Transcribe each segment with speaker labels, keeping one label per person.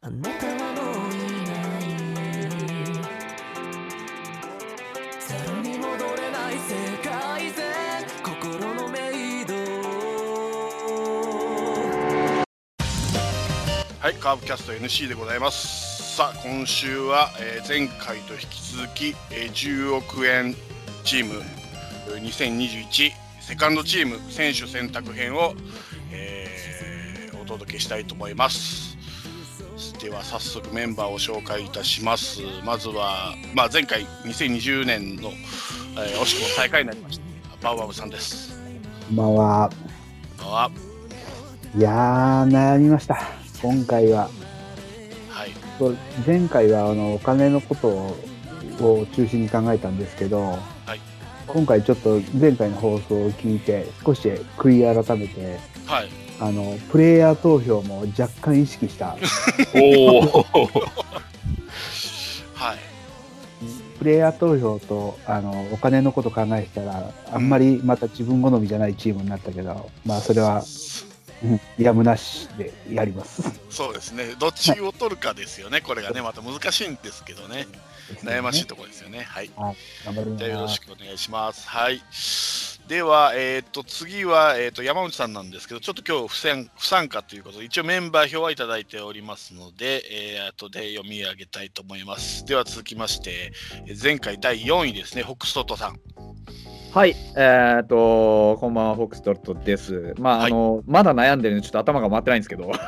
Speaker 1: あなたはもういない猿に戻れない世界線心のメイド
Speaker 2: はい、カーブキャスト NC でございます。さあ、今週は、えー前回と引き続き、えー10億円チームえー2021セカンドチーム選手選択編を、えーお届けしたいと思います。では早速メンバーを紹介いたします。まずは、まあ、前回2020年の、えー惜しくも最下位になりました。バウアブさんです。
Speaker 3: こんばんは。
Speaker 2: こんばんはい
Speaker 3: やー、悩みました。今回は。
Speaker 2: はい。
Speaker 3: そう前回はあのお金のことをを中心に考えたんですけど、
Speaker 2: い
Speaker 3: 今回ちょっと前回の放送を聞いて、少し悔い改めて、
Speaker 2: はい。
Speaker 3: あの、プレイヤー投票も若干意識した。
Speaker 4: おお。
Speaker 2: はい。
Speaker 3: プレイヤー投票とあのお金のこと考えてたら、あんまりまた自分好みじゃないチームになったけど、まあそれは、うんやむなしでやります。
Speaker 2: そうですね、どっちを取るかですよね、これがね、また難しいんですけどね、悩ましいところですよね。はい、
Speaker 3: 頑張りま
Speaker 2: じ
Speaker 3: す
Speaker 2: ゃあよろしくお願いします。はい、では、えー、と次は、えー、と山内さんなんですけど、ちょっと今日不参不参加ということで、一応メンバー表はいただいておりますので、えー、後で読み上げたいと思います。では続きまして、えー前回第4位ですね、北外さん。
Speaker 4: はい、えーっと、こんばんは、フォックストロットです。まあ、
Speaker 2: はい
Speaker 4: あの、まだ悩んでるんで、ちょっと頭が回ってないんですけど、
Speaker 2: はい、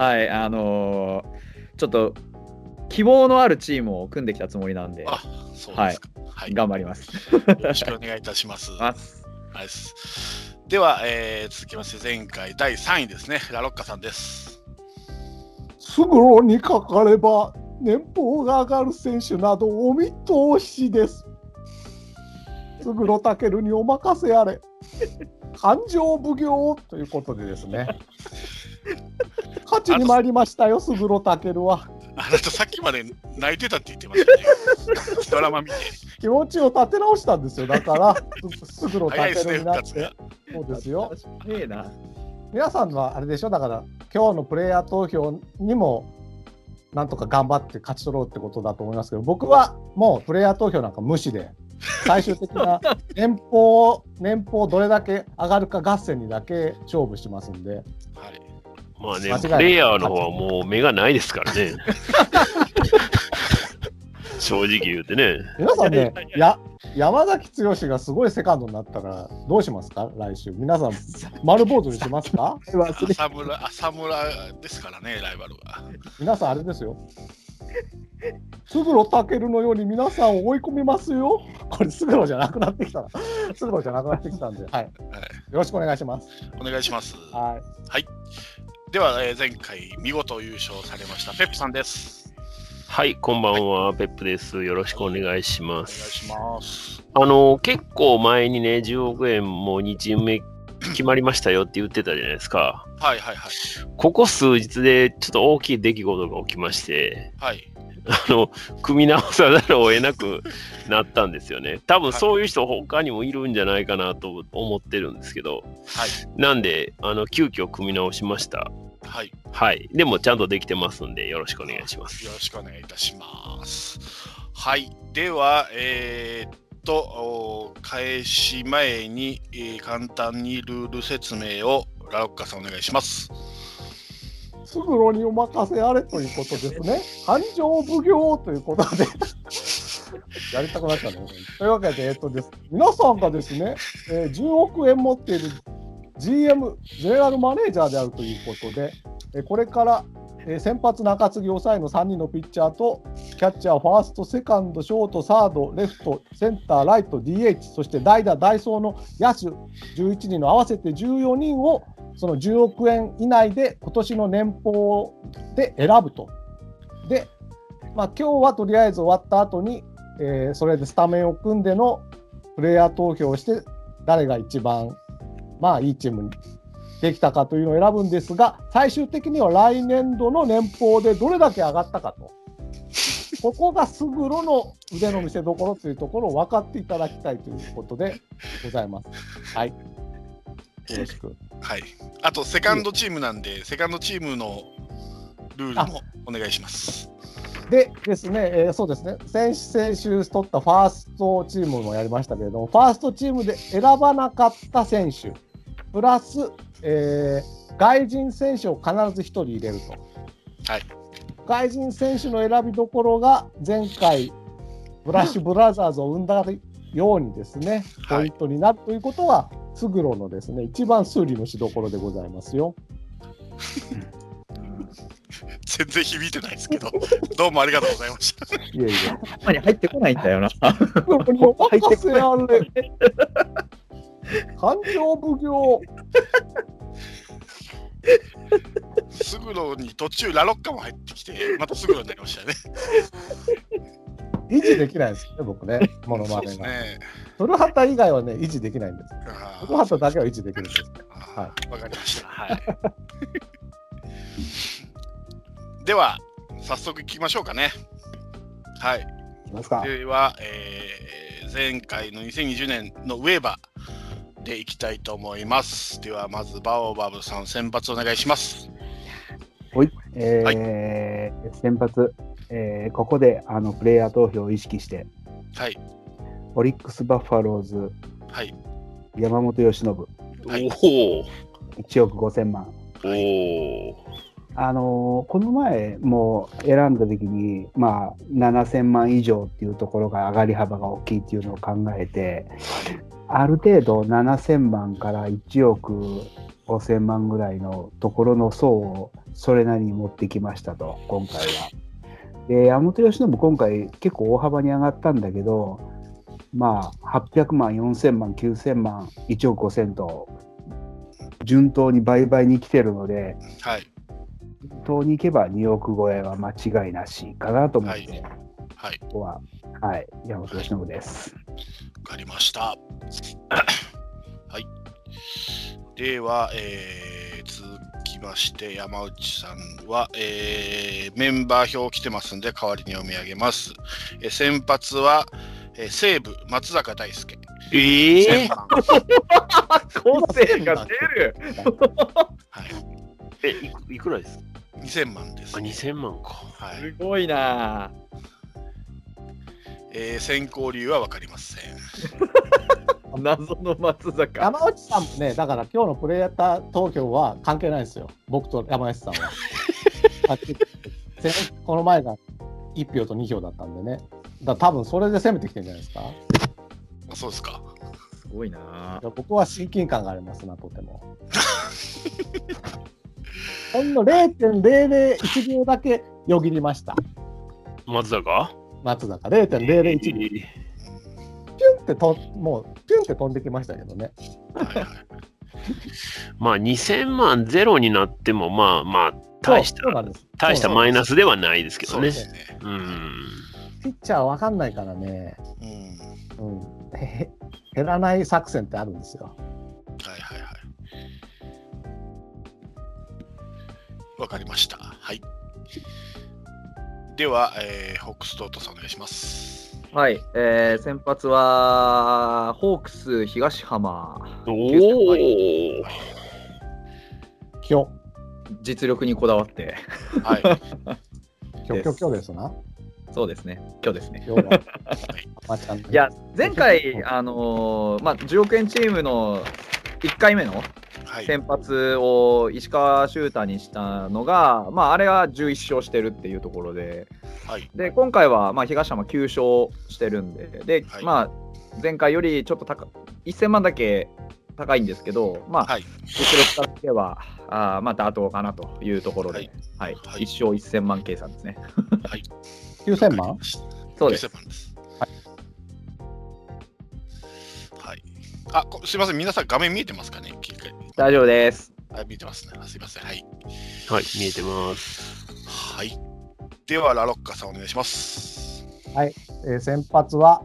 Speaker 4: はい、あのーちょっと、希望のあるチームを組んできたつもりなんで、
Speaker 2: あそうですか。はい、よ
Speaker 4: 頑張ります。
Speaker 2: ろしくお願いいたします。
Speaker 4: ます
Speaker 2: はいです。では、えー続きまして前回第3位ですね、ラロッカさんです。
Speaker 5: すぐろにかかれば年俸が上がる選手などお見通し です。すぐろたけるにお任せあれ。感情奉行ということでですね。勝ちに参りましたよ、すぐろたけるは。
Speaker 2: あなたさっきまで泣いてたって言ってましたね。ドラマ見て。
Speaker 5: 気持ちを立て直したんですよ、だから、すすぐろ
Speaker 2: 早
Speaker 5: た
Speaker 2: いで
Speaker 5: け
Speaker 2: すね、
Speaker 5: るに
Speaker 2: 復
Speaker 5: なっ
Speaker 2: 活
Speaker 5: て
Speaker 2: が。。
Speaker 5: そうですよ。
Speaker 4: ねえな。
Speaker 5: 皆さんのはあれでしょ、だから、今日のプレイヤー投票にも、なんとか頑張って勝ち取ろうってことだと思いますけど、僕はもうプレイヤー投票なんか無視 で、最終的な年俸を、年俸どれだけ上がるか合戦にだけ勝負しますんで、
Speaker 2: はい。
Speaker 6: まあね
Speaker 5: 間違い、
Speaker 6: プ
Speaker 5: ない
Speaker 6: レイヤーの方はもう目がないですか らね。正直言うてね。
Speaker 5: 皆さんね、や山崎剛がすごいセカンドになったら、どうしますか、来週。皆さん、丸ボードにしますか
Speaker 3: 忘れ
Speaker 2: 浅村、浅村ですからね、ライバルは。
Speaker 5: 皆さん、あれですよ。すぐろたけるのように皆さんを追い込みますよ。これ、すぐろじゃなくなってきたな。すぐろじゃなくなってきたんで、はい。よろしくお願いします。
Speaker 2: お願いします。
Speaker 5: はい。
Speaker 2: では、えー前回見事優勝されました、ペップさんです。
Speaker 6: はい、こんばんは、ペップです。よろしくお願いし
Speaker 2: お
Speaker 6: ま
Speaker 2: 願い
Speaker 6: す。
Speaker 2: します。
Speaker 6: あの、結構前にね、10億円も2チーム目決まりましたよって言ってたじゃないですか。
Speaker 2: はいはいはい。
Speaker 6: ここ数日でちょっと大きい出来事が起きまして、
Speaker 2: はい。
Speaker 6: あの、組み直さざるを得なくなったんですよね。多分そういう人他にもいるんじゃないかなと思ってるんですけど、
Speaker 2: はい。
Speaker 6: なんで、あの、急遽組み直しました。
Speaker 2: はい。
Speaker 6: はい。でもちゃんとできてますんで、よろしくお願いします。
Speaker 2: よろしくお願いいたします。はい、では、えーっと、お返し前に、えー簡単にルール説明をラロッカさんお願いします。
Speaker 5: すぐろにお任せあれということですね。繁盛奉行ということで。 やりたくなったね。というわけで、えっとです、皆さんがですね、えー10億円持っている GM、ゼネラルマネージャーであるということで、えーこれから、えー先発、中継ぎ、抑えの3人のピッチャーと、キャッチャー、ファースト、セカンド、ショート、サード、レフト、センター、ライト、DH、そして代打、ダイソーの野手11人の合わせて14人を、その10億円以内で、今年の年俸で選ぶと。で、まあ今日はとりあえず終わった後に、えーそれでスタメンを組んでのプレイヤー投票をして誰が一番まあいいチームにできたかというのを選ぶんですが最終的には来年度の年俸でどれだけ上がったかとここがすぐろの腕の見せ所というところを分かっていただきたいということでございます。はいよろしく
Speaker 2: はい、あと、セカンドチームなんで、セカンドチームのルールもお願いします。
Speaker 5: でですね、えーそうですね、先先週取ったファーストチームもやりましたけれども、ファーストチームで選ばなかった選手、プラス、えー外人選手を必ず1人入れると。
Speaker 2: はい
Speaker 5: 外人選手の選びどころが、前回、ブラッシュブラザーズを生んだようにですね、ポ
Speaker 2: は
Speaker 5: イ
Speaker 2: い
Speaker 5: ントになるということは、つぐろのですね、一番数理のしどころでございますよ。
Speaker 2: 全然響いてないです けど、どうもありがとうございました。
Speaker 5: いやいや
Speaker 4: 頭に入ってこないんだ よな。
Speaker 5: ここにお任せあれ。 感情奉行。
Speaker 2: スグロに途中ラロッカも入ってきて、またスグロになりましたね。
Speaker 5: 維持できないですね、僕ね、モノマネが。
Speaker 2: ね
Speaker 5: 古畑以外はね、維持できないんです。
Speaker 2: あ
Speaker 5: 古
Speaker 2: ー
Speaker 5: 畑だけは維持できるんです。
Speaker 2: あーわかりました。はい。では、早速聞きましょうかね。はい。
Speaker 7: いきますか。
Speaker 2: では、えー前回の2020年のウェーバーでいきたいと思います。では、まずバオバブさん、選抜お願いします。
Speaker 7: えー先発、えーここであのプレイヤー投票を意識して、
Speaker 2: はい、
Speaker 7: オリックス・バファローズ、
Speaker 2: はい、
Speaker 7: 山本由伸、
Speaker 2: はい
Speaker 6: おお
Speaker 7: 1億5000万。
Speaker 6: おお
Speaker 7: あのーこの前も選んだ時に、まあ、7000万以上っていうところが上がり幅が大きいっていうのを考えてある程度7000万から1億5000万ぐらいのところの層をそれなりに持ってきましたと今回は。で山本由伸今回結構大幅に上がったんだけどまあ800万4000万9000万1億5000と順当に倍々に来てるので。
Speaker 2: はい、
Speaker 7: 東に行けば2億超えは間違いなしかなと思って、
Speaker 2: はいはい、
Speaker 7: ここは、はい、山本由伸です。
Speaker 2: わかりました。 はい。では、えー続きまして、山内さんは、えーメンバー表来てますんで、代わりに読み上げます。えー先発は、えー西武、松坂大輔。
Speaker 6: え
Speaker 2: 先
Speaker 6: え
Speaker 2: 番
Speaker 4: 個性が出る。
Speaker 2: はい、
Speaker 6: えいくいくらですか
Speaker 2: 2000万です、
Speaker 6: あ2000万か
Speaker 2: はい
Speaker 4: すごいな。
Speaker 2: えー、先行理由は分かりません。
Speaker 4: 謎の松坂。
Speaker 5: 山内さんもね、だから今日のプレイヤー東京は関係ないですよ。僕と山内さんは。はっきり言ってこの前が1票と2票だったんでね。だから多分それで攻めてきてるんじゃないですか。い
Speaker 2: あそうですか。
Speaker 4: すごいな。
Speaker 5: や僕は親近感がありますな、とても。 ほんの0.001秒だけよぎりました。
Speaker 6: 松坂
Speaker 5: 松坂0.001秒。
Speaker 6: え
Speaker 5: ピュンってともうピュンって飛んできましたけどね。
Speaker 2: はい はい、
Speaker 6: ーまあ2000万ゼロになってもまあまあ大し
Speaker 5: そうそう
Speaker 6: た
Speaker 5: なんです
Speaker 6: 大した
Speaker 5: そうなん
Speaker 6: マイナスではないですけ
Speaker 2: そ
Speaker 6: ど
Speaker 2: うで
Speaker 6: ね
Speaker 2: すね。
Speaker 6: うん
Speaker 5: ですピッチャーわかんないからね、
Speaker 2: うん。
Speaker 5: うん、へへ減らない作戦ってあるんですよ。
Speaker 2: はいはいはい。わかりました。はい。では、えー、ホックストートさんお願いします。
Speaker 4: はい、えー先発はホークス東浜。
Speaker 6: おお
Speaker 5: きょ、
Speaker 4: 実力にこだわって。
Speaker 2: はい。
Speaker 5: きょ、きょ、きょですな。
Speaker 4: そうですね。今日ですね。
Speaker 5: きょうだ。まちゃん
Speaker 4: いや、前
Speaker 5: う
Speaker 4: 回、
Speaker 5: ん
Speaker 4: あのーまあ、10億円チームの1回目の
Speaker 2: はい。
Speaker 4: 先発を石川修太にしたのが、まあ、あれは11勝してるっていうところで、
Speaker 2: はい。
Speaker 4: で今回はまあ東山9勝してるんで、で
Speaker 2: はい
Speaker 4: まあ、前回よりちょっと高1000万だけ高いんですけど、まあ、
Speaker 2: はい。
Speaker 4: 実力からしては、あーまあ、妥当かなというところで、はい
Speaker 2: はい
Speaker 4: 1勝1000万計算ですね。
Speaker 2: はい。
Speaker 5: 九千万。
Speaker 4: そうです
Speaker 2: 9,000万です。はい。あ、こすいません。皆さん画面見えてますかね切り替え
Speaker 4: 大丈 夫です。
Speaker 2: あ見えてますね。あすいません。はい。
Speaker 6: はい見えてます
Speaker 2: はい。では、ラロッカさんお願いし ます。
Speaker 5: えー先発は。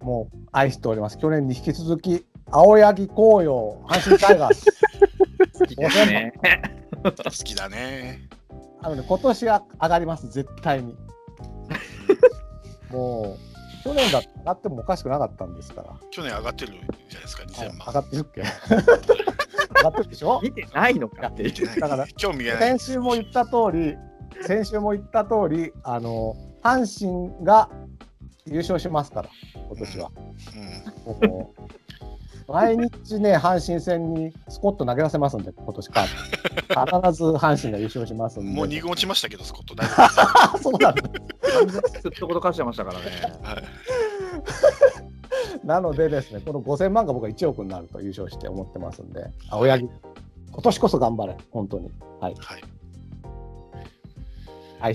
Speaker 5: もう愛しております。去年に引き続き、青柳紅葉、阪神タイガース。
Speaker 4: 好きですね。
Speaker 2: 好きだね。
Speaker 5: あのね、今年は上がります、絶対に。もう、去年だって上がってもおかしくなかったんですから。
Speaker 2: 去年上がってるじゃないですか、2000
Speaker 5: 上
Speaker 2: 万。
Speaker 5: がってるっけ上がってるでしょ
Speaker 4: 見てないのかっていう。
Speaker 5: だから
Speaker 2: 興味がない。
Speaker 5: 先週も言った通り、先週も言った通り、あの阪神が優勝しますから、今年は。
Speaker 2: うん
Speaker 5: もう毎日ね、阪神戦にスコット投げ出せますんで、今年か。必ず阪神が優勝しますんで。
Speaker 2: もう2号落ちましたけど、スコ ット大丈夫です
Speaker 5: あそうなんだ
Speaker 4: 完全にすっとことかしてましたからね。
Speaker 2: はい
Speaker 5: なのでですね、この5000万が僕は1億になると優勝して思ってますんで、青柳、今年こそ頑張れ、本当に。はい、
Speaker 2: はい。
Speaker 5: 愛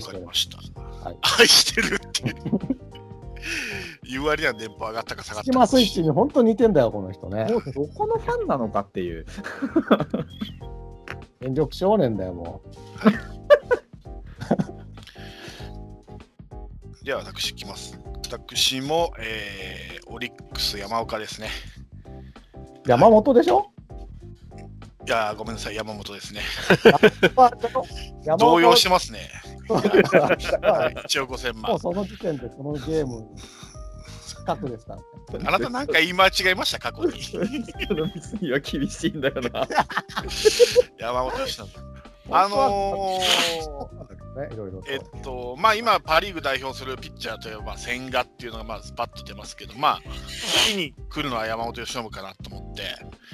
Speaker 2: わ
Speaker 5: し
Speaker 2: か
Speaker 5: て
Speaker 2: りま
Speaker 5: ます。
Speaker 2: した。
Speaker 5: はい
Speaker 2: 愛してるって。言う割には電波上がったか下がっ
Speaker 5: ス
Speaker 2: た
Speaker 5: キマ
Speaker 2: か。
Speaker 5: スイッチに本当に似てんだよ、この人ね
Speaker 4: も。うどこのファンなのかっていう。
Speaker 5: 全力少年だよ、もう。
Speaker 2: では私いきます。私も、えー、オリックス山岡ですね。
Speaker 5: 山本でしょ
Speaker 2: いやーごめんなさい、山本ですね。
Speaker 5: まあちょっと山本
Speaker 2: 動揺してますね。
Speaker 5: は
Speaker 2: はいい、1億5000
Speaker 5: もう
Speaker 2: 万。
Speaker 5: その時点でこのゲーム失格ですから、ね、
Speaker 2: あなたなんか言い間違えました、過 去に。
Speaker 4: 飲みすぎは厳しいんだよな。
Speaker 2: 山本由伸。あのー、
Speaker 5: なんだけどねいろいろと
Speaker 2: えっと、まあ今、パ・リーグ代表するピッチャーといえば、千賀っていうのがまあスパッと出ますけど、まあ、次に来るのは山本由伸かなと思って、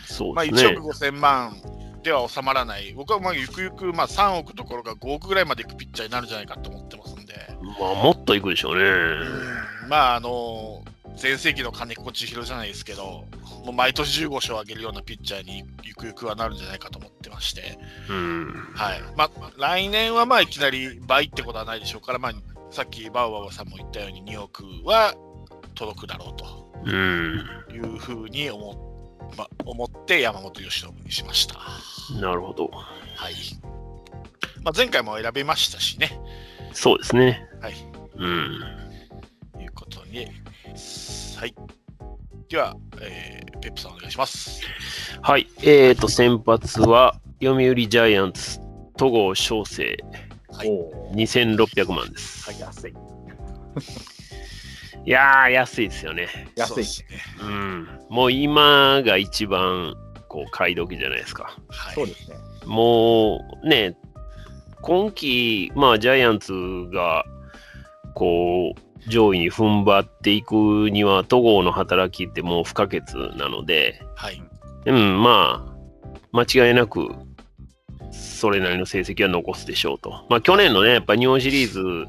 Speaker 6: そう
Speaker 2: まあ、
Speaker 6: ですね
Speaker 2: 1。億5000万では収まらない、僕はまあゆくゆくまあ3億どころか5億ぐらいまでいくピッチャーになるんじゃないかと思ってますんで、
Speaker 6: まあ、もっといくでしょうね。
Speaker 2: うんまあ、あの全盛期の金子千尋じゃないですけど、もう毎年15勝を挙げるようなピッチャーにゆくゆくはなるんじゃないかと思ってまして、
Speaker 6: うん。
Speaker 2: はいまあ、来年はまあいきなり倍ってことはないでしょうから、まあ、さっきバウアーさんも言ったように2億は届くだろうと
Speaker 6: うん。
Speaker 2: いうふうに思,、まあ、思って山本由伸にしました。
Speaker 6: なるほど。
Speaker 2: はい。まあ、前回も選びましたしね。
Speaker 6: そうですね。
Speaker 2: はい。
Speaker 6: うん。
Speaker 2: いうことに。はい。では、えーペップさんお願いします。
Speaker 6: はい。えっ、ー、と、先発は、読売ジャイアンツ、戸郷翔征、
Speaker 2: はい
Speaker 4: おー
Speaker 6: 2600万です。
Speaker 4: はい、安い。
Speaker 6: いやー、安いですよね。
Speaker 2: そう
Speaker 4: 安
Speaker 2: で
Speaker 4: い。
Speaker 2: すね。
Speaker 6: うん。もう今が一番、こう、買い時じゃないですか。
Speaker 2: はい。
Speaker 4: そうですね。
Speaker 6: もう、ね、今季、まあ、ジャイアンツが、こう、上位に踏ん張っていくには、戸郷の働きってもう不可欠なので、
Speaker 2: はい。
Speaker 6: うん、まあ、間違いなく、それなりの成績は残すでしょうと。まあ、去年のね、やっぱ日本シリーズ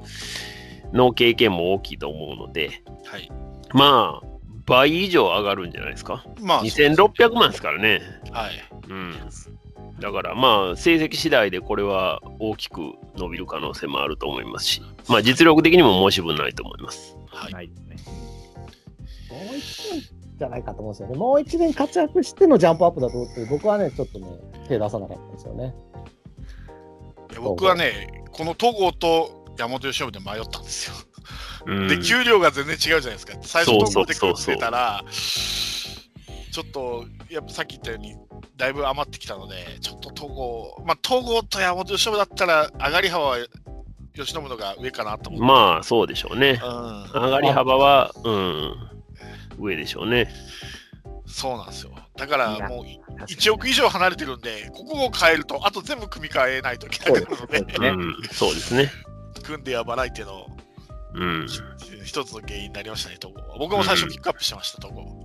Speaker 6: の経験も大きいと思うので、
Speaker 2: はい。
Speaker 6: まあ、倍以上上がるんじゃないですか。
Speaker 2: まあ、
Speaker 6: 2600万ですからね。
Speaker 2: はい。
Speaker 6: うん。だから、まあ、成績次第でこれは大きく伸びる可能性もあると思いますし、まあ、実力的にも申し分ないと思います。
Speaker 2: はい。
Speaker 4: ないですね。
Speaker 5: もう1年じゃないかと思うんですよねもう1年活躍してのジャンプアップだと思って僕はねちょっとね手出さなかったんですよね
Speaker 2: いや僕はね、この戸郷と山本由伸で迷ったんですよ。
Speaker 6: うん、
Speaker 2: で、給料が全然違うじゃないですか。最初、
Speaker 6: そ
Speaker 2: 東京
Speaker 6: うそう
Speaker 2: で
Speaker 6: そ
Speaker 2: 食
Speaker 6: う
Speaker 2: っ
Speaker 6: そう
Speaker 2: てたら、ちょっと、やっぱさっき言ったように、だいぶ余ってきたので、ちょっと東郷、まあ、東郷と山本由伸だったら、上がり幅は由伸の方が上かなと思って。
Speaker 6: まあ、そうでしょうね。
Speaker 2: あ、
Speaker 6: 上がり幅は、うん、上でしょうね。
Speaker 2: うん、そうなんですよ。だから、もう
Speaker 4: 確かに
Speaker 2: 1億以上離れてるんで、ここを変えると、あと全部組み替えないといけないので、
Speaker 4: ね
Speaker 6: うん、そうですね。
Speaker 2: 組んでやばないっていうのを
Speaker 6: うん。
Speaker 2: 一つの原因になりましたね、東郷。僕も最初ピックアップしてました、東郷。はいいい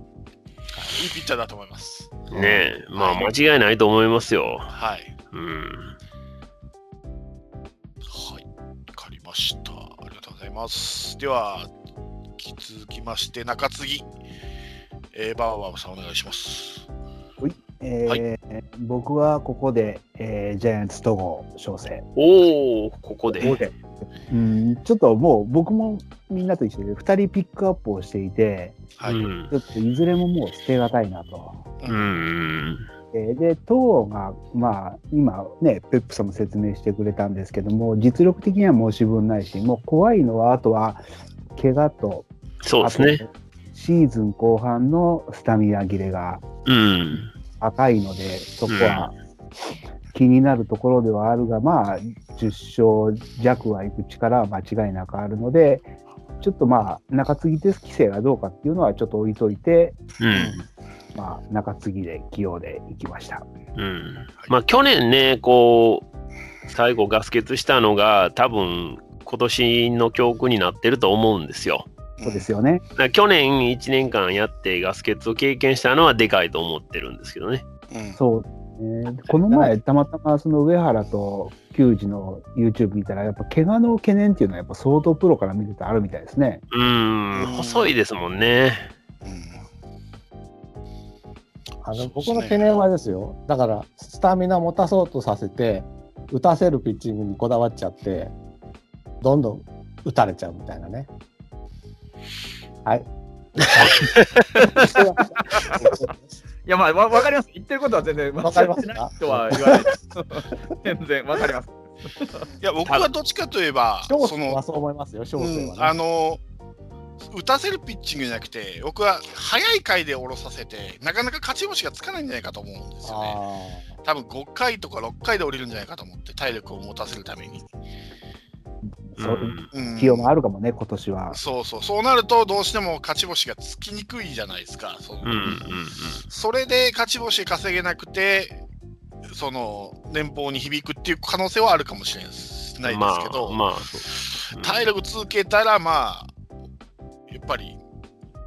Speaker 2: ピッチャーだと思います。
Speaker 6: ねえ、まあ間違いないと思いますよ。
Speaker 2: はい。
Speaker 6: うん。
Speaker 2: はい、わかりました。ありがとうございます。では、引き続きまして、中継ぎ、えー、バーバーさんお願いします。
Speaker 3: えー
Speaker 2: は
Speaker 3: 僕はここで、えージャイアンツ戸郷翔征、
Speaker 6: おお、ここで。
Speaker 4: ここで
Speaker 3: うん、ちょっともう僕もみんなと一緒で2人ピックアップをしていて
Speaker 2: はい。
Speaker 6: う
Speaker 2: うん
Speaker 6: ん
Speaker 3: ちょっといずれももう捨てがたいなと。
Speaker 6: うん。
Speaker 3: えーで戸郷がまあ今ねペップさんも説明してくれたんですけども実力的には申し分ないしもう怖いのはあとは怪我と
Speaker 6: そうですね。
Speaker 3: あとシーズン後半のスタミナ切れが
Speaker 6: うん。
Speaker 3: 赤いので、そこは気になるところではあるが、まあ、10勝弱はいく力は間違いなくあるので、ちょっとまあ、中継ぎです規制がどうかっていうのはちょっと置いといて、
Speaker 6: うん。
Speaker 3: まあ、中継ぎで起用で行きました。
Speaker 6: うんまあ、去年ね、こう、最後、ガス欠したのが、多分今年の教訓になってると思うんですよ。
Speaker 3: そうですよね。
Speaker 6: だから去年1年間やって、ガス欠を経験したのはでかいと思ってるんですけどね。
Speaker 2: うん
Speaker 3: そう、ね。この前、たまたまその上原と球児の YouTube 見たら、やっぱ怪我の懸念っていうのは、やっぱ相当プロから見ててあるみたいですね。
Speaker 6: うん、細いですもんね。
Speaker 2: そ
Speaker 5: あ
Speaker 2: うです
Speaker 5: の
Speaker 2: ね
Speaker 5: 僕の懸念はですよ、だからスタミナ持たそうとさせて、打たせるピッチングにこだわっちゃって、どんどん打たれちゃうみたいなね。はい。
Speaker 4: いやまあわわかります言ってることは全然
Speaker 5: わかります
Speaker 4: 間違
Speaker 5: か
Speaker 4: ってないとは言わないです全然わかります
Speaker 2: いや僕はどっちかといえば
Speaker 5: 小
Speaker 2: そ
Speaker 5: 生
Speaker 2: の
Speaker 5: はそう思いますよ、小
Speaker 2: う
Speaker 5: 生
Speaker 2: ん、
Speaker 5: は
Speaker 2: あ
Speaker 5: ね。
Speaker 2: の打たせるピッチングじゃなくて僕は早い回で下ろさせてなかなか勝ち星がつかないんじゃないかと思うんですよね
Speaker 5: あ
Speaker 2: 多分5回とか6回で降りるんじゃないかと思って体力を持たせるために、
Speaker 6: う
Speaker 3: そうん
Speaker 2: うん
Speaker 3: 起用もあるかもね、今年は。
Speaker 2: そうそうそうなるとどうしても勝ち星がつきにくいじゃないですかその、
Speaker 6: うんうんうん
Speaker 2: それで勝ち星稼げなくてその年俸に響くっていう可能性はあるかもしれないですないですけど、
Speaker 6: まあ、まあそううん
Speaker 2: 体力続けたら、まあ、やっぱり、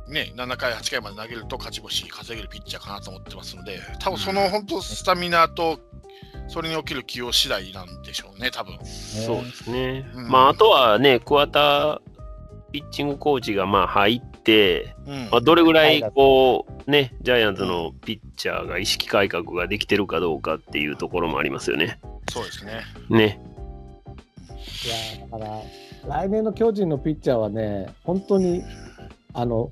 Speaker 2: ね、7回、8回まで投げると勝ち星稼げるピッチャーかなと思ってますので、多分その本当、スタミナと、それに起きる起用次第なんでしょうね、多分
Speaker 6: そうですね。
Speaker 2: うん
Speaker 6: まあ、あとはね、桑田ピッチングコーチがまあ入って、
Speaker 2: うん
Speaker 6: まあ、どれぐらいこう、ね、ジャイアンツのピッチャーが意識改革ができてるかどうかっていうところもありますよね。
Speaker 2: そうですね。
Speaker 6: ね。
Speaker 5: ーいやだから、来年の巨人のピッチャーはね、本当にあの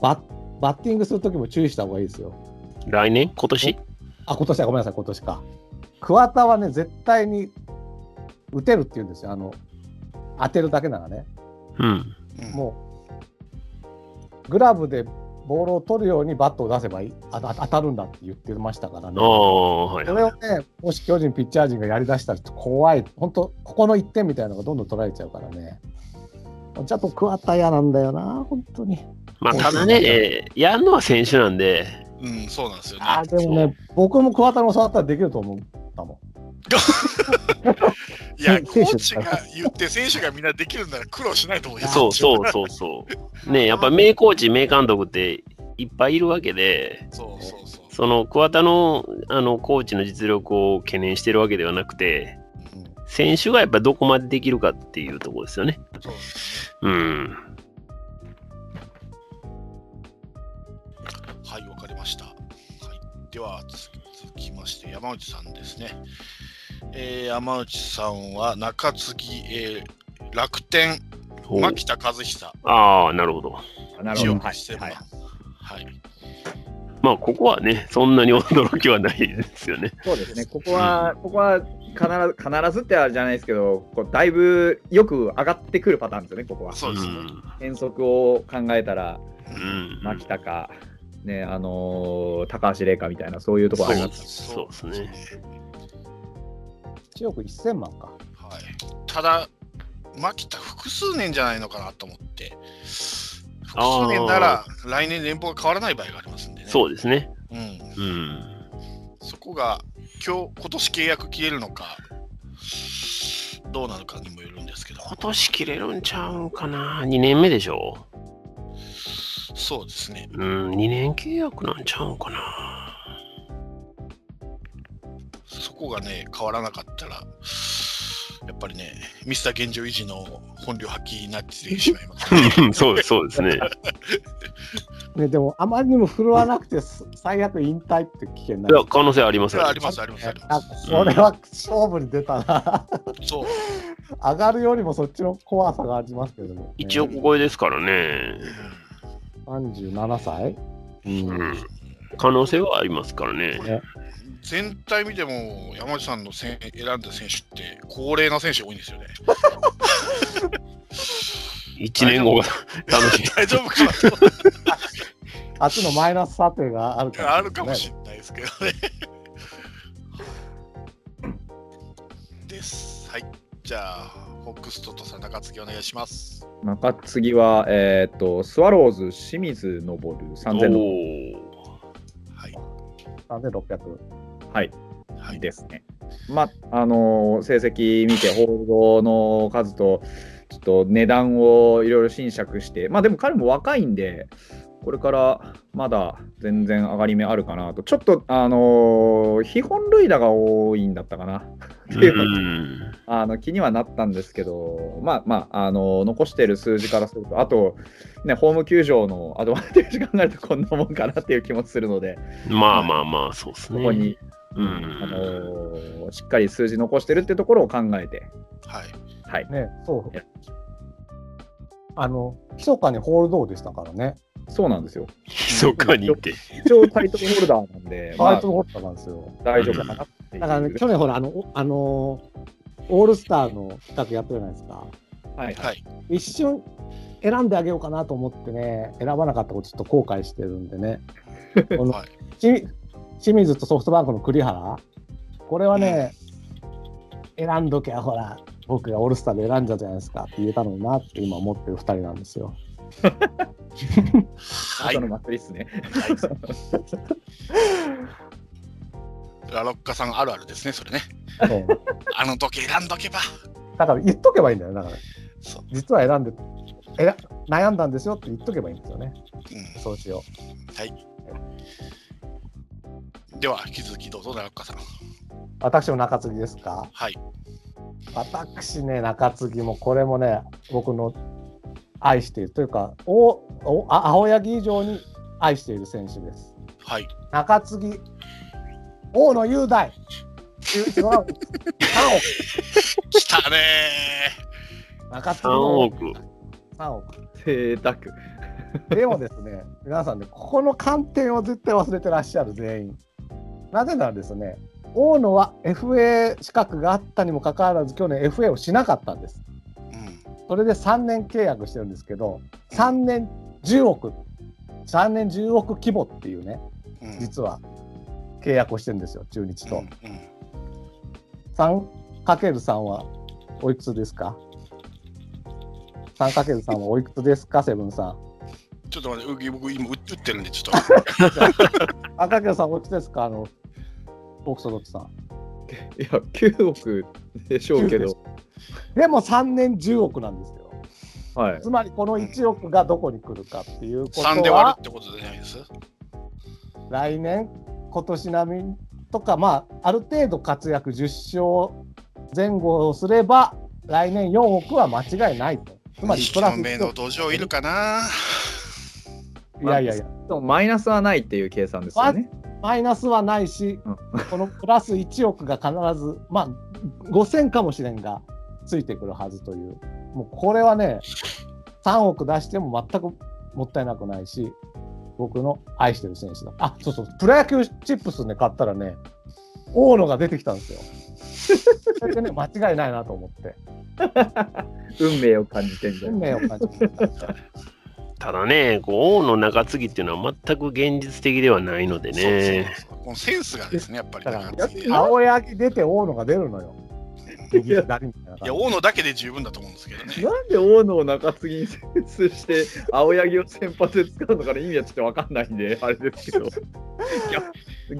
Speaker 5: ババッティングするときも注意した方がいいですよ。
Speaker 6: 来年今年
Speaker 5: あ、今年はごめんなさい、今年か。桑田はね、絶対に打てるって言うんですよ。あの、当てるだけならね。
Speaker 6: うん。
Speaker 2: うん
Speaker 5: もう、グラブでボールを取るようにバットを出せばいい、ああ当たるんだって言ってましたからね。
Speaker 6: ああ、はい
Speaker 5: そ
Speaker 6: はい。
Speaker 5: れをね、もし巨人ピッチャー陣がやりだしたら怖い。本当ここの1点みたいなのがどんどん取られちゃうからね。ちょっと桑田嫌なんだよな、本当に。
Speaker 6: まあ、ただね、やるのは選手なんで、
Speaker 2: うん、そうなんですよね。
Speaker 5: あーでもね、僕も桑田の触ったらできると思ったもん。
Speaker 2: い や、
Speaker 3: 選
Speaker 2: コ
Speaker 3: 手
Speaker 2: ーチが言って、選手がみんなできるなら苦労しないと思います
Speaker 6: そうそうそうそう。ねやっぱ名コーチ、名監督っていっぱいいるわけで、
Speaker 2: そうそうそう。
Speaker 6: その桑田のあのコーチの実力を懸念してるわけではなくて、選手がやっぱどこまでできるかっていうところですよね。
Speaker 2: そうですね
Speaker 6: うん。
Speaker 2: はい、わかりました。はい、ではつ続きまして山内さんですね。えー山内さんは中継ぎ、えー楽天、
Speaker 6: ほう
Speaker 2: 牧田和久、
Speaker 6: ああ、なるほど。
Speaker 4: なるほ
Speaker 2: 一
Speaker 4: ど
Speaker 2: 応
Speaker 4: はい
Speaker 2: して
Speaker 4: はい
Speaker 2: ます。はい、
Speaker 6: まあ、ここはね、そんなに驚きはないですよね。
Speaker 4: そうですねここはここは必ず必ずってあれじゃないですけどこうだいぶよく上がってくるパターンですよねここは
Speaker 2: そうですね。
Speaker 4: 変則を考えたら
Speaker 6: うん。うん
Speaker 4: 牧田か、ねあのー高橋玲香みたいなそういうところあり
Speaker 6: そ
Speaker 4: ま
Speaker 6: う
Speaker 4: す
Speaker 6: そうそうですね。
Speaker 5: 1億1000万か。
Speaker 2: はい、ただ、牧田複数年じゃないのかなと思って、複数年なら来年年俸が変わらない場合がありますんでね。
Speaker 6: そうですね。
Speaker 2: うん、
Speaker 6: うん。
Speaker 2: そこが今日今年契約切れるのかどうなるかにもよるんですけど、
Speaker 6: 今年切れるんちゃうんかな。2年目でしょ。
Speaker 2: そうですね。
Speaker 6: うん、2年契約なんちゃうんかな。
Speaker 2: そこがね変わらなかったら。やっぱりね、ミスター現状維持の本領発揮になってしまい ます、
Speaker 6: そうです、そうですね。
Speaker 5: ね、でも、あまりにも振るわなくて、す最悪引退って危険ない
Speaker 6: いや、可能性ありま
Speaker 2: そ
Speaker 6: す
Speaker 2: れは
Speaker 6: よ
Speaker 2: あります、あります、ありま
Speaker 5: あ
Speaker 2: す。
Speaker 5: これは勝負に出たな。
Speaker 2: そう、
Speaker 5: 上がるよりもそっちの怖さがありますけれども、
Speaker 6: 一応、ここですからね。
Speaker 5: 37歳、
Speaker 6: うん。可能性はありますからね。
Speaker 2: 全体見ても、山内さんのせん選んだ選手って、高齢な選手多いんですよね。
Speaker 6: 1年後が楽しい。
Speaker 2: 大丈夫か
Speaker 5: 初のマイナス査定がある
Speaker 2: なあるかもし
Speaker 5: れ
Speaker 2: れないですけどね。 です。はい。じゃあ、フォックストとさん、中継ぎお願いします。
Speaker 4: 中継ぎは、えーっとスワローズ清水昇る
Speaker 6: お
Speaker 4: 3000の
Speaker 6: ー
Speaker 5: なんで600。
Speaker 4: はい、
Speaker 2: はい
Speaker 4: ですね。まあ、あのー成績見て、報道の数と、ちょっと値段をいろいろ斟酌して、まあでも彼も若いんで、これからまだ全然上がり目あるかなと、ちょっと、あのー、非本塁打が多いんだったかな。っていうか
Speaker 6: ん。
Speaker 4: あの気にはなったんですけど、まあまあ、あの残してる数字からすると、あと、ね、ホーム球場のアドバンテージ考えると、こんなもんかなっていう気もするので、
Speaker 6: まあまあまあ、そうです
Speaker 4: そ
Speaker 6: ね。
Speaker 4: こに、
Speaker 6: う
Speaker 4: あ
Speaker 6: ん。
Speaker 4: のしっかり数字残してるってところを考えて、
Speaker 2: はい。
Speaker 4: はい、
Speaker 5: ね、そう
Speaker 4: いや。
Speaker 5: あの、密かにホールドでしたからね。
Speaker 4: そうなんですよ。
Speaker 6: 密かにって。
Speaker 4: 一応タイトルホルダーなん で、ま
Speaker 5: バイ
Speaker 4: あ
Speaker 5: ト、ホールドなんですよ。
Speaker 4: 大丈夫かなっていう。
Speaker 8: だからね、去年ほら、あの、おあのーオールスターの企画やったじゃないですか。
Speaker 4: はい
Speaker 2: は
Speaker 4: はい
Speaker 2: い。
Speaker 8: 一瞬選んであげようかなと思ってね、選ばなかったことちょっと後悔してるんでね。この
Speaker 2: はい
Speaker 8: ち清水とソフトバンクの栗原、これはね、選んどきゃほら、僕がオールスターで選んじゃうじゃないですかって言えたのになって今思ってる2人なんですよ。
Speaker 2: は
Speaker 4: 後の
Speaker 2: い。
Speaker 4: 祭りですね。
Speaker 2: ラロッカさんあるあるですね、それね。
Speaker 5: そう
Speaker 2: あの時選んどけば。
Speaker 5: だから言っとけばいいんだよ。だから
Speaker 2: そう。
Speaker 5: 実は選んで、えら悩んだんですよって言っとけばいいんですよね。
Speaker 2: う
Speaker 5: そうしよ
Speaker 2: ん。では、引き続きどうぞ、ラロッカさん。
Speaker 5: う。私も中継ぎですか
Speaker 2: はい。
Speaker 5: 私ね、中継ぎもこれもね、僕の愛しているというか、おおあ青柳以上に愛している選手です。
Speaker 2: はい。
Speaker 5: 中継ぎ、大野雄大。3億
Speaker 2: 来たね
Speaker 5: 中継ぎ
Speaker 6: 3
Speaker 5: の
Speaker 6: 億。
Speaker 5: 3億
Speaker 4: 贅沢。
Speaker 5: でもですね、皆さんね、ここの観点を絶対忘れてらっしゃる、全員。なぜならですね、大野は FA 資格があったにもかかわらず、去年 FA をしなかったんです。
Speaker 2: ー。うん。
Speaker 5: それで3年契約してるんですけど、3年10億、3年10億規模っていうね、
Speaker 2: うん
Speaker 5: 実は契約をしてるんですよ、中日
Speaker 2: う
Speaker 5: と
Speaker 2: ん。うん。
Speaker 5: 3×3 はおいくつですか ?3×3 はおいくつですか、セブンさん。
Speaker 2: ちょっと待って、僕今打ってるんで、ちょっと。
Speaker 5: 赤木さん、おいくつですかあの、ボクソドックさん。
Speaker 4: いや、9億でしょうけど、
Speaker 5: でも3年10億なんですよ。
Speaker 4: はい
Speaker 5: つ。まりこの1億がどこに来るかっていうこと
Speaker 2: 3で割る
Speaker 5: は
Speaker 2: っ、てことじゃないです。
Speaker 5: 来年、今年並みとか、まあ、ある程度活躍10勝前後をすれば、来年4億は間違いないと。つまりプラス
Speaker 2: 1名の土壌いるかな。
Speaker 5: いやいやいや、
Speaker 4: でもマイナスはないっていう計算ですよね。
Speaker 5: マイナスはないし
Speaker 4: うん、
Speaker 5: このプラス1億が必ず、まあ、5000かもしれんが、ついてくるはずという、もうこれはね、3億出しても全くもったいなくないし、僕の愛してる選手だ。あそうそう、プロ野球チップスね、買ったらね、大野が出てきたんですよ。それでね、間違いないなと思って、
Speaker 4: 運命を感じてんじゃ
Speaker 5: 運
Speaker 4: ん。
Speaker 5: 命を感じました。
Speaker 6: ただね、こう王の中継ぎっていうのは全く現実的ではないのでね。
Speaker 2: そうそうそうこのセンスがですね、やっぱり。
Speaker 5: だから
Speaker 2: 中継ぎい
Speaker 5: 青柳出て大野が出るのよ。右左みたいな感じ
Speaker 2: や、大野だけで十分だと思うんですけどね。
Speaker 4: なんで大野を中継ぎに接して、青柳を先発で使うのかの意味はちょっと分かんないんで、 あれですけど。逆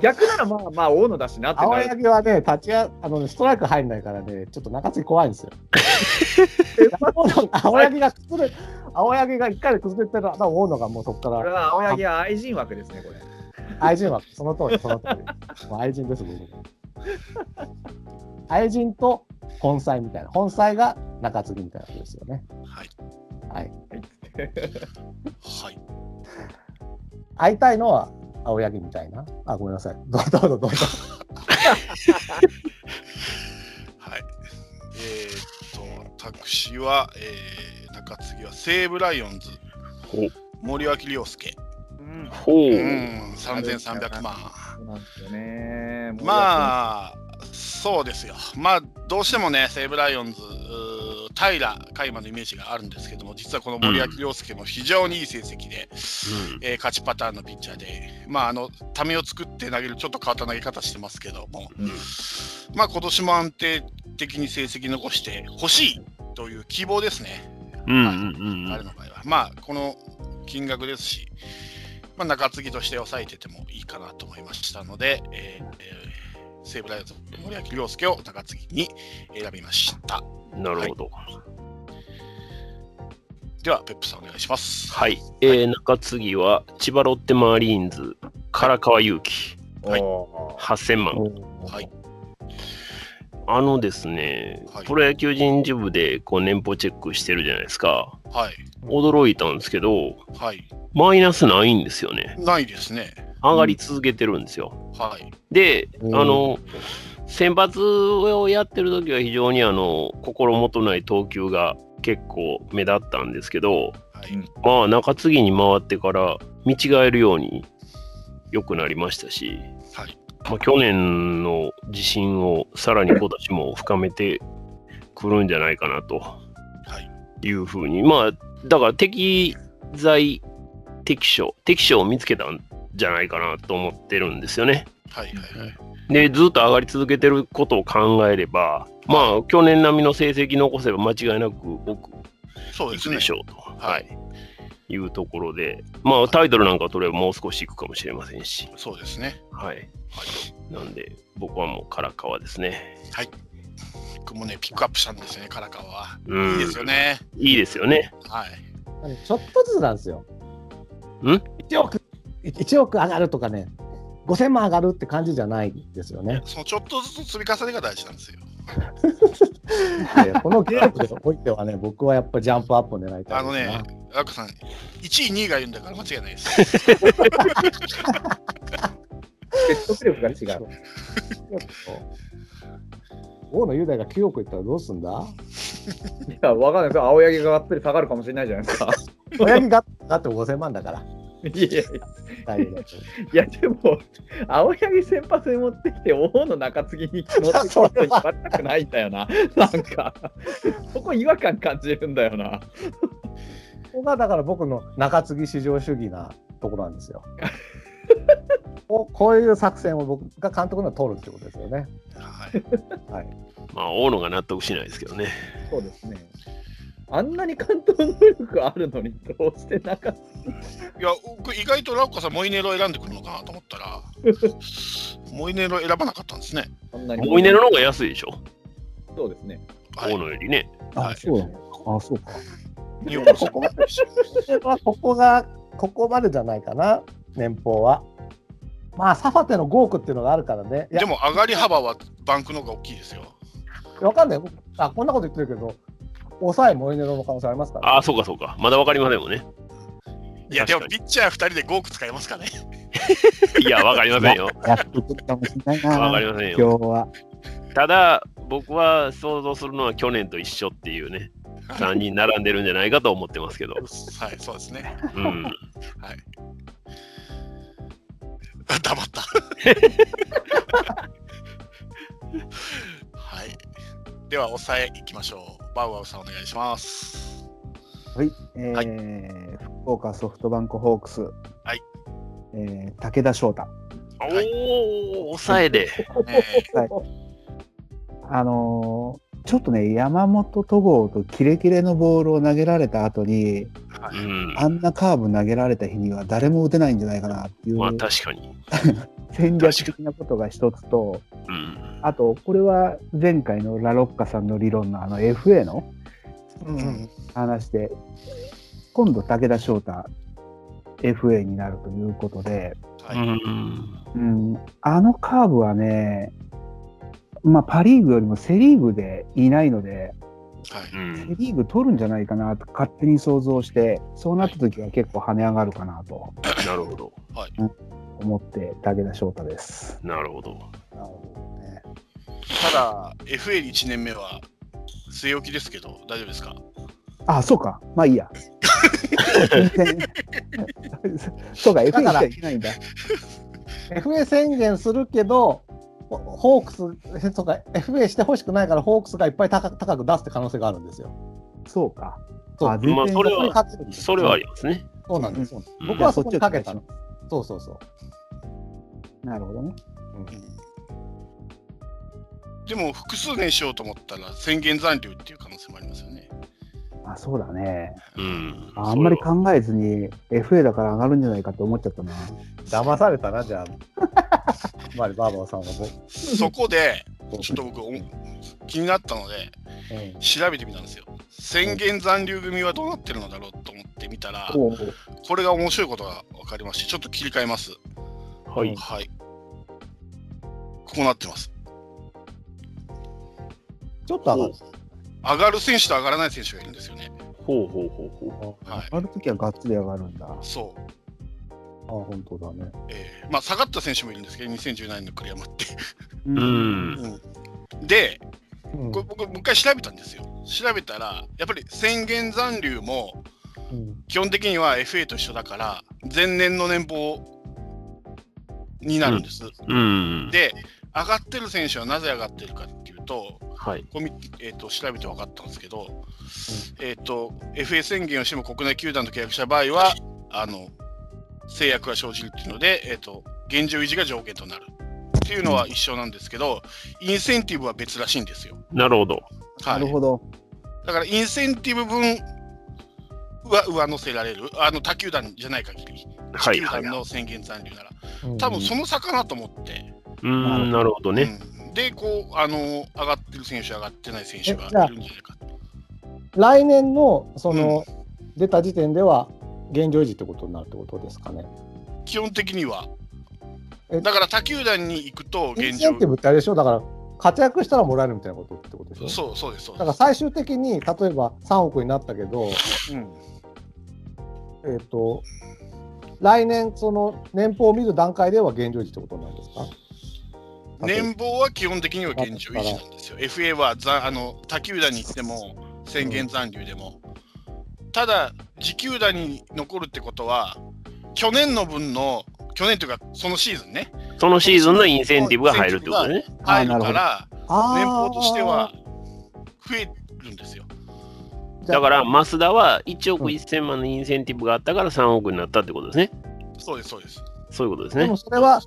Speaker 4: 逆ならまあまあ、大野だしなって
Speaker 5: 青
Speaker 4: なる。
Speaker 5: 柳はね、立ちああのねストライク入んないからね、ちょっと中継ぎ怖いんですよ。青柳が崩れ、青柳が一回で崩れてるのは、大野がもうそこ
Speaker 4: こ
Speaker 5: か
Speaker 4: れ
Speaker 5: ら
Speaker 4: は青柳は愛人枠ですね、これ。
Speaker 5: 愛人はその通り、その通り。もう愛人です、僕。愛人と本妻みたいな、本妻が中継ぎみたいなことですよね。
Speaker 2: はい。
Speaker 5: はい。
Speaker 2: はい。
Speaker 5: 会いたいのは青柳みたいな。あ、ごめんなさい。どうどうぞどうぞ。
Speaker 2: はい。えーっと、私は、えー、中継ぎは西武ライオンズ。森脇良介。
Speaker 4: うん、
Speaker 6: ほう
Speaker 2: う。ん、3300万。
Speaker 4: そうなんですよね。あ、
Speaker 2: まあ、そうですよ。まあ、どうしてもね、西武ライオンズ、うー平海馬のイメージがあるんですけども、実はこの森脇良介も非常にいい成績で、えー勝ちパターンのピッチャーで、まあ、あの、ためを作って投げる、ちょっと変わった投げ方してますけども、
Speaker 4: うん
Speaker 2: まあ、今年も安定的に成績残して欲しいという希望ですね、
Speaker 6: うんうんうんう
Speaker 2: あれ
Speaker 6: ん
Speaker 2: の場合は。まあ、この金額ですし、まあ、中継ぎとして抑えててもいいかなと思いましたので、えーえー西武ライオンズ森脇亮介を中継ぎに選びました。
Speaker 6: なるほど。
Speaker 2: では、ペップさんお願いします。
Speaker 6: はい。えー中継ぎは、千葉ロッテマーリーンズ、唐川祐希、
Speaker 2: はい
Speaker 4: おー
Speaker 6: 8000万。
Speaker 2: はい。
Speaker 6: あのですね、
Speaker 2: はい
Speaker 6: プロ野球人事部でこう年俸チェックしてるじゃないですか。
Speaker 2: はい。
Speaker 6: 驚いたんですけど、
Speaker 2: はい。
Speaker 6: マイナスないんですよね。
Speaker 2: ないですね。
Speaker 6: 上がり続けてるんですよ。
Speaker 2: はい。
Speaker 6: で、あの、選抜をやってる時は非常にあの心もとない投球が結構目立ったんですけど、
Speaker 2: はい。
Speaker 4: うん
Speaker 6: まあ中継ぎに回ってから見違えるように良くなりましたし、
Speaker 2: はい
Speaker 6: まあ、去年の自信をさらに今年も深めてくるんじゃないかなというふうに、まあだから適材適所適所を見つけたんじゃないかなと思ってるんですよね。
Speaker 2: はい。はい。はい。
Speaker 6: でずっと上がり続けてることを考えればまあ去年並みの成績残せば間違いなく僕
Speaker 2: そうで
Speaker 6: い
Speaker 2: す
Speaker 6: く
Speaker 2: ね
Speaker 6: で。しょうと、
Speaker 2: は
Speaker 6: はいい、いうところで、まあタイトルなんか取ればもう少しいくかもしれませんし、
Speaker 2: そうですね。
Speaker 6: はい。なんで、僕はもう唐川ですね。
Speaker 2: 僕もね、ピックアップしたんですよね、唐川は。
Speaker 6: うん
Speaker 2: いいですよね。
Speaker 6: いいですよね。
Speaker 2: はい。。
Speaker 5: あのちょっとずつなんですよ。
Speaker 6: ん
Speaker 5: ?1 億、1億上がるとかね、5000万上がるって感じじゃないですよね
Speaker 2: そのちょっとずつ積み重ねが大事なんですよ。
Speaker 5: でこのゲームにおいてはね、僕はやっぱジャンプアップを狙いたい
Speaker 2: あの
Speaker 5: です
Speaker 2: ね、
Speaker 5: な
Speaker 2: アッコさん、1位、2位がいるんだから間違いないです。
Speaker 4: 説得力が違う。
Speaker 5: 大野雄大が9億いったらどうす んだ
Speaker 4: いや、わかんないですよ。青柳ががっつり下がるかもしれないじゃないですか。
Speaker 5: 親にがだって5000万だから。
Speaker 4: いやいやい
Speaker 5: 大丈夫です
Speaker 4: や、でも、青柳先発に持ってきて、王の中継ぎに持ってきてって言われたくないんだよな。なんか、そこ違和感感じるんだよな。
Speaker 5: ここがだから僕の中継ぎ至上主義なところなんです よ。こうこういう作戦を僕が監督のは取るってことですよね。
Speaker 2: はい。
Speaker 6: まあ大野が納得しないですけどね。
Speaker 4: そうですね。あんなに関東能力あるのに、どうしてなかっ
Speaker 2: いや、僕、意外とラッコさん、モイネロ選んでくるのかなと思った ら、モイネロ選ばなかったんですね。
Speaker 4: たあんなに。
Speaker 6: モイネロの方が安いでしょ、
Speaker 4: そうですね。
Speaker 2: はい
Speaker 6: 大。野よりね。
Speaker 2: はい
Speaker 7: そうなのあ、そうか。
Speaker 2: 日本そこまでですよ
Speaker 5: まあここがここまでじゃないかな年俸は。まあサファテの5億っていうのがあるからね。いや
Speaker 2: でも、上がり幅はバンクの方が大きいですよ。
Speaker 5: わかんない。あこんなこと言ってるけど抑えモイネロの可能性ありますから、
Speaker 6: ああ、そうかそうか。まだわかりませんもんね。
Speaker 2: いや、でも、
Speaker 6: 確
Speaker 2: ピ
Speaker 6: か
Speaker 2: ッチャー2人で5億使いますかね。
Speaker 6: にいや、わかりませんよ。
Speaker 7: やってくるかもしれない
Speaker 6: わか
Speaker 7: な
Speaker 6: り、ませんよ。
Speaker 7: 今日は。
Speaker 6: ただ、僕は想像するのは去年と一緒っていうね、3人並んでるんじゃないかと思ってますけど。
Speaker 2: はい、そうですね。
Speaker 6: うん。
Speaker 2: 黙った。 はい。では、抑えいきましょう。バウアウさん、お願いします。
Speaker 7: はい、えー福岡ソフトバンクホークス。
Speaker 2: はい。
Speaker 7: えー武田翔太。
Speaker 2: はい
Speaker 6: おお、抑えで。
Speaker 2: え
Speaker 7: あのーちょっとね、山本戸郷とキレキレのボールを投げられた後に、
Speaker 6: うん。
Speaker 7: あんなカーブ投げられた日には誰も打てないんじゃないかなっていう
Speaker 6: まあ確かに。
Speaker 7: 戦略的なことが一つと、
Speaker 6: うん。
Speaker 7: あと、これは前回のラロッカさんの理論のあの FA の
Speaker 2: ーうん
Speaker 7: 話で、今度武田翔太 FA になるということで、
Speaker 2: は
Speaker 6: う
Speaker 2: い
Speaker 6: ん。
Speaker 7: うん、あのカーブはね、まあ、パ・リーグよりもセ・リーグでいないので、
Speaker 2: はい
Speaker 6: うん
Speaker 7: セ・リーグ取るんじゃないかなと勝手に想像して、そうなった時は結構跳ね上がるかなと
Speaker 6: なるほど。
Speaker 7: 思って、武田翔太です。
Speaker 6: なるほど。
Speaker 5: なるほどね
Speaker 2: ただ、FA1 年目は据え置きですけど、大丈夫ですか
Speaker 7: あそうか、まあいい や。全然そうか、FA し
Speaker 5: だ
Speaker 7: ち
Speaker 5: から
Speaker 7: ゃいけないんだ。
Speaker 5: FA 宣言するけどホホークスとか FA してほしくないからホークスがいっぱい高く高く出すって可能性があるんですよ。
Speaker 7: そうか。
Speaker 5: そう
Speaker 7: あ全然
Speaker 6: まあそれは
Speaker 5: かけるんです
Speaker 6: それはありますね。
Speaker 5: そうなんです。
Speaker 6: うん
Speaker 5: 僕はそこにかけたの。そうそうそう。
Speaker 7: なるほどね。
Speaker 2: でも、複数年しようと思ったら、宣言残留っていう可能性もありますよね。
Speaker 3: まあそうだね。
Speaker 6: うん。
Speaker 3: あんまり
Speaker 6: それは
Speaker 3: 考えずに FA だから上がるんじゃないかって思っちゃったな。
Speaker 5: 騙されたな、じゃあ。 つまり、バーバーさんは僕。
Speaker 2: そこで、ちょっと僕、お気になったので、
Speaker 5: うん
Speaker 2: 調べてみたんですよ。宣言残留組はどうなってるのだろうと思ってみたら、
Speaker 3: おう
Speaker 2: これが面白いことが分かりまして、ちょっと切り替えます。
Speaker 6: はい。
Speaker 2: はい。こうなってます。
Speaker 5: ちょっと上がる。
Speaker 2: 上がる選手と上がらない選手がいるんですよね。
Speaker 6: ほうほうほうほう。
Speaker 2: はい。
Speaker 3: 上がるときはガッツリ上がるんだ。あ、
Speaker 2: そう。
Speaker 3: 本当だね。
Speaker 2: えーまあ、下がった選手もいるんですけど、2017年の栗山って。
Speaker 3: う
Speaker 6: う。ん。
Speaker 2: で、
Speaker 5: うん
Speaker 2: これ僕、もう一回調べたんですよ。調べたら、やっぱり宣言残留も、
Speaker 5: うん
Speaker 2: 基本的には FA と一緒だから、前年の年俸になるんです。
Speaker 6: うん。
Speaker 2: で、上がってる選手はなぜ上がってるかっていうと、
Speaker 6: はい。
Speaker 2: こうみえー、と調べて分かったんですけど、えー、と FA 宣言をしても国内球団と契約した場合はあの制約が生じるっていうので、えー、と現状維持が条件となるっていうのは一緒なんですけど、インセンティブは別らしいんですよ。
Speaker 6: なるほど。
Speaker 2: は
Speaker 3: なる
Speaker 2: い、
Speaker 3: ほど。
Speaker 2: だからインセンティブ分は上乗せられる、あの他球団じゃない限り、
Speaker 6: は
Speaker 2: 球
Speaker 6: い。はい
Speaker 2: 団。の宣言残留なら、
Speaker 5: うん
Speaker 2: 多分その差かなと思って、
Speaker 6: うん。なるほどね。
Speaker 2: うんでこうあの、上がってる選手、上がってない選手が
Speaker 5: えじゃあ
Speaker 2: いるんじゃないかと。
Speaker 5: 来年の、その、出た時点では、現状維持ってことになるってことですかね。
Speaker 2: 基本的には
Speaker 5: え。
Speaker 2: だから他球団に行くと
Speaker 5: イン
Speaker 2: 現
Speaker 5: セ
Speaker 2: 状
Speaker 5: ンティブってあれでしょだから、活躍したらもらえるみたいなことってことでしょ
Speaker 2: そうそうですそう
Speaker 5: だか
Speaker 2: で
Speaker 5: ら最終的に、例えば3億になったけど、
Speaker 2: す。うん
Speaker 5: えっ、と、来年、その年俸を見る段階では現状維持ってことなんですか
Speaker 2: 年俸は基本的には現状維持なんですよ。FA はざあの他球団に行っても宣言残留でも。ただ、自球団に残るってことは、去年の分の、去年というか、そのシーズンね、
Speaker 6: そのシーズンのインセンティブが入るってことね。
Speaker 3: あー
Speaker 2: 入るから、
Speaker 5: あ
Speaker 2: 年俸としては増えるんですよ。
Speaker 6: だから、増田は1億1000万のインセンティブがあったから3億になったってことですね。
Speaker 2: そうです、そうです。
Speaker 6: そういうことです
Speaker 5: で
Speaker 6: ね
Speaker 5: も。それは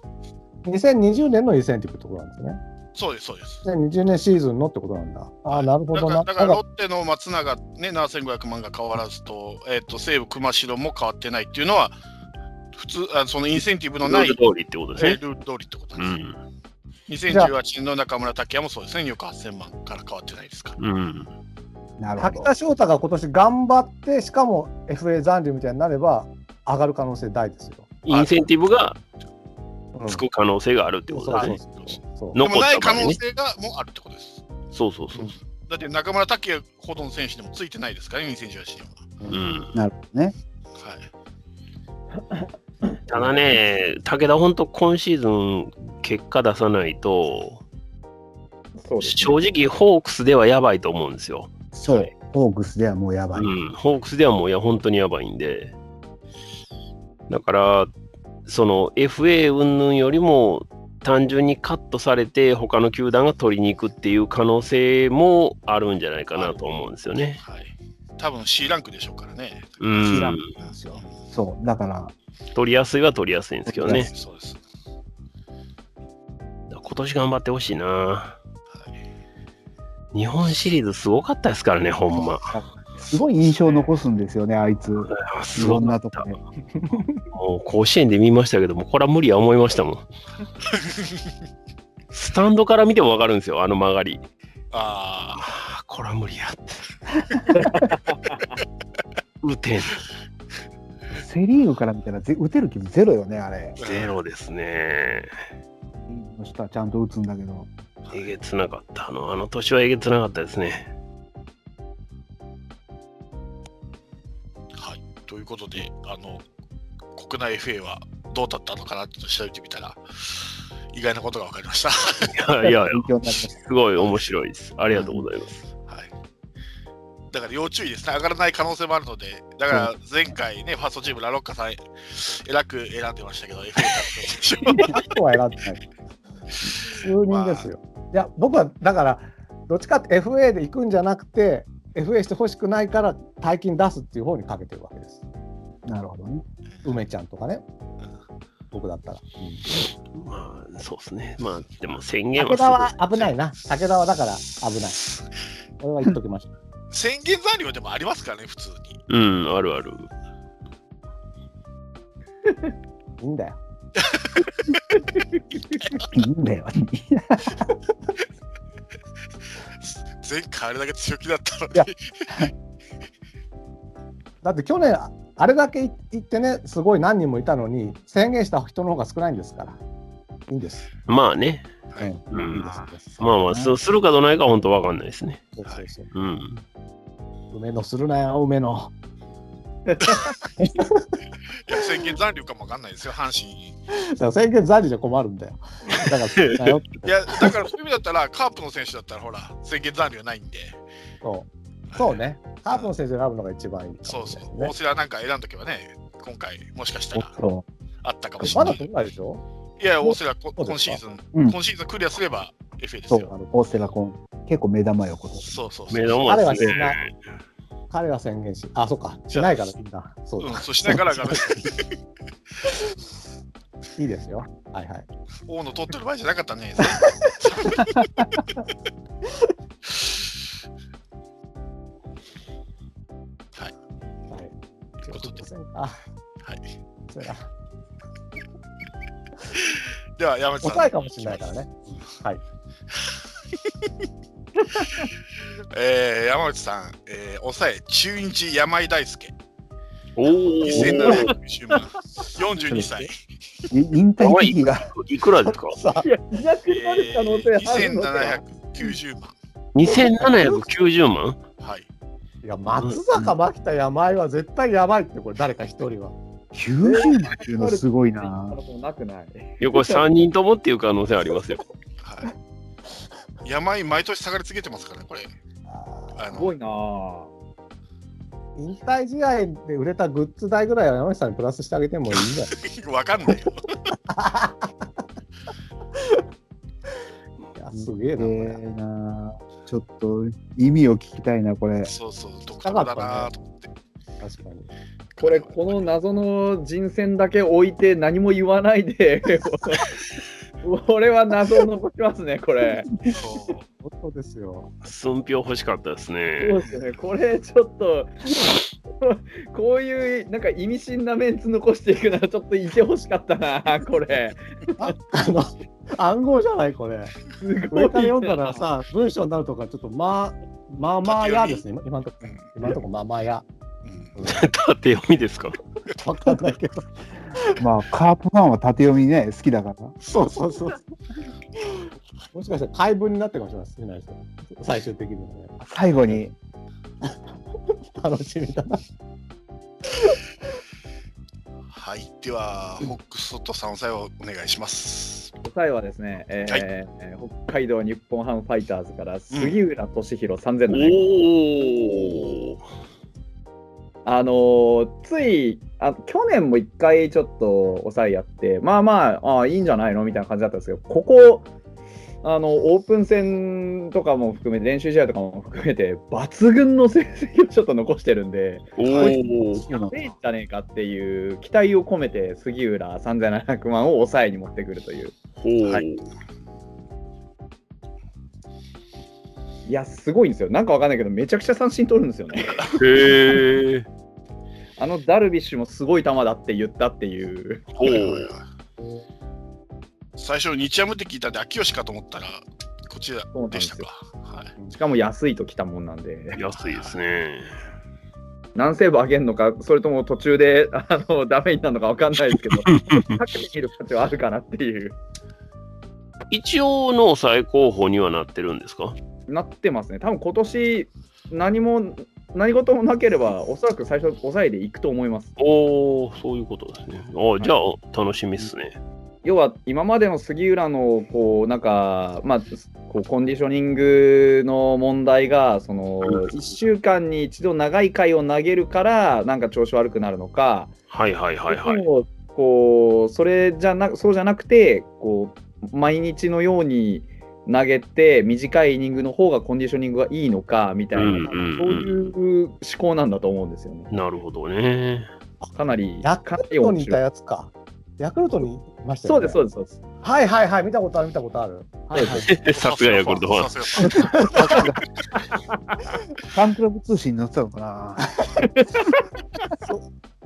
Speaker 5: 2020年のインセンティブってことなんですね。
Speaker 2: そうです、そうです。
Speaker 5: 2020年シーズンのってことなんだ。ああ、なるほ
Speaker 2: だ
Speaker 5: ど
Speaker 2: か
Speaker 5: な。
Speaker 2: ら、だから
Speaker 5: な
Speaker 2: ロッ
Speaker 5: ん
Speaker 2: テの松永、ね、7500万が変わらずと、えっと西武熊代も変わってないっていうのは、普通、あそのインセンティブのない
Speaker 6: ルール通りってことです
Speaker 2: え
Speaker 6: ね
Speaker 2: ー。ルール通りってこと
Speaker 6: う
Speaker 2: です。
Speaker 6: ん。
Speaker 2: 2018年の中村拓也もそうですね、2億8000万から変わってないですから。
Speaker 6: うん。
Speaker 3: なるほ
Speaker 5: 滝
Speaker 3: ど。
Speaker 5: 田翔太が今年頑張って、しかも FA 残留みたいになれば、上がる可能性大ですよ。
Speaker 6: インセンティブが
Speaker 5: うん
Speaker 6: つく可能性があるって
Speaker 5: そう
Speaker 6: こと
Speaker 5: そう
Speaker 6: だ
Speaker 5: そう
Speaker 6: ね。
Speaker 5: そう
Speaker 2: で
Speaker 6: 残
Speaker 2: も
Speaker 6: っ
Speaker 2: な
Speaker 6: た
Speaker 2: い
Speaker 6: 場
Speaker 2: 可
Speaker 6: 合ね
Speaker 2: 能。性がもうあるってことです。
Speaker 6: そうそうそう。
Speaker 2: だって中村拓也ほどの選手でもついてないですからね、2018年
Speaker 6: うん。
Speaker 3: なるほどね。
Speaker 2: は。はい、
Speaker 6: ただね、武田本当今シーズン結果出さないと、
Speaker 4: そうですね
Speaker 6: 正直ホークスではやばいと思うんですよ。
Speaker 3: そう。ホークスではもうやばい。
Speaker 6: うん、ホークスではもういや本当にやばいんで、だから、その FA 云々よりも、単純にカットされて、他の球団が取りに行くっていう可能性もあるんじゃないかなと思うんですよね。
Speaker 2: はい。多分 C ランクでしょうからね。
Speaker 6: う
Speaker 3: 知らん
Speaker 6: ん、
Speaker 3: ですよ。そう。だから、
Speaker 6: 取りやすいは取りやすいんですけどね。
Speaker 2: そうです。
Speaker 6: 今年頑張ってほしいな。
Speaker 2: はい、
Speaker 6: 日本シリーズすごかったですからね、ほんま。
Speaker 3: すごい印象残すんですよね、あいつ。い
Speaker 6: す
Speaker 3: ろ
Speaker 6: ご
Speaker 3: ん
Speaker 6: か
Speaker 3: な
Speaker 6: っ
Speaker 3: とこ
Speaker 6: た。
Speaker 3: で。
Speaker 6: もう甲子園で見ましたけども、これは無理や思いましたもん。スタンドから見ても分かるんですよ、あの曲がり。
Speaker 2: あ
Speaker 6: ああ、これは無理やって。打てん
Speaker 3: セ・リーグから見たらぜ打てる気ゼロよね、あれ。
Speaker 6: ゼロですね。
Speaker 3: の人はちゃんと打つんだけど。
Speaker 6: えげつなかった。あのあの年はえげつなかったですね。
Speaker 2: あ、はい。ということで、あの、国内 FA はどうだったのかなって調べてみたら、意外なことが分かりました。
Speaker 6: いやいやいや、
Speaker 3: 勉強になりました。
Speaker 6: すごい面白いです。ありがとうございます。
Speaker 2: はい、だから要注意ですね、上がらない可能性もあるので、だから前回ね、ファーストチーム、ラロッカさん、偉く選んでましたけど、FA だったんで
Speaker 5: あとは選んでない。数人ですよ。いや、僕はだから、どっちかって FA で行くんじゃなくて、FA してほしくないから、大金出すっていう方にかけてるわけです。
Speaker 3: なるほどね。
Speaker 5: 梅ちゃんとかね。僕だったら。
Speaker 6: まあ、そうですね。まあ、でも宣言は
Speaker 5: 武
Speaker 6: す
Speaker 5: 田
Speaker 6: ごい
Speaker 5: は危ないな。武田はだから危ない。これは言っときました。
Speaker 2: 宣言残量でもありますからね、普通に。
Speaker 6: うん、あるある。
Speaker 5: いいんだよ。
Speaker 3: いいんだよ。
Speaker 2: 前回あれだけ強気だったのに
Speaker 5: いや。だって去年、あれだけ言ってね、すごい何人もいたのに、宣言した人の方が少ないんですから。いいんです。
Speaker 6: まあね。
Speaker 2: はい
Speaker 5: うん
Speaker 6: うん
Speaker 5: いいですいいです。
Speaker 6: まあまあ、
Speaker 5: そう
Speaker 6: すするかどうないかは本当わかんないですね。
Speaker 5: そうそう
Speaker 6: うん。
Speaker 5: 梅のするなよ、梅の。
Speaker 2: いや宣言残量かもわかんないですよ、阪神。い
Speaker 5: だから宣言残りじゃ困るんだよ。だからするなよって、
Speaker 2: や、だからそういう意味だったら、カープの選手だったら、ほら、宣言残量ないんで。
Speaker 5: そうそうね。カープの先生選ぶのが一番いいか
Speaker 2: そ
Speaker 5: も
Speaker 2: う
Speaker 5: し
Speaker 2: そ
Speaker 5: れ
Speaker 2: う
Speaker 5: ない。ね
Speaker 2: 大。瀬良なんか選んどけばね、今回、もしかしたら
Speaker 3: そ
Speaker 2: あったかもしれ
Speaker 5: ま
Speaker 2: な
Speaker 5: だ
Speaker 2: い。
Speaker 5: 取れないでしょ
Speaker 2: いや、大瀬良、こ
Speaker 5: そうで
Speaker 2: 今
Speaker 5: す
Speaker 2: シ
Speaker 5: か
Speaker 2: ーズン、
Speaker 3: うん
Speaker 2: 今シーズンクリアすれば FA で
Speaker 3: う、
Speaker 2: す
Speaker 3: そ
Speaker 2: よ。
Speaker 3: う、オセラコン、結構目玉よ、これ。
Speaker 2: そうそうそう。
Speaker 6: 目の前
Speaker 5: 彼は
Speaker 6: です
Speaker 5: し
Speaker 6: ね。
Speaker 5: ない。彼は宣言し、あ、そうか。しないからいいんだ。そう
Speaker 2: うん、
Speaker 5: だ。
Speaker 2: そうしながらが、
Speaker 5: いいですよ。はいはい。
Speaker 2: 大野取ってる場合じゃなかった ね。はい。
Speaker 5: はい。
Speaker 2: ということで
Speaker 5: あ、
Speaker 2: はい。
Speaker 5: そうやな。
Speaker 2: では、山内さん。
Speaker 5: 抑えかもしれないからね。
Speaker 2: えー、山内さん、えー、抑え、中日山井大輔、
Speaker 6: おお。
Speaker 2: 2790万、42歳、
Speaker 3: い引退時期が、
Speaker 6: いくらですか
Speaker 4: いや、200になる
Speaker 2: え
Speaker 4: 可能性
Speaker 2: ー、
Speaker 4: あるのか。
Speaker 2: 2790万。
Speaker 6: ?2790 万
Speaker 2: はい。
Speaker 5: いや、松坂、牧田、山井は絶対やばいって、これ、誰か一人は。
Speaker 3: 90万っていうのすごい な。
Speaker 4: なくない。
Speaker 6: 横3人ともっていう可能性ありますよ。
Speaker 2: はい、山井、毎年下がり続けてますからね、これ。あ
Speaker 4: す
Speaker 2: の
Speaker 4: ごいなぁ。
Speaker 5: 引退試合で売れたグッズ代ぐらいは山内さんにプラスしてあげてもいいんじゃな い
Speaker 2: わかんないよ。
Speaker 5: いや、すげえ
Speaker 3: え
Speaker 5: な、これ。
Speaker 3: ー、なちょっと意味を聞きたいな、こ れ。
Speaker 2: そうそう、独特だなと思って。
Speaker 5: 確かに。
Speaker 4: これ、この謎の人選だけ置いて何も言わないで、俺は謎を残しますね、これ。
Speaker 2: そう
Speaker 5: 本当ですよ。
Speaker 6: 寸評欲しかったです
Speaker 4: そう
Speaker 6: ね。
Speaker 4: ですよね、これちょっと、こういうなんか意味深なメンツ残していくなら、ちょっといてほしかったな、これ。
Speaker 5: あの、 暗号じゃない、これ。
Speaker 4: すごいな。
Speaker 5: 上から読んだらさ、文章になるとか、ちょっと、まあ、まあまあやですね、今今のとこ、
Speaker 2: うん
Speaker 5: 今のとこ、まあまあや。
Speaker 2: うん
Speaker 6: 縦読みですか
Speaker 5: わかんないけど。
Speaker 3: まあ、カープファンは縦読みね、好きだから。
Speaker 5: そうそうそう。もしかしたら、解文になってるかもしれないですね、最終的にはね。
Speaker 3: 最後に、
Speaker 5: 楽しみだな。
Speaker 2: はい、では、ホックスとサンサイをお願いします。
Speaker 4: 答えはですね、えー
Speaker 2: はい
Speaker 4: えー北海道日本ハムファイターズから杉浦俊弘
Speaker 6: お
Speaker 4: 3700、
Speaker 6: お。
Speaker 4: あのーついあ、去年も1回ちょっと抑えやって、まあまあ、あーいいんじゃないのみたいな感じだったんですけど、ここ、あのオープン戦とかも含めて、練習試合とかも含めて、抜群の成績をちょっと残してるんで、
Speaker 6: おお。
Speaker 3: そうなんだ
Speaker 4: いいんじゃねえかっていう期待を込めて、杉浦3700万を抑えに持ってくるという、
Speaker 2: はい
Speaker 4: いや、すごいんですよ、なんかわかんないけど、めちゃくちゃ三振取るんですよね。
Speaker 6: へえ。
Speaker 4: あのダルビッシュもすごい球だって言ったっていう。
Speaker 6: お
Speaker 2: はいはいはい最初、日ハムって聞いたんで、秋吉かと思ったら、こちら
Speaker 4: そうなん
Speaker 2: で
Speaker 4: で
Speaker 2: した
Speaker 4: す
Speaker 2: か
Speaker 4: よ。
Speaker 2: はい、
Speaker 4: しかも安いと来たもんなんで、
Speaker 6: 安いですね。
Speaker 4: 何セーブ上げるのか、それとも途中であのダメになるのか分かんないですけ ど、かけてみる価値はあるかなっていう、
Speaker 6: 一応の最高峰にはなってるんですか
Speaker 4: なってますね。多分今年何も、何事もなければ、おそらく最初、抑えでいくと思います。
Speaker 6: おお、そういうことですね。ああ、じゃあ楽しみっすね。
Speaker 4: 要は今までの杉浦のこうなんか、まあ、こうコンディショニングの問題がその1週間に一度長い回を投げるからなんか調子悪くなるのか、
Speaker 6: はいはいはいはい
Speaker 4: で。もこうそれじゃなそうじゃなくてこう毎日のように投げて短いイニングの方がコンディショニングがいいのかみたいな、
Speaker 6: うんうんうん
Speaker 4: そういう思考なんだと思うんですよね。
Speaker 6: なるほどね。
Speaker 4: かなり
Speaker 5: ヤ
Speaker 4: かな
Speaker 5: クル
Speaker 4: り
Speaker 5: トに
Speaker 4: 面
Speaker 5: いた
Speaker 4: 白い
Speaker 5: やつか。ヤクルトにいました
Speaker 4: そ
Speaker 5: よ、
Speaker 4: う
Speaker 5: ね。
Speaker 4: です、そうです、そうです。
Speaker 5: す。はいはいはい、見たことある、見たことある。はいはい。
Speaker 6: さすがヤクルトファン。
Speaker 2: さすが
Speaker 3: ファンクラブ通信に載ってたのかな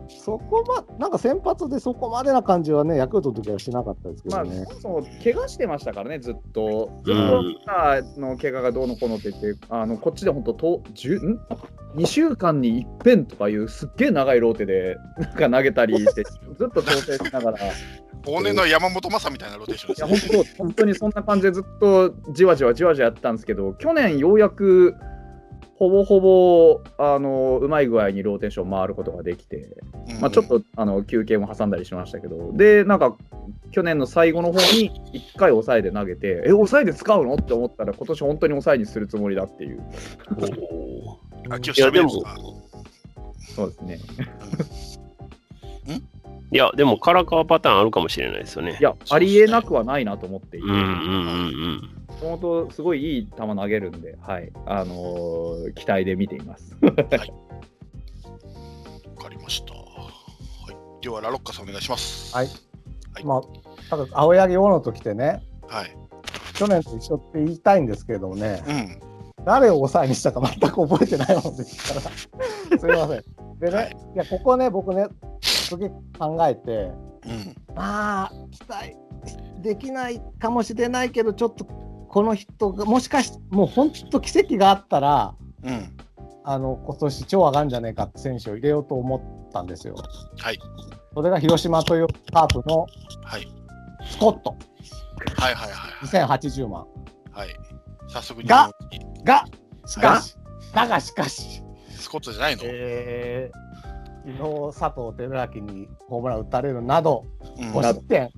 Speaker 5: そこま、なんか先発でそこまでな感じはね、ヤクルトの時はしなかったですけ
Speaker 4: まあ、
Speaker 5: どね。
Speaker 4: そもそも怪我してましたからね、ずっと。ず
Speaker 6: う
Speaker 4: っと
Speaker 6: ん、
Speaker 4: あの怪我がどうのこうのって言って、あのこっちで本当と10ん、2週間に一遍とかいうすっげえ長いローテで なんか投げたりして、ずっと調整しながら、い
Speaker 2: 往年の山本昌みたいなローテーションで
Speaker 4: や
Speaker 2: す
Speaker 4: 本
Speaker 2: ね。
Speaker 4: 当本当にそんな感じでずっとじわじわじわじわやってたんですけど、去年ようやくほぼほぼあのうまい具合にローテーション回ることができて。まあ、ちょっとあの休憩も挟んだりしましたけど、で、なんか去年の最後の方に1回抑えで投げて、え、抑えで使うのって思ったら、今年本当に抑えにするつもりだっていう、
Speaker 6: お
Speaker 2: あ今
Speaker 6: い
Speaker 2: 日
Speaker 6: や、
Speaker 2: 喋
Speaker 6: で
Speaker 2: る
Speaker 6: も
Speaker 2: んですか、
Speaker 4: そうですね。
Speaker 6: いや、でも、カラカワパターンあるかもしれないですよね
Speaker 4: い。や、ありえなくはないなと思っていて、
Speaker 6: うんうんうん
Speaker 4: もともとすごいいい球投げるんで、はい、あのー期待で見ています。
Speaker 2: わかりました。はい、では、ラロッカさんお願いします。
Speaker 5: はい。
Speaker 2: はい。
Speaker 5: まあ、なんか青柳大野と来てね、
Speaker 2: はい、
Speaker 5: 去年と一緒って言いたいんですけれどもね、
Speaker 2: うん。
Speaker 5: 誰を抑えにしたか全く覚えてないもんですから、すいません。でね、いやここね、僕ね、すげえ考えて、
Speaker 2: うん。
Speaker 5: まあ、期待できないかもしれないけど、ちょっとこの人が、もしかして、もう本当、奇跡があったら、
Speaker 2: うん。
Speaker 5: あの今年超上がるんじゃねえかって選手を入れようと思ったんですよ。
Speaker 2: はい。
Speaker 5: それが広島というカープの
Speaker 2: はい。
Speaker 5: スコット、
Speaker 2: はい。はい。はい。
Speaker 5: 2080万。
Speaker 2: はい。早速に。
Speaker 5: がが、しかし、だがしかし、
Speaker 2: スコットじゃないの。
Speaker 5: えー、昨日佐藤輝明にホームラン打たれるなど、
Speaker 2: うん
Speaker 5: 5失点。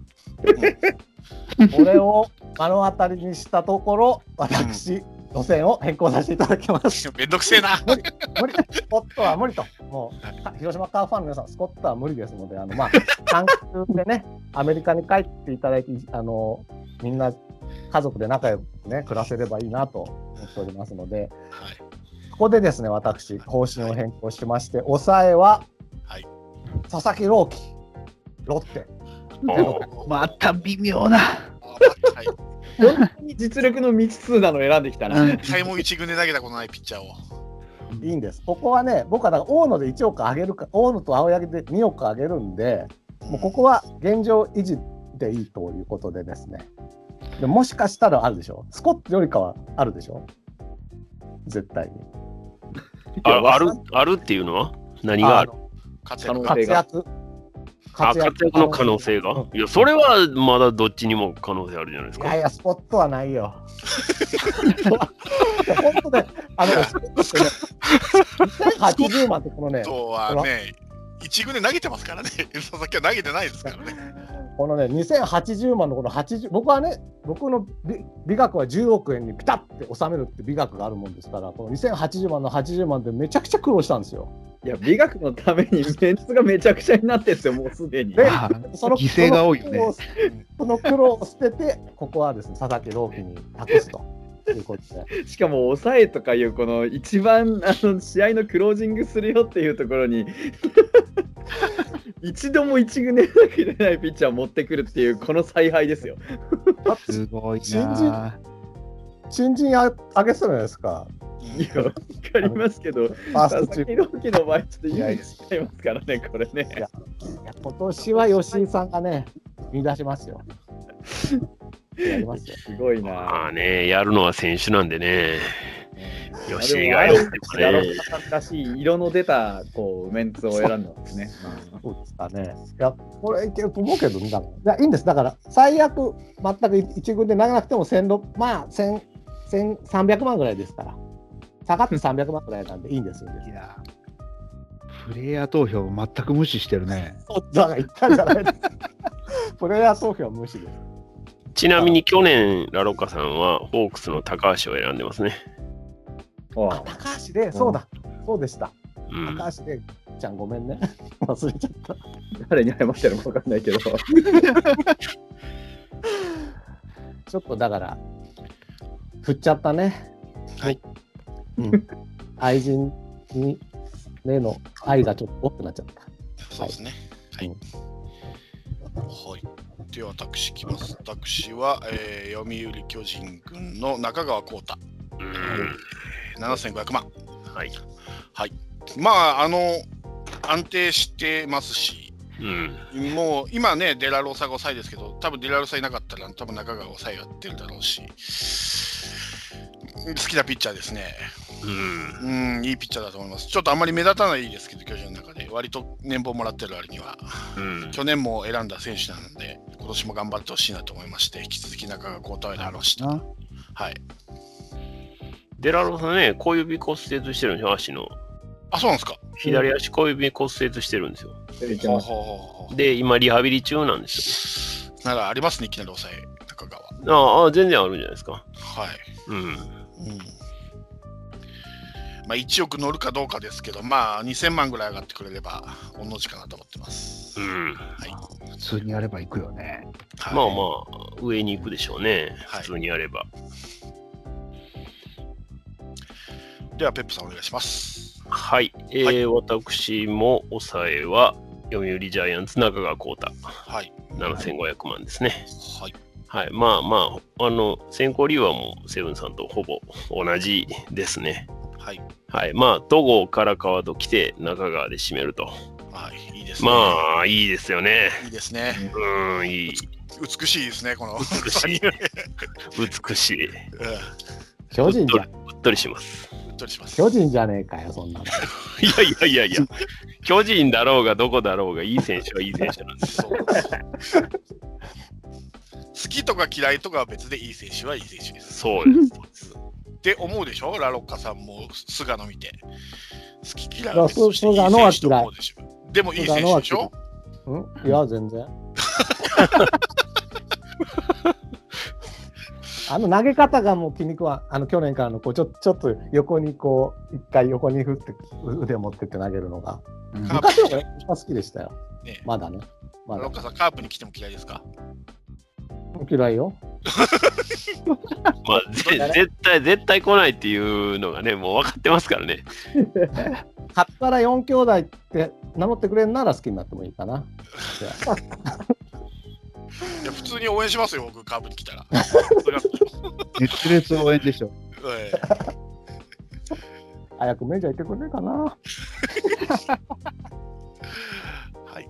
Speaker 5: これを目の当たりにしたところ、私、路線を変更させていただきます。
Speaker 2: めんどくせえな。
Speaker 5: 無理、スコットは無理と、もう、広島カープファンの皆さん、スコットは無理ですので、あのまあ、 短期でね、アメリカに帰っていただいて、あのみんな家族で仲良くね、暮らせればいいなと思っておりますので、
Speaker 2: はい。
Speaker 5: ここでですね、私、方針を変更しまして、抑えは、
Speaker 2: はい
Speaker 5: 佐々木朗希、ロッテ。
Speaker 6: うん。おー
Speaker 3: また微妙な。
Speaker 2: はい。
Speaker 4: 本当に実力の未知数なの選んできたな。
Speaker 3: うん
Speaker 2: 一回も一軍で投げたことないピッチャーを。
Speaker 5: いいんです。ここはね、僕はだから大野で1億上げるか、大野と青柳で2億上げるんで、もうここは現状維持でいいということでですね。でもしかしたらあるでしょスコットよりかはあるでしょ絶対に。
Speaker 6: あある、あるっていうのは何がある
Speaker 2: 勝てるか。
Speaker 4: 可能
Speaker 5: 活
Speaker 4: 性が
Speaker 5: 躍。
Speaker 6: あ活躍の可能性が
Speaker 5: うん
Speaker 6: いや、それはまだどっちにも可能性あるじゃないです
Speaker 5: いやい
Speaker 6: か。
Speaker 5: や、スポットはない よ。いや本当ね、あの、スコットってね、2080万ってこのね、
Speaker 2: とはね、一軍で投げてますからね。 佐々木は投げてないですからね。
Speaker 5: このね、2080万のこの80、僕はね、僕の美美学は10億円にピタッて収めるって美学があるもんですから、この2080万の80万でめちゃくちゃ苦労したんですよ。
Speaker 4: いや、美学のためにメンツがめちゃくちゃになってるんですよ、もうすでに。
Speaker 5: で
Speaker 3: あ
Speaker 5: その
Speaker 3: 犠牲が多いよね。
Speaker 5: その苦労をその苦労を捨てて、ここはですね、佐々木朗希に託すと。いうことで
Speaker 4: しかも抑えとかいうこの一番あの試合のクロージングするよっていうところに一度も一軍で投げれないピッチャーを持ってくるっていうこの采配ですよ。
Speaker 3: すごい
Speaker 5: 新
Speaker 3: な。
Speaker 5: 新人あ上げてたじゃないですか、
Speaker 4: いやわかりますけど、
Speaker 5: ファース
Speaker 4: 佐々
Speaker 5: トチ
Speaker 4: 木
Speaker 5: ーム。
Speaker 4: 朗希の場合ちょっと意味しちゃいますからね、これね。
Speaker 5: いや今年は吉井さんがね、見出しますよ。やりますよ。
Speaker 4: すごい
Speaker 6: ま
Speaker 4: な。
Speaker 6: あね、やるのは選手なんでね。吉井
Speaker 4: ま
Speaker 6: が
Speaker 4: あ
Speaker 6: や
Speaker 4: で
Speaker 6: っ
Speaker 4: もあ
Speaker 6: て
Speaker 4: れです
Speaker 6: もね。
Speaker 4: ねラロッカさんらしい色の出たこうメンツを選んだんですね。
Speaker 5: そうですかね。いや、これいけると思うけどね、だからいやいいんです、だから、最悪、全く一軍で投げなくても1600、まあ、1000 1300万ぐらいですから、下がって300万ぐらいなんでいいんですよね。
Speaker 3: いや、プレイヤー投票を全く無視してるね。
Speaker 5: だから言ったんじゃないです。プレイヤー投票は無視です。
Speaker 6: ちなみに去年、ラロッカさんはホークスの高橋を選んでますね。
Speaker 4: うん
Speaker 5: あ、高橋で、そうだ、そうでした。
Speaker 6: うん。
Speaker 5: 高橋で、ちゃんごめんね。 忘れちゃった。
Speaker 4: 誰に謝ってるのか分かんないけど。
Speaker 5: ちょっとだから、振っちゃったね。
Speaker 2: はい。
Speaker 5: うん、愛人に、ねの愛がちょっと多くなっちゃった。
Speaker 2: そうですね。はい。では私来ます。私は、えー読売巨人軍の中川幸太、
Speaker 6: うん
Speaker 2: 7500万。
Speaker 6: はい。
Speaker 2: まあ、あの、安定してますし、
Speaker 6: うん。
Speaker 2: もう今ね、デラロサが抑えですけど、多分デラロサいなかったら、多分中川抑えやってるだろうし、好きなピッチャーですね。
Speaker 6: うん。
Speaker 2: うん、いいピッチャーだと思います。ちょっとあんまり目立たないですけど、巨人の中で、割と年俸もらってる割には。
Speaker 6: うん。
Speaker 2: 去年も選んだ選手なので、今年も頑張ってほしいなと思いまして、引き続き中川幸太を選びました。
Speaker 7: な
Speaker 2: はい。
Speaker 6: デラロさんね、小指骨折してるんですよ、足の。
Speaker 2: あ、そうなんですか。
Speaker 6: 左足小指骨折してるんですよ。
Speaker 4: 言って
Speaker 2: ほう
Speaker 4: ます。
Speaker 2: ほうほうほ
Speaker 6: で、今、リハビリ中なんですよ。
Speaker 2: う。ならありますね、いきなり抑え、中川。
Speaker 6: ああ、全然あるんじゃないですか。
Speaker 2: はい。
Speaker 6: うん。
Speaker 2: うん。まあ、1億乗るかどうかですけど、まあ、2000万ぐらい上がってくれれば、おの字かなと思ってます。
Speaker 6: う
Speaker 2: はい。
Speaker 6: ん。
Speaker 7: 普通にやれば行くよね。
Speaker 2: はい
Speaker 6: まあまあ、上に行くでしょうね。
Speaker 2: はい
Speaker 6: 普通にやれば。
Speaker 2: では、ペップさんお願いします。
Speaker 6: はい。えー私も抑えは、読売ジャイアンツ中川幸太、
Speaker 2: はい。
Speaker 6: 7500万ですね。
Speaker 2: はい。
Speaker 6: はい、まあまあ、あの、先行理由はもうセブンさんとほぼ同じですね。
Speaker 2: はい。
Speaker 6: はい、まあ、戸郷から川戸来て中川で締めると。
Speaker 2: はい。いいですね。
Speaker 6: まあ、いいですよね。
Speaker 2: いいですね。
Speaker 6: うん、いい。
Speaker 2: 美しいですね、こ の。
Speaker 6: 美しい。美しい。
Speaker 2: う
Speaker 5: 巨人じ
Speaker 6: う
Speaker 5: ゃ
Speaker 6: っ、とりします。
Speaker 2: ん。うっとりします。
Speaker 5: 巨人じゃねえかよ、そんなの。
Speaker 6: いやいやいやいや、巨人だろうがどこだろうが、いい選手はいい選手なんです。
Speaker 2: そう好きとか嫌いとかは別でいい選手はいい選手です。
Speaker 6: そうです。
Speaker 2: って思うでしょラロッカさんも菅野見て。好き嫌い
Speaker 5: いや
Speaker 2: は別としていい選手と思うでしょでもいい選手でしょ
Speaker 5: うんいや、全然。あの投げ方がもう気に食わん。あの去年からのこうちょちょっと横にこう、一回横に振って腕持ってって投げるのが。
Speaker 7: うん
Speaker 2: カー
Speaker 5: 昔の方が僕は好きでしたよ。
Speaker 2: プね
Speaker 5: まだね。ま
Speaker 2: ラロ
Speaker 5: だ
Speaker 2: ッ。カさん、カープに来ても嫌いですか
Speaker 5: 嫌いよ。
Speaker 6: まあ、ぜ絶対、絶対来ないっていうのがね、もう分かってますからね。
Speaker 5: 勝ったら4兄弟って名乗ってくれるなら好きになってもいいかな。
Speaker 2: いや普通に応援しますよ、僕、カープに来 たら。
Speaker 7: 熱烈応援でしょ。
Speaker 2: え
Speaker 5: 早くメジャー行ってくれるかな。
Speaker 2: えはい。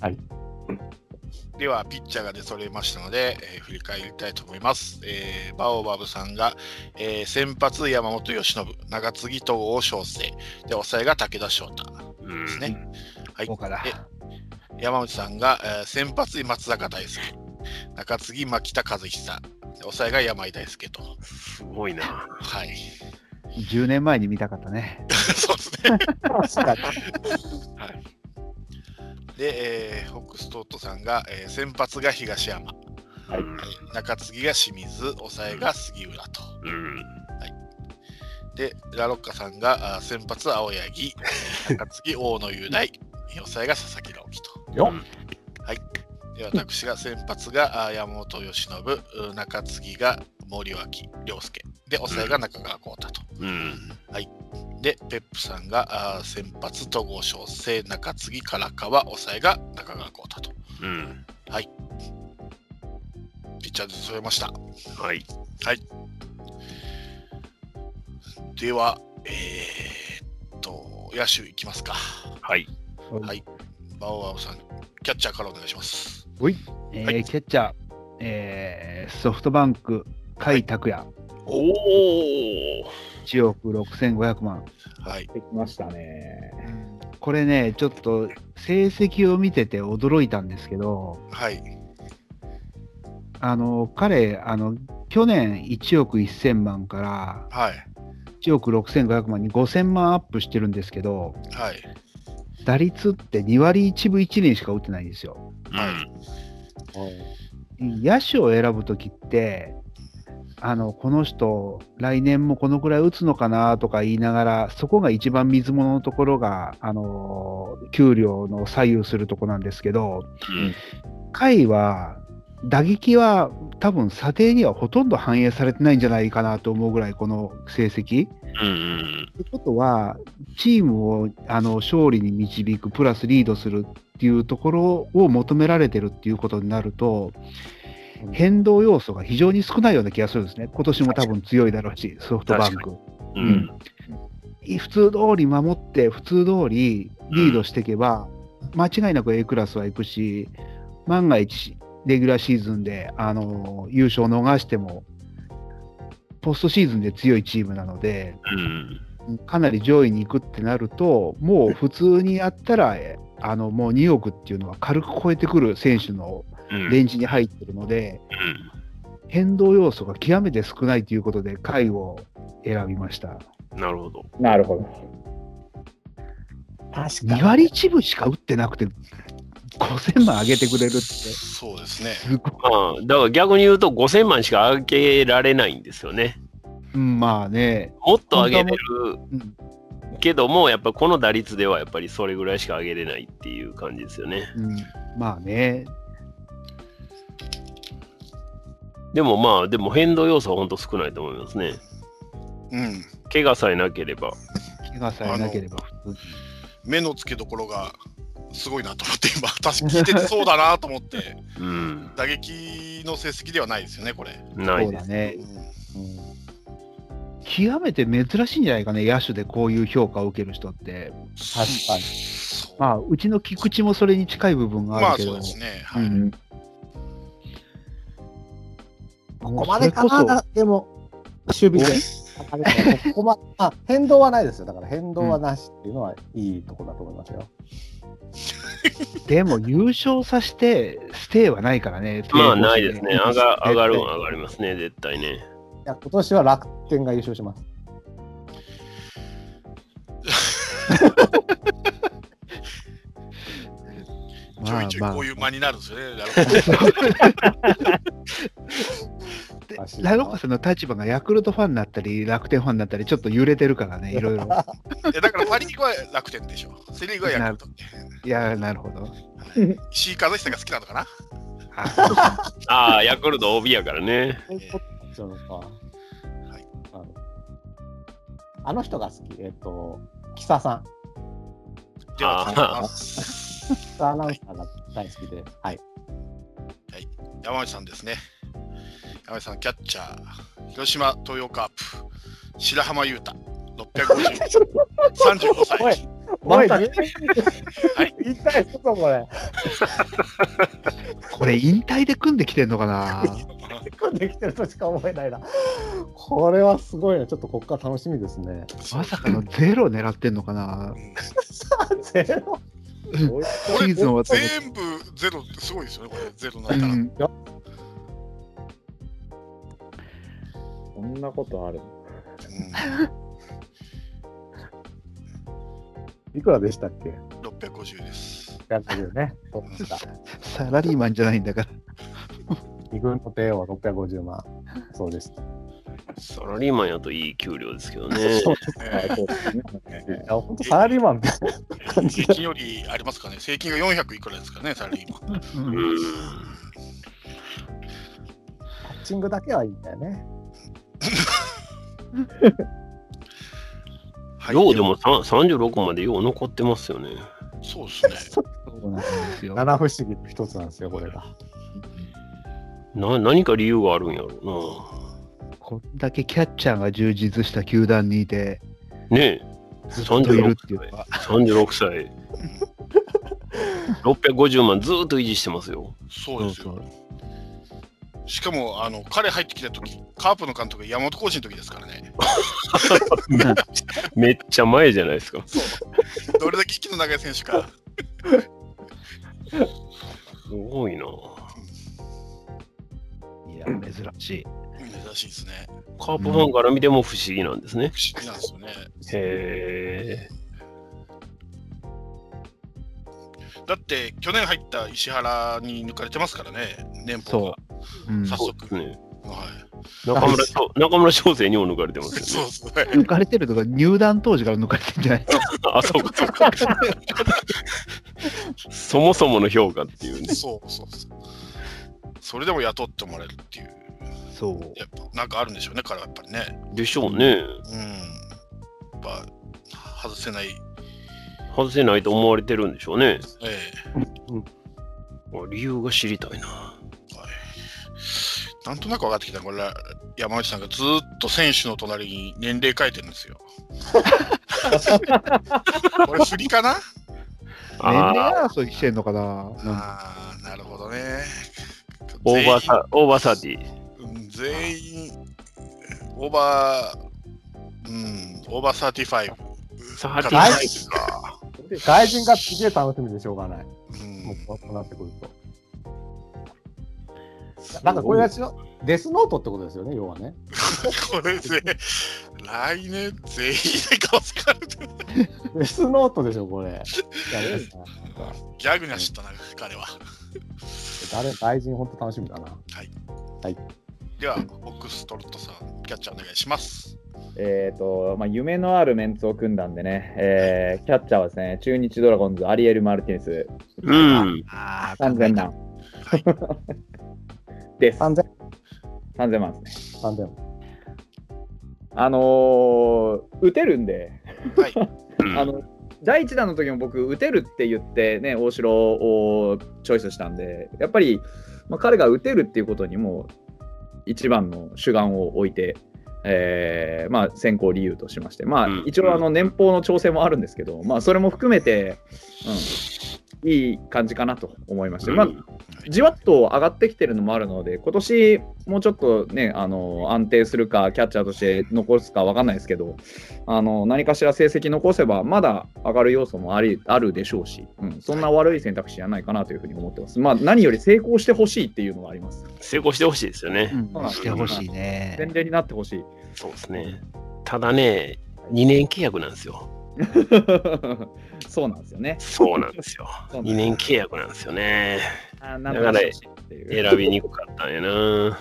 Speaker 5: はい
Speaker 2: では、ピッチャーが出揃いましたので、えー振り返りたいと思います。えーバオバブさんが、えー先発、山本由伸、中継ぎ、東郷翔征、で、抑えが武田翔太
Speaker 6: うん
Speaker 2: ですね。はい
Speaker 7: こう。かな。
Speaker 2: 山内さんが、えー先発、松坂大輔、中継ぎ、牧田和久、で抑えが山井大輔と。
Speaker 6: すごいな。
Speaker 2: はい。
Speaker 7: 10年前に見たかったね。
Speaker 2: そうですね。
Speaker 5: 確かに。
Speaker 2: で、えーホックストートさんが、えー先発が東山、
Speaker 4: はい
Speaker 6: うん
Speaker 2: 中継ぎが清水、抑えが杉浦と。
Speaker 6: うん。
Speaker 2: で、ラロッカさんが、あー先発、青柳、中継ぎ、大野雄大、抑えが佐々木朗希と。
Speaker 5: よ
Speaker 2: はい。で、私が先発があー山本由伸、う中継ぎが森脇亮介、で、抑えが中川幸太と。
Speaker 6: うん。
Speaker 2: で、ペップさんがあー先発、戸郷翔征、中継ぎ、唐川、抑えが中川幸太と。
Speaker 6: うん。
Speaker 2: ピッチャーで揃えました。
Speaker 6: はい。
Speaker 2: では、えー、っと、野手いきますか。
Speaker 6: はい。
Speaker 2: はい。バオバオさん、キャッチャーからお願いします。
Speaker 7: え
Speaker 2: はい
Speaker 7: ー、キャッチャー、えーソフトバンク、甲斐拓也、
Speaker 6: おお。
Speaker 7: 1億6500万。
Speaker 2: はい。
Speaker 4: できましたね。
Speaker 7: これね、ちょっと成績を見てて驚いたんですけど、
Speaker 2: はい。
Speaker 7: あの彼あの、去年1億1000万から
Speaker 2: はい。
Speaker 7: 1億6500万に5000万アップしてるんですけど、
Speaker 2: はい。
Speaker 7: 打率って2割1分1厘しか打ってないんですよ。
Speaker 6: うん。
Speaker 7: 野手を選ぶときって、あのこの人、来年もこのくらい打つのかなとか言いながら、そこが一番水物のところが、あの給料の左右するとこなんですけど、
Speaker 6: うん
Speaker 7: 甲斐は打撃は多分査定にはほとんど反映されてないんじゃないかなと思うぐらい、この成績。
Speaker 6: うん
Speaker 7: ということは、チームをあの勝利に導く、プラスリードするっていうところを求められてるっていうことになると、変動要素が非常に少ないような気がするんですね、今年も多分強いだろうし、ソフトバンク。
Speaker 6: うんうん
Speaker 7: 普通通り守って、普通通りリードしていけば、間違いなく A クラスは行くし、万が一、レギュラーシーズンで、あの優勝を逃しても、ポストシーズンで強いチームなので、
Speaker 6: うん
Speaker 7: かなり上位に行くってなると、もう普通にやったら、えあのもう2億っていうのは軽く超えてくる選手の
Speaker 6: うん
Speaker 7: レンジに入ってるので、変動要素が極めて少ないということで、下位を選びました。
Speaker 6: うんなるほど。
Speaker 4: なるほど。
Speaker 9: 確かに。
Speaker 7: 2割1分しか打ってなくて、5000万上げてくれるって、す
Speaker 2: そうですね。
Speaker 7: ごい、
Speaker 6: まあ、だから逆に言うと5000万しか上げられないんですよね。
Speaker 7: うんまあね、
Speaker 6: もっと上げれる
Speaker 7: うん
Speaker 6: けども、やっぱこの打率ではやっぱりそれぐらいしか上げれないっていう感じですよね。
Speaker 7: うん、まあね、
Speaker 6: でもまあ、でも変動要素は本当少ないと思いますね。
Speaker 2: うん。
Speaker 6: 怪我さえなければ。
Speaker 7: 怪我さえなければ普通
Speaker 2: 目の付けどころがすごいなと思って今私聞いててそうだなと思って
Speaker 6: うん、
Speaker 2: 打撃の成績ではないですよねこれ。
Speaker 6: な
Speaker 7: に、
Speaker 6: い
Speaker 7: そう
Speaker 6: で
Speaker 7: だ
Speaker 6: す。
Speaker 7: ね、
Speaker 9: うん
Speaker 7: 極めて珍しいんじゃないかね、野手でこういう評価を受ける人って。
Speaker 2: 確
Speaker 9: 確かに。
Speaker 7: まあ、うちの菊池もそれに近い部分が
Speaker 2: ま
Speaker 7: あ
Speaker 2: あ
Speaker 7: るけど、
Speaker 2: そうですね。
Speaker 7: う
Speaker 2: はい。
Speaker 7: ん
Speaker 9: ここまでかな、
Speaker 7: もうそれこ
Speaker 9: でも、守備で。
Speaker 5: ここまあ、変動はないですよ。だから変動はなしっていうのはいいとこだと思いますよ。
Speaker 7: そでも優勝させて、ステイはないからね、
Speaker 6: まあ、ないですね。上が上がる
Speaker 7: 絶
Speaker 6: は上がりますね、絶対ね。
Speaker 5: いや、今年は楽天が優勝します。
Speaker 2: ちょいち
Speaker 7: ま
Speaker 2: ょい
Speaker 7: あまあ
Speaker 2: こういう間になるんですよね。なるほど
Speaker 7: 対ラロカさんの立場がヤクルトファンになったり、楽天ファンになったり、ちょっと揺れてるか らね、いろいろ。
Speaker 2: いやだからパ・リーグは楽天でしょ。セ・リーグはヤクルト。
Speaker 7: いやー、なるほど。
Speaker 2: 石井和久が好きなのかな
Speaker 7: あそうか
Speaker 6: ああ、ヤクルト OB やからね。
Speaker 9: そういうことになっちゃうのか。
Speaker 2: い
Speaker 9: あのあの人が好き、えっ、と、キサさん。
Speaker 2: では続き
Speaker 6: あー
Speaker 2: ます
Speaker 9: キサアナウンサーが大好きで、はい。
Speaker 2: 山内さんですね。山内さん、キャッチャー、広島東洋カープ、白浜優太、650、35
Speaker 5: おい
Speaker 2: 歳。
Speaker 4: まさ
Speaker 5: おい言いたいことこれ。
Speaker 7: これ、引退で組んできてんのかな。
Speaker 5: 組んできてるとしか思えないな。これはすごいな。ちょっとここから楽しみですね。
Speaker 7: まさかのゼロ狙ってんのかな。
Speaker 5: ゼロ
Speaker 7: シーズン終わって
Speaker 2: 全部ゼロってすごいですよね、これ、ゼロにな
Speaker 7: う
Speaker 2: ったら。
Speaker 7: ん、
Speaker 4: こんなことある
Speaker 5: いくらでしたっけ
Speaker 2: うん650です。
Speaker 5: ?150 ね。そうでした。
Speaker 7: サラリーマンじゃないんだから。
Speaker 5: 二軍の帝王は650万。そうでした。
Speaker 6: サラリーマンやといい給料ですけどね。
Speaker 4: はいそうですね
Speaker 5: いや、本当サラリーマンみたいな感じ
Speaker 2: 税
Speaker 5: だ。
Speaker 2: 金よりありますかね、税金が400いくらですかね、サラリーマン。
Speaker 7: うん
Speaker 6: うん、
Speaker 5: パッチングだけはいいんだよね。
Speaker 2: はい
Speaker 6: ようでもさ36までよう残ってますよね。
Speaker 2: そうですね。
Speaker 7: そうなんですよ。
Speaker 5: 七不思議の一つなんですよ、これが。
Speaker 6: な何か理由があるんやろ
Speaker 7: こんだけキャッチャーが充実した球団にいて、
Speaker 6: うな。ねえ、
Speaker 7: ずっといるっていうのは、
Speaker 6: 36歳。650万ずーっと維持してますよ。
Speaker 2: そうですよ。しかも、あの彼入ってきた時カープの監督、山本浩二の時ですからね、
Speaker 6: めっちゃ前じゃないですか。
Speaker 2: どれだけ息の長い選手か。
Speaker 6: すごいな。
Speaker 7: いや、珍しい。
Speaker 2: 珍しいですね。
Speaker 6: カープファンから見ても不思議なんですね。
Speaker 2: 不思議なんですよね。
Speaker 6: へえ。
Speaker 2: だって去年入った石原に抜かれてますからね、年俸が
Speaker 7: そ。うん、
Speaker 2: 早
Speaker 6: そう
Speaker 2: 速。
Speaker 6: ですね。
Speaker 2: は
Speaker 6: 中村翔中村翔成にも抜かれてま
Speaker 2: い。
Speaker 6: す
Speaker 2: そ
Speaker 6: よ
Speaker 2: う
Speaker 6: ね。
Speaker 2: そう。はい
Speaker 7: 抜かれてるとか、入団当時から抜かれてんじ ゃない
Speaker 6: あ、そうか、そうか。そもそもの評価っていうね。
Speaker 2: そうそうそう。それでも雇ってもらえるっていう、
Speaker 3: そう。
Speaker 2: やっぱなんかあるんでしょうね、彼はやっぱりね。
Speaker 6: でしょうね。
Speaker 2: うん。やっぱ、外せない。
Speaker 6: 外せないと思われてるんでしょうね。
Speaker 2: え
Speaker 6: あ理由が知りたいな。
Speaker 2: えはい。なんとなく分かってきたこれ、山内さんがずーっと選手の隣に年齢書いてるん ですよ。これ、振りかな
Speaker 3: 年
Speaker 6: あ
Speaker 3: 齢争いしてんのかななんか
Speaker 2: ああ、なるほどね。
Speaker 6: オーバーサオーバーサーティ。
Speaker 2: うん全員、オーバー、うん、オーバー35。
Speaker 6: サーティ
Speaker 2: はい
Speaker 6: か。
Speaker 5: 外人がすげえ楽しみでしょうがない。
Speaker 2: うん
Speaker 5: もうこうなってくると。なんかこれが違う。デスノートってことですよね、要はね。
Speaker 2: これで、来年全員で顔つかれてる。
Speaker 5: デスノートでしょ、これ。誰ですか
Speaker 2: ギャグには知ったな、彼は。
Speaker 5: 誰、外人ほんと楽しみだな。
Speaker 2: では、オックストロットさん、キャッチャーお願いします。
Speaker 4: えーとまあ、夢のあるメンツを組んだんでね、えーキャッチャーはですね中日ドラゴンズ、アリエル・マルティネス、
Speaker 6: うん。
Speaker 3: あー
Speaker 4: 3000万
Speaker 2: はい、
Speaker 4: です。
Speaker 5: 3000
Speaker 4: 3000万ですね。
Speaker 5: なんでも。
Speaker 4: あのー打てるんで、
Speaker 2: はい、
Speaker 6: うん
Speaker 4: あの第1弾の時も僕、打てるって言って、ね、大城をチョイスしたんで、やっぱり、まあ、彼が打てるっていうことにもう一番の主眼を置いて、えーまあ、選考理由としまして、まあ
Speaker 6: うん、
Speaker 4: 一応あの年俸の調整もあるんですけど、まあ、それも含めて、うん、いい感じかなと思いまして、まあ、じわっと上がってきてるのもあるので、今年もうちょっとね、あの安定するか、キャッチャーとして残すか分かんないですけど、あの何かしら成績残せば、まだ上がる要素もありあるでしょうし、うん、そんな悪い選択肢じゃないかなというふうに思ってます。まあ、何より成功してほしいっていうのがあります。
Speaker 6: 成功してほしいですよね。
Speaker 3: うん、してほしいね。
Speaker 4: 前例になってほしい。
Speaker 6: そうですね。ただね、2年契約なんですよ。
Speaker 4: そうなんですよね。
Speaker 6: そうなんですよ。
Speaker 4: そうな
Speaker 6: 2
Speaker 4: んです
Speaker 6: 年契約なんですよね。
Speaker 4: あーなんとかしてほしいっていう
Speaker 6: 選びにくかったんやな。
Speaker 2: うん。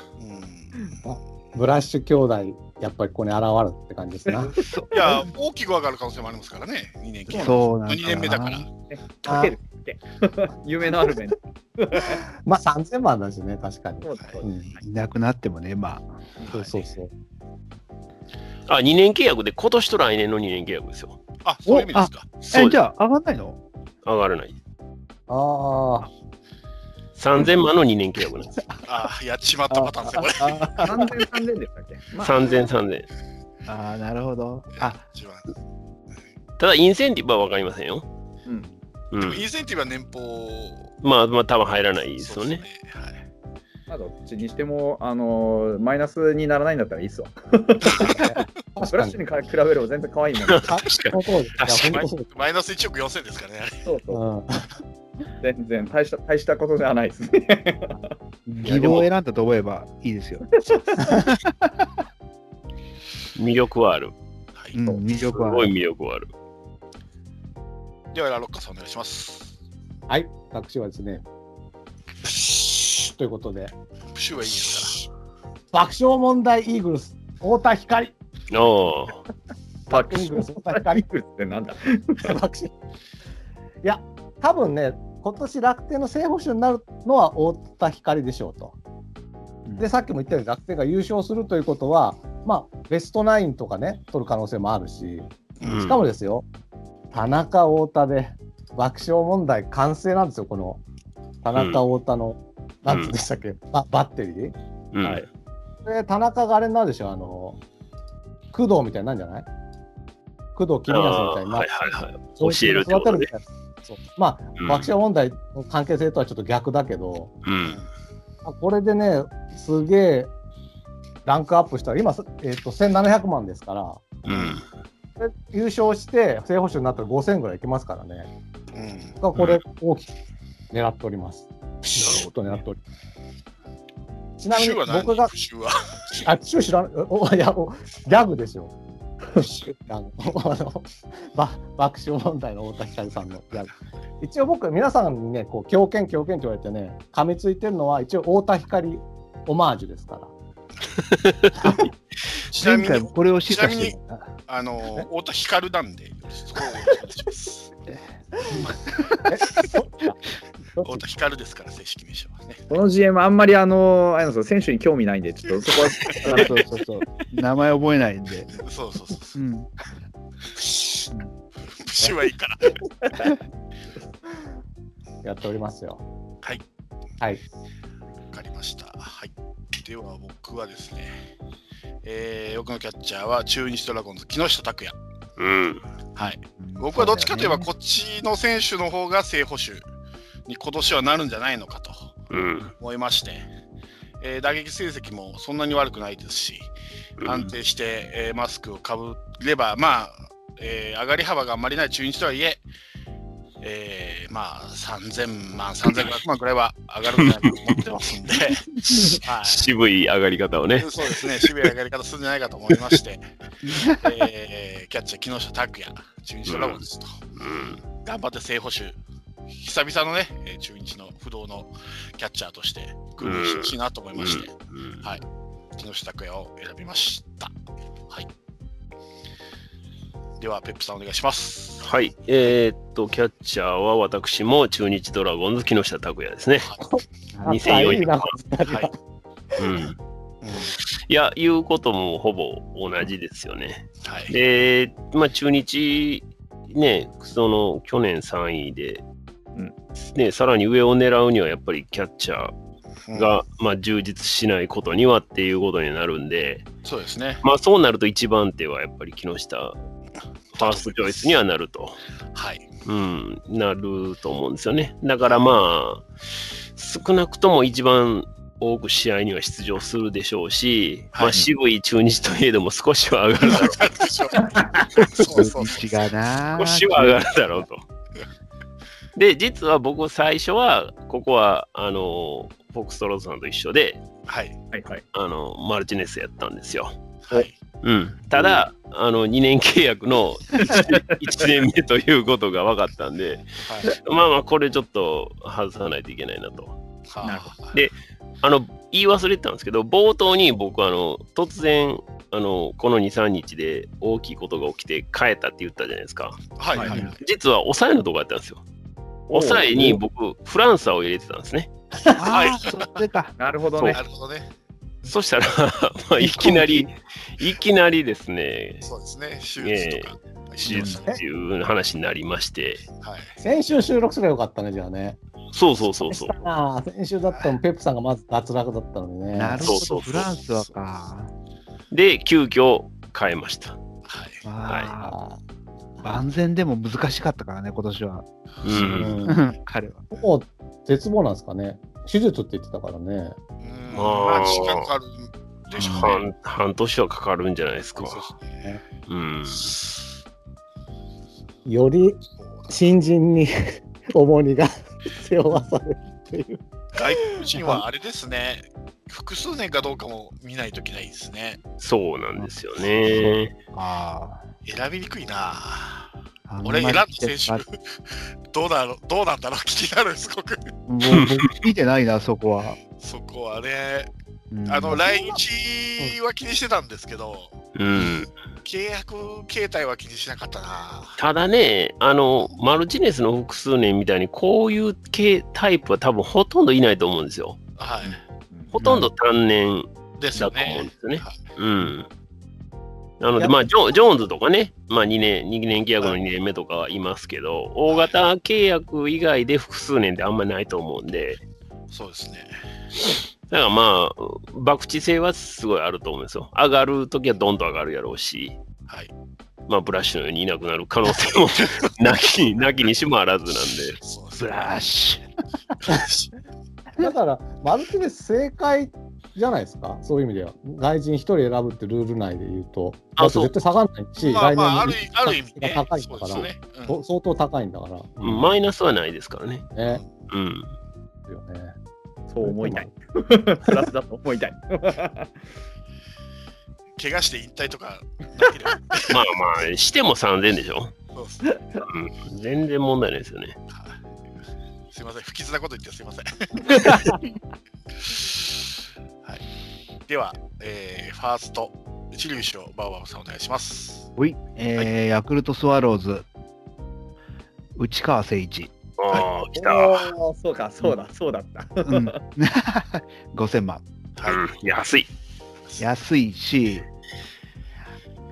Speaker 5: ブラッシュ兄弟、やっぱりここに現れるって感じです な。
Speaker 2: いや、大きく上がる可能性もありますからね、2年間。
Speaker 3: そうなんだな
Speaker 2: 2年目だから。
Speaker 4: かけるって。 夢のある面。
Speaker 5: まあ3000万だしね、確かに。
Speaker 4: そうですそう
Speaker 5: う
Speaker 4: です
Speaker 5: ん、
Speaker 3: いなくなってもね、まあ。
Speaker 5: そうそうそう。
Speaker 6: あ、2年契約で、今年と来年の2年契約ですよ。
Speaker 2: あ、そういう意味ですか。
Speaker 6: そ
Speaker 3: え
Speaker 6: うで
Speaker 3: じ
Speaker 6: す。
Speaker 3: ゃあ、上がんないの
Speaker 6: 上がらない。
Speaker 5: ああ。
Speaker 6: 3000万の2年契約なんですよ。
Speaker 2: ああ、やっちまったパターンですね、これ。
Speaker 4: 完全完全でしたっけ、まあ、
Speaker 6: 3000、3000。
Speaker 3: ああ、なるほど。あ、
Speaker 2: 一番
Speaker 6: ただ、インセンティブは分かりませんよ。
Speaker 4: うん
Speaker 6: う
Speaker 2: でも、
Speaker 6: ん
Speaker 2: イ。ンセンティブは年俸。
Speaker 6: まあ、まあ、多分入らないですよね。
Speaker 2: そうですね。はい
Speaker 4: まあどっちにしても、あのーマイナスにならないんだったらいいっすわ。 ブラッシュにか比べれば全然可愛い もん、ね。
Speaker 6: 確か
Speaker 5: そうそうです。い
Speaker 6: 確
Speaker 5: や、
Speaker 6: か
Speaker 5: 本当
Speaker 6: に
Speaker 5: そうです。
Speaker 2: マイナス1億4000ですからね。
Speaker 4: そうそう。
Speaker 5: うん。
Speaker 4: 全然大した、大したことじゃないですね。
Speaker 3: 希望を選んだと思えばいいですよ。
Speaker 6: に。魅力はある。
Speaker 2: はい
Speaker 3: うん、魅
Speaker 6: す
Speaker 3: 力
Speaker 6: ご。
Speaker 3: はい
Speaker 6: 魅力はある。
Speaker 2: では、ラロッカさんお願いします。
Speaker 5: はい、私はですね。ということで、
Speaker 2: プシューはいいですか
Speaker 5: 爆笑問題イーグルス、太田光。
Speaker 6: ああ。
Speaker 4: パッ
Speaker 5: イーグルス、太田光。
Speaker 4: クってなんだ
Speaker 5: 爆笑。いや、多分ね、今年楽天の正捕手になるのは太田光でしょうと。で、さっきも言ったように楽天が優勝するということは、まあ、ベストナインとかね、取る可能性もあるし、
Speaker 6: うん
Speaker 5: しかもですよ、田中太田で爆笑問題完成なんですよ、この田中太田の、なんつうんでしたっけ、ババッテリー。
Speaker 6: うん
Speaker 4: はい
Speaker 5: で、田中があれになるでしょ、あの、工藤みたいになるんじゃない工藤公康み
Speaker 6: あ
Speaker 5: たいに
Speaker 6: あ
Speaker 5: なっ
Speaker 6: はい
Speaker 5: て、
Speaker 6: はいはい。
Speaker 5: 上
Speaker 6: 教える
Speaker 5: 手
Speaker 6: っ
Speaker 5: に育て
Speaker 6: てこと
Speaker 5: る
Speaker 6: ね
Speaker 5: みたいな。そうまあ、
Speaker 6: うん
Speaker 5: 爆笑問題の関係性とはちょっと逆だけど、
Speaker 6: うん。
Speaker 5: あこれでね、すげえランクアップしたら、今、えっと1700万ですから、
Speaker 6: うん。
Speaker 5: で優勝して正捕手になったら5000ぐらいいきますからね。
Speaker 2: うん。うん
Speaker 5: がこれ大きく狙っております。なるほど狙っております。ちなみ
Speaker 2: プシ
Speaker 5: に
Speaker 2: ューは何
Speaker 5: 僕が
Speaker 2: プシューは。
Speaker 5: あシュー知らないおいやおギャグですよ。あの あのば爆笑問題の太田光さんのギャグ。一応僕皆さんにねこう狂犬狂犬って言われてね噛みついてるのは一応太田光オマージュですから。
Speaker 2: ちな
Speaker 3: 前
Speaker 2: み
Speaker 3: 回
Speaker 2: に
Speaker 3: も、これを示唆し
Speaker 2: ち
Speaker 3: てる。
Speaker 2: あのー、太田 光なんで、そこをお願いします。太田光ですから、正式名称はね。
Speaker 4: この GM、あんまりあの、あれなんですよ選手に興味ないんで、ちょっとそ こは、
Speaker 3: そうそうそうそう。名前覚えないんで。
Speaker 2: そうそうそう。
Speaker 3: うん。
Speaker 2: プシュはいいから。
Speaker 8: やっておりますよ。
Speaker 2: わかりました。はい。では僕はですね、えー、僕のキャッチャーは中日ドラゴンズ、木下拓也。
Speaker 6: うん。
Speaker 2: はい。僕はどっちかといえば、こっちの選手の方が正捕手に今年はなるんじゃないのかと
Speaker 6: うん。
Speaker 2: 思いまして、えー打撃成績もそんなに悪くないですし、安定して、えーマスクをかぶれば、まあ、えー上がり幅があんまりない中日とはいえ、えーまあ、3000万、3500万くらいは上がるんじゃないかと思ってますんで、はい、
Speaker 6: 渋い上がり方をね。
Speaker 2: そうですね、渋い上がり方するんじゃないかと思いま して、えーキャッチャー、木下拓也、中日ドラゴンズと、
Speaker 6: うん。
Speaker 2: 頑張って正捕手、久々のね、えー中日の不動のキャッチャーとして、訓練してほしいなと思いまして、
Speaker 6: うん
Speaker 2: はい、木下拓也を選びました。はい、では、ペップさんお願いします。
Speaker 6: はい。えーっと、キャッチャーは私も中日ドラゴンズ木下拓也ですね。2400万。
Speaker 2: はい、
Speaker 6: うん。
Speaker 2: うん
Speaker 6: いや、言うこともほぼ同じですよね。
Speaker 2: はい、
Speaker 6: で、まあ、中日、ね、その去年3位で、
Speaker 4: うん
Speaker 6: ね、さらに上を狙うにはやっぱりキャッチャ
Speaker 2: う
Speaker 6: ー
Speaker 2: ん
Speaker 6: が、まあ、充実しないことにはっていうことになるんで、
Speaker 2: そうですね。
Speaker 6: まあ、そうなると一番手はやっぱり木下ファーストチョイスにはなると、
Speaker 2: はい、
Speaker 6: うん、なると思うんですよね。だからまあ少なくとも一番多く試合には出場するでしょうし、
Speaker 2: はい
Speaker 6: まあ、渋い中日といえども少しは上がるだろう
Speaker 2: そうそう
Speaker 3: 違うなぁ。
Speaker 6: 腰は上がるだろうと。 で、実は僕最初は、ここは、あの、フォックストローズさんと一緒で、
Speaker 2: はい、
Speaker 4: はいはい。
Speaker 6: あの、マルチネスやったんですよ。
Speaker 2: はい、
Speaker 6: うん。ただ、あの、2年契約の 1, 年目ということが分かったんで、
Speaker 2: はい、
Speaker 6: まあまあ、これちょっと外さないといけないなと。
Speaker 2: はあ
Speaker 4: なるほ
Speaker 6: であの、言い忘れてたんですけど、冒頭に僕、あの、突然、あのこの2、3日で大きいことが起きて変えたって言ったじゃないですか。
Speaker 2: はい、はい、はい。
Speaker 6: 実は抑えのとこやったんですよ。抑えに僕、フランサーを入れてたんですね。
Speaker 3: ああ、それか。
Speaker 4: なるほどね
Speaker 2: な。るほどね。
Speaker 6: そしたら、 まあ、いきなり、いきなりですね、
Speaker 2: そうですね。手術とか。
Speaker 6: 手術っていう話になりまして、
Speaker 2: はい。
Speaker 8: 先週収録すればよかったね、じゃあね。
Speaker 6: そうそうそうそう。
Speaker 8: ああ、先週だったの、ペップさんがまず脱落だったのにね。
Speaker 3: なる
Speaker 6: そ
Speaker 3: ほ
Speaker 6: うそ
Speaker 3: ど。
Speaker 6: うそう
Speaker 3: フランスはか。
Speaker 6: で、急遽変えました。
Speaker 2: はい。
Speaker 3: まあ
Speaker 8: あ
Speaker 3: 万全でも難しかったからね、今年は。
Speaker 6: う。
Speaker 8: あうんん、
Speaker 3: 彼は。
Speaker 8: もう絶望なんですかね。手術って言ってたからね。
Speaker 2: うん
Speaker 6: ま
Speaker 2: ま
Speaker 6: あ
Speaker 2: あ、時間かかるでしょうね。
Speaker 6: 半半年はかかるんじゃないですか。
Speaker 2: そうですね
Speaker 6: うん。
Speaker 8: より新人に 重荷が背負わされるっていう。
Speaker 2: 外国人はあれですね。複数年かどうかも見ないといけないですね。
Speaker 6: そうなんですよね。
Speaker 3: あ
Speaker 2: 選びにくいな。
Speaker 3: あ
Speaker 2: 俺選んだ選手、どうだろう、どうなんだろう、気になる、すごく。
Speaker 3: もう僕見てないな、そこは。
Speaker 2: そこはね、
Speaker 3: うん
Speaker 2: あの、来日は気にしてたんですけど、
Speaker 6: うん。
Speaker 2: 契約形態は気にしなかったな。
Speaker 6: ただね、あの、マルチネスの複数年みたいに、こういう系タイプは多分ほとんどいないと思うんですよ。
Speaker 2: はい。
Speaker 6: ほとんど単年
Speaker 2: です
Speaker 6: だ
Speaker 2: よ
Speaker 6: と思うん
Speaker 2: ね
Speaker 6: で。すよね。
Speaker 2: はい
Speaker 6: うん。なので、まあジョ、ジョーンズとかね、まあ、2年、2年契約の2年目とかはいますけど、大型契約以外で複数年ってあんまりないと思うんで、
Speaker 2: そうですね。
Speaker 6: だからまあ、博打性はすごいあると思うんですよ。上がるときはどんどん上がるやろうし、
Speaker 2: はい。
Speaker 6: まあ、ブラッシュのようにいなくなる可能性 もなき、なきにしもあらずなんで。
Speaker 2: そうです
Speaker 3: ブ
Speaker 2: ね。
Speaker 3: ラッシ
Speaker 8: だから、マルチネス正解じゃないですか、そういう意味では。外人一人選ぶってルール内で言うと、
Speaker 6: あ
Speaker 8: だって
Speaker 6: そう
Speaker 8: 絶対下がらないし、
Speaker 2: まあ
Speaker 8: 来
Speaker 2: まあ、ある
Speaker 8: 年
Speaker 2: ある意味ね。
Speaker 8: 高いん
Speaker 2: そ
Speaker 8: だ
Speaker 2: う
Speaker 8: か
Speaker 2: で
Speaker 8: ら
Speaker 2: すね。うん
Speaker 8: も相当高いんだから、
Speaker 6: マイナスはないですからね。
Speaker 8: ね。
Speaker 6: うん。
Speaker 8: ですよね
Speaker 4: そう思 いたい。プラスだと思いたい。
Speaker 2: 怪我して引退とかなければ。
Speaker 6: まあまあ、しても3000でしょ。
Speaker 2: そうです ね。
Speaker 6: 全然問題ないですよね。
Speaker 2: はいすいません、不吉なこと言ってすいません。 はい、では、えーファースト、一流賞、バーバーさんお願いします。
Speaker 3: ュ。えーヤクルトスワローズ、内川誠一。
Speaker 6: ああ、来た。
Speaker 4: おーそうか、そうだ、そうだった。
Speaker 7: うん、5000万。
Speaker 6: うん、安い。
Speaker 7: 安いし、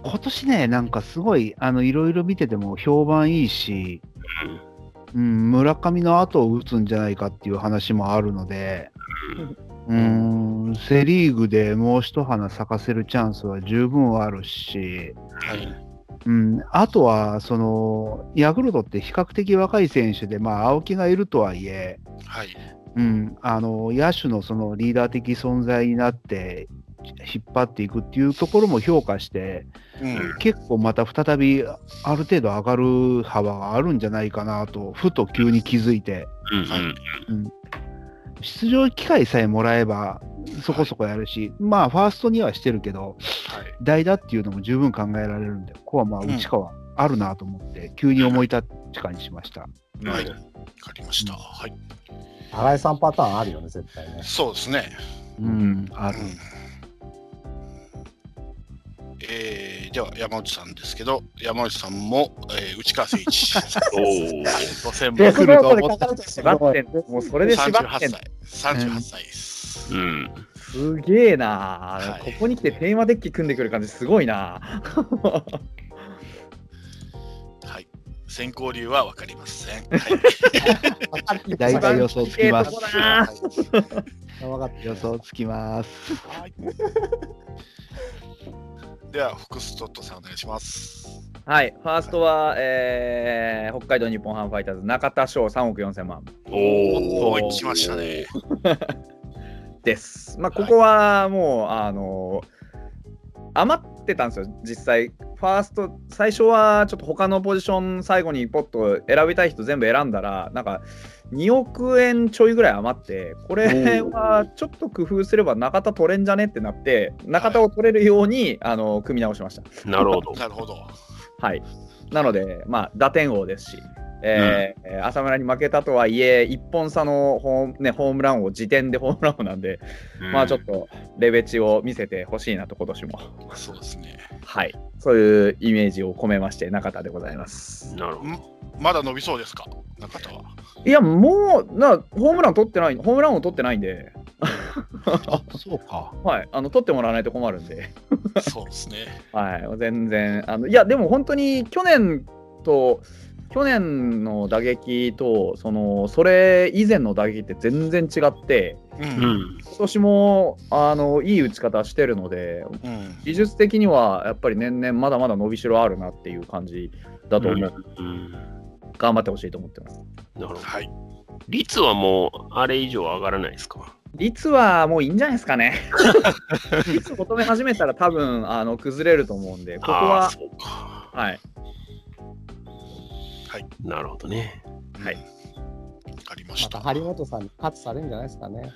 Speaker 7: 今年ね、なんかすごい、あの、いろいろ見てても評判いいし、うん、村上の後を打つんじゃないかっていう話もあるので、うん、セ・リーグでもう一花咲かせるチャンスは十分あるし、うん、あとは、その、ヤクルトって比較的若い選手で、まあ、青木がいるとはいえ、
Speaker 2: はい。
Speaker 7: うん、あの野手のそのリーダー的存在になって引っ張っていくっていうところも評価して
Speaker 2: うん。
Speaker 7: 結構また再びある程度上がる幅があるんじゃないかなとふと急に気づいて
Speaker 6: うん、うん。
Speaker 2: は
Speaker 7: 出場機会さえもらえばそこそこやるし、まあファーストにはしてるけど
Speaker 2: はい。
Speaker 7: 代打っていうのも十分考えられるんでここはまあ
Speaker 2: うん
Speaker 7: 内川あるなと思って急に思い立ちかにしました。
Speaker 2: はい。わかりました。はい。
Speaker 5: 新井さんパターンあるよね、絶対 ね。
Speaker 2: そうですね。
Speaker 7: うん、ある
Speaker 2: えー、では山内さんですけど山内さんも、えー、内川誠一
Speaker 6: おお。
Speaker 2: 5000
Speaker 5: デ
Speaker 2: 万
Speaker 5: スノートで書かれて
Speaker 4: 縛ってんもうそれで縛っ
Speaker 2: 38
Speaker 4: てん
Speaker 2: 歳
Speaker 4: の
Speaker 2: 38歳です、
Speaker 6: うん。
Speaker 4: すげえな、
Speaker 2: はい
Speaker 4: ここに来てテーマデッキ組んでくる感じすごいな。
Speaker 2: はい先行流は分かりません、 はい
Speaker 7: 大
Speaker 5: た
Speaker 7: 体予想つきます
Speaker 4: 一番。綺麗なとこだな
Speaker 5: 分かった。
Speaker 7: 予想つきます。
Speaker 2: はい、ではフクストットさんお願いします
Speaker 4: はい、ファーストは、えー北海道日本ハムファイターズ中田翔3億4000万
Speaker 6: お
Speaker 2: おー来ましたね
Speaker 4: です。まあ、ここはもう、あの余ってたんですよ、実際。ファースト、最初はちょっと他のポジション、最後にポッと選びたい人全部選んだら、なんか2億円ちょいぐらい余って、これはちょっと工夫すれば中田取れんじゃねってなって、中田を取れるように、あの組み直しました。
Speaker 6: なるほど。
Speaker 2: なるほど
Speaker 4: はい。なので、まあ、打点王ですし、えー浅村に負けたとはいえ、1本差のホー,、ね、ホームラン王、時点でホームラン王なんで、まあちょっとレベチを見せてほしいなと、今年も。
Speaker 2: そうですね
Speaker 4: はい。そういうイメージを込めまして、中田でございます。
Speaker 6: なるほど。
Speaker 2: まだ伸びそうですか中田はい
Speaker 4: や、もう、なホームラン取ってない、ホームランを取ってないんで、
Speaker 7: あ、そうか。
Speaker 4: はい、あの取ってもらわないと困るんで、
Speaker 2: そうですね
Speaker 4: はい、全然、あのいや、でも本当に去年と、去年の打撃と、そのそれ以前の打撃って全然違って、
Speaker 2: う
Speaker 6: うんん。
Speaker 4: 今年もあのいい打ち方してるので、
Speaker 2: うん
Speaker 4: 技術的にはやっぱり年々まだまだ伸びしろあるなっていう感じだと思う、
Speaker 6: うん。な
Speaker 4: 頑張ってほしいと思ってます
Speaker 6: るほど。
Speaker 2: はい
Speaker 6: 率はもう、あれ以上上がらないですか。
Speaker 4: 率はもういいんじゃないです かね率求め始めたら多分あの崩れると思うんでここ
Speaker 6: ああー、
Speaker 4: は
Speaker 6: そうか。
Speaker 4: はい
Speaker 6: なるほどね。
Speaker 4: はい
Speaker 2: わかりま
Speaker 5: ま
Speaker 2: したた
Speaker 5: 張本さんに勝つされるんじゃないですかね。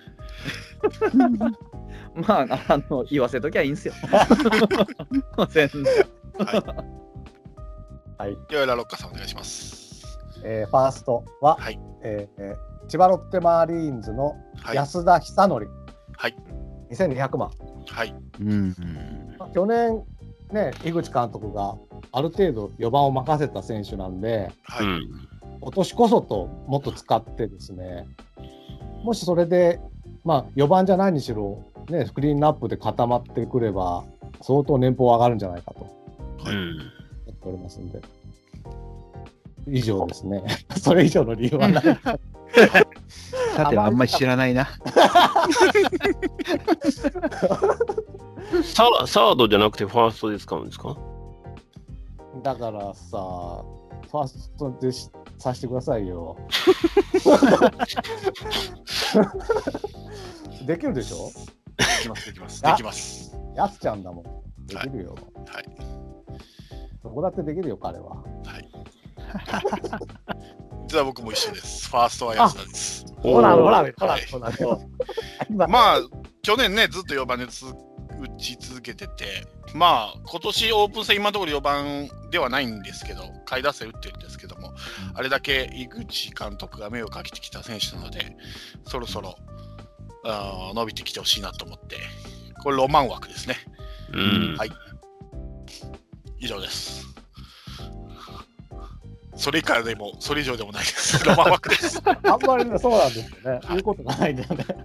Speaker 4: まああの言わせときゃいいんです よ全然
Speaker 2: ではラロッカさんお願いします
Speaker 5: えーファーストは、
Speaker 2: はい
Speaker 5: えーえー千葉ロッテマリーンズの
Speaker 2: はい
Speaker 5: 安田久典、
Speaker 2: はい
Speaker 5: 2200万、
Speaker 2: はい
Speaker 7: うん。
Speaker 5: まあ去年、ね、井口監督がある程度4番を任せた選手なんで、
Speaker 2: はい、
Speaker 6: うん。
Speaker 5: 今年こそともっと使ってですね、もしそれで、まあ、4番じゃないにしろ、ね、クリーンナップで固まってくれば、相当年俸上がるんじゃないかと
Speaker 6: うん。
Speaker 5: 思っておりますんで。以上ですね。 それ以上の理由はない。
Speaker 7: さてはあんまり知らないな。
Speaker 6: サーサードじゃなくてファーストで使うんですか
Speaker 5: だからさ、ファーストでしさせてくださいよ。 できるでしょ
Speaker 2: できますできますできます
Speaker 5: やすちゃんだもん。できるよ。
Speaker 2: はい
Speaker 5: どこだってできるよ、彼は。
Speaker 2: 実は僕も一緒です。ファーストは安田です。
Speaker 6: ほらほ
Speaker 2: らほら
Speaker 5: ほら。
Speaker 2: まあ、去年ね、ずっと4番でつ打ち続けてて、まあ、今年オープン戦、今のところ4番ではないんですけど、下位打線打ってるんですけども、あれだけ井口監督が目をかけてきた選手なので、そろそろあー伸びてきてほしいなと思って、これ、ロマン枠ですね。
Speaker 6: うん
Speaker 2: はい以上です。それ以下でも、それ以上でもないです。ロマンワーク です。は
Speaker 5: あんまりね、そうなんですよね。言うことがないんだよね。
Speaker 2: い。じゃあ、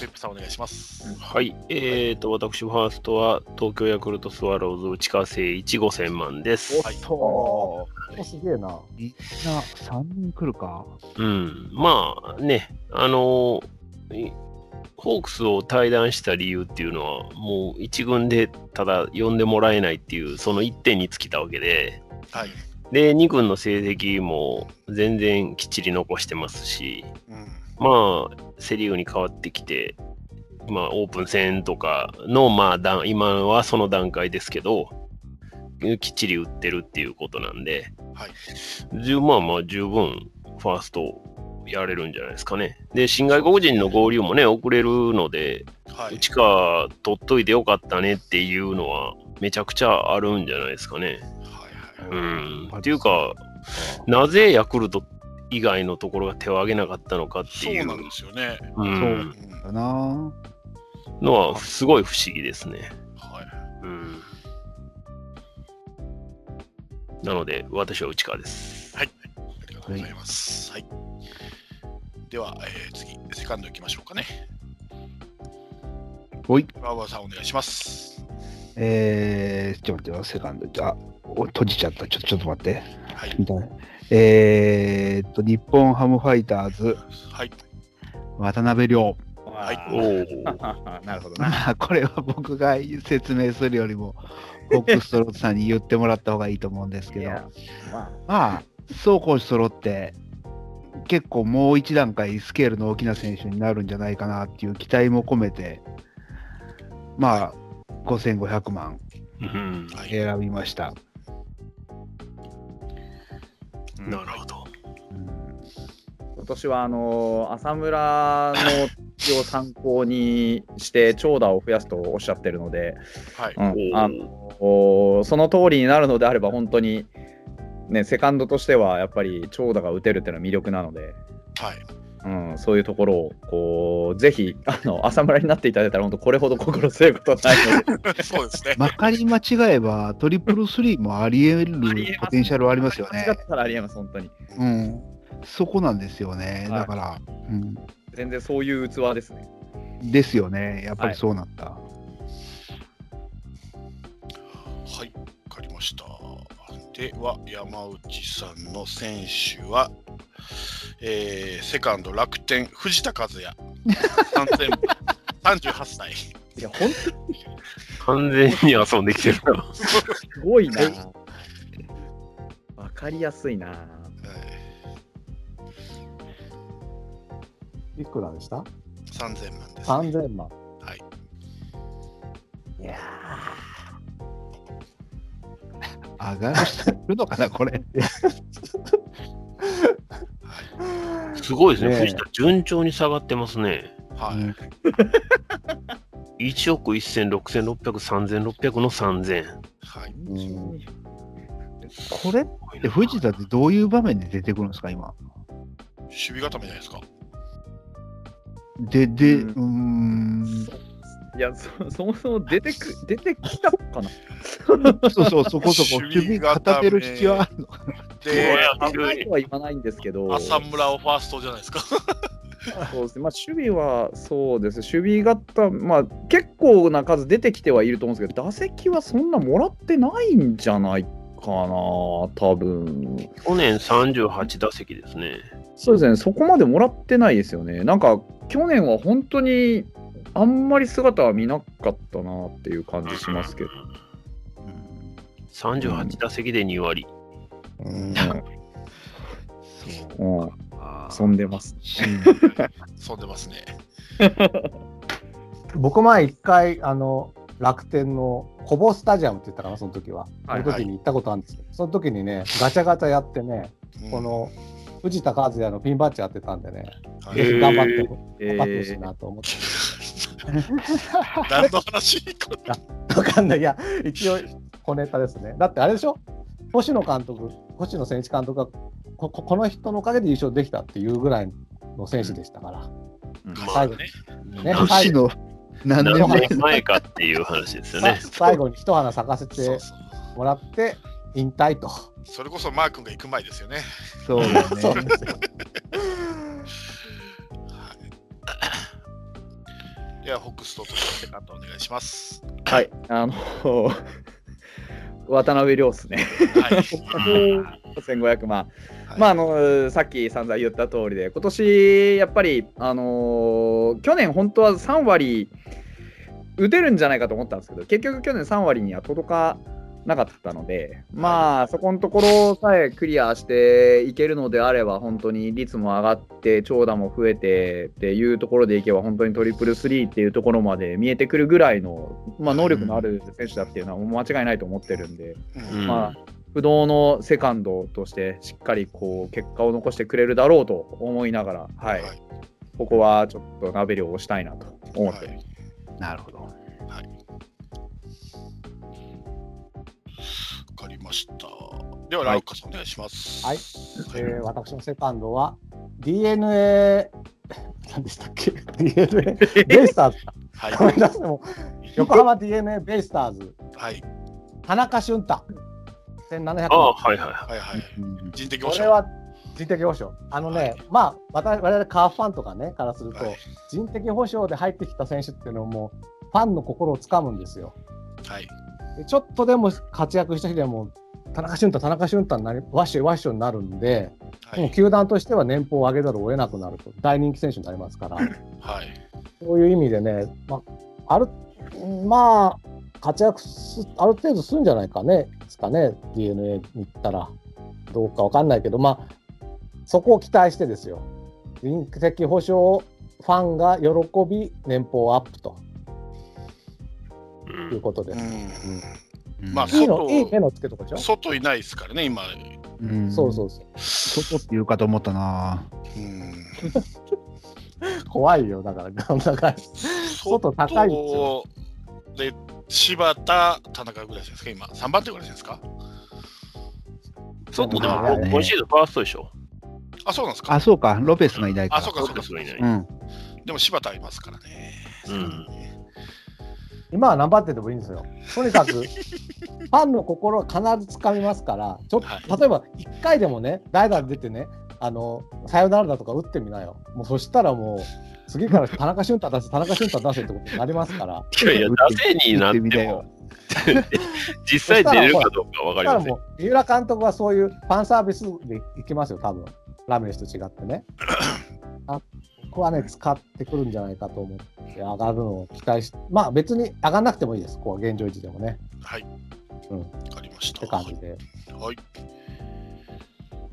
Speaker 2: ペップさんお願いします。
Speaker 6: はい、えーと、私、ファーストは東京ヤクルトスワローズ内川聖一5000万です。
Speaker 2: はい。
Speaker 5: おお、すげえな。
Speaker 7: みんな3人来るか
Speaker 6: うん、まあね、あのいホークスを退団した理由っていうのは、もう一軍でただ呼んでもらえないっていう、その一点に尽きたわけで、
Speaker 2: はい。
Speaker 6: で、2軍の成績も全然きっちり残してますし、
Speaker 2: うん。
Speaker 6: まあ、セ・リーグに変わってきて、まあ、オープン戦とかの、まあ段、今はその段階ですけど、きっちり打ってるっていうことなんで、
Speaker 2: はい
Speaker 6: 十まあまあ十分ファーストやれるんじゃないですかね。で、新外国人の合流もね、遅れるので、
Speaker 2: はい。
Speaker 6: 内川取っといてよかったねっていうのは、めちゃくちゃあるんじゃないですかね。
Speaker 2: はいは
Speaker 6: う
Speaker 2: い。
Speaker 6: ん、っていうか、なぜヤクルト以外のところが手を挙げなかったのかって
Speaker 2: そう
Speaker 6: いう
Speaker 2: なんですよね。
Speaker 6: うん
Speaker 2: うん
Speaker 7: だな
Speaker 6: のはすごい不思議ですね。
Speaker 2: はい。
Speaker 6: うん、なので、私は内川です。
Speaker 2: ありがとうございます。はい。では、えー次、セカンド行きましょうかね。
Speaker 7: おい。
Speaker 2: バーバーさん、お願いします。
Speaker 7: えー、ちょっと待ってよ、セカンド。じゃあ、お閉じちゃった。ちょちょっと待って。
Speaker 2: はい。
Speaker 7: みたいなえーっと、日本ハムファイターズ、
Speaker 2: はい。
Speaker 7: 渡辺亮。
Speaker 2: はい
Speaker 6: おー
Speaker 4: なるほどな。
Speaker 7: まあ、これは僕が説明するよりも、ホックストロートさんに言ってもらった方がいいと思うんですけ
Speaker 4: い
Speaker 7: ど、
Speaker 4: やま
Speaker 7: まあ、走攻守揃って、結構もう一段階スケールの大きな選手になるんじゃないかなっていう期待も込めて、まあ、5500万
Speaker 6: うん
Speaker 2: はい。
Speaker 7: 選びました。
Speaker 4: あ
Speaker 6: なるほど。
Speaker 7: うん
Speaker 4: 今年はあの浅村の手を参考にして長打を増やすとおっしゃってるので、
Speaker 2: はい。
Speaker 4: うん
Speaker 6: お
Speaker 4: あ
Speaker 6: ー
Speaker 4: のその通りになるのであれば本当に、ね、セカンドとしてはやっぱり長打が打てるっていうのは魅力なので、
Speaker 2: はい。
Speaker 4: うん、そういうところをこうぜひあの浅村になっていただいたら本当これほど心強いことはないので。
Speaker 2: そうですね。
Speaker 7: まかり間違えば、トリプルスリーもあり得
Speaker 4: ありえ
Speaker 7: る
Speaker 4: ます
Speaker 7: ポテンシャルはありますよね
Speaker 4: 間違。ったらありえます、本当に。
Speaker 7: うん、そこなんですよね、
Speaker 4: はい
Speaker 7: だから、う
Speaker 4: 全然そういう器ですね。
Speaker 7: ん、ですよね、やっぱりそうなった。
Speaker 2: はい。わかりました。では、山内さんの選手は、えー、セカンド、楽天、藤田和也。3000 38歳。
Speaker 4: いや、本当に
Speaker 6: 完全に遊んできてるな。
Speaker 4: すごいな。わかりやすいな。
Speaker 2: はい
Speaker 5: いくらでした
Speaker 2: 3000万です。
Speaker 5: ?3000 万。
Speaker 4: いや
Speaker 7: 上がる人いるのかな、これ。
Speaker 6: すごいですね。
Speaker 5: ねえ
Speaker 6: 藤田、順調に下がってますね。
Speaker 2: はい。
Speaker 6: 1億1,6000、600、3,600の3,000。
Speaker 2: はい。
Speaker 7: これって藤田ってどういう場面で出てくるんですか、今。
Speaker 2: 守備固めじゃないですか。
Speaker 7: で、で、う
Speaker 4: う
Speaker 7: ーん、
Speaker 4: いやそ、 そもそも出てく、出てきたのかな。
Speaker 7: そうそう、そこそこ、
Speaker 2: 守備
Speaker 7: 守備
Speaker 2: 固め
Speaker 7: 固める必要あるのか
Speaker 2: で、
Speaker 4: 考えとは言わないんですけど、
Speaker 2: 浅村をファーストじゃないですか。
Speaker 4: そうですねまあ、守備はそうです。守備型、まあ、結構な数出てきてはいると思うんですけど、打席はそんなもらってないんじゃないかな、多分。
Speaker 6: 去年38打席ですね。
Speaker 4: そうですね、そこまでもらってないですよね。なんか、去年は本当にあんまり姿は見なかったなっていう感じしますけど。
Speaker 6: 38打席で2割。
Speaker 4: うん、
Speaker 7: そう
Speaker 4: うん、
Speaker 7: か。
Speaker 4: 遊んでます。
Speaker 2: そんでますね。
Speaker 5: 僕前一回、あの、楽天のコボスタジアムって言ったかな、その時は。
Speaker 4: はい
Speaker 5: その時に行ったことあるんですけど、その時にね、ガチャガチャやってね、
Speaker 2: うん
Speaker 5: この藤田和也のピンバッジやってたんでね、
Speaker 2: はい
Speaker 5: ぜひ頑張って
Speaker 4: え
Speaker 5: 分かってほしい
Speaker 4: ー
Speaker 5: なと思って。
Speaker 2: 何の話これ
Speaker 5: わかんない。いや、一応、小ネタですね。だってあれでしょ星野監督、星野選手監督がこここの人のおかげで優勝できたっていうぐらいの選手でしたから。
Speaker 6: まあ
Speaker 5: 最後
Speaker 6: ね、
Speaker 5: ね、
Speaker 7: 年
Speaker 5: 最
Speaker 7: の
Speaker 5: 後
Speaker 7: 何
Speaker 6: 何
Speaker 7: 年前
Speaker 6: 年前かっていう話ですよね。
Speaker 5: 最後に一花咲かせ
Speaker 2: そ
Speaker 5: て
Speaker 2: うそう
Speaker 5: もらって、引退と。
Speaker 2: それこそマー君が行く前ですよね。
Speaker 3: そうだね。
Speaker 5: そうですよ。
Speaker 2: では、ホックストとしてセカンドお願いします。
Speaker 4: はい、あの 渡辺亮ですね。
Speaker 2: はい。
Speaker 4: 1500万、
Speaker 2: はい
Speaker 4: まああのさっき散々言った通りで今年やっぱりあのー去年本当は3割打てるんじゃないかと思ったんですけど結局去年3割には届かなかったのでまあそこのところさえクリアしていけるのであれば本当に率も上がって長打も増えてっていうところでいけば本当にトリプルスリーっていうところまで見えてくるぐらいの、まあ、能力のある選手だっていうのはもう間違いないと思ってるんで。
Speaker 2: うん
Speaker 4: まあ、不動のセカンドとしてしっかりこう結果を残してくれるだろうと思いながら、はい
Speaker 2: はい
Speaker 4: ここはちょっと鍋量をしたいなと思って、
Speaker 2: はい
Speaker 3: なるほど。
Speaker 2: はい。わかりました。では、ラウカさんお願いします。
Speaker 5: はい。えー私のセカンドは DNA 何でしたっけ DNA ベイスターズ
Speaker 2: はい。
Speaker 5: ごめんなさいもう横浜 DNA ベイスターズ
Speaker 2: はい。
Speaker 5: 田中俊太1700
Speaker 6: ああ、はいはいは
Speaker 2: はい。はい。
Speaker 3: うん
Speaker 2: 人的保
Speaker 5: こ
Speaker 2: 障。
Speaker 5: れは人的保障あのね、
Speaker 2: はい
Speaker 5: まあ私我々カーファンとかねからすると、
Speaker 2: はい
Speaker 5: 人的保障で入ってきた選手っていうのはもうファンの心をつかむんですよ
Speaker 2: はい。
Speaker 5: でちょっとでも活躍した日でも田中俊太田中俊太になりワッシュワッシュになるんで、
Speaker 2: は
Speaker 5: もう
Speaker 2: い。
Speaker 5: 球団としては年俸を上げざるを得なくなると、大人気選手になりますから、
Speaker 2: はい。
Speaker 5: そういう意味でね、まあ、あるまあ、活躍す、ある程度するんじゃないかね、ですかね、DNA に行ったら、どうかわかんないけど、まあ、そこを期待してですよ、人気的保証、ファンが喜び、年俸アップと
Speaker 6: い。う
Speaker 5: いうんことで
Speaker 2: う
Speaker 5: す。
Speaker 2: ん。まあ
Speaker 5: いいの
Speaker 2: 外
Speaker 5: いい目のつけとこでしょ、
Speaker 2: 外いないですからね、今。
Speaker 3: うん
Speaker 5: そうそうそう。
Speaker 3: 外って言うかと思ったな。
Speaker 2: うん。
Speaker 5: 怖いよ、だから、ガンダガイス。外高いですよ
Speaker 2: 外で、柴田、田中ぐらいじゃないですか、今。3番手ぐらいじゃないですか。
Speaker 6: 外で
Speaker 3: まあ
Speaker 6: も
Speaker 3: ね
Speaker 6: 今シーズンファーストでしょ。
Speaker 2: あ、そうなんですか。
Speaker 3: あ、そうか。ロペスがいないから。
Speaker 2: あ、そうか、そうか、そう
Speaker 6: ロペスがい
Speaker 2: か
Speaker 6: な。
Speaker 3: うん。
Speaker 2: でも柴田いますからね。
Speaker 6: うん
Speaker 5: 今は何番手でもいいんですよ。と にかく、ファンの心は必ず掴みますから、ちょっと、
Speaker 2: は
Speaker 5: 例えば1回でもね、代打で出てね、あの、さよならだとか打ってみなよ。もうそしたらもう、次から田中俊太出せ、田中俊太出せってことになります から、
Speaker 6: いやいや、出せになっ
Speaker 3: 打ってみ
Speaker 6: て
Speaker 3: な
Speaker 6: も
Speaker 3: よ、
Speaker 6: 実際出れるかどうかわ
Speaker 5: だ
Speaker 6: かり
Speaker 5: から
Speaker 6: ません
Speaker 5: も。う、三浦監督はそういうファンサービスでいきますよ、多分ラミレスと違っ てね。あ僕はね、使ってくるんじゃないかと思って、上がるのを期待し、まあ別に上がらなくてもいいです、こう現状維持でもね、
Speaker 2: はい。
Speaker 5: うん
Speaker 2: わかりまし
Speaker 5: ったて。感じで。
Speaker 2: はい。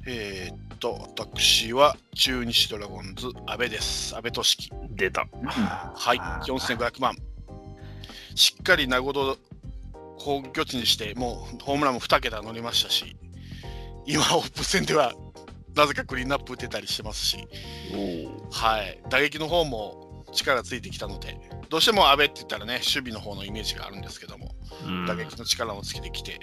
Speaker 2: えーっと、私は中日ドラゴンズ、阿部です。阿部俊樹。
Speaker 6: 出た。
Speaker 2: はい、4500万。しっかり名護を本拠地にして、もうホームランも2桁乗りましたし、今、オープン戦ではなぜかクリーンアップ打てたりしてますし、はい、打撃の方も力ついてきたので、どうしても阿部って言ったらね、守備の方のイメージがあるんですけども、
Speaker 6: うん
Speaker 2: 打撃の力もつけてきて、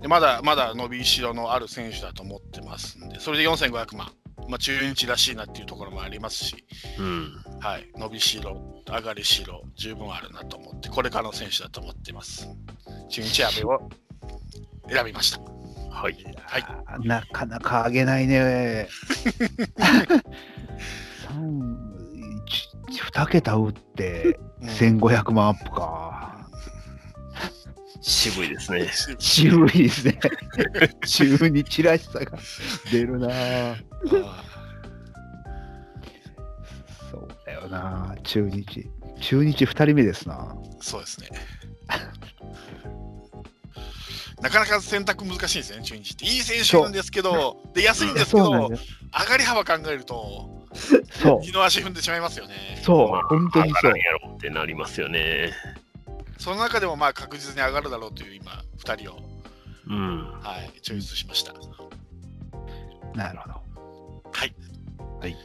Speaker 2: でまだまだ伸びしろのある選手だと思ってますんで、それで4500万、まあ、中日らしいなっていうところもありますし、
Speaker 6: うん
Speaker 2: はい、伸びしろ、上がりしろ、十分あるなと思って、これからの選手だと思っています。中日阿部を選びました。
Speaker 6: はい。
Speaker 2: はい、
Speaker 3: あなかなか上げな いね。三一二桁打って
Speaker 2: うん
Speaker 3: 1500万アップか。
Speaker 6: 渋いです ね。
Speaker 3: 渋いですね。中日らしさが出るな。
Speaker 2: あ
Speaker 3: そうだよな。中日。中日二人目ですな。
Speaker 2: ーそうですね。なかなか選択難しいですね、中日って。いい選手なんですけど、で安いんですけ
Speaker 3: そ
Speaker 2: ど、
Speaker 3: うなん
Speaker 2: 上
Speaker 3: です。
Speaker 2: がり幅考えると、
Speaker 3: そう。
Speaker 2: 二の足踏んでしまいますよね。
Speaker 3: そう
Speaker 6: まあ、
Speaker 3: 本当に
Speaker 6: 上が
Speaker 3: そう
Speaker 6: らん。やろってなりますよね。
Speaker 2: その中でもまあ確実に上がるだろうという今、2人を、
Speaker 6: うん。
Speaker 2: はい、チョイスしました。
Speaker 3: なるほど。
Speaker 2: はい。
Speaker 3: はい。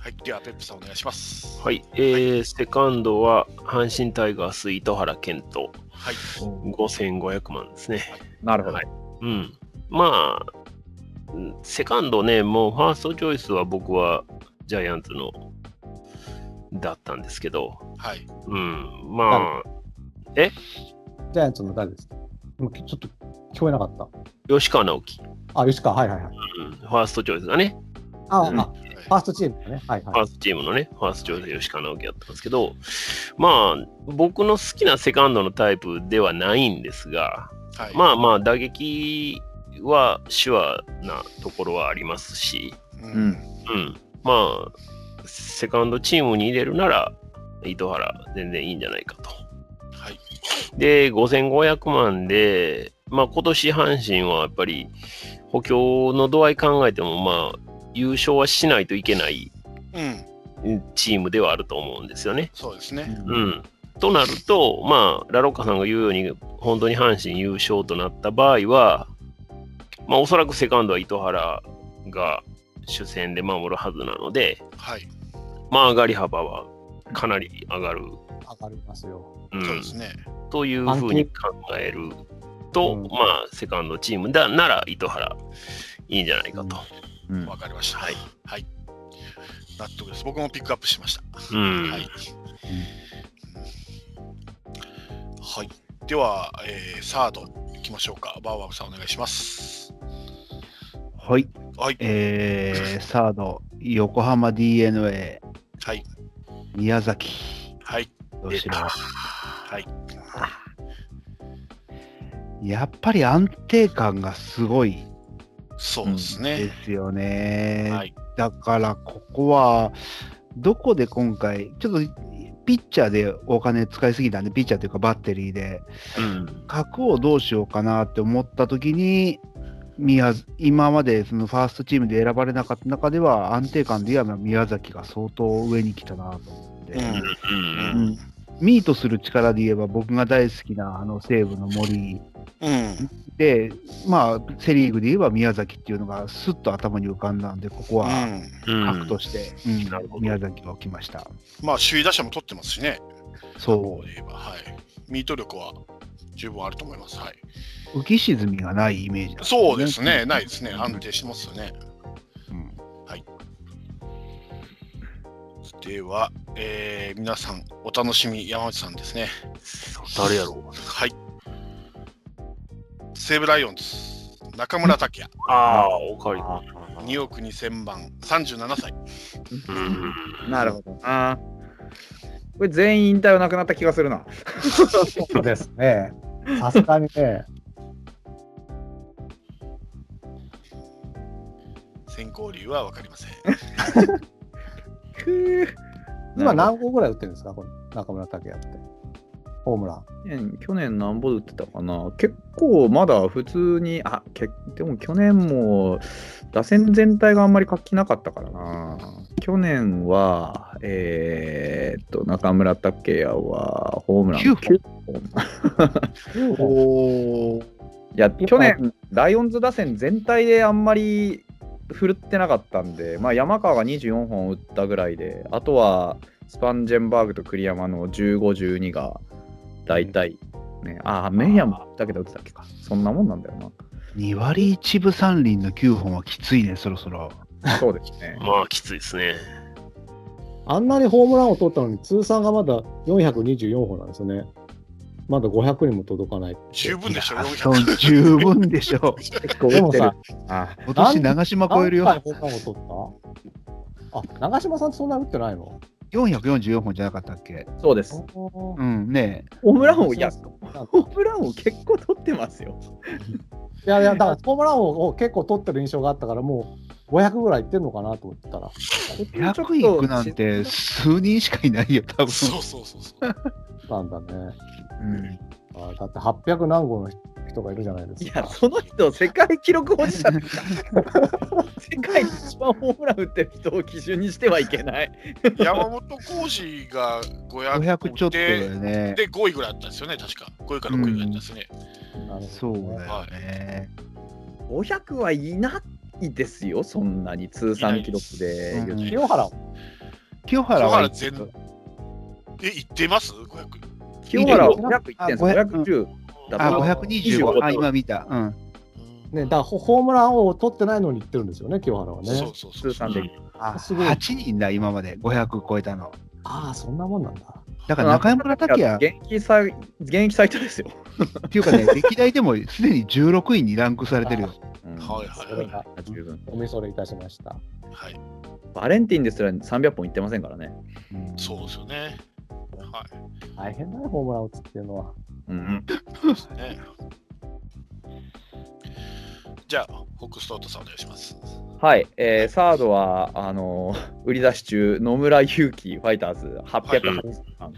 Speaker 2: はい、では、ペップさんお願いします。
Speaker 6: はい。えー、セカンドは、阪神タイガース、糸原健人、
Speaker 2: はい。
Speaker 6: 5500万ですね。
Speaker 4: なるほど、
Speaker 6: はいうん。まあ、うんセカンドね、もうファーストチョイスは僕はジャイアンツのだったんですけど、
Speaker 2: はい。
Speaker 6: うん。まあ、
Speaker 5: ジャイアンツの誰ですかでもちょっと聞こえなかった。
Speaker 6: 吉川直樹、
Speaker 5: あ、吉川、はいはいはい。
Speaker 6: うんファーストチョイスがね、
Speaker 5: あ、
Speaker 6: うん
Speaker 5: あ、ファーストチームだね。はい
Speaker 6: ファ
Speaker 5: は
Speaker 6: ーストチームのね、ファーストチョイスで吉川直樹だったんですけど、まあ、僕の好きなセカンドのタイプではないんですが、
Speaker 2: はい。
Speaker 6: まあまあ、打撃は手話なところはありますし、
Speaker 2: う。
Speaker 4: うんん。
Speaker 6: うん、まあ、セカンドチームに入れるなら、糸原、全然いいんじゃないかと。
Speaker 2: はい。
Speaker 6: で、5500万で、まあ、今年阪神はやっぱり補強の度合い考えても、まあ、優勝はしないといけない
Speaker 2: うん。
Speaker 6: うんチームではあると思うんですよね。
Speaker 2: そうですね。
Speaker 6: うん、となると、まあ、ラロッカさんが言うように、本当に阪神優勝となった場合は、まあ、おそらくセカンドは糸原が主戦で守るはずなので、
Speaker 2: はい。
Speaker 6: まあ、上がり幅はかなり上が
Speaker 5: い。
Speaker 6: る、
Speaker 5: 上がりますよ。
Speaker 6: う
Speaker 2: そうで
Speaker 6: ん
Speaker 2: すね。
Speaker 6: というふうに考えると、
Speaker 5: うん
Speaker 6: まあ、セカンドチームだなら糸原、いいんじゃないかと。
Speaker 4: うん
Speaker 2: わかりました。はい。はい。納得です。僕もピックアップしました。
Speaker 6: うん
Speaker 2: はい。はい。では、えー、サード行きましょうか。バーバーさんお願いします。
Speaker 7: はい、
Speaker 2: はい。
Speaker 7: えー、サード、横浜 d n a
Speaker 2: はい。
Speaker 7: 宮崎、
Speaker 2: はい。
Speaker 7: どします。
Speaker 2: はい。
Speaker 7: やっぱり安定感がすごい
Speaker 2: そうです
Speaker 7: で
Speaker 2: ね。
Speaker 7: すよね。
Speaker 2: はい。
Speaker 7: だからここはどこで今回ちょっとピッチャーでお金使いすぎたんでピッチャーというかバッテリーで
Speaker 6: うん
Speaker 7: 角をどうしようかなって思った時に宮今までそのファーストチームで選ばれなかった中では安定感で言えば宮崎が相当上に来たなと思って、
Speaker 2: うん。
Speaker 6: うん
Speaker 7: うんミートする力で言えば僕が大好きなあの西武の森
Speaker 2: うん。
Speaker 7: でまあセ・リーグで言えば宮崎っていうのがスッと頭に浮かんだんでここ
Speaker 2: う
Speaker 7: は
Speaker 2: ん。
Speaker 6: うん
Speaker 7: 核として、うん
Speaker 6: なるほど
Speaker 7: 宮崎が置きました。
Speaker 2: まあ、首位打者も取ってますしね。
Speaker 7: そ
Speaker 2: 言えば、はい。ミート力は十分あると思います。はい。
Speaker 7: う、浮き沈みがないイメージだ、
Speaker 2: そうですね。ないですね。安定してますよね。
Speaker 7: うん
Speaker 2: では、えー、皆さん、お楽しみ、山内さんですね。
Speaker 6: 誰やろう
Speaker 2: はい。西武ライオンズ、中村拓也、
Speaker 6: ああ、おかわり。
Speaker 2: 2億2000万、37歳。
Speaker 6: うん
Speaker 4: なるほどな。これ全員引退はなくなった気がするな。
Speaker 5: そうですね。
Speaker 10: さすがにね、
Speaker 2: 先行理由は分かりません。
Speaker 5: 今何号ぐらい打ってるんですか、この中村拓也って。ホームラン。
Speaker 4: 去年去年何本打ってたかな結構まだ普通にあけでも去年も打線全体があんまり活気なかったからな去年はえーっと中村拓也はホームラン
Speaker 7: 9
Speaker 4: 9本いや去年ライオンズ打線全体であんまり振るってなかったんで、まあ、山川が24本打ったぐらいであとはスパンジェンバーグと栗山の1512が大体ね、ああメイヤもだけど打ってたっけかそんなもんなんだよ
Speaker 7: 2割1分3厘の9本はきついね、そろそろ。
Speaker 4: なそうですね
Speaker 6: まあ、きついですね。
Speaker 5: あんなにホームランを取ったのに、通算がまだ424本なんですよね。まだ500にも届かない。
Speaker 2: 十分でしょ、
Speaker 7: そう
Speaker 2: 400。
Speaker 7: 十分で しょ。
Speaker 4: 結構
Speaker 5: で
Speaker 4: 打っ
Speaker 5: も
Speaker 4: てる
Speaker 5: さ、
Speaker 4: あ
Speaker 7: 今年長島超える
Speaker 5: 何
Speaker 7: よ。
Speaker 5: 回ホームランを取ったあ、長嶋さんってそんな打ってないの
Speaker 7: 444本じゃなかったっけ
Speaker 4: そうです
Speaker 7: うん、ね
Speaker 4: ホームランをいや
Speaker 5: なんか
Speaker 4: ホームランを結構取ってますよ
Speaker 5: いやいや、だからホームランを結構取ってる印象があったから、もう500ぐらいいってんのかなと思ってたら、
Speaker 7: え。100いくなんて数人しかいないよ、多 分。
Speaker 2: そうそうそうそう。
Speaker 5: なんだね。
Speaker 7: うん
Speaker 5: あだって800何号の人がいるじゃないで
Speaker 4: い
Speaker 5: す
Speaker 4: や
Speaker 5: か。
Speaker 4: その人世界記録保持者だ世界で一番ホームラン打ってる人を基準にしてはいけない
Speaker 2: 山本浩二が500
Speaker 7: 500ちょっとだよ
Speaker 2: で、
Speaker 7: ね。
Speaker 2: で5位ぐらいだったんですよね、確か。5位か6位ぐらいだったんですね。
Speaker 5: なる
Speaker 7: そ
Speaker 5: ほ
Speaker 7: う
Speaker 5: どね
Speaker 7: だよね。
Speaker 4: 500はいないですよ、そんなに通算記録で言うと。
Speaker 7: うん
Speaker 5: 清原、
Speaker 7: 清原は
Speaker 2: 清原え、行ってます ?500。
Speaker 4: 清原は
Speaker 7: うん
Speaker 4: 500いってんす
Speaker 7: あ
Speaker 4: 510だ
Speaker 7: あ、
Speaker 4: と。
Speaker 7: 525。あ、今見た。うん。
Speaker 5: ね、だからホホームランを取ってないのにいってるんですよね、清原は
Speaker 2: そう
Speaker 5: ね。
Speaker 2: そうそう。
Speaker 4: 通算で。
Speaker 7: あ、
Speaker 5: すごい
Speaker 7: 8人だ、今まで。500超えたの。
Speaker 5: ああ、そんなもんなんだ。
Speaker 7: だから中山
Speaker 4: い
Speaker 7: 拓
Speaker 4: や
Speaker 7: 也
Speaker 4: 現役最現役最多ですよ。
Speaker 7: っていうかね、歴代でもすでに16位にランクされてるよ。
Speaker 4: うん
Speaker 2: はいはいはい
Speaker 4: 十分
Speaker 5: お見それいたしました。
Speaker 2: はい
Speaker 4: バレンティンですら300本いってませんからね。
Speaker 2: そうですよねは
Speaker 5: 大変だね、ホームラン打つっていうのは。
Speaker 4: うん、
Speaker 2: いそうですねじゃあホックストートさんお願いします
Speaker 4: はい、えーサードはあのー売り出し中、野村勇輝ファイターズ880万。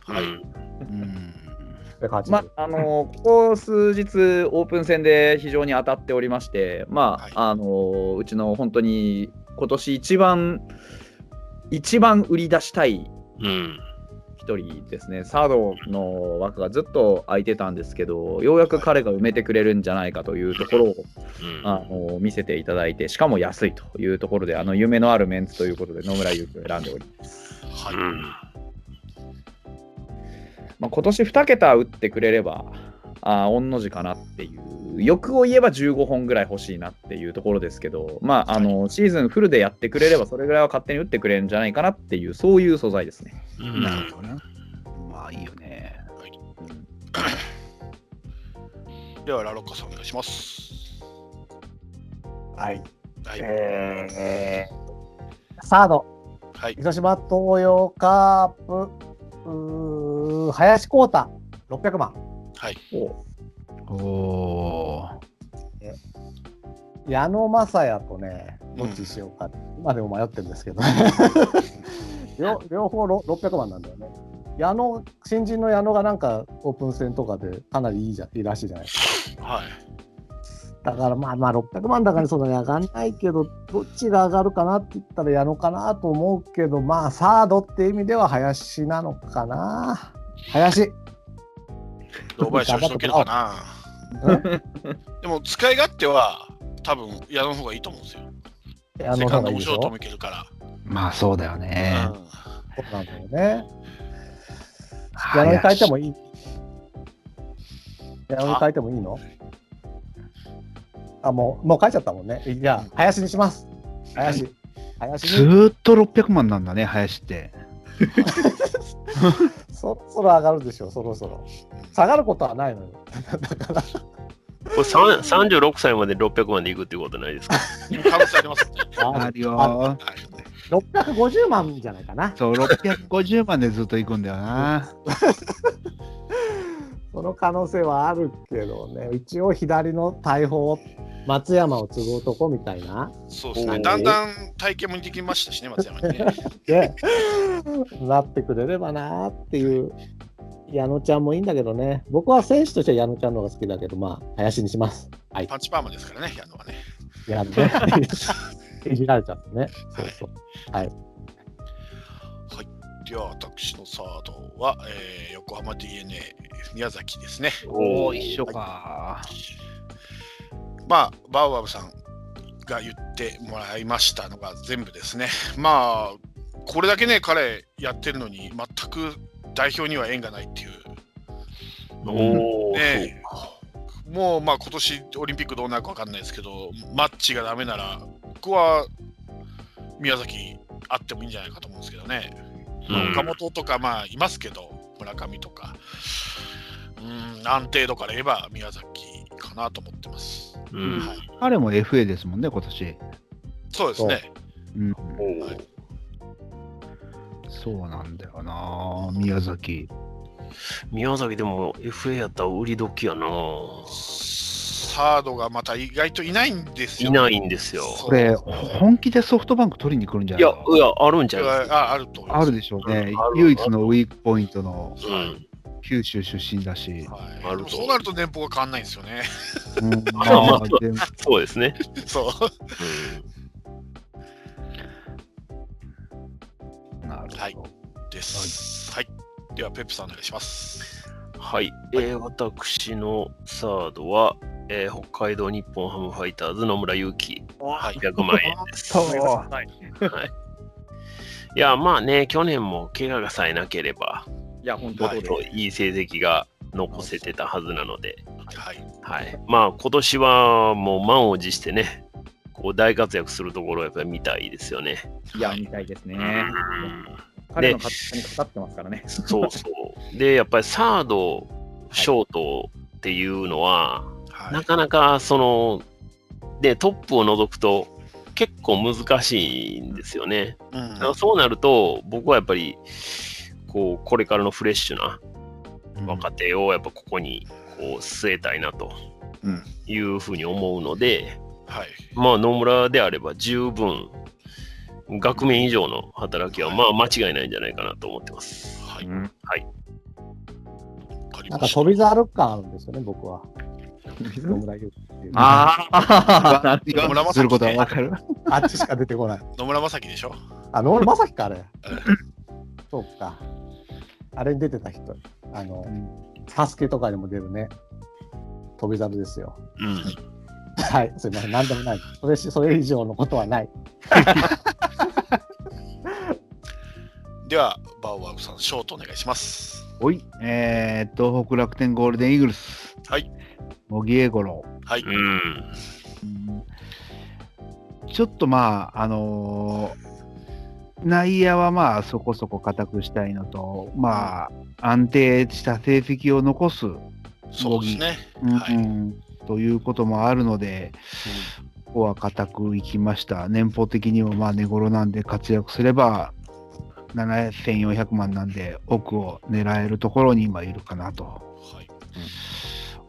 Speaker 2: はい、
Speaker 7: うん
Speaker 5: 180
Speaker 4: まああのーここ数日、オープン戦で非常に当たっておりまして、まあ
Speaker 2: はい
Speaker 4: あのーうちの本当に今年一番、一番売り出したい
Speaker 6: うん。
Speaker 4: 一人ですね、サードの枠がずっと空いてたんですけど、ようやく彼が埋めてくれるんじゃないかというところを
Speaker 6: うん。
Speaker 4: あの見せていただいて、しかも安いというところで、あの夢のあるメンツということで、野村優輝を選んでおります。
Speaker 2: はい、
Speaker 6: うん
Speaker 4: まあ、今年2桁打ってくれれば、あー御の字かなっていう、欲を言えば15本ぐらい欲しいなっていうところですけど、まあ、あのシーズンフルでやってくれれば、それぐらいは勝手に打ってくれるんじゃないかなっていう、そういう素材ですね。
Speaker 6: うん
Speaker 7: なるほどね。まあいいよね。
Speaker 2: ではラロッカさんお願いします
Speaker 5: はい、
Speaker 2: はい、
Speaker 5: えー、サード、
Speaker 2: はい
Speaker 5: 広島東洋カープ、うー林光太、600万。
Speaker 2: はい
Speaker 7: おお
Speaker 5: 矢野雅也とね、どっちにしようか、今でも迷ってるんです けど、両両方ろ600万なんだよね。矢野新人の矢野がなんかオープン戦とかでかなりいいじゃいいらしいじゃないです
Speaker 2: はい
Speaker 5: か。だからまあまあ600万だからそんなに上がんないけど、どっちが上がるかなって言ったら矢野かなと思うけど、まあサードって意味では林なのかな。 林。
Speaker 2: 堂林をしとけるかなでも使い勝手は多分矢野の方がいいと思うんですよ。
Speaker 5: 矢
Speaker 2: セ
Speaker 5: 野
Speaker 2: カン
Speaker 5: さん
Speaker 2: ド面
Speaker 5: がいいでし
Speaker 2: 白いと
Speaker 5: ょ
Speaker 2: も。いけるか
Speaker 7: ー。まあそうだよ
Speaker 2: ら。
Speaker 7: ね。
Speaker 2: うん
Speaker 5: そうなんだよね。矢野に変え
Speaker 7: 林
Speaker 5: てもいい矢野に変えてもいいのあもうもう変えちゃったもんねじゃあ林にします林
Speaker 7: ず
Speaker 5: 林に
Speaker 7: ーっと600万なんだね、林って。
Speaker 5: そろそろ上がるでしょそろそろ下がることはないのよ
Speaker 6: これさん36歳まで600万でいくってことないで すか
Speaker 2: 可能性ありますね。
Speaker 7: あるよ。
Speaker 2: はい
Speaker 5: 650万じゃないかな
Speaker 7: そう、650万でずっと行くんだよな。
Speaker 5: その可能性はあるけどね一応左の大砲松山を継ぐ男みたいな
Speaker 2: そうです
Speaker 6: お
Speaker 2: ね。
Speaker 6: ー
Speaker 2: だんだん体験もできましたしね、松山にね。
Speaker 5: で なってくれればなっていう矢野ちゃんもいいんだけどね僕は選手としては矢野ちゃんの方が好きだけどまあ林にしますはい
Speaker 2: パンチパーマですからね、矢野はね。
Speaker 5: 矢 野ねいじられちゃったねそうそう
Speaker 2: では、私のサードは、えー横浜 DNA 宮崎ですね。
Speaker 7: おお、一緒か。
Speaker 2: まあ、バウアブさんが言ってもらいましたのが全部ですね。まあ、これだけね、彼やってるのに、全く代表には縁がないっていう。
Speaker 6: おお、
Speaker 2: ねえもうまあ今年オリンピックどうなるか分かんないですけど、マッチがダメなら、僕は宮崎あってもいいんじゃないかと思うんですけどね。
Speaker 6: そううん
Speaker 2: 岡本とかまあいますけど、村上とか、うん、安定度から言えば宮崎かなと思ってます。
Speaker 6: うん
Speaker 2: はい、
Speaker 7: 彼も FA ですもんね、今年。
Speaker 2: そうですね。
Speaker 7: うん、
Speaker 6: おお
Speaker 7: そうなんだよな、宮崎。
Speaker 6: 宮崎でも FA やったら売り時やな
Speaker 2: サードがまた意外といないんですよ。
Speaker 6: いないんですよ
Speaker 2: そう
Speaker 7: これ、本気でソフトバンク取りに来るんじゃ
Speaker 6: い
Speaker 7: ない
Speaker 6: や
Speaker 7: の
Speaker 6: いやあるんちゃいます
Speaker 2: ああると思いま
Speaker 7: あ
Speaker 2: す
Speaker 7: るでしょうね
Speaker 6: うんあ。る
Speaker 7: 唯一のウィークポイントの
Speaker 6: うん
Speaker 7: 九州出身だし。
Speaker 2: はい、
Speaker 6: ある
Speaker 2: で
Speaker 6: と
Speaker 2: もそうなると年俸が変わんないんですよ ね。
Speaker 7: うんま
Speaker 6: あまあ
Speaker 7: あで
Speaker 6: そうですね、
Speaker 2: そう。
Speaker 7: なる
Speaker 2: はい
Speaker 7: ほど。
Speaker 2: です。はい。では、ペップさんお願いします。
Speaker 6: うんはい、えー私のサードは、えー北海道日本ハムファイターズ野村祐希
Speaker 2: はい。
Speaker 6: 100万円です
Speaker 7: そう
Speaker 6: はい、いやまあね去年も怪我がさえなければ
Speaker 4: いや、本当
Speaker 6: も
Speaker 4: そ
Speaker 6: っ
Speaker 4: うです
Speaker 6: といい成績が残せてたはずなので、
Speaker 2: はい。
Speaker 6: はい、まあ今年はもう満を持してねこう大活躍するところをやっぱり見たいですよね。
Speaker 4: いや、みたいですね。
Speaker 6: うん
Speaker 4: 彼の活躍にかかってますからね。
Speaker 6: そうそう。で、やっぱりサード、ショートっていうのは、
Speaker 2: は、
Speaker 6: ないかなかその、で、トップを除くと結構難しいんですよね。だからそうなると、僕はやっぱり、こう、これからのフレッシュな若手をやっぱここにこう据えたいなと
Speaker 2: うん
Speaker 6: いうふうに思うので、
Speaker 2: はい、
Speaker 6: まあ野村であれば十分、額面以上の働きはまあ間違いないんじゃないかなと思ってます。
Speaker 2: はい、
Speaker 4: うん
Speaker 2: わかり
Speaker 5: なん
Speaker 2: ま
Speaker 5: か
Speaker 2: した。
Speaker 5: 飛び猿感あるんですよね、僕は。野
Speaker 4: うん
Speaker 5: 村優っていう。
Speaker 4: ああ、 なるほど
Speaker 2: 野村正
Speaker 7: する
Speaker 2: 樹
Speaker 7: ことは
Speaker 2: ね
Speaker 7: わかる。
Speaker 5: あっちしか出てこない。
Speaker 2: 野村正樹でしょ。
Speaker 5: あ、野村正樹か、あれ。そうか。あれに出てた人。あの、サスケとかにも出るね。飛び猿ですよ。
Speaker 6: うん。
Speaker 5: はい、すみません、なんでもない。それし、それ以上のことはない。
Speaker 2: ではバウアーさんショートお願いします。
Speaker 7: おい、えー、東北楽天ゴールデンイーグルス。
Speaker 2: はい。
Speaker 7: 茂木英五郎。
Speaker 2: はい、
Speaker 6: うん。
Speaker 7: うんちょっとまあ、あのー内野はまあそこそこ固くしたいのと、まあ、安定した成績を残す、
Speaker 2: そうですね。
Speaker 7: うんうん
Speaker 2: はい
Speaker 7: ということもあるので、ここは固くいきました。年俸的にもまあ寝頃なんで活躍すれば、7400万なんで奥を狙えるところに今いるかなと
Speaker 2: はい、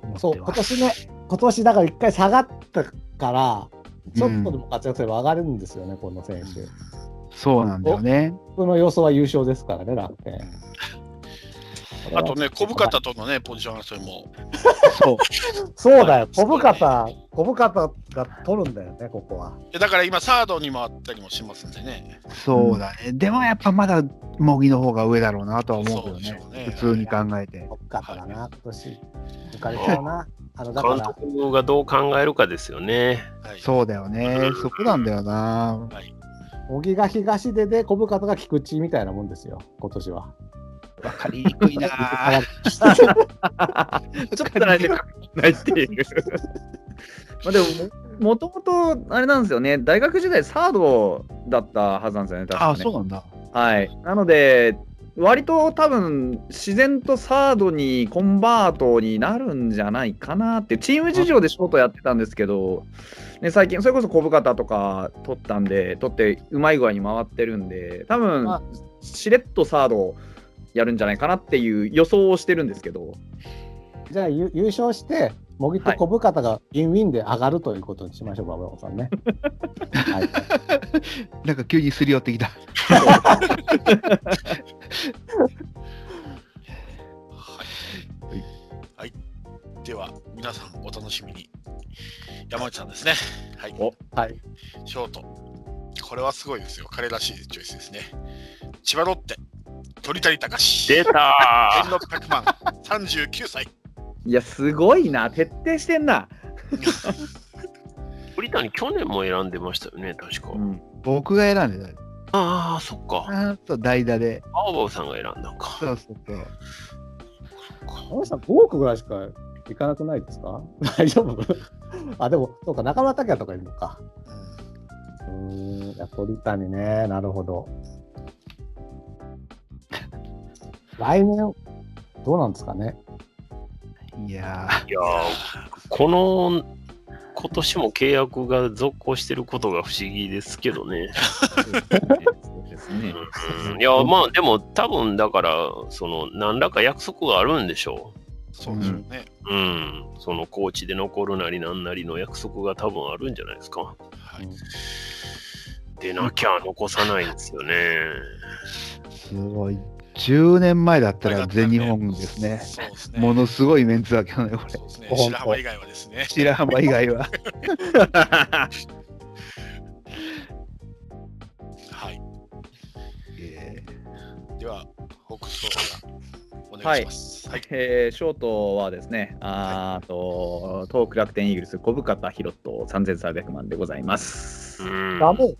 Speaker 7: 思
Speaker 5: そ
Speaker 7: っ
Speaker 5: う、
Speaker 7: て
Speaker 5: 今
Speaker 7: ます。
Speaker 5: 年ね、今年だから一回下がったから、ちょっと
Speaker 7: う
Speaker 5: で
Speaker 7: ん
Speaker 5: も活躍すれば上がるんですよね、この選手。
Speaker 7: そうなんだよね。
Speaker 5: 僕の予想は優勝ですからね、楽天。
Speaker 2: あとね、小深田とのね、ポジション争いも、
Speaker 7: そう。
Speaker 5: そうだよ、小深田、小深田が取るんだよね、ここは。
Speaker 2: えだから今、サードにもあったりもしますんでね、
Speaker 7: そうだね、でもやっぱまだ茂木の方が上だろうなとは思うけ
Speaker 2: そ
Speaker 7: ど
Speaker 2: う
Speaker 7: ね
Speaker 2: でしょうね
Speaker 7: 普通に考えて、
Speaker 5: 小深田だな、今年。抜かれちゃうな。あの、だか
Speaker 6: 監
Speaker 5: ら、
Speaker 6: 督がどう考えるかですよね。
Speaker 2: はい、
Speaker 7: そうだよねそこなんだよな
Speaker 5: 小木が東出で小深田が菊池みたいなもんですよ、今年は。
Speaker 7: わかりにくいな
Speaker 4: ちょっとなんでないっていう。 まあでも、もともとあれなんですよね、大学時代サードだったはずなんですよね、確か
Speaker 7: あ
Speaker 4: ね。
Speaker 7: そうなんだ
Speaker 4: はい。なので、割と多分自然とサードにコンバートになるんじゃないかなってチーム事情でショートやってたんですけど、ね、最近それこそ小深田とか取ったんで取ってうまい具合に回ってるんで多分
Speaker 5: あ
Speaker 4: しれっとサードやるんじゃないかなっていう予想をしてるんですけど
Speaker 5: じゃあ、ゆ優勝して、茂木と小深田がウィンウィンで上がるということにしましょう、馬場さ んね。はい。
Speaker 7: なんか急にすり寄ってきた
Speaker 2: はいはい、では、皆さんお楽しみに。山内さんですね。はい、
Speaker 4: お
Speaker 5: はい
Speaker 2: ショート。これはすごいですよ。彼らしいチョイスですね。千葉ロッテ、鳥谷隆史。
Speaker 6: 出 た
Speaker 2: 1600万、39歳。
Speaker 4: いやすごいな徹底してんな、
Speaker 6: ー鳥谷去年も選んでましたよね、確か。
Speaker 7: 僕が選んでた
Speaker 6: ああ、そっか。
Speaker 7: あーと代打で
Speaker 6: 青葉さんが選んだのか。
Speaker 7: そうそうそう
Speaker 5: 山内さん、5億ぐらいしかいかなくないですか 大丈夫あ、でも、そうか、中村拓也とかいるのか。うーん、いや鳥谷ね、なるほど。来年、どうなんですかね。
Speaker 7: いや
Speaker 6: いやーこの、今年も契約が続行してることが不思議ですけどね。
Speaker 4: そうですね
Speaker 6: うんいや、まあでも多分だから、その、何らか約束があるんでしょ
Speaker 2: そうですよね。
Speaker 6: う。うん。その、コーチで残るなりなんなりの約束が多分あるんじゃないですか。
Speaker 2: はい、
Speaker 6: でなきゃ残さないんですよね。
Speaker 7: ーすごい10年前だったら全日本ですね
Speaker 2: そうですね。
Speaker 7: ものすごいメンツだけどねこれ
Speaker 2: そうですね白浜以外はですね。
Speaker 7: 白浜以外は
Speaker 2: はい。
Speaker 7: え
Speaker 2: では、ホークス投手がお願いします。はい。
Speaker 4: えーショートはですね、あーと東北楽天イーグルス、小深田博人3300万でございます。
Speaker 6: うん。
Speaker 11: ダメ。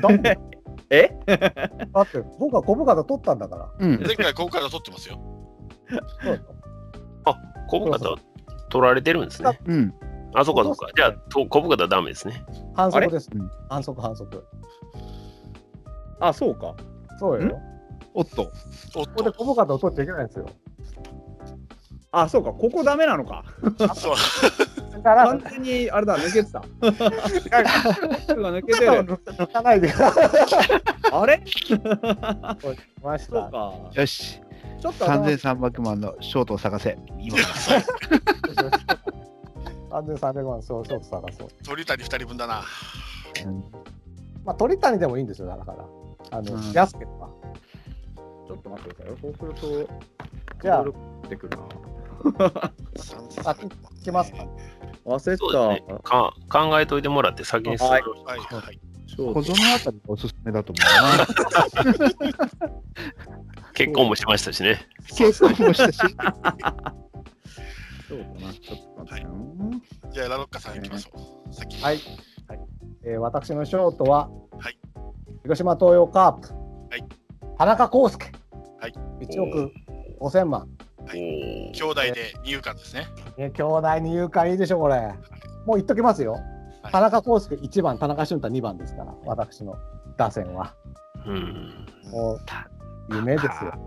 Speaker 11: ダメだ
Speaker 4: え
Speaker 11: って、僕は小深田取ったんだから。
Speaker 7: ーうん
Speaker 2: 前回、ここから取ってますよ。
Speaker 6: 小深田取られてるんですね。
Speaker 7: うん
Speaker 6: あ、そうかそうか。じゃあ、と小深田ダメですね。
Speaker 11: 反
Speaker 4: あれ
Speaker 11: 則です
Speaker 7: うん。
Speaker 11: 反則、反則。
Speaker 4: あ、そうか。
Speaker 11: そうよ。
Speaker 4: おっと。
Speaker 2: おっ
Speaker 5: こことで小深田を取っちゃいけないんですよ。
Speaker 4: あ、そうか、ここダメなのか。
Speaker 2: そう
Speaker 5: だから、
Speaker 4: 完全に、あれだ、抜けてた。抜けて
Speaker 5: 肩を
Speaker 4: る。
Speaker 5: 抜か ないでください。
Speaker 4: あれ
Speaker 5: まし
Speaker 4: そう
Speaker 5: た。
Speaker 4: か。
Speaker 7: よし、
Speaker 5: ちょっと頭が
Speaker 7: 3300万のショートを探せ。今
Speaker 5: 3300万、そう、ショート探そう。
Speaker 2: 鳥谷二人分だな
Speaker 5: まあ、鳥谷でもいいんですよ、だから。あの、
Speaker 7: うん
Speaker 5: 安けとか。
Speaker 4: ちょっと待ってくださいよ。そうすると、
Speaker 5: じゃあ
Speaker 4: いろいろ出てくるな。
Speaker 5: あ、いきますか。
Speaker 4: 忘れて
Speaker 6: そう
Speaker 4: た。
Speaker 6: ですね。か考えといてもらって先に進
Speaker 4: は
Speaker 6: め
Speaker 4: い
Speaker 2: はいはい
Speaker 4: ショー
Speaker 7: 小
Speaker 4: ト
Speaker 7: 園あたりがおすすめだと思う な。
Speaker 6: 結婚もしましたしね。
Speaker 7: 結構もしたし。
Speaker 4: そうかな。ちょっと待ってよ。
Speaker 2: じゃあラロッカさん行きましょう先
Speaker 5: はい。えー私のショートは、
Speaker 2: はい
Speaker 5: 広島東洋カープ、
Speaker 2: い
Speaker 5: 田中康介、
Speaker 2: はい
Speaker 5: 1億5000万、
Speaker 2: はい
Speaker 6: おー
Speaker 2: 兄弟で二遊間ですね
Speaker 5: ね、兄弟に言うかいいでしょ、これ。もう言っときますよ、
Speaker 2: はい
Speaker 5: 田中康介1番、田中俊太2番ですから、私の打線は。
Speaker 6: うん。
Speaker 5: もう夢ですよ。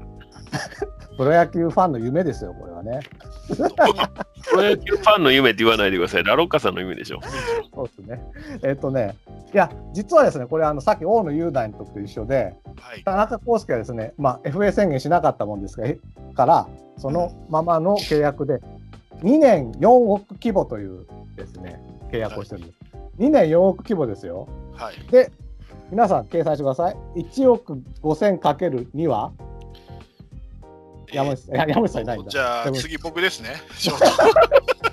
Speaker 5: プロ野球ファンの夢ですよ、これはね。
Speaker 6: プロ野球ファンの夢って言わないでください。ラロッカさんの夢でしょ。
Speaker 5: そうですね。えっとね、いや、実はですね、これ、あのさっき大野雄大の時と一緒で、
Speaker 2: はい
Speaker 5: 田中康介はですね、まあ、FA 宣言しなかったもんですがから、そのままの契約で、2年4億規模というですね、契約をしてるんです。2年4億規模ですよ。
Speaker 2: はい
Speaker 5: で、皆さん計算してください。1億5000かける2は、山内さんいや山内さんいないんだ
Speaker 2: じゃ
Speaker 5: で
Speaker 2: あ
Speaker 5: も
Speaker 2: 次僕です ねショー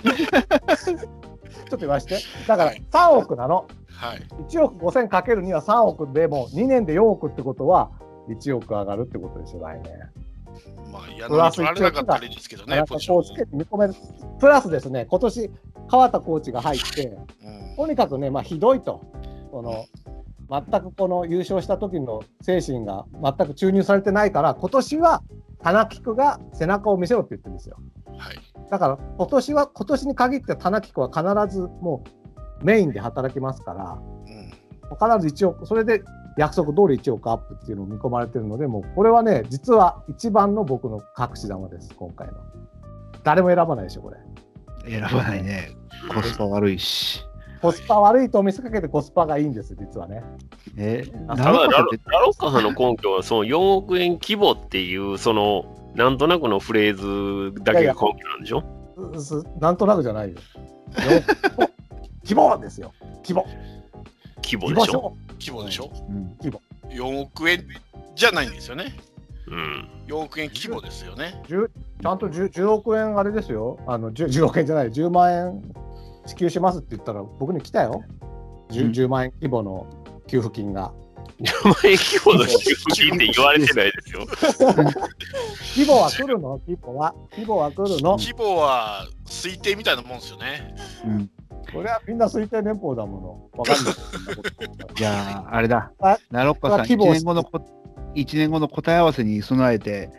Speaker 5: ちょっと言わして。だから
Speaker 2: はい
Speaker 5: 3億なの。
Speaker 2: トはい
Speaker 5: 1億5000かける2は3億でも、2年で4億ってことは、1億上がるってことですよ、来年。
Speaker 2: まあ矢
Speaker 5: プラ
Speaker 2: 野
Speaker 5: ス
Speaker 2: 取られなかったらあれですけど
Speaker 5: 田
Speaker 2: ね
Speaker 5: 中
Speaker 2: ポジ
Speaker 5: 康
Speaker 2: ションを
Speaker 5: 介見込める。プラスですね、今年川田コーチが入って、
Speaker 2: うん
Speaker 5: とにかくね、まあ、ひどいと、この全くこの優勝した時の精神が全く注入されてないから、今年は花菊が背中を見せろって言ってるんですよ。
Speaker 2: はい
Speaker 5: だから今年は、今年に限って花菊は必ずもうメインで働きますか
Speaker 2: う
Speaker 5: ら、
Speaker 2: ん
Speaker 5: 必ず1億、それで約束通り1億アップっていうのを見込まれてるので、もうこれはね、実は一番の僕の隠し玉です、今回の。誰も選ばないでしょ、これ。
Speaker 7: 選ばないね。コスパ悪いし。
Speaker 5: コスパ悪いと見せかけてコスパがいいんです、実はね。
Speaker 7: え、
Speaker 5: あ
Speaker 6: ただ
Speaker 7: 長
Speaker 6: ラ
Speaker 7: か
Speaker 6: ロ
Speaker 7: ったって
Speaker 6: ラロッカさんの根拠は、その4億円規模っていう、その、なんとなくのフレーズだけが根拠なんでしょ
Speaker 5: うすなんとなくじゃないよ。 よ希望ですよ。希望。
Speaker 6: 規模
Speaker 5: 希
Speaker 6: で
Speaker 5: 望
Speaker 6: しょ
Speaker 5: 書。
Speaker 2: 規模でしょ
Speaker 7: うん
Speaker 2: 4億円じゃないんですよね
Speaker 6: うん。
Speaker 2: 4億円規模ですよね
Speaker 5: 10ちゃんと 10, 10億円あれですよ。あの 10, 10億円じゃない、10万円支給しますって言ったら、僕に来たよ。
Speaker 7: う
Speaker 5: 10,
Speaker 7: ん
Speaker 5: 10万円規模の給付金が。
Speaker 6: 名前規模の給付金って言われてないですよ。
Speaker 5: 規模は来るの規模は。規模は来るの。
Speaker 2: 規模は推定みたいなもんですよね
Speaker 7: うん。
Speaker 5: これはみんな推定年俸だもの。わかんない。
Speaker 7: じゃあ、あれだ
Speaker 5: あ。
Speaker 7: ナロッカさん、1
Speaker 5: これは希望
Speaker 7: 年後のこ、一年後の答え合わせに備えて、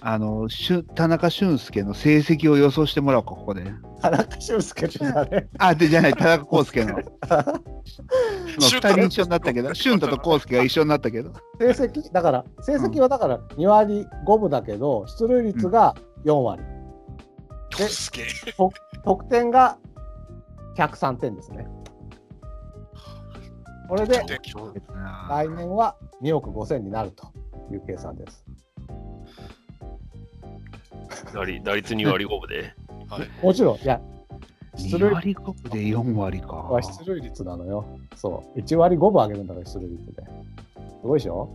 Speaker 7: あの、しゅ田中俊介の成績を予想してもらおうか、ここで。
Speaker 5: 田中俊介って 誰
Speaker 7: あ、で、 じゃない、田中康介の。2人一緒になったけど、俊太と康介が一緒になったけど。
Speaker 5: 成績、だから、成績はだから2割5分だけど、出塁率が4割。
Speaker 2: トスケ
Speaker 5: 得点が103点ですね。これで 来年は2億5000になるという計算です。
Speaker 6: 打率打率2割5分で。
Speaker 5: もちろん、いや、出
Speaker 7: 2
Speaker 5: 塁
Speaker 7: 割5分で4割か。
Speaker 5: は出塁率なのよ。そう。1割5分上げるんだから、出塁率で。すごいでしょ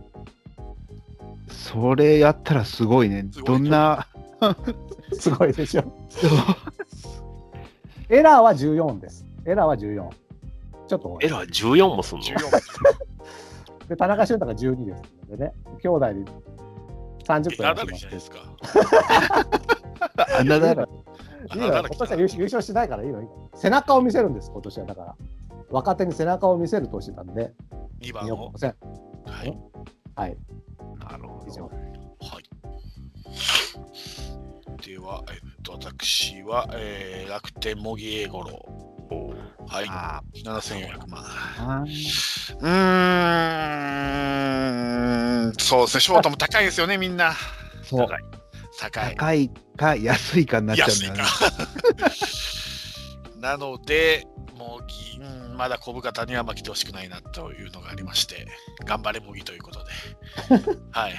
Speaker 7: それやったらすごいね
Speaker 2: す。ごい
Speaker 7: どんな。
Speaker 5: すごいでしょエラーは14です。エラーは14。ちょっと多
Speaker 6: エ
Speaker 5: い。
Speaker 6: ラー14もすんの
Speaker 2: 14
Speaker 5: で、田中俊太が12ですのでね、兄弟で30分
Speaker 2: なだ
Speaker 5: や
Speaker 2: ら
Speaker 5: って
Speaker 2: け
Speaker 5: ま
Speaker 2: じ
Speaker 5: す
Speaker 2: ゃないですか
Speaker 7: あんな だら
Speaker 5: いいのよ今年は優勝優勝しないからいいのよ背中を見せるんです、今年はだから。若手に背中を見せる年なんで、
Speaker 2: 2番
Speaker 5: 2
Speaker 2: を
Speaker 5: 億5000。
Speaker 2: はい
Speaker 5: はい、
Speaker 7: なるほ
Speaker 5: 以上
Speaker 7: ど。。
Speaker 2: はい。では、えっと、私は、えー、楽天茂木英五郎。はい、
Speaker 7: あ
Speaker 2: 7400万。
Speaker 7: あ、
Speaker 2: うーん、そうですね、ショートも高いんですよね、みんな。
Speaker 7: そう
Speaker 6: 高い
Speaker 2: 高い。
Speaker 7: 高いか安いかになっちゃうん
Speaker 2: 安
Speaker 7: だ
Speaker 2: い
Speaker 7: よ
Speaker 2: か
Speaker 7: ね。。
Speaker 2: なので、もうぎ、うんまだ小深田にはまあ来てほしくないなというのがありまして、頑張れもぎということで、 はい。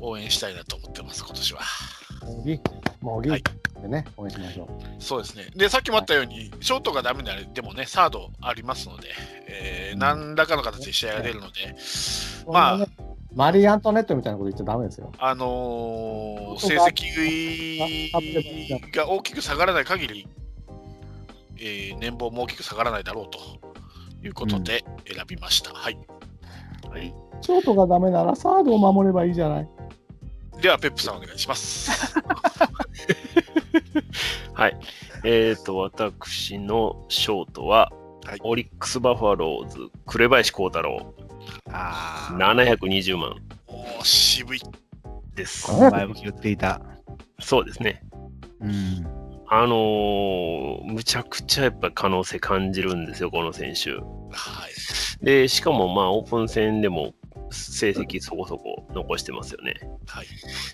Speaker 2: 応援したいなと思ってます、今年は。
Speaker 5: もぎ、もぎ
Speaker 2: は
Speaker 5: で
Speaker 2: い
Speaker 5: ね、応援しましょう。
Speaker 2: そうですね。で、さっきもあったように、ショートがダメであれでもね、サードありますので、えー何らかの形で試合が出るので、まあ、
Speaker 5: マリー・アントネットみたいなこと言っちゃダメですよ。
Speaker 2: あのー成績が大きく下がらない限り、えー年俸も大きく下がらないだろうということで選びました。はい。
Speaker 5: ショートがダメならサードを守ればいいじゃない。
Speaker 2: では、ペップさんお願いします。
Speaker 6: はい。えっ、と、私のショートは、
Speaker 2: はい
Speaker 6: オリックス・バファローズ、紅林幸太郎、
Speaker 7: あ
Speaker 6: 720万
Speaker 2: おー渋い。
Speaker 6: です
Speaker 7: あ、。前も言っていた。
Speaker 6: そうですね。
Speaker 7: うん。
Speaker 6: あのーむちゃくちゃやっぱ可能性感じるんですよ、この選手。
Speaker 2: はい。
Speaker 6: で、しかもまあ、オープン戦でも成績そこそこ残してますよね。
Speaker 2: はい。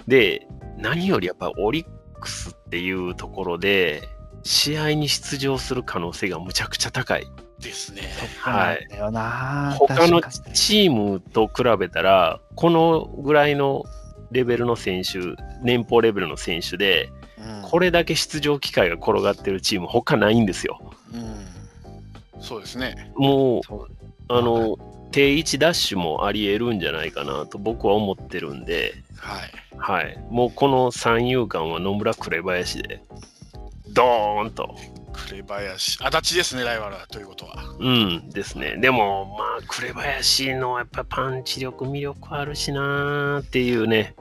Speaker 6: で、何よりやっぱオリックスっていうところで、試合に出場する可能性がむちゃくちゃ高い。
Speaker 2: ですね。
Speaker 6: はい。
Speaker 7: だよな。
Speaker 6: 他の
Speaker 7: 確かに
Speaker 6: チームと比べたら、このぐらいのレベルの選手、年俸レベルの選手で、
Speaker 2: うん
Speaker 6: これだけ出場機会が転がってるチーム、他ないんですよ。
Speaker 2: うん。そうですね。
Speaker 6: もう
Speaker 7: そう、
Speaker 6: あの、定位置ダッシュもあり得るんじゃないかなと僕は思ってるんで、
Speaker 2: はい。
Speaker 6: はい。もうこの三遊間は野村紅林で、ドーンと。
Speaker 2: 紅林。足立ですね、ライバルは。ということは。
Speaker 6: うんですね。でも、まあ、紅林のやっぱパンチ力、魅力あるしなーっていうね。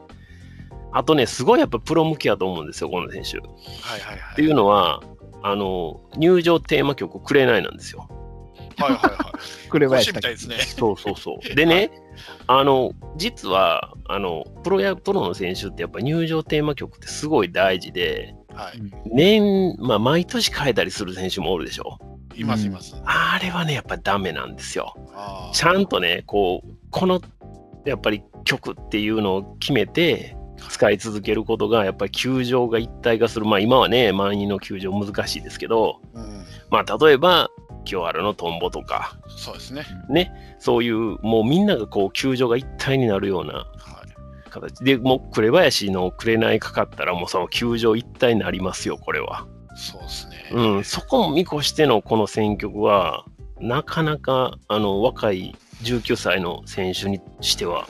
Speaker 6: あとね、すごいやっぱプロ向きだと思うんですよ、この選手。っ
Speaker 2: はいはいはい。
Speaker 6: ていうのは、あの、入場テーマ曲、紅なんですよ。
Speaker 2: はいはいはい。
Speaker 7: 紅
Speaker 2: 帽
Speaker 7: 林
Speaker 2: 子
Speaker 7: だ
Speaker 2: み
Speaker 7: った
Speaker 2: い
Speaker 7: け
Speaker 2: ですね。
Speaker 6: そうそうそう。でね、あの、実は、あの、プロや、プロの選手ってやっぱ入場テーマ曲ってすごい大事で、
Speaker 2: はい。
Speaker 6: 年、まあ、毎年変えたりする選手もおるでしょ。
Speaker 2: いますいます。
Speaker 6: あれはね、やっぱダメなんですよ。
Speaker 2: あ
Speaker 6: ちゃんとね、こう、このやっぱり曲っていうのを決めて、使い続けることが、やっぱり球場が一体化する、まあ今はね、満員の球場難しいですけど、
Speaker 2: あ、うん。
Speaker 6: まあ例えば、清原のトンボとか、
Speaker 2: そうですね。
Speaker 6: そういう、もうみんながこう、球場が一体になるような
Speaker 2: はい。
Speaker 6: 形で、もう、紅林の紅かかったら、もうその球場一体になりますよ、これは。
Speaker 2: そうですね。
Speaker 6: うん、そこも見越してのこの選曲は、なかなかあの若い19歳の選手にしては、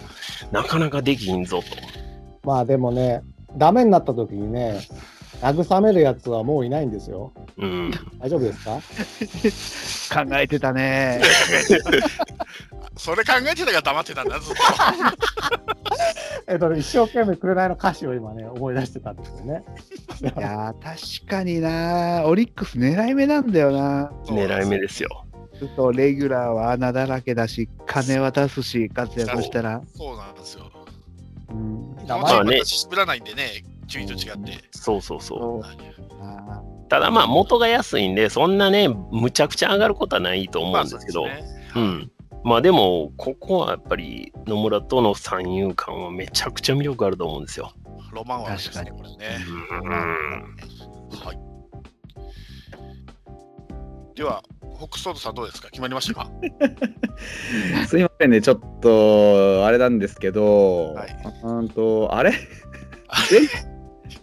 Speaker 6: なかなかできひんぞと。
Speaker 5: まあでもね、ダメになった時にね、慰めるやつはもういないんですよ。
Speaker 6: うん、
Speaker 5: 大丈夫ですか
Speaker 7: 考えてたね。
Speaker 2: それ考えてたから黙ってたんだ、ずっと。
Speaker 5: えっとね、一生懸命紅の歌詞を今ね、思い出してたんですよね。
Speaker 7: いやー確かにな。オリックス狙い目なんだよな。
Speaker 6: 狙い目ですよ。
Speaker 7: ちょっとレギュラーは穴だらけだし、金渡すし、活躍したら。
Speaker 2: そうなんですよ。
Speaker 7: うん。
Speaker 2: 名
Speaker 6: ま
Speaker 2: 前
Speaker 6: あ
Speaker 2: は
Speaker 6: ね
Speaker 2: 私ぶらないんでね、順位と違って。
Speaker 6: そうそうそ
Speaker 7: そう
Speaker 2: は
Speaker 7: だな
Speaker 6: う。ただまあ、元が安いんで、そんなね、むちゃくちゃ上がることはないと
Speaker 2: い
Speaker 6: 思うんですけど、
Speaker 2: まあそうですね
Speaker 6: うん。まあでも、ここはやっぱり野村との三遊間はめちゃくちゃ魅力あると思うんですよ。
Speaker 2: ロマンはあるんですね、
Speaker 7: 確
Speaker 2: これね。
Speaker 6: うん。
Speaker 2: はい。では、北総さんどうですか決まりましたか
Speaker 4: すいませんね、ちょっと、あれなんですけど、
Speaker 2: はいう
Speaker 4: ーんと、あれ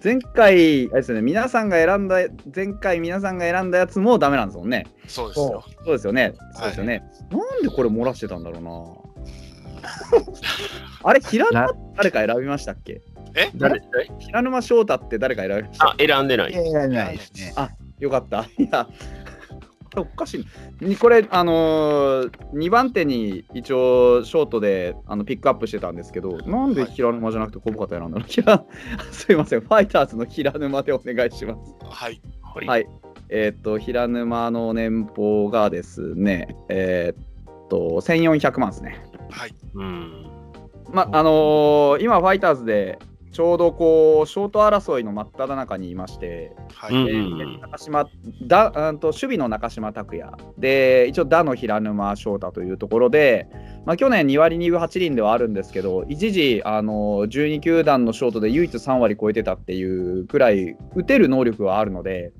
Speaker 4: 前前回、あれですよね、皆さんが選んだ、前回皆さんが選んだやつもダメなんですもんね。
Speaker 2: そうですよ。
Speaker 4: そうですよね、
Speaker 2: い
Speaker 4: そうですよね。なんでこれ漏らしてたんだろ うな。あれ、平
Speaker 7: な
Speaker 4: 沼誰か選びましたっけ
Speaker 6: 誰
Speaker 4: 平沼翔太って誰か選びました
Speaker 6: あ、選んでない。
Speaker 7: 狙い目ないですね。
Speaker 4: よかった。 いや、おかしいな。にこれ、あのー、2番手に一応、ショートであのピックアップしてたんですけど、なんで平沼じゃなくて小深田選んだの 平すいません、ファイターズの平沼でお願いします。
Speaker 2: はい。
Speaker 6: はい
Speaker 4: はい。えーっと、平沼の年俸がですね、えーっと、1400万ですね。
Speaker 2: はい。
Speaker 6: うん。
Speaker 4: まあのー今、ファイターズで、ちょうどこうショート争いの真っ只中にいまして、
Speaker 2: は
Speaker 6: う
Speaker 2: い。
Speaker 6: ん
Speaker 4: えー
Speaker 6: うん
Speaker 4: 中島だうんと守備の中島拓也で一応打の平沼翔太というところで、まあ、去年2割2分8厘ではあるんですけど一時あの12球団のショートで唯一3割超えてたっていうくらい打てる能力はあるので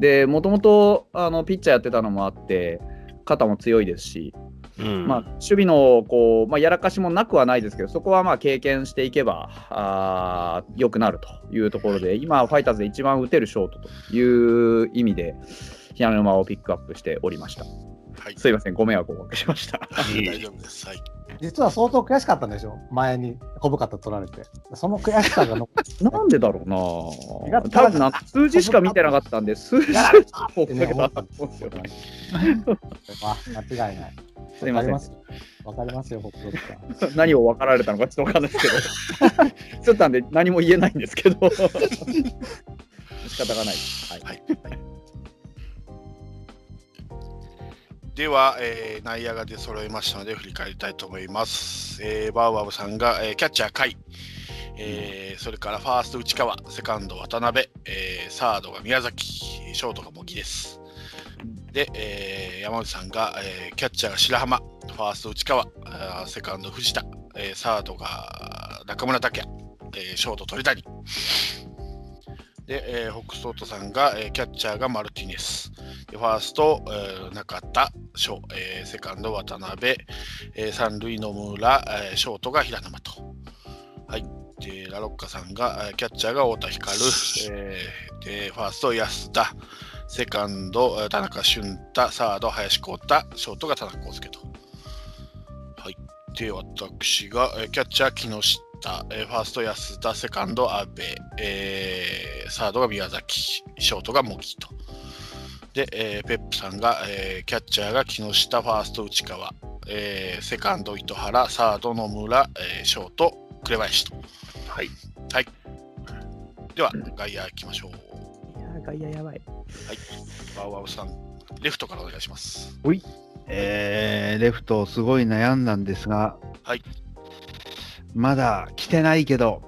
Speaker 4: でもともとあのピッチャーやってたのもあって肩も強いですし
Speaker 6: うん
Speaker 4: まあ、守備のこう、まあ、やらかしもなくはないですけど、そこはまあ経験していけばあー良くなるというところで、今、ファイターズで一番打てるショートという意味で、平沼をピックアップしておりました。
Speaker 2: はい。
Speaker 4: すいません、ご迷惑をおかけしました。
Speaker 2: 大丈夫です。はい。
Speaker 5: 実は相当悔しかったんでしょ前に小深田取られて。その悔しさが残っ て
Speaker 4: なんでだろうな、多分な数字しか見てなかったんで、 数字しか追っかけたと思うんですよね
Speaker 5: あ間違いない。
Speaker 4: すいません
Speaker 5: わかりますよ。わかりますよ、北斗さん。
Speaker 4: 何を分かられたのかちょっと分かんないです けど、ちょっとなんで何も言えないんですけど、 仕方がないです。はい
Speaker 2: では、えー、内野が出揃いましたので振り返りたいと思います。えー、バウアブさんが、えー、キャッチャー甲斐、えー、それからファースト内川、セカンド渡辺、えー、サードが宮崎、ショートが茂木です。で、えー、山内さんが、えー、キャッチャーが白浜、ファースト内川、あーセカンド藤田、えー、サードが中村拓也、えー、ショート鳥谷。で、えー、北総トさんが、えー、キャッチャーがマルティネス、でファースト、えー、中田、ショえーセカンド渡辺、えー三塁野村、えーショートが平沼と。はい。で、ラロッカさんが、えーキャッチャーが太田光、えーで、ファースト安田、セカンドえー田中俊太、サード林光太、ショートが田中康介と。はい。で、私が、えーキャッチャー木下、えーファースト安田、セカンド阿部、えーサードが宮崎、ショートが茂木と。で、えーペップさんが、えーキャッチャーが木下、ファースト内川、えーセカンド糸原、サード野村、えーショート紅林と。
Speaker 6: はい。
Speaker 2: はい。では、外野行きましょう。
Speaker 4: 外野やば
Speaker 2: は
Speaker 4: い。
Speaker 2: い。バウアウさん、レフトからお願いします。
Speaker 7: えーレフトすごい悩んだんですが、
Speaker 2: はい
Speaker 7: まだ来てないけど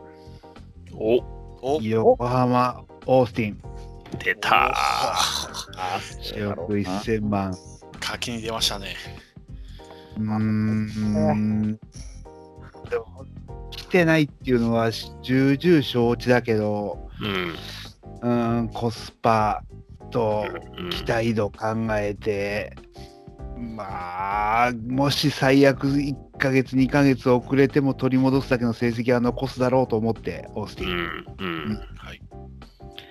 Speaker 6: お
Speaker 2: お
Speaker 7: 横浜オースティン
Speaker 6: 出た
Speaker 7: 1億1000万
Speaker 2: 課金に出ましたね。
Speaker 7: うーんでも来てないっていうのは重々承知だけど
Speaker 6: うん
Speaker 7: うーんコスパと
Speaker 6: うん
Speaker 7: 期待度考えてまあもし最悪1ヶ月2ヶ月遅れても取り戻すだけの成績は残すだろうと思ってオーステ
Speaker 6: う
Speaker 7: ィン、
Speaker 6: んうん
Speaker 2: はい。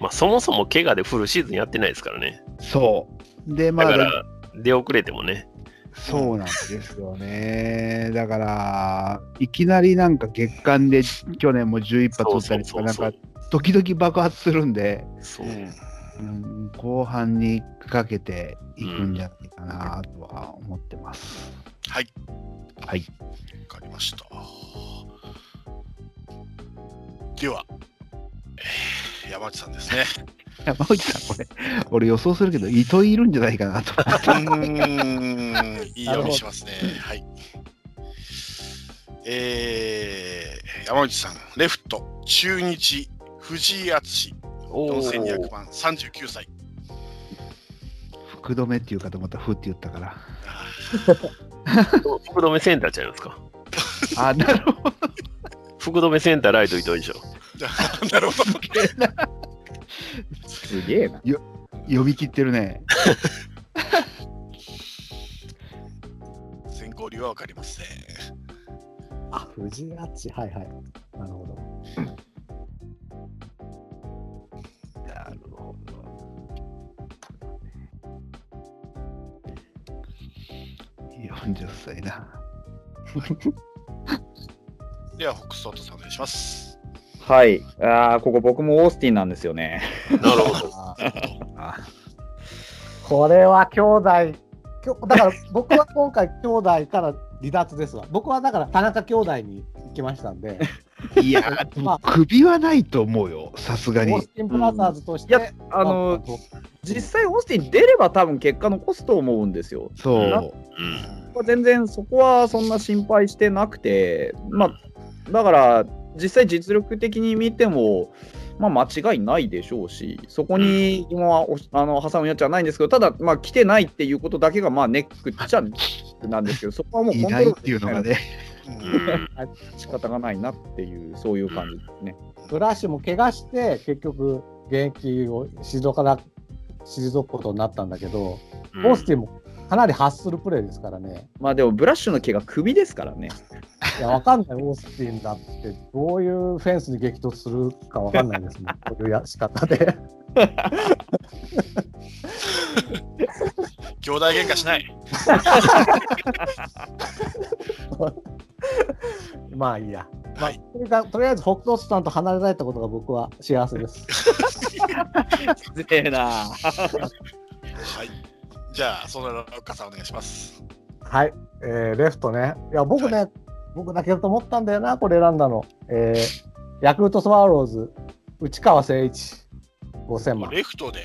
Speaker 6: まあそもそも怪我でフルシーズンやってないですからね
Speaker 7: そうでま
Speaker 6: だ
Speaker 7: あ
Speaker 6: から出遅れてもね
Speaker 7: そうなんですよね。だから、いきなりなんか月間で去年も11発
Speaker 6: そ
Speaker 7: 打
Speaker 6: う
Speaker 7: った
Speaker 6: そう
Speaker 7: りと
Speaker 6: そ
Speaker 7: か、
Speaker 6: う
Speaker 7: なん
Speaker 6: そ
Speaker 7: か
Speaker 6: う
Speaker 7: 時々爆発するんで、
Speaker 6: そう
Speaker 7: うん後半にかけていくんじゃないかなとは思ってます。
Speaker 2: はい。
Speaker 7: はい。
Speaker 2: わかりました。では、えー山内さんですね。
Speaker 7: 山内さん、これ、俺予想するけど、糸井いるんじゃないかなと。
Speaker 2: うーん、いいようにしますね。はい。えー、山内さん、レフト、中日、藤井敦
Speaker 6: お
Speaker 2: 4200万、39歳。
Speaker 7: 福留っていうかと思ったら、ふって言った から。
Speaker 2: あ
Speaker 6: 福留センターちゃいますか
Speaker 7: あ、なるほ
Speaker 6: 福留センターライト糸井でしょ
Speaker 2: ーなるほど。
Speaker 4: すげえな。
Speaker 7: ど。呼び切ってるね。
Speaker 2: 先行理由はわかりません。
Speaker 8: あ、藤井八、はいはい。なるほど。
Speaker 7: なるほど。40歳な。
Speaker 2: では、北総とさんお願いします。
Speaker 4: はい。ああ、ここ僕もオースティンなんですよね。
Speaker 6: なるほど
Speaker 5: これは兄弟。きょだから僕は今回兄弟から離脱ですわ。僕はだから田中兄弟に行きましたんで、
Speaker 7: いやー、でも首はないと思うよ、さす
Speaker 5: オ
Speaker 7: がに
Speaker 5: ー。スティンブラザーズとし
Speaker 4: いや
Speaker 5: て、、
Speaker 4: あの、実際オースティン出れば多分結果残すと思うんですよ。
Speaker 7: そう。
Speaker 6: うん
Speaker 4: 全然そこはそんな心配してなくて、まあ、だから、実際実力的に見ても、まあ、間違いないでしょうし、そこに今はおあの挟むやつはないんですけど、ただ、まあ、来てないっていうことだけがまあネックっちゃネックなんです けど、そこはもう
Speaker 7: い
Speaker 4: コント
Speaker 7: な
Speaker 4: ロー
Speaker 7: い
Speaker 4: ル
Speaker 7: っていうのがね。
Speaker 6: うん
Speaker 4: 仕方がないなっていう、そういう感じですね。
Speaker 5: フラッシュも怪我して、結局、現役を静から退くことになったんだけど、オースティンもかなり発するプレーですからね。
Speaker 4: まあでも、ブラッシュの毛が首ですからね。
Speaker 5: いや、わかんない、オースティンだって、どういうフェンスに激突するかわかんないですね、こういうや仕方で。
Speaker 2: 兄弟喧嘩しない。
Speaker 5: まあいいや。まあ、とりあえずとりあえず北斗さんと離れられたことが僕は幸せです。
Speaker 4: 失礼な。
Speaker 2: はい。じゃあ、そのラッカさんお願いします。
Speaker 5: はい、えーレフトね。いや、僕ね、僕だけだと思ったんだよな、これ選んだの。えーヤクルトスワローズ、内川誠一、5000万。
Speaker 2: レフトで。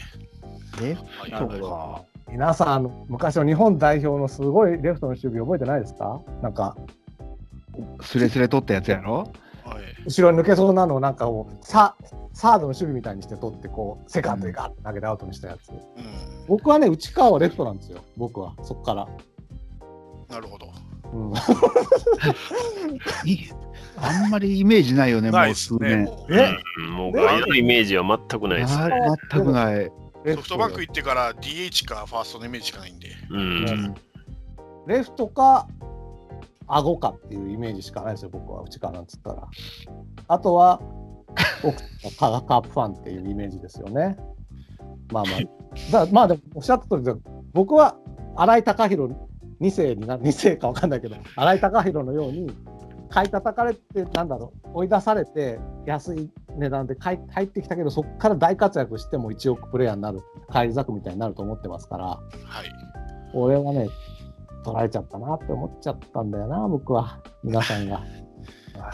Speaker 7: え
Speaker 2: はい
Speaker 4: なるほど
Speaker 7: か。
Speaker 5: 皆さんあの、昔の日本代表のすごいレフトの守備覚えてないですかなんか、
Speaker 7: スレスレ取ったやつやろ
Speaker 2: はい
Speaker 5: 後ろに抜けそうなのをなんかもう、ササードの守備みたいにして取って、こう、セカンドにガッて投げてアウトにしたやつ。
Speaker 2: うん
Speaker 5: 僕はね、内川はレフトなんですよ、僕は、そっから。
Speaker 2: なるほど。
Speaker 5: うん
Speaker 7: いあんまりイメージないよね、も
Speaker 2: ないうっす
Speaker 7: 数
Speaker 2: ね
Speaker 7: 年。
Speaker 5: え
Speaker 6: うんもう外野のイメージは全くないです。
Speaker 7: あ全くない。
Speaker 5: レ
Speaker 2: ソフトバンク行ってから DH かファーストのイメージしかないんで。
Speaker 6: うん。
Speaker 5: レフトか、顎かっていうイメージしかないですよ、僕は、内川なんつったら。あと は、奥のカーカープファンっていうイメージですよね。まあまあ、だまあでも、おっしゃった通りで、僕は新井貴弘2世にな、2世かわかんないけど、新井貴弘のように、買い叩かれて、なんだろう、追い出されて、安い値段で買い入ってきたけど、そこから大活躍しても1億プレイヤーになる、返り咲くみたいになると思ってますから。
Speaker 2: はい。
Speaker 5: 俺はね、取られちゃったなって思っちゃったんだよな、僕は、皆さんが。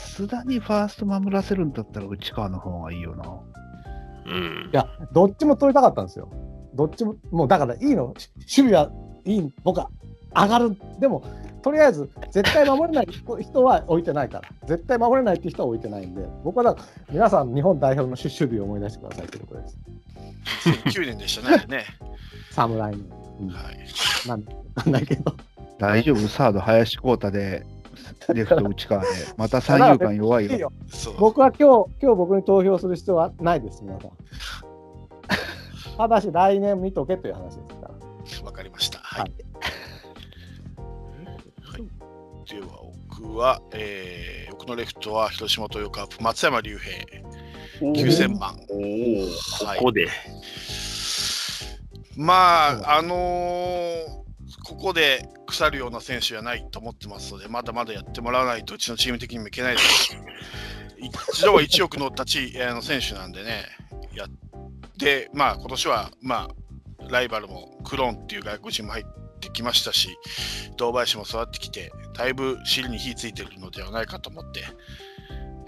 Speaker 7: 増田にファースト守らせるんだったら内川の方がいいよな。
Speaker 6: うん
Speaker 5: い。や、どっちも取りたかったんですよ。どっちも、もうだからいいの、し守備はいい、僕は上がる、でも、とりあえず、絶対守れない人人は置いてないから、絶対守れないって人は置いてないんで、僕はだから、皆さん、日本代表の守備を思い出してくださいということです。
Speaker 2: 2009年でしたね。ね
Speaker 5: 侍の、
Speaker 2: はい。
Speaker 5: なんなんだけど。
Speaker 7: 大丈夫、サード、林光太で、レフト、内川で、また三遊間弱い
Speaker 5: いい
Speaker 7: よ。
Speaker 5: よ
Speaker 2: そう。
Speaker 5: 僕は今日、今日僕に投票する必要はないです、皆 さん。ただし、来年見とけという話ですから。
Speaker 2: わかりました。はい。はい、では、僕は、えー、僕のレフトは広島トヨカープ、松山竜平、9000万。
Speaker 6: おお、
Speaker 2: はい
Speaker 6: ここで。
Speaker 2: まあ、あのーここで腐るような選手じゃないと思ってますので、まだまだやってもらわないと、うちのチーム的にもいけないですし、一度は1億乗ったちあの選手なんでね、やって、まあ、今年は、まあ、ライバルもクローンっていう外国人も入ってきましたし、堂林も育ってきて、だいぶ尻に火ついてるのではないかと思って、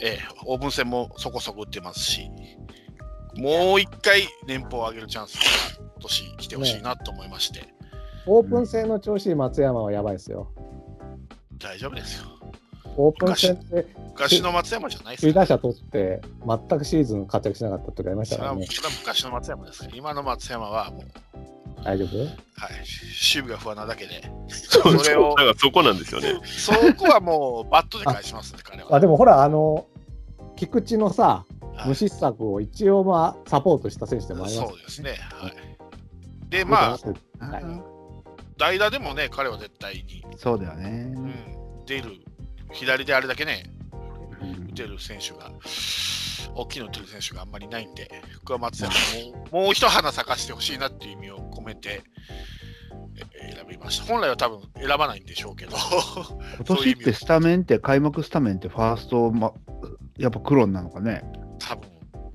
Speaker 2: ええ、オープン戦もそこそこ打ってますし、もう一回年俸を上げるチャンスが今年来てほしいなと思いまして、
Speaker 5: オープン戦の調子いい松山はやばいですよ。
Speaker 2: 大丈夫ですよ。
Speaker 5: オープン戦で
Speaker 2: 昔の松山じゃないです
Speaker 5: 首
Speaker 2: か
Speaker 5: 打者取って、全くシーズン活躍しなかったとかありま
Speaker 2: ら。
Speaker 5: した
Speaker 2: そ
Speaker 5: か
Speaker 2: れは
Speaker 5: らね。
Speaker 2: それは昔の松山ですから、今の松山はもう、
Speaker 5: 大丈夫
Speaker 2: はい、守備が不安なだけで、
Speaker 6: そ
Speaker 2: それを
Speaker 6: だからそこなんですよね。
Speaker 2: そこはもうバットで返しますね、彼は。
Speaker 5: あでもほら、あの、菊池のさ、
Speaker 2: はい
Speaker 5: 無失策を一応まあサポートした選手でもあります
Speaker 2: そうですね。はい、で、まあ、
Speaker 5: はい
Speaker 2: 代打でもね、彼は絶対に、
Speaker 7: そうだよね。
Speaker 2: うん、出る、左であれだけね、
Speaker 7: うん
Speaker 2: 打てる選手が、大きいの打てる選手があんまりないんで、僕は松山にもうもう一花咲かせてほしいなっていう意味を込めてえ選びました。本来は多分選ばないんでしょうけど、
Speaker 7: 今
Speaker 2: そういう
Speaker 7: 年
Speaker 2: 意
Speaker 7: っ
Speaker 2: 味
Speaker 7: てスタメンって、開幕スタメンってファースト、ま、やっぱクロンなのかね。
Speaker 2: 多分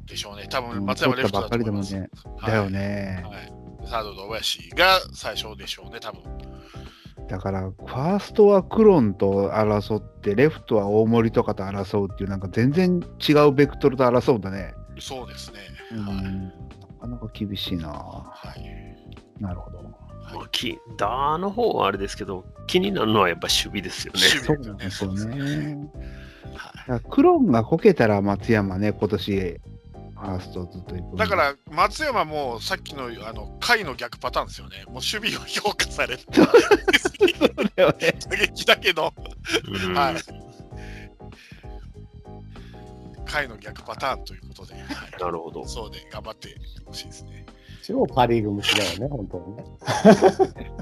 Speaker 2: でしょうね。多
Speaker 7: うん
Speaker 2: 分松山レフトだと思います。
Speaker 7: 取っ
Speaker 2: はい
Speaker 7: だよね。
Speaker 2: はいサードの小林が最初でしょうね、多分
Speaker 7: だから、ファーストはクロンと争って、レフトは大森とかと争うっていう、なんか全然違うベクトルと争うんだね。
Speaker 2: そうですね。
Speaker 7: うん
Speaker 2: はい
Speaker 7: なかなか厳しいな。
Speaker 2: はい
Speaker 7: なるほど。
Speaker 2: は
Speaker 6: きダーの方はあれですけど、気になるのはやっぱ守備ですよ
Speaker 2: い、
Speaker 6: ね。
Speaker 2: 守
Speaker 7: そう
Speaker 2: 備
Speaker 7: なん
Speaker 2: で
Speaker 7: ですす
Speaker 2: よ
Speaker 7: よ
Speaker 2: ね。そうですね
Speaker 7: ね。だからクローンがこけたら松山ね、今年、ファーストずっと行く。
Speaker 2: だか、ら松山もさっきのあの回の逆パターンですよね。もう守備を評価されて 打撃だけど、
Speaker 6: うん
Speaker 2: はい。回の逆パターンということで、はい
Speaker 6: なるほど。
Speaker 2: そうね、頑張ってほしいですね。
Speaker 5: 超パ・リーグ向きだ よね、本当にね。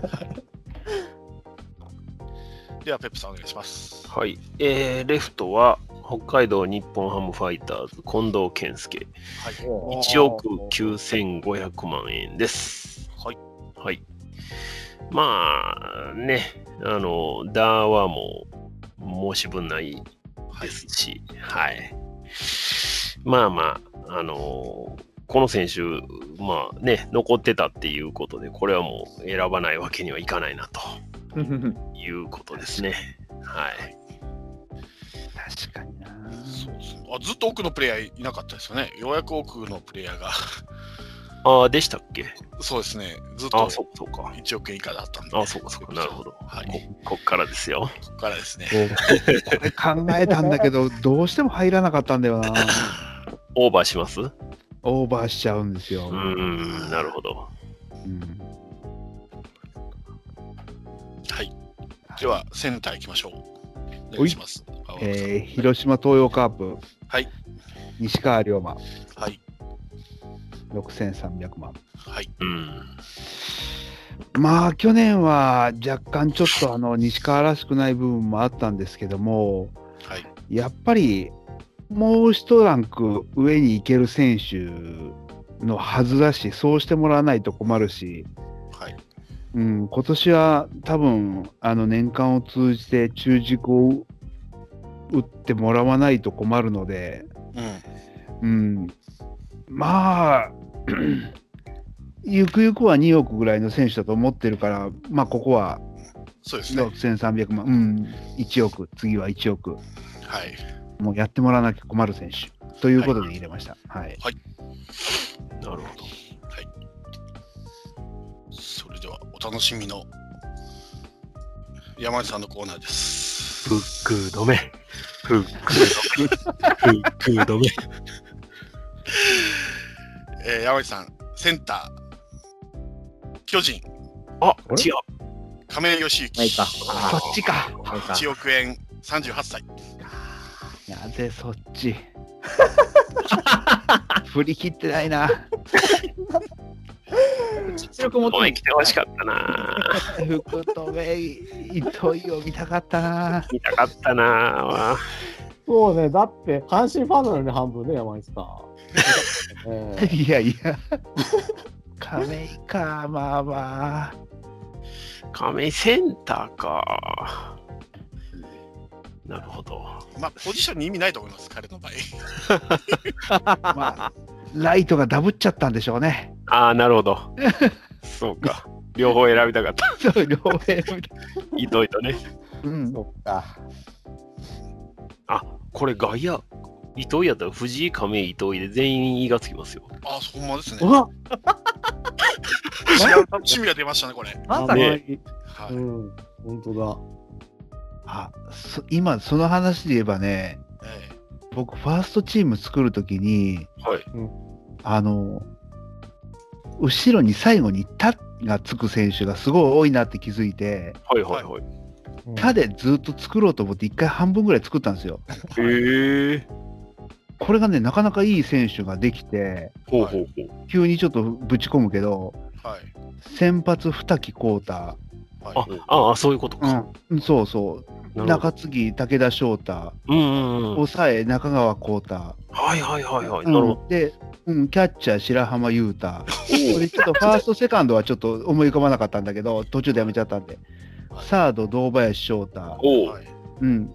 Speaker 2: では、ペップさんお願いします。
Speaker 6: はい。えー、レフトは、北海道日本ハムファイターズ、近藤健介。
Speaker 2: はい。
Speaker 6: 1億9500万円です。
Speaker 2: はい。
Speaker 6: はい。まあね、あの、ダーはもう申し分ないですし、はい。まあまあ、あのこの選手、まあね、残ってたっていうことで、これはもう選ばないわけにはいかないなということですね。はい。
Speaker 7: 確かにな。
Speaker 2: そうそうあずっと奥のプレイヤーいなかったですよね。ようやく奥のプレイヤーが、
Speaker 6: ああ、でしたっけ
Speaker 2: そうですね、ずっ
Speaker 6: あ
Speaker 2: と
Speaker 6: あ、そうか、そうか。
Speaker 2: 1億円以下だったんで、
Speaker 6: ああ、そうか、そうか。なるほど。
Speaker 2: はい
Speaker 6: ここっからですよ。
Speaker 2: ここからですね。
Speaker 7: これ考えたんだけど、どうしても入らなかったんだよな。
Speaker 6: オーバーしますう
Speaker 7: オーバーしちゃうんですよ。
Speaker 6: ーん、なるほど。
Speaker 7: うん
Speaker 2: はい。では、センター行きましょう。お願いします。青山さん
Speaker 7: えー広島東洋カープ、
Speaker 2: はい
Speaker 7: 西川龍馬、
Speaker 2: はい。
Speaker 7: 6300万。
Speaker 2: はい。
Speaker 6: うん。
Speaker 7: まあ去年は若干ちょっとあの西川らしくない部分もあったんですけども、
Speaker 2: はい
Speaker 7: やっぱりもう一ランク上に行ける選手のはずだしそうしてもらわないと困るし、
Speaker 2: はい。
Speaker 7: うん、今年は多分あの年間を通じて中軸を打ってもらわないと困るので、
Speaker 2: うん。
Speaker 7: うん、まあ ゆくゆくは2億ぐらいの選手だと思ってるから、まあ、ここは
Speaker 2: そうですね。
Speaker 7: 6300万、うん、1億、次は1億、
Speaker 2: はい。
Speaker 7: もうやってもらわなきゃ困る選手ということで入れました。はい、
Speaker 6: なるほど。
Speaker 2: それでは、お楽しみの山内さんのコーナーです。
Speaker 6: フック止め。フック止め。フック止め。
Speaker 2: えー、山内さん、センター、巨人、
Speaker 6: あ、
Speaker 4: あれ
Speaker 6: 違う。
Speaker 2: 亀井義
Speaker 4: ない
Speaker 2: 行、
Speaker 4: か。
Speaker 7: そっちか。
Speaker 4: ないか。
Speaker 2: 1億円、38歳。
Speaker 7: なぜそっち 振り切ってないな。
Speaker 4: 実力持って
Speaker 6: ご
Speaker 4: な
Speaker 6: め
Speaker 4: い
Speaker 6: ん、来てほしかったな。
Speaker 7: 福留、糸井を見たかったな。
Speaker 6: 見たかったな。
Speaker 5: そうね、だって、阪神ファンなのに半分ね、山内さん。え え
Speaker 7: いやいや。亀井か、まあまあ。
Speaker 6: 亀井センターか。なるほど。
Speaker 2: まあ、ポジションに意味ないと思います、彼の場 合。
Speaker 7: まあ、ライトがダブっちゃったんでしょう ね。
Speaker 6: ああ、なる ほど。そうか。両方選びたかった。
Speaker 7: そう、両面を見た
Speaker 6: 糸糸ね。
Speaker 7: うん。
Speaker 5: そっか。
Speaker 6: あ、これ外野。糸井やったら藤井、亀井、糸井で全員「い」がつきますよ。
Speaker 2: あ、ほんまですね。
Speaker 5: うわ
Speaker 2: 違う趣味が出ましたね、これ。
Speaker 4: まさ
Speaker 5: か
Speaker 4: に
Speaker 6: ね
Speaker 2: はい。
Speaker 5: うん、本当だ。
Speaker 7: あそ今、その話で言えばね、
Speaker 2: え
Speaker 7: 僕、ファーストチーム作るときに、
Speaker 6: はい。
Speaker 7: あの、後ろに最後に「た」がつく選手がすごい多いなって気づいて
Speaker 6: はいはいはい。
Speaker 7: 「た」でずっと作ろうと思って一回半分ぐらい作ったんですよ。
Speaker 6: へえ。
Speaker 7: これがねなかなかいい選手ができて
Speaker 6: ほうほうほう。
Speaker 7: 急にちょっとぶち込むけど
Speaker 2: えはい。
Speaker 7: 先発二木浩太、
Speaker 2: は
Speaker 6: あ
Speaker 2: い。
Speaker 6: ああ、そういうことか。
Speaker 7: うん、そうそ
Speaker 6: な
Speaker 7: う
Speaker 6: るほど
Speaker 7: 中継ぎ武田翔太
Speaker 6: うんうんうん。
Speaker 7: 抑え中川浩太、
Speaker 6: はいはいはいはい。
Speaker 7: うん
Speaker 6: なるほど。
Speaker 7: で、うん、キャッチャー白浜優太これちょっとファー ストセカンドはちょっと思い浮かばなかったんだけど途中でやめちゃったんでサード堂林翔太、
Speaker 6: おう
Speaker 2: はい
Speaker 7: うん、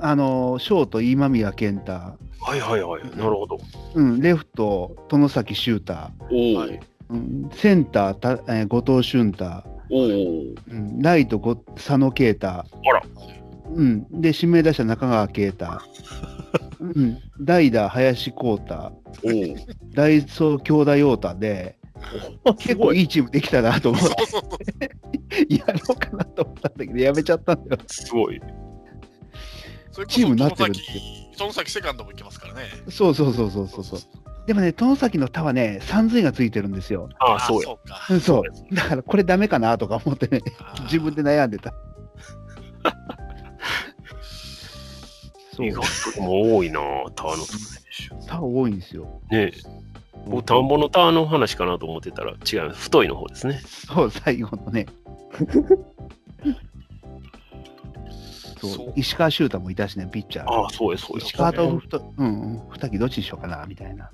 Speaker 7: あのショート今宮健太、
Speaker 6: はいはいはい。なるほど。
Speaker 7: うん、レフト殿崎修太、
Speaker 6: おお、
Speaker 2: はい
Speaker 7: うん、センターた、えー後藤俊太、
Speaker 6: おお。
Speaker 7: うん、ライトご佐野啓太あ
Speaker 6: ら、
Speaker 7: うん、で指名打者中川圭太、うん、代打林浩太
Speaker 6: お
Speaker 7: ダイソー兄弟太田で
Speaker 6: お。
Speaker 7: 結構
Speaker 6: い。
Speaker 7: いいチームできたなと思っ
Speaker 2: そうそうそう。
Speaker 7: てやろうかなと思ったんだけどやめちゃったんだよ
Speaker 6: すごい。
Speaker 2: それこそ
Speaker 7: チームになって
Speaker 2: そ
Speaker 7: る
Speaker 2: の先その先セカンドも行けますからね。
Speaker 7: そうそうそうそうそうそう。でもね、トンサキの他はね、三髄がついてるんですよ。
Speaker 6: ああ、そうや。
Speaker 2: そうか。
Speaker 7: うんそう。だからこれダメかなとか思ってね、自分で悩 んでた。そう
Speaker 6: 意。外とも多いな、タワーの少ないでしょ。
Speaker 7: 差多いんですよ。
Speaker 6: ねえ。僕、田んぼのタワーの話かなと思ってたら、違う、太いの方ですね。
Speaker 7: そう、最後のね。そう
Speaker 2: そう
Speaker 7: 石川修太もいたしね、ピッチャー。
Speaker 6: ああ、そうや、そうや。
Speaker 7: 石川とふと、うんうん、二木どっちにしようかな、みたいな。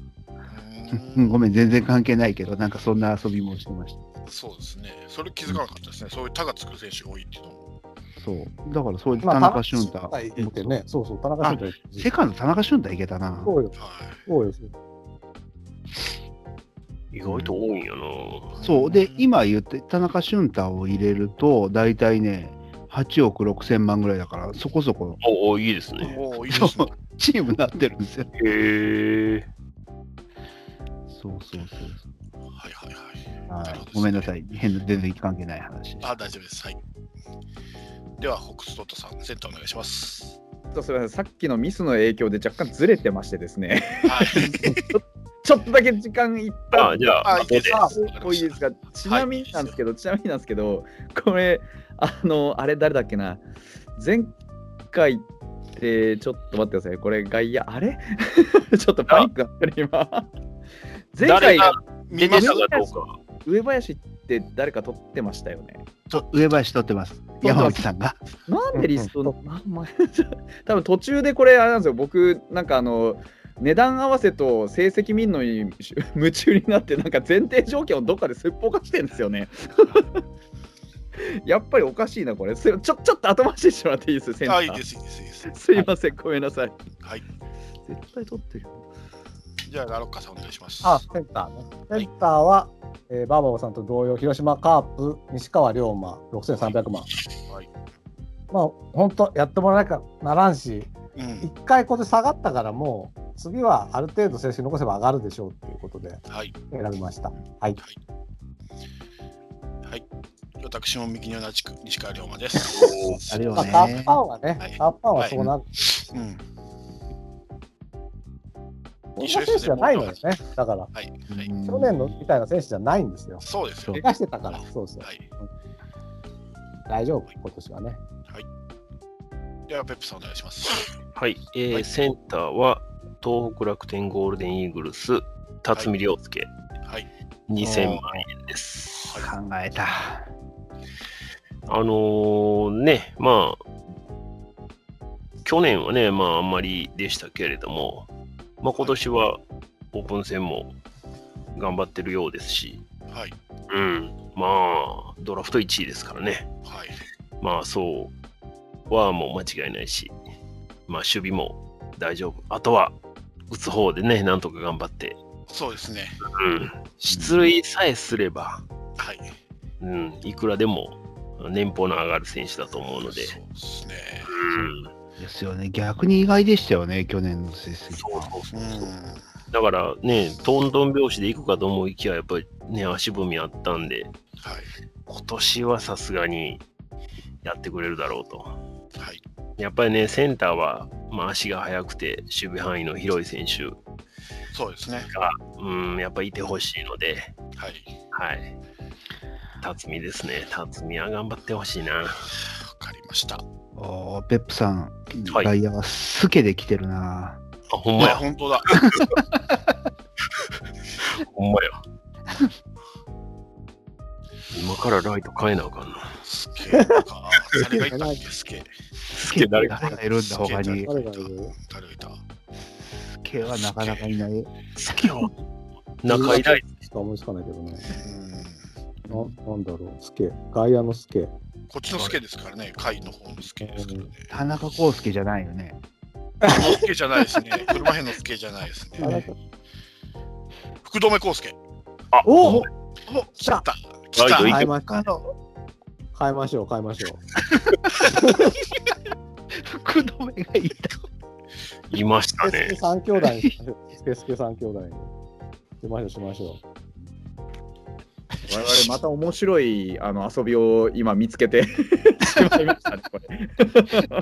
Speaker 7: うん、ごめん、全然関係ないけど、なんかそんな遊びもしてました。
Speaker 2: そうですね。それ気づかなかったですね。そういうタがつく選手が多いっていうのも。
Speaker 7: そう。だから、そういう
Speaker 5: まあ
Speaker 7: 田中俊太。
Speaker 5: 田中俊ってね、そうそう、田中俊太
Speaker 7: セカンド田中俊太いけたな。
Speaker 5: そうよ、
Speaker 2: はい。
Speaker 5: そうよ。そうよ
Speaker 6: 意外と多いんやな。
Speaker 7: そう。で、今言って、田中俊太を入れると、大体ね、8億6千万ぐらいだから、そこそこ
Speaker 6: おお、いいですね。
Speaker 2: おお、いいですね。
Speaker 7: チームになってるんですよ。
Speaker 6: へえ。
Speaker 7: そうそうそうそう。
Speaker 2: はいはいはい。
Speaker 7: は
Speaker 2: るほどですね
Speaker 7: い、ごめんなさい。変な、全然関係ない話でした。
Speaker 2: あ、大丈夫です。はい。では、ホックストットさん、セットお願いします。
Speaker 4: ちょっとすみません、さっきのミスの影響で若干ずれてましてですね、
Speaker 2: はい。
Speaker 4: ちょっとだけ時間いった
Speaker 6: あ
Speaker 4: ん
Speaker 6: あ、じゃあ、
Speaker 2: あ、いいです。
Speaker 4: あ
Speaker 2: わかりました
Speaker 4: もういいですか。ちなみになんですけど、ちなみになんですけど、これ、あの、あれ誰だっけな、前回って、ちょっと待ってください、これ外野、あれちょっとパニックだったね、今。前
Speaker 6: 誰
Speaker 4: 回、
Speaker 6: が
Speaker 2: 見
Speaker 6: 出
Speaker 2: ま
Speaker 6: て
Speaker 2: したた
Speaker 6: かどうか。
Speaker 4: 上林って誰か取ってましたよね。
Speaker 7: と上林取ってます。
Speaker 4: ます
Speaker 7: 山内さんが。
Speaker 4: なんでリストの、なんま多分途中でこれ、あれなんですよ、僕、なんかあの、値段合わせと成績見んのに 夢中になって、なんか前提条件をどっかですっぽかしてんですよね。やっぱりおかしいな、これ。すいまちょちょっと後回しにしてもらっていいです、センター
Speaker 2: あ、いいです、いいです、いいです。
Speaker 4: すいません、ごめんなさい。
Speaker 2: はい。
Speaker 4: 絶対取ってる。
Speaker 2: じゃあ、ラロッカさんお願いします。
Speaker 5: あ、センターね。センターは、えーバーバボさんと同様、広島カープ、西川龍馬、6300万。
Speaker 2: はい。
Speaker 5: まあ、本当やってもらわなきゃならんし、
Speaker 2: うん。
Speaker 5: 一回ここで下がったから、もう、次はある程度成績残せば上がるでしょうっていうことで
Speaker 2: はい。
Speaker 5: 選びました。はい。
Speaker 2: はい。私も右に同じく西川龍馬です。
Speaker 7: あれよ
Speaker 5: まあ、
Speaker 7: ね
Speaker 5: カープファンはね、
Speaker 2: はい
Speaker 5: カープファンはそうなる。
Speaker 2: うん。
Speaker 5: こんな選手じゃないのよね。だから、
Speaker 2: はい。
Speaker 7: うん
Speaker 2: はい。
Speaker 5: 去年のみたいな選手じゃないんですよ。
Speaker 2: そうです
Speaker 7: そう
Speaker 2: ね
Speaker 5: 怪。我してたから、そうそう。
Speaker 2: はい。
Speaker 5: 大丈夫、今年はね。
Speaker 2: では、ペップさんお願いします。
Speaker 6: はい。えー
Speaker 2: はい
Speaker 6: センターは、東北楽天ゴールデンイーグルス、辰巳亮介、
Speaker 2: はい。
Speaker 6: 2000万円です。
Speaker 7: 考えた。
Speaker 6: あのーね、まあ、去年はね、まあ、あんまりでしたけれども、まあ、今年はオープン戦も頑張ってるようですし、
Speaker 2: はい。
Speaker 6: うん、まあ、ドラフト1位ですからね、
Speaker 2: はい。
Speaker 6: まあ、そうはもう間違いないし、まあ、守備も大丈夫。あとは、打つ方でね、なんとか頑張って、
Speaker 2: そうですね。
Speaker 6: うん、出塁さえすれば、
Speaker 2: はい。
Speaker 6: うん、いくらでも年俸の上がる選手だと思うので、
Speaker 2: そうですね。。
Speaker 6: うん。
Speaker 7: ですよね。逆に意外でしたよね、去年の成績
Speaker 6: そう
Speaker 7: は。
Speaker 6: そうそううそうんだからね、どんどん拍子で行くかと思いきや、やっぱりね、足踏みあったんで、
Speaker 2: はい。
Speaker 6: 今年はさすがにやってくれるだろうと。
Speaker 2: はい。
Speaker 6: やっぱりね、センターは、まあ、足が速くて、守備範囲の広い選手、
Speaker 2: そうですね。
Speaker 6: うん、やっぱいてほしいので、
Speaker 2: はい。
Speaker 6: はい。辰巳ですね。辰巳は頑張ってほしいな。
Speaker 2: わかりました。
Speaker 7: おーペップさん、
Speaker 6: はい
Speaker 7: 外野はスケで来てるな。
Speaker 6: あ、ほん
Speaker 2: い
Speaker 6: ま
Speaker 2: や、
Speaker 6: や、
Speaker 2: 本当だ。
Speaker 6: ほ んまや。今からライト変えなあかんな。
Speaker 2: すげえ。なんか、誰がいたっけすげえ。
Speaker 6: すげえ誰か
Speaker 7: 誰がいるんだ、他
Speaker 2: 誰が
Speaker 7: に。
Speaker 2: いた誰がいた
Speaker 7: スケはなかなかいない。
Speaker 6: 好きよ。中井ライト
Speaker 5: しか思いつかないけどね。
Speaker 2: うん。
Speaker 5: ななんだろう、スケ、外野のスケ。
Speaker 2: こっちのスケですからね。会の方のスケですからね。
Speaker 7: 田中康介じゃないよね。
Speaker 2: このスケじゃないですね。車へのスケじゃないです
Speaker 5: あな
Speaker 2: ね。
Speaker 5: た
Speaker 2: 福留康介。
Speaker 6: あ
Speaker 5: お
Speaker 6: お
Speaker 2: お、来た。来
Speaker 6: ライト
Speaker 2: た
Speaker 6: い。い
Speaker 5: 変
Speaker 6: け
Speaker 5: え
Speaker 6: ど
Speaker 5: ましょう。変えましょう、変えましょ
Speaker 7: 福留がいた。
Speaker 6: いました
Speaker 5: う。スケス
Speaker 6: ね
Speaker 5: ケ。三兄弟にしましょう。スケスケ三兄弟に。しましょう、しましょう。
Speaker 4: 我々また面白いあの遊びを今見つけて しまいましたね、これ。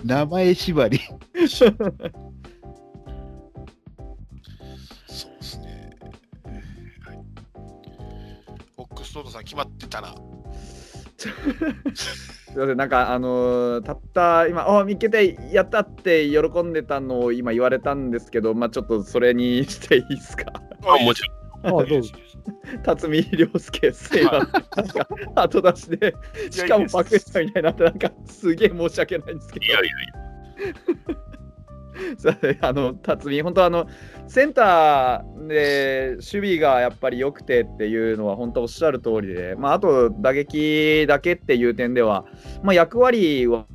Speaker 7: 名前縛り。
Speaker 2: そうですね。はい。オックストードさん決まってたら、
Speaker 4: すいません、なんかあのーたった今、あ見っけてやったって喜んでたのを今言われたんですけど、まあちょっとそれにしていいですか。
Speaker 2: あ
Speaker 6: もちろ
Speaker 5: あどうぞ。
Speaker 4: 辰巳涼介、すいません、なんか後出しで、しかもパクったみたいになって、なんかすげえ申し訳ないんですけど
Speaker 6: ん。い。やいや い
Speaker 4: そうあの辰巳、本当あのセンターで守備がやっぱり良くてっていうのは本当おっしゃる通りで、まあ、あと打撃だけっていう点では、まあ、役割は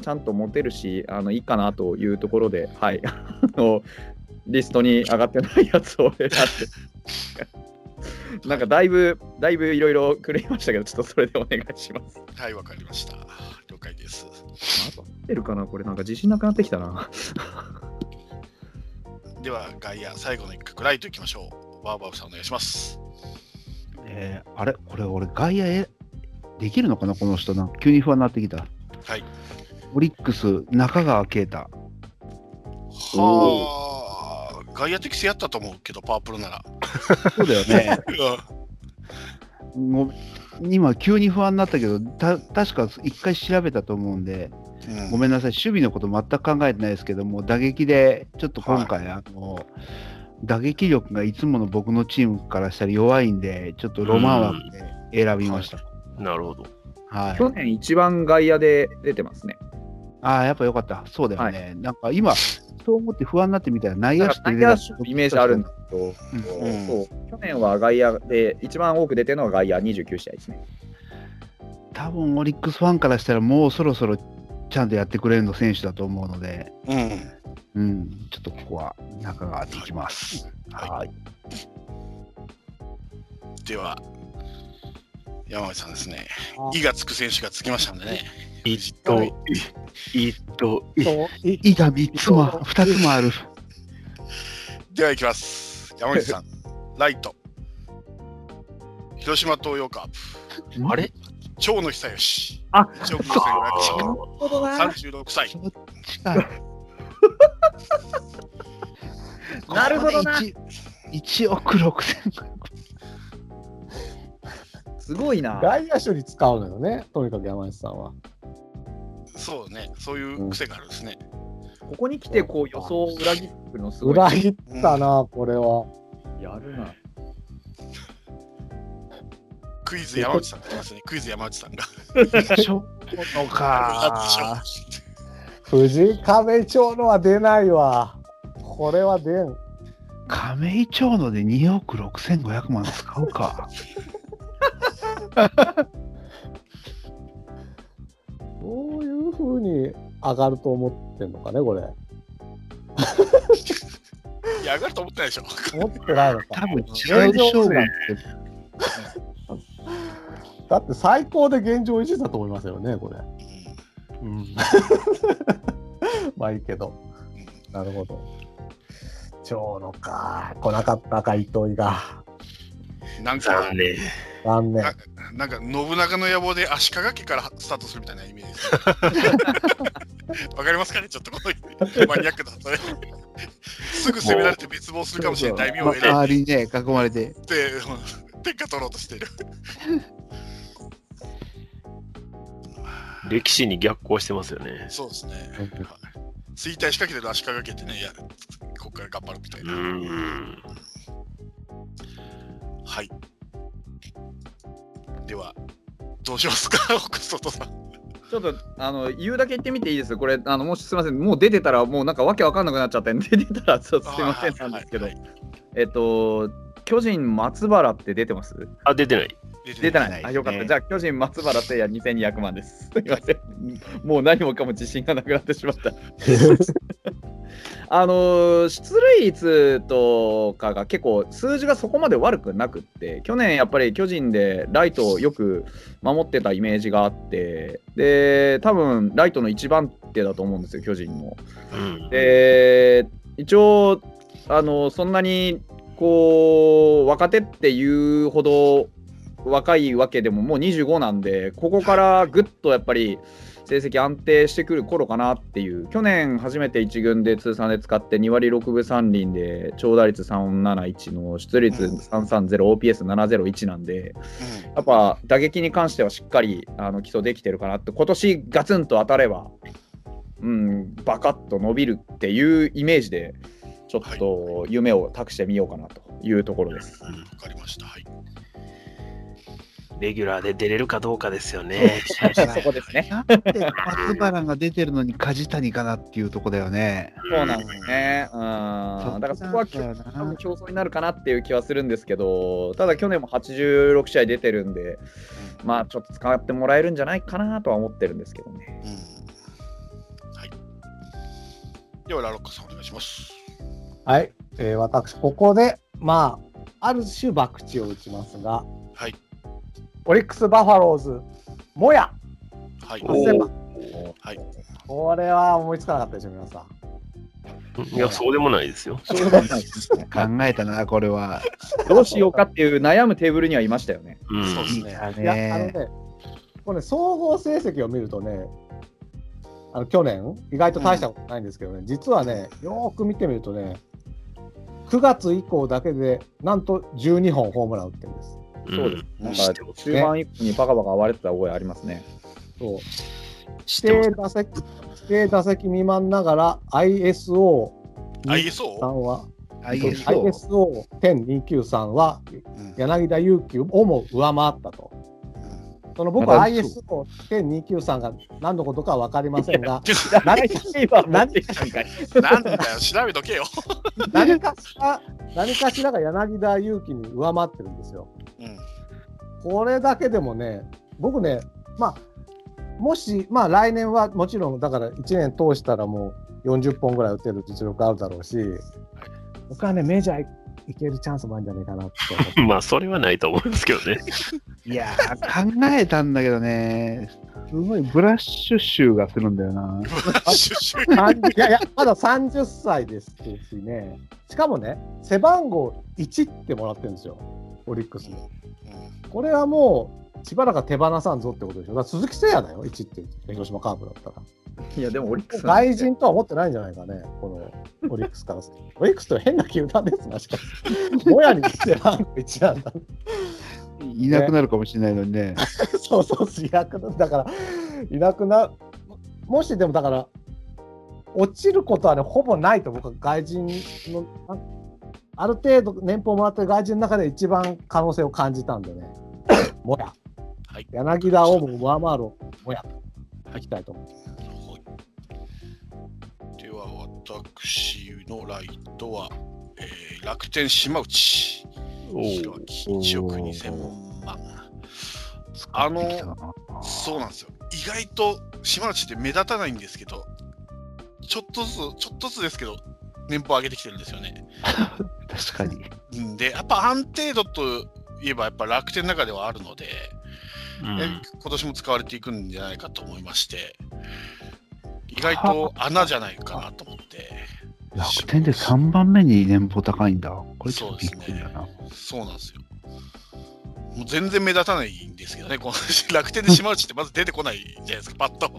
Speaker 4: ちゃんと持てるしあのいいかなというところで、はい、 あのリストに上がってないやつを選んで。なんかだいぶ、だいぶいろいろ狂いましたけど、ちょっとそれでお願いします。
Speaker 2: や。はい、わかりました。了解です。
Speaker 4: 出るかな、これなんか自信なくなってきたな。
Speaker 2: では、外野、最後の一角、ライトいきましょう。バーバーさん、お願いします。
Speaker 7: えーあれこれ俺外野えできるのかなこの人な急に不安になってき
Speaker 2: は
Speaker 7: た
Speaker 2: い
Speaker 7: オリックス中川圭太
Speaker 2: はあ、外野的性やったと思うけど、パープルなら。
Speaker 7: そうだよ ね
Speaker 2: う
Speaker 7: もう今急に不安になったけどた確か一回調べたと思うんで
Speaker 2: ん
Speaker 7: ごめんなさい守備のこと全く考えてないですけども打撃でちょっと今回、あの打撃力がいつもの僕のチームからしたら弱いんでちょっとロマン枠で選びました、
Speaker 6: や。なるほど。
Speaker 7: はい
Speaker 4: 去年一番外野で出てますね。
Speaker 7: ああやっぱよかったそうだよね、なんか今そう思って不安になってみたら内野手って
Speaker 4: 外
Speaker 7: 出た
Speaker 4: 野手のイメージあるんだけど、
Speaker 2: うん
Speaker 4: そう去年は外野で一番多く出てるのが外野29試合ですね。
Speaker 7: 多分オリックスファンからしたらもうそろそろちゃんとやってくれるの選手だと思うので、
Speaker 2: うん。
Speaker 7: うん、ちょっとここは中川でいきます。
Speaker 2: はい
Speaker 7: はい、
Speaker 2: では、山内さんですね
Speaker 5: あ。
Speaker 2: 意がつく選手がつきましたんでね。
Speaker 6: 一等、一等、
Speaker 5: そうい
Speaker 7: いが3つも2つもある。
Speaker 2: では、いきます。山内さん、ライト。広島東洋カープ、
Speaker 6: あれ
Speaker 2: 長野久義。
Speaker 4: あ
Speaker 2: 長野久
Speaker 6: あー
Speaker 2: 義36歳。
Speaker 7: 近い
Speaker 4: なるほどな
Speaker 7: これ一1億6千
Speaker 4: すごいな。
Speaker 5: 外野手に使うのよね、とにかく山内さんは。
Speaker 2: そうね、そういう癖があるんですね。
Speaker 4: ここに来てこう予想を裏切ってくるのすごい。
Speaker 5: 裏切ったな、これは。
Speaker 4: やるな。
Speaker 2: クイズ山内さんがいますね。クイズ山内さんが。
Speaker 7: ショットか。
Speaker 5: 藤井亀町のは出ないわ。これは出ん。
Speaker 7: 亀井町ので2億6千500万使うか。
Speaker 5: どういうふうに上がると思ってんのかね、これ。
Speaker 2: い や、上がると思ってないでしょ。
Speaker 5: 思ってないのか
Speaker 7: 多。分違う勝負って
Speaker 5: だって最高で現状維持だと思いますよね、これ。まあいいけど。なるほど。長野か。来なかったか、糸井が。
Speaker 2: なんか
Speaker 6: 残、念。
Speaker 5: 残念。
Speaker 2: なんか信長の野望で足利家からスタートするみたいなイメージです。わかりますかねちょっとこのマニアックだとね。すぐ攻められて滅亡するかもしれない大名を選ん
Speaker 7: 周りにね囲まれて。
Speaker 2: で、天下取ろうとしている。
Speaker 6: 歴史に逆行してますよね。
Speaker 2: そうですね。衰退しかけてる足利家ってね、いや、ここから頑張るみたいうな。
Speaker 6: ん。
Speaker 2: はい。では、どうしますか、奥外さん。
Speaker 4: ちょっとあの言うだけ言ってみていいですこれあのもしすいませんもう出てたらもうなんかわけわかんなくなっちゃって 出てたらちょっとすいませんなんですけど
Speaker 2: はいはいはい
Speaker 4: えっと巨人松原って出てます
Speaker 6: あ、出てない。
Speaker 4: 出てない。
Speaker 7: ない
Speaker 4: あ、よかった。
Speaker 7: ね
Speaker 4: じゃあ、巨人、松原聖也2200万です。 すいません。もう何もかも自信がなくなってしまった。あのー出塁率とかが結構数字がそこまで悪くなくって去年やっぱり巨人でライトをよく守ってたイメージがあってで多分ライトの一番手だと思うんですよ巨人の。
Speaker 6: うん。
Speaker 4: で一応あのそんなにこう若手っていうほど若いわけでももう25なんでここからぐっとやっぱり成績安定してくる頃かなっていう去年初めて1軍で通算で使って2割6分3厘で長打率371の出率
Speaker 2: うん
Speaker 4: 330 OPS701 なんでやっぱ打撃に関してはしっかりあの基礎できてるかなって今年ガツンと当たればうんバカッと伸びるっていうイメージでちょっと夢を託してみようかなというところです。
Speaker 2: うん、わかりました。はい。
Speaker 6: レギュラーで出れるかどうかですよね。
Speaker 4: そこですね。
Speaker 7: なんで松原が出てるのに梶谷かなっていうとこだよね。
Speaker 4: そうなんですね。うん。だからそこはき
Speaker 7: そう
Speaker 4: ょ
Speaker 7: だな
Speaker 4: 多分競争になるかなっていう気はするんですけど、ただ去年も86試合出てるんで、まあちょっと使ってもらえるんじゃないかなとは思ってるんですけどね。
Speaker 2: うんはい。ではラロッカさんお願いします。
Speaker 5: はい、えー私、ここで、まあ、ある種、博打を打ちますが、
Speaker 2: はい。
Speaker 5: オリックス・バファローズ、もや、
Speaker 2: はい。
Speaker 5: おー
Speaker 2: はい。
Speaker 5: これは思いつかなかったでしょ、皆さん。
Speaker 6: いや、そうでもないですよ。
Speaker 7: 考えたな、これは。
Speaker 4: どうしようかっていう悩むテーブルにはいましたよね。
Speaker 6: うん。
Speaker 2: そうですね。
Speaker 7: だ
Speaker 5: いや、あのね、これ、ね、総合成績を見るとね、あの去年、意外と大したことないんですけどね、実はね、よーく見てみるとね、9月以降だけで、なんと12本ホームラン打ってるんです。
Speaker 4: そうです。
Speaker 6: ん
Speaker 4: なん
Speaker 6: 知
Speaker 4: か
Speaker 6: ってます
Speaker 4: 中盤以降にバカバカ割れてた覚えありますね。
Speaker 5: そう
Speaker 6: 知ってま
Speaker 5: 規定打
Speaker 6: す
Speaker 5: 席規定打席未満ながら ISO さ
Speaker 2: ISO。
Speaker 5: んは
Speaker 7: ISO。
Speaker 5: ISO10293 は
Speaker 2: うん、
Speaker 5: 柳田悠岐をも上回ったと。その僕は ISO10293 が何のことかは分かりませんが何か
Speaker 4: 今
Speaker 5: 持って
Speaker 2: なんだよ調べとけよ。
Speaker 5: 何かしら何かしらが柳田悠岐に上回ってるんですよ。
Speaker 2: うん。
Speaker 5: これだけでもね、僕ね、まあ、もし、まあ来年はもちろん、だから1年通したらもう40本ぐらい打てる実力あるだろうし、僕はね、メジャー行けるチャンスもあるんじゃないかなって思って。
Speaker 6: まあ、それはないと思いますけど ね。
Speaker 7: いやー、考えたんだけどね。すごいブラッシュ臭がするんだよな。
Speaker 2: シュシュ
Speaker 5: 30いやいや、まだ30歳ですしね、しかもね、背番号1ってもらってるんですよ、オリックスの。これはもう、しばらくは手放さんぞってことでしょ。だから鈴木誠也だよ、1って、広島カープだったら。
Speaker 4: いやでもオリックスなんで
Speaker 5: 外人とは思ってないんじゃないかね、このオリックスからすると。オリックスと変な球団ですな、しかし。もやにしてランク1なんだ。
Speaker 7: いなくなるかもしれないのにね。
Speaker 5: そうそう、いなくなだから、いなくな、もしでもだから、落ちることはね、ほぼないと、僕は外人の、あある程度年俸もらってる外人の中で一番可能性を感じたんでね、もや、
Speaker 2: はい。
Speaker 5: 柳田をも上回る、もや、いきたいと思う。
Speaker 2: はいでは私のライトは、えー楽天島内
Speaker 6: おー
Speaker 2: 白木1億2000万あのそうなんですよ意外と島内って目立たないんですけどちょっとずつちょっとずつですけど年俸上げてきてるんですよね
Speaker 7: 確かに。
Speaker 2: うんでやっぱ安定度といえばやっぱ楽天の中ではあるので、
Speaker 6: うん
Speaker 2: え今年も使われていくんじゃないかと思いまして意外と穴じゃないかなと思って
Speaker 7: 楽天で3番目に年俸高いんだ。これちょっとびっくりだな。
Speaker 2: そうなんですよ。もう全然目立たないんですけどね、この 楽天で島内ってまず出てこないじゃないですか、パッと。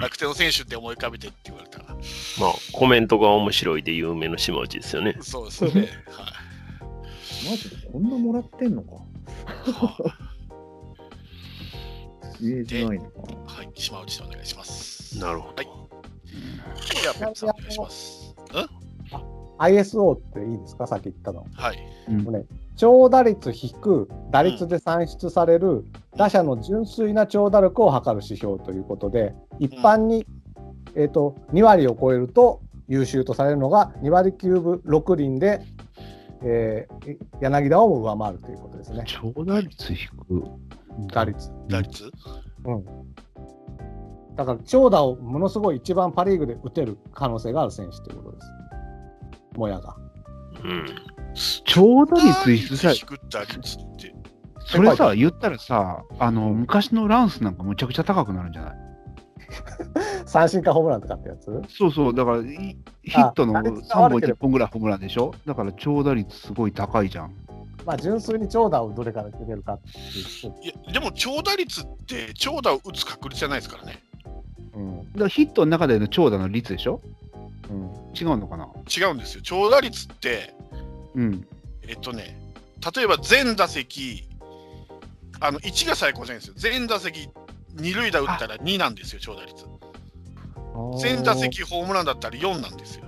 Speaker 2: 楽天の選手って思い浮かべてって言われたら。
Speaker 6: まあ、コメントが面白いで有名の島内ですよね。
Speaker 2: そうですね。は
Speaker 4: マジでこんなもらって んのか。イメージないのか。
Speaker 2: い。はい、島内でお願いします。
Speaker 6: なるほ
Speaker 2: はい。じゃあ、ペッツさんお願いします。ん
Speaker 5: ISO っていいですか、さっき言ったの。
Speaker 2: はい。
Speaker 5: 長打率引く打率で算出される打者の純粋な長打力を測る指標ということで一般に、えー、と2割を超えると優秀とされるのが2割9分6厘で、えー柳田をも上回るということですね
Speaker 7: 長打率低く。
Speaker 5: 打率。
Speaker 2: 打率
Speaker 5: だから長打をものすごい一番パ・リーグで打てる可能性がある選手ということです。もやが。
Speaker 6: ど。うん。
Speaker 7: 長打率低さ、
Speaker 2: 低く打率って。
Speaker 7: それさ、言ったらさ、あの、昔のランスなんかむちゃくちゃ高くなるんじゃない
Speaker 5: 三振かホームランとかってやつ
Speaker 7: そうそう、だからいヒットの
Speaker 5: 打率が
Speaker 7: 3
Speaker 5: 悪
Speaker 7: 本
Speaker 5: ければ
Speaker 7: 1本ぐらいホームランでしょだから長打率すごい高いじゃん。
Speaker 5: まあ、純粋に長打をどれから決めるかっていう。
Speaker 2: いやでも長打率って長打を打つ確率じゃないですからね
Speaker 5: うん。
Speaker 7: らヒットの中での長打の率でしょ
Speaker 5: うん。
Speaker 7: 違うのかな
Speaker 2: 違うんですよ長打率って
Speaker 7: うん。
Speaker 2: えっとね例えば全打席あの1が最高じゃないんですよ全打席二塁打打ったら2なんですよ長打率全打席ホームランだったら4なんですよ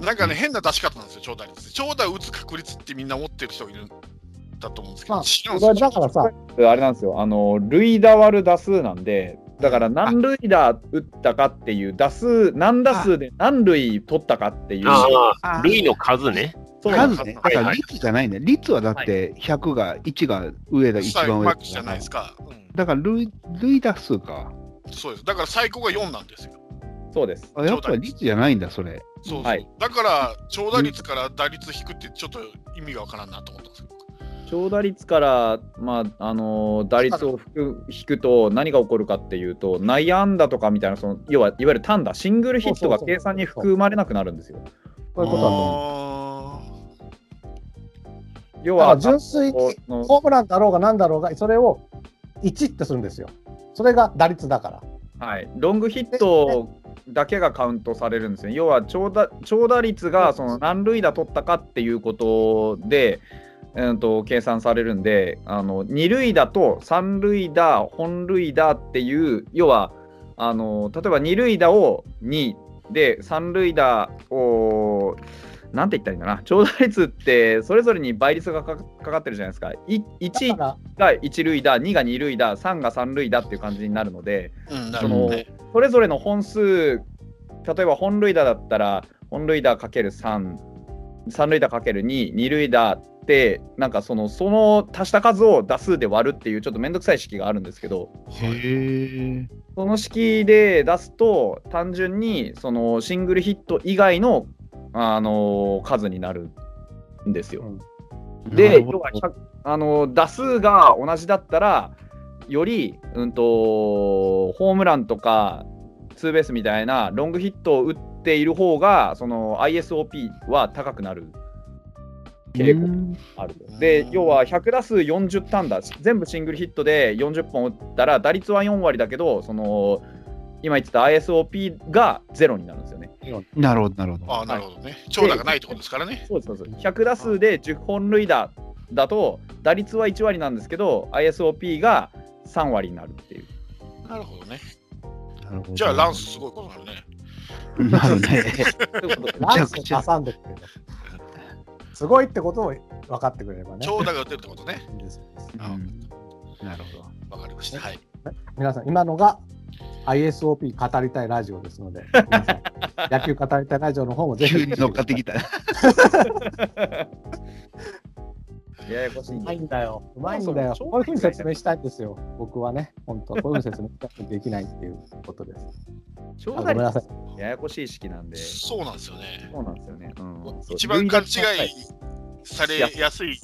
Speaker 2: なんかね変な出し方なんですよ長打率長打打つ確率ってみんな持ってる人いるんだと思うんですけど、
Speaker 5: まあ
Speaker 2: 違うんですよ
Speaker 5: これだからさ、
Speaker 4: あれなんですよ、あの塁打割る打数なんで、だから何塁打打ったかっていう、打数、何打数で何塁取ったかっていう、
Speaker 6: あ
Speaker 7: あ
Speaker 6: あ、
Speaker 7: ー
Speaker 6: 類の数ね。
Speaker 2: そうなんです
Speaker 7: 数ね。だから率じゃないね。率はだって100が、1が上だ、一
Speaker 2: 最
Speaker 7: 番
Speaker 2: マ
Speaker 7: 上
Speaker 2: ックスじゃないですか、
Speaker 7: だから類、類打数か。
Speaker 2: うんそうですだから最高が4なんですよ
Speaker 4: そうです。
Speaker 7: あやっぱり率じゃないんだ、それ。
Speaker 2: そうそう
Speaker 4: はい
Speaker 2: だから長打率から打率引くってちょっと意味がわからんなと思ったんですけど
Speaker 4: 長打率から、まああの打率を引く引くと、何が起こるかっていうと、内野安打とかみたいな、その要はいわゆる単打、シングルヒットが
Speaker 5: そうそうそうそう
Speaker 4: 計算に含まれなくなるんですよ。
Speaker 5: こういうことだと思う。
Speaker 4: 要
Speaker 5: だか
Speaker 4: は
Speaker 5: ら純粋に
Speaker 4: あの
Speaker 5: ホームランだろうが何だろうが、それを1ってするんですよ。それが打率だから。
Speaker 4: はい、ロングヒットだけがカウントされるんですね。要は長打長打率がその何塁打取ったかっていうことで、うん、と計算されるんであの二塁打と三塁打本塁打っていう要はあの例えば二塁打を2で三塁打をなんて言ったらいいんだな長打率ってそれぞれに倍率がかかかかってるじゃないですか。い
Speaker 5: だ
Speaker 4: 1
Speaker 5: から、
Speaker 4: が一塁打2が二塁打3が三塁打っていう感じになるので。
Speaker 2: うんなるほどね
Speaker 4: それぞれの本数、例えば本塁打だったら、本塁打かける3、三塁打かける2、二塁打って、なんかそのその足した数を打数で割るっていう、ちょっとめんどくさい式があるんですけど、
Speaker 7: へえ。
Speaker 4: その式で出すと、単純にそのシングルヒット以外の、あの数になるんですよ。
Speaker 7: な
Speaker 4: で、
Speaker 7: るほ
Speaker 4: 要
Speaker 7: ど
Speaker 4: は100あの打数が同じだったら、より、うん、とホームランとかツーベースみたいなロングヒットを打っている方がその ISOP は高くなる傾向
Speaker 7: うん
Speaker 4: があると。で
Speaker 2: うん
Speaker 4: 要は100打数40単打全部シングルヒットで40本打ったら打率は4割だけどその今言ってた ISOP がゼロになるんですよね。
Speaker 7: なるほど、なるほど。
Speaker 2: ああなるほどね長打がないところですからね
Speaker 4: そうですそうです100打数で10本塁打だと打率は1割なんですけど ISOP が3割になるっていう。
Speaker 2: なるほどね
Speaker 7: なるほど
Speaker 2: じゃあランスすごいことになるね
Speaker 7: なる ね。
Speaker 5: ランス
Speaker 7: めちゃ
Speaker 5: を
Speaker 7: くち
Speaker 5: 挟んでくれる。すごいってことを分かってくれればね。
Speaker 2: 長打が打てるってことね
Speaker 5: いいです
Speaker 7: うんなるほど。
Speaker 2: わかりましたはい
Speaker 5: 皆さん、今のが ISOP 語りたいラジオですので、皆さん 野球語りたいラジオの方 もぜひ
Speaker 7: 急に乗っかってきた。
Speaker 4: ややこし
Speaker 5: う
Speaker 4: い
Speaker 5: まいんだよ。うまいんだよ。
Speaker 4: そもそも
Speaker 5: こういうふうに説明したいんですよ。僕はね、本当はこういうふうに説明したくてできないっていうことです。あ
Speaker 4: 長
Speaker 5: ご
Speaker 4: 打
Speaker 5: めんな
Speaker 4: 率
Speaker 5: さい。
Speaker 4: ややこしい式なんで、そ
Speaker 2: そうなんですよね
Speaker 4: うなんですよね。うん、
Speaker 2: 一番勘違いされ
Speaker 4: いや
Speaker 2: やすい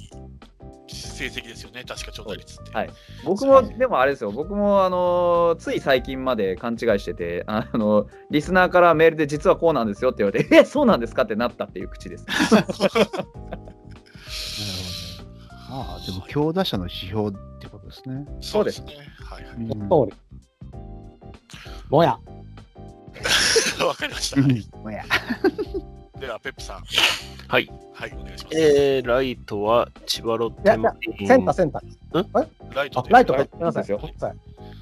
Speaker 2: 成績ですよね確か長打率って
Speaker 4: はい僕も、でもあれですよ、僕も、あのーつい最近まで勘違いしてて、あのーリスナーからメールで、実はこうなんですよって言われて、えそうなんですかってなったっていう口です。
Speaker 7: ああ、でも強打者の指標ってことですね。
Speaker 2: そうですねはいは
Speaker 7: うん
Speaker 5: 通り。もや。
Speaker 2: いわかりました
Speaker 7: う
Speaker 2: はい
Speaker 7: んまあや
Speaker 2: ではペップさん
Speaker 6: はい。
Speaker 2: はいお願いします
Speaker 6: えー、ライトは千葉ロッテマリ
Speaker 5: センター、
Speaker 6: ン
Speaker 5: センター。
Speaker 2: ライト
Speaker 5: あ
Speaker 2: で、
Speaker 5: ライト
Speaker 4: ラ
Speaker 5: か。
Speaker 4: イ
Speaker 5: ご
Speaker 4: ト
Speaker 5: めんなさい。
Speaker 4: そう
Speaker 5: ご
Speaker 4: で
Speaker 5: めんなさい。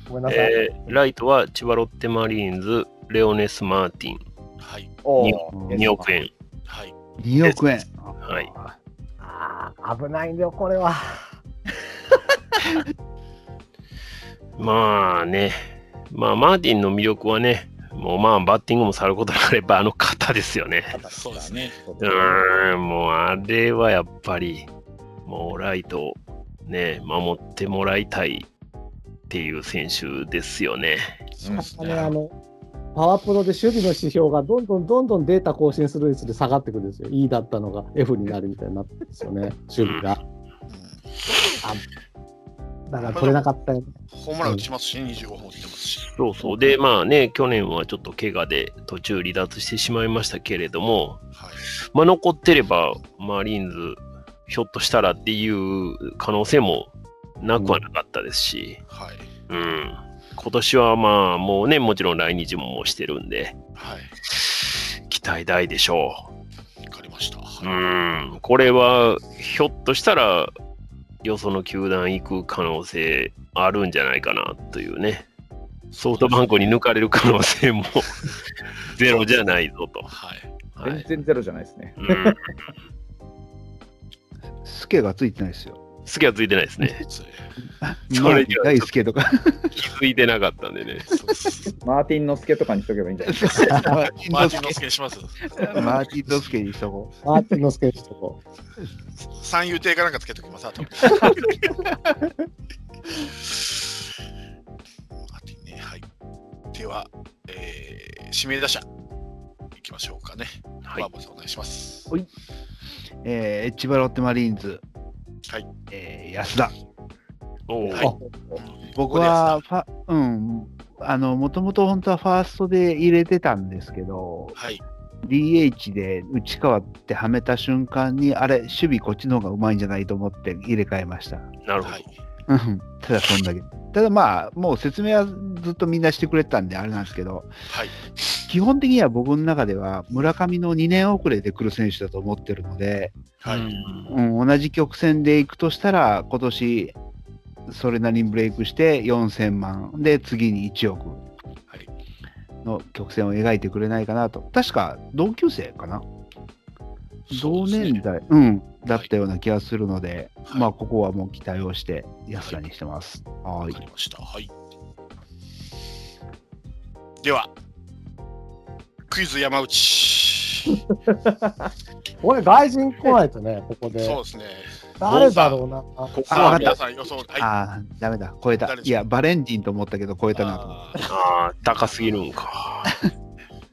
Speaker 5: ごめんなさい。
Speaker 6: えーライトは千葉ロッテマリーンズ、レオネス・マーティン、
Speaker 2: はい
Speaker 4: お
Speaker 7: ー
Speaker 6: 2億円。
Speaker 2: はい
Speaker 7: 2億円。
Speaker 6: はい。
Speaker 5: ああ、危ないんだよ、これは。
Speaker 6: まあね、まあ、マーティンの魅力はね、もうまあ、バッティングもさることなければ、あの肩ですよね。
Speaker 2: そうですね
Speaker 6: うーん、もうあれはやっぱり、もうライトをね、守ってもらいたいっていう選手ですよね。
Speaker 2: そうです
Speaker 5: あの
Speaker 2: ね
Speaker 5: あのパワープロで守備の指標がどんどんどんどんデータ更新する率で下がってくるんですよ。E だったのが F になるみたいになってるんですよね、守備が。
Speaker 8: だから取れなかったよ。
Speaker 2: ホームラン打ちますし、25本打ってますし。
Speaker 6: そうそう。で、まあね、去年はちょっと怪我で途中離脱してしまいましたけれども、
Speaker 2: はい。
Speaker 6: まあ、残ってれば、マリーンズ、ひょっとしたらっていう可能性もなくはなかったですし、
Speaker 2: はい。
Speaker 6: うん。今年はまあ、もうね、もちろん来日もしてるんで、
Speaker 2: はい。
Speaker 6: 期待大でしょ
Speaker 2: わかりました。
Speaker 6: う。うん。これは、ひょっとしたら、よその球団行く可能性あるんじゃないかなというね。ソフトバンクに抜かれる可能性 もゼロじゃないぞと。
Speaker 2: はい。
Speaker 6: は
Speaker 4: 全
Speaker 6: い。
Speaker 4: 然ゼロじゃないですね。
Speaker 6: うん。
Speaker 7: スケがついてないですよ。
Speaker 6: 好きはついてないですね。
Speaker 2: そう
Speaker 6: そ
Speaker 7: マ
Speaker 6: れ
Speaker 7: ー
Speaker 6: に
Speaker 7: テ
Speaker 6: は
Speaker 7: ィン大輔とか、
Speaker 6: 気づいてなかったんでね。
Speaker 4: マーティンの助とかにしとけばいいんじゃないですか。
Speaker 7: マーティン
Speaker 2: マー
Speaker 7: ド
Speaker 2: ティ
Speaker 7: ス
Speaker 2: ンの助にします。
Speaker 7: ケ、マーティンドスケにしとこ
Speaker 8: マーティンのスケッチとこ
Speaker 2: 三遊亭かなんかつけときます、 あと。マーティンね、はい。では、えー、指名打者、いきましょうかね。
Speaker 6: はい
Speaker 2: バーボンさんお願いします。
Speaker 7: はいいう。えー、千葉ロッテマリーンズ、
Speaker 2: はい。
Speaker 7: えー安田。
Speaker 6: おー
Speaker 2: はい
Speaker 7: 僕はファ、うん、あの、もともと本当はファーストで入れてたんですけど、
Speaker 2: はい。
Speaker 7: DH で内川ってはめた瞬間に、あれ、守備こっちの方がうまいんじゃないと思って入れ替えました。
Speaker 6: なるほど。
Speaker 2: はい。
Speaker 7: うんただそんだけ。ただまあ、もう説明はずっとみんなしてくれてたんであれなんですけど、
Speaker 2: はい。
Speaker 7: 基本的には僕の中では村上の2年遅れで来る選手だと思ってるので、
Speaker 2: はい。
Speaker 7: うん、同じ曲線で行くとしたら、今年それなりにブレイクして4000万で次に1億
Speaker 2: はい
Speaker 7: の曲線を描いてくれないかなと。確か同級生かな
Speaker 2: そ
Speaker 7: 同
Speaker 2: うですね
Speaker 7: 年代、うん、だったような気がするので、
Speaker 2: はい
Speaker 7: まあここはもう期待をして安田にしてます。は
Speaker 2: わ
Speaker 7: い
Speaker 2: かりました。はい。では、クイズ山内。
Speaker 5: これ外人来ないとね、ここで。
Speaker 2: そうですね。
Speaker 5: 誰だろうな。
Speaker 2: ここ
Speaker 7: あ
Speaker 2: さあ、
Speaker 7: わかった
Speaker 2: 皆さん予想。はい。
Speaker 7: ああ、ダメだ、超えた
Speaker 2: 誰。で
Speaker 7: い
Speaker 2: しょう
Speaker 7: や、バレンティンと思ったけど、超えたなと思っ
Speaker 2: あ
Speaker 6: ああ、高すぎるんか。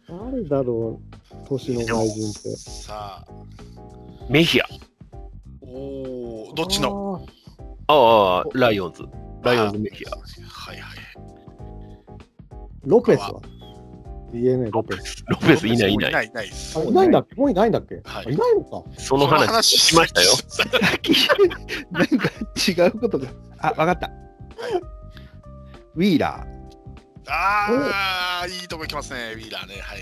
Speaker 8: う。誰だろう、年の外人って
Speaker 2: ー。さあ、
Speaker 6: メヒア。
Speaker 2: おお、どっちの
Speaker 8: の
Speaker 6: ああ、ライオンズ。ライオンズメヒア。
Speaker 2: はいはい。
Speaker 8: ロペスは ?DNA ロ
Speaker 6: ロ
Speaker 8: ペ
Speaker 6: ペ
Speaker 8: ス。
Speaker 6: ス。ロペスいないい
Speaker 2: い
Speaker 6: な。
Speaker 2: ないい。いないです
Speaker 8: あ。いないんだっけもういないんだっけ、あ
Speaker 2: はい
Speaker 8: いないのか。
Speaker 6: その話しましたよ。
Speaker 7: た。 なんか違うことが。あ、わかった。ウィーラ
Speaker 2: ああ、いいとこ行きますね、ウィーラーね。はい。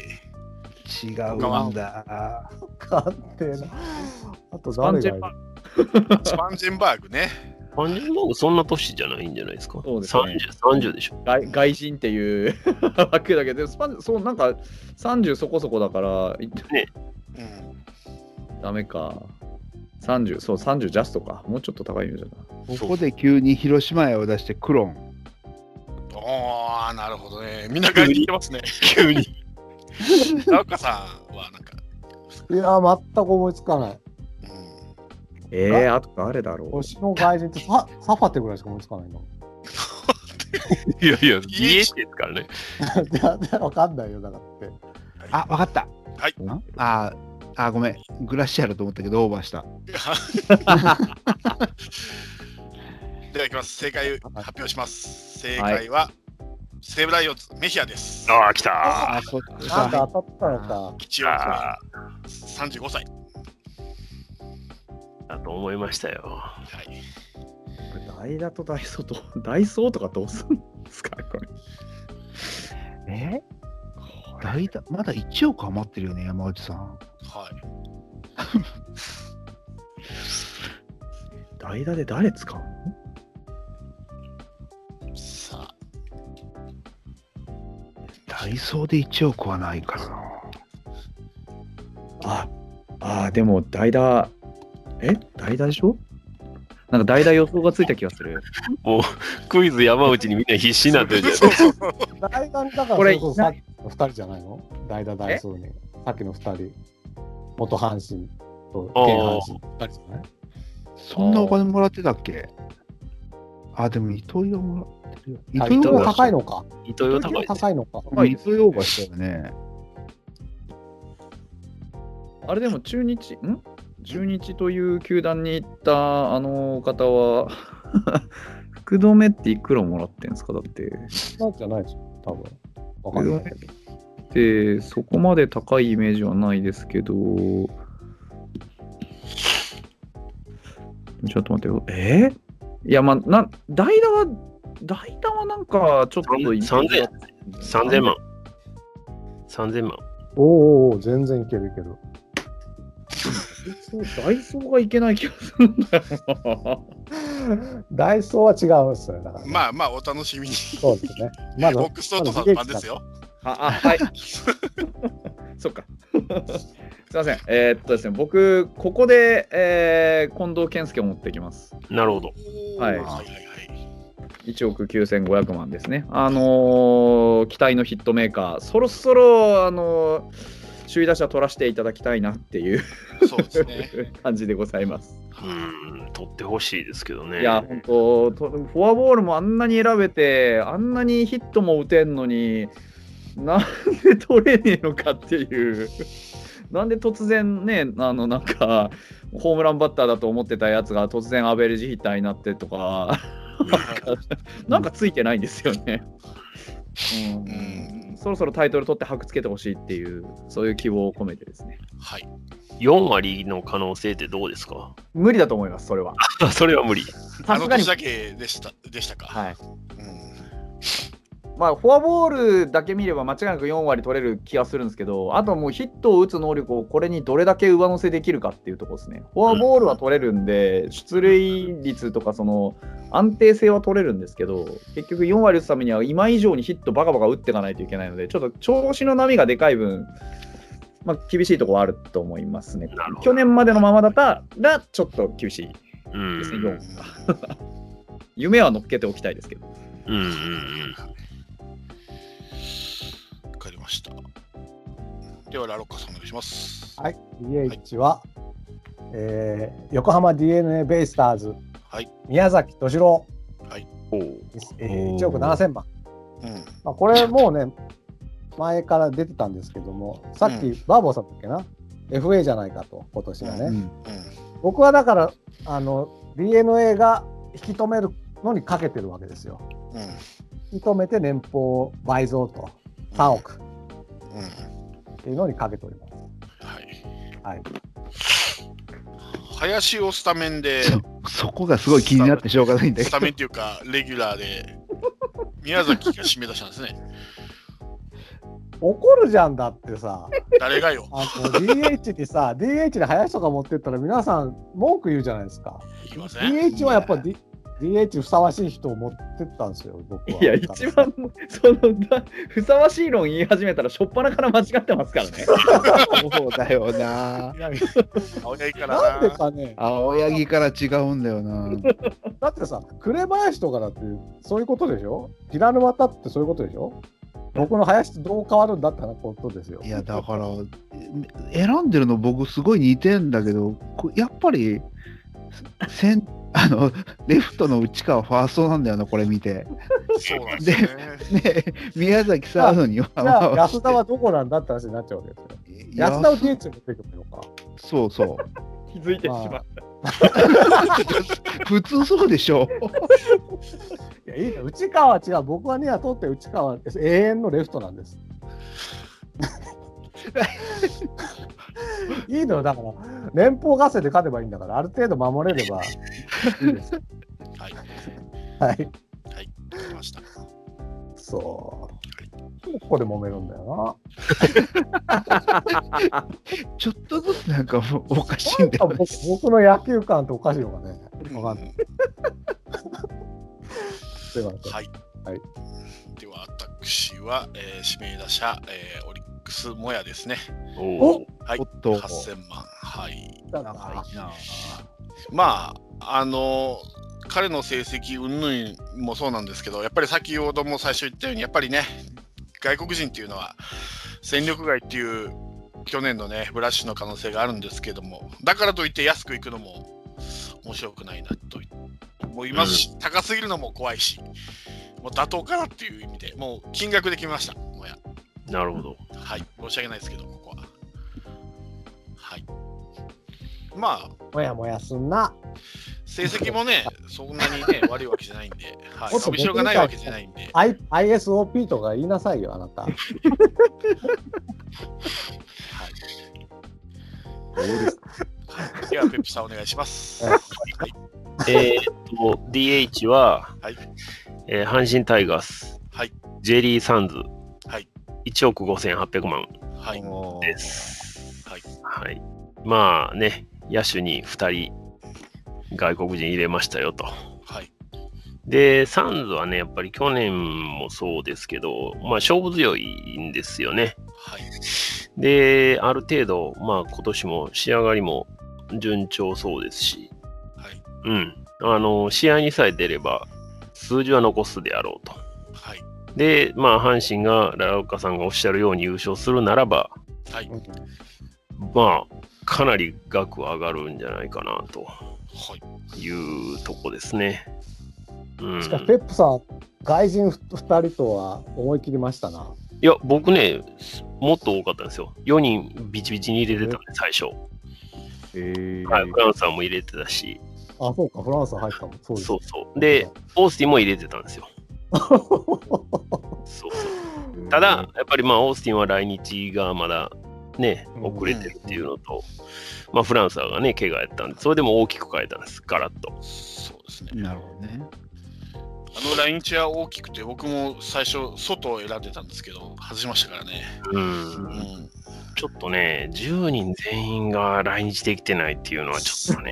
Speaker 7: ー。違うんだ。
Speaker 5: 勝手な。あと
Speaker 4: パ
Speaker 5: 誰
Speaker 4: ンチ
Speaker 5: がい
Speaker 4: ェ
Speaker 5: る
Speaker 4: ンパン
Speaker 2: スパンジェンバーグね。
Speaker 6: パンジェンバーグそんな年じゃないんじゃないですか。
Speaker 4: そうですね
Speaker 6: 30、30でしょ。
Speaker 4: 外外人っていう 枠だけど、でもスパンそうなんか30そこそこだから、い
Speaker 2: うん。
Speaker 4: ダメか。30、そう、30ジャストか。もうちょっと高いイメージだな。
Speaker 7: ここで急に広島へを出してクロン。
Speaker 2: おー、なるほどね。みんな外人行ってます ね。急 に。ラオカさんは、なんか、
Speaker 5: いや、全く思いつかない。
Speaker 2: うん。
Speaker 4: えー、あと誰だろ
Speaker 5: 星の外人ってササファテぐらいしか思いつかないの。
Speaker 6: いやいや、DH ですからね。
Speaker 5: いや、いやわかんないよ、だからって。
Speaker 7: あ、わかった。
Speaker 2: はい
Speaker 7: ん。あーあー、ごめん。グラシアルと思ったけど、オーバーした。
Speaker 2: では、いきます。正解発表します。正解は、西武ライオンズ、メヒアです。
Speaker 6: ああ、来た。
Speaker 7: あー、そっ
Speaker 5: な
Speaker 7: か。
Speaker 5: んか当たったのか。
Speaker 2: 一応、35歳。
Speaker 6: だと思いましたよ。
Speaker 2: はい。
Speaker 4: う代打とダイソーと、ダイソーとかどうするんですかねこれ。
Speaker 7: え代打まだ1億余ってるよね、山内さん。
Speaker 2: はい。
Speaker 4: 代打で誰使うの
Speaker 2: さあ、
Speaker 7: ダイソーで1億はないからな。
Speaker 4: あ、あー、でも代打、え代打でしょなんか代打予想がついた気がする。
Speaker 6: クイズ山内にみんな必死になってるじゃないですか。
Speaker 5: 代打にだから、
Speaker 4: こ
Speaker 5: そ
Speaker 4: れ
Speaker 5: れこそさっきの2人じゃないの代打ダイソーに。さっきの2人。元阪神と現阪神二人じゃない
Speaker 7: そんなお金もらってたっけあ、でも糸井がもらってるよ。
Speaker 5: あ
Speaker 7: 糸井
Speaker 5: 糸井
Speaker 7: は
Speaker 5: も高いのか。
Speaker 6: 糸井は高いです。
Speaker 5: 高いのか。
Speaker 7: まあ、糸井オーバーしたよね。
Speaker 4: あれでも中日、ん中日という球団に行ったあの方は、 福留っていくらもらってんですかだって。
Speaker 5: なんじゃないでしょ、多分。わか
Speaker 4: 福
Speaker 5: んない
Speaker 4: 留。ってそこまで高いイメージはないですけど。ちょっと待ってよ。えーいや、まあ、な、代打は、代打はなんか、ちょっとイメージが。
Speaker 6: 3000 3000万。3000万。
Speaker 5: おーおーおー全然いけるいける。
Speaker 4: ダイソーがいけない気がするんだよな。
Speaker 5: ダイソーは違うんですよね。だから、
Speaker 2: まあまあお楽しみに。
Speaker 5: そうですね。まだ
Speaker 2: ボックストートさんの番ですよ。
Speaker 4: あ、あはい。 そっか。すいません。えーっとですね、僕、ここで、えー近藤健介を持ってきます。
Speaker 6: なるほど。
Speaker 4: はい
Speaker 2: はいはい
Speaker 4: 1億9500万ですね。あのー期待のヒットメーカー、そろそろ、あのー首位打者取らせていただきたいなっていう
Speaker 2: はい。そうですね。
Speaker 4: 感じでございます。
Speaker 6: うん、取ってほしいですけどね。
Speaker 4: いや、本当とフォアボールもあんなに選べて、あんなにヒットも打てんのに、なんで取れねえのかっていう、なんで突然ね、あのなんか、ホームランバッターだと思ってたやつが、突然アベレージヒッターになってとか、なんかついてないんですよね。うんそろそろタイトル取って、箔つけてほしいっていう、そういう希望を込めてですね。
Speaker 2: はい。
Speaker 6: 4割の可能性ってどうですか
Speaker 4: 無理だと思います、それは。
Speaker 6: それは無理。
Speaker 2: あの
Speaker 4: さすがに
Speaker 2: 年。だけでしたでしたか。
Speaker 4: はい
Speaker 2: うん
Speaker 4: まあ、フォアボールだけ見れば間違いなく4割取れる気がするんですけど、あともうヒットを打つ能力をこれにどれだけ上乗せできるかっていうところですね。フォアボールは取れるんで、出塁率とかその安定性は取れるんですけど、結局4割打つためには今以上にヒットバカバカ打っていかないといけないので、ちょっと調子の波がでかい分、まあ、厳しいところはあると思いますね
Speaker 6: なるほ。ど
Speaker 4: 去年までのままだったら、ちょっと厳しい
Speaker 6: うん。
Speaker 4: ですね、
Speaker 6: うん
Speaker 4: 4夢は乗っけておきたいですけど。
Speaker 6: うんうん。
Speaker 2: わかりました。ではラロッカさんお願いします。
Speaker 5: はい、DH は、えー横浜 d n a ベイスターズ、
Speaker 2: はい
Speaker 5: 宮崎敏郎、
Speaker 6: おう
Speaker 5: えー1億7000万、
Speaker 2: うん。
Speaker 5: まあ、これもうね、前から出てたんですけども、さっき、バーボーさんだっけな、FA じゃないかと、今年はね。
Speaker 7: うん
Speaker 5: 僕はだから、あの d n a が引き止めるのにかけてるわけですよ。
Speaker 2: うん。うん。
Speaker 5: 引き止めて年俸倍増と、3億
Speaker 2: うん。
Speaker 5: っていうのにかけております。
Speaker 2: はい。
Speaker 5: はい。
Speaker 2: 林をスタメン で、
Speaker 7: そこがすごい気になってしょうがないんだけ
Speaker 2: スタ
Speaker 7: ど
Speaker 2: メンっていうか、レギュラーで、宮崎が締め出したんですね。
Speaker 5: 怒るじゃんだってさ。
Speaker 2: 誰がよ。
Speaker 5: あの DH にさ、DH に林とか持ってったら皆さん文句言うじゃないですか。
Speaker 2: 言いません。
Speaker 5: DH はやっぱ、D、h ふさわしい人を持ってったんですよ、僕は。
Speaker 4: いや、一番、その、だふさわしい論言い始めたら、しょっぱなから間違ってますからね。
Speaker 7: そうだよな。
Speaker 2: 青柳から
Speaker 5: なんで
Speaker 2: な。
Speaker 5: かね、
Speaker 7: 青柳から違うんだよな。
Speaker 5: だってさ、紅林とかだってそういうことでしょ平沼だってそういうことでしょ僕の林とどう変わるんだってことですよ。
Speaker 7: いやだからえ選んでるの僕すごい似てんだけどこやっぱりせんあのレフトの内川ファーストなんだよなこれ見て。
Speaker 2: そうなんですよね。
Speaker 7: ね宮崎サードには
Speaker 5: じゃあ、安田はどこなんだって話になっちゃうわけですよ。安田を DH に持っていくのか。
Speaker 7: そうそ
Speaker 4: 気づいてしまう。
Speaker 7: う普通そうでしょ
Speaker 5: いや、いいね。内川は違う。僕はね、雇って内川は永遠のレフトなん です。いいのよ、だから、年俸合戦で勝てばいいんだから、ある程度守れればいいです。
Speaker 2: はい。
Speaker 5: は
Speaker 2: は
Speaker 5: い。
Speaker 2: い。わかりました。
Speaker 5: そう。ここで揉めるんだよ
Speaker 7: ちょっとずつなんかもうおかしい
Speaker 5: な。
Speaker 7: んだよ
Speaker 5: なんか
Speaker 7: ね
Speaker 5: 僕僕の野球観っておかしいのかね。わかんない。すいません。
Speaker 2: はい。
Speaker 5: はい
Speaker 2: では、私は、えー指名打者、えーオリックス・モヤですね。
Speaker 6: おう
Speaker 2: はい
Speaker 7: おっ。と
Speaker 2: 8000万。はい。
Speaker 5: だか
Speaker 7: 仲いいな
Speaker 2: まあ、あの彼の成績云々もそうなんですけど、やっぱり先ほども最初言ったように、やっぱりね、外国人っていうのは戦力外っていう去年のね、ブラッシュの可能性があるんですけども、だからといって安くいくのも面白くないなと思いますし、高すぎるのも怖いし、もう妥当かなっていう意味で、もう金額で決めました、もうや。
Speaker 6: なるほど。
Speaker 2: はい、申し訳ないですけど、ここは。はい。まあ、
Speaker 5: もやもやすんな。
Speaker 2: 成績もね、そんなにね、悪いわけじゃないんで、はい、
Speaker 5: もっと
Speaker 2: 伸びしろがないわけじゃないんで、
Speaker 5: I- ISOP とか言いなさいよ、あなた。
Speaker 2: はい、では、ペップさんお願いします。
Speaker 5: は
Speaker 2: はい、
Speaker 6: えーっと、DH は、
Speaker 2: はい
Speaker 6: えー阪神タイガース、
Speaker 2: はい
Speaker 6: ジェリー・サンズ、
Speaker 2: はい
Speaker 6: 1億5800万
Speaker 2: はい、
Speaker 6: です。
Speaker 2: はい
Speaker 6: はい、まあね、野手に2人、外国人入れましたよと。
Speaker 2: はい、
Speaker 6: で、サンズはね、やっぱり去年もそうですけど、まあ、勝負強いんですよね。
Speaker 2: はい、
Speaker 6: で、ある程度、まあ、今年も仕上がりも順調そうですし、
Speaker 2: はい、
Speaker 6: うん、あの試合にさえ出れば、数字は残すであろうと。
Speaker 2: はい、
Speaker 6: で、まあ、阪神が、ラオカさんがおっしゃるように優勝するならば、
Speaker 2: はい、はい、
Speaker 6: まあ、かなり額は上がるんじゃないかなというとこですね。うん、
Speaker 5: しかし、ペップさん、外人2人とは思い切りましたな。
Speaker 6: いや、僕ね、もっと多かったんですよ。4人ビチビチに入れてたんで、最初。はい、フランサーも入れてたし、
Speaker 5: あ、そうか、フランス入ったもん。そうです
Speaker 6: そうそう。で、、オースティンも入れてたんですよ。そうそうただ、やっぱりまあ、オースティンは来日がまだね、遅れてるっていうのと、まあ、フランサーがね、怪我やったんで、それでも大きく変えたんです、ガラッと。
Speaker 2: そうですね。
Speaker 7: なるほどね。
Speaker 2: あのラインチは大きくて、僕も最初、外を選んでたんですけど、外しましたからね。
Speaker 6: うん
Speaker 2: うん、
Speaker 6: ちょっとね、10人全員が来日できてないっていうのは、ちょっとね、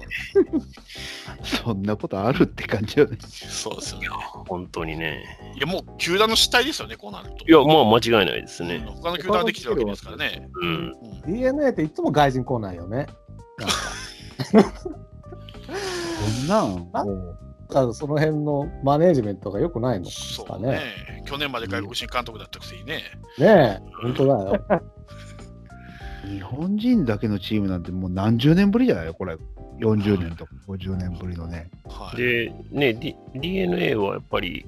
Speaker 7: そんなことあるって感じよね。
Speaker 2: そうですよね。
Speaker 6: 本当にね。
Speaker 2: いや、もう球団の主体ですよね、こうなると。
Speaker 6: いや、まあ、間違いないですね。
Speaker 2: 他の球団はできてるわけですからね。
Speaker 6: うん。
Speaker 5: d n a っていつも外人来ないよね。
Speaker 7: そんなん
Speaker 5: あだからその辺のマネージメントが良くないの。ね
Speaker 2: そうね。去年まで外国人監督だったくせにね。
Speaker 5: え、本当だよ。
Speaker 7: 日本人だけのチームなんてもう何十年ぶりじゃないこれ。40年とか50年ぶりのね。
Speaker 2: はい。
Speaker 6: で、ね、D、DNA はやっぱり、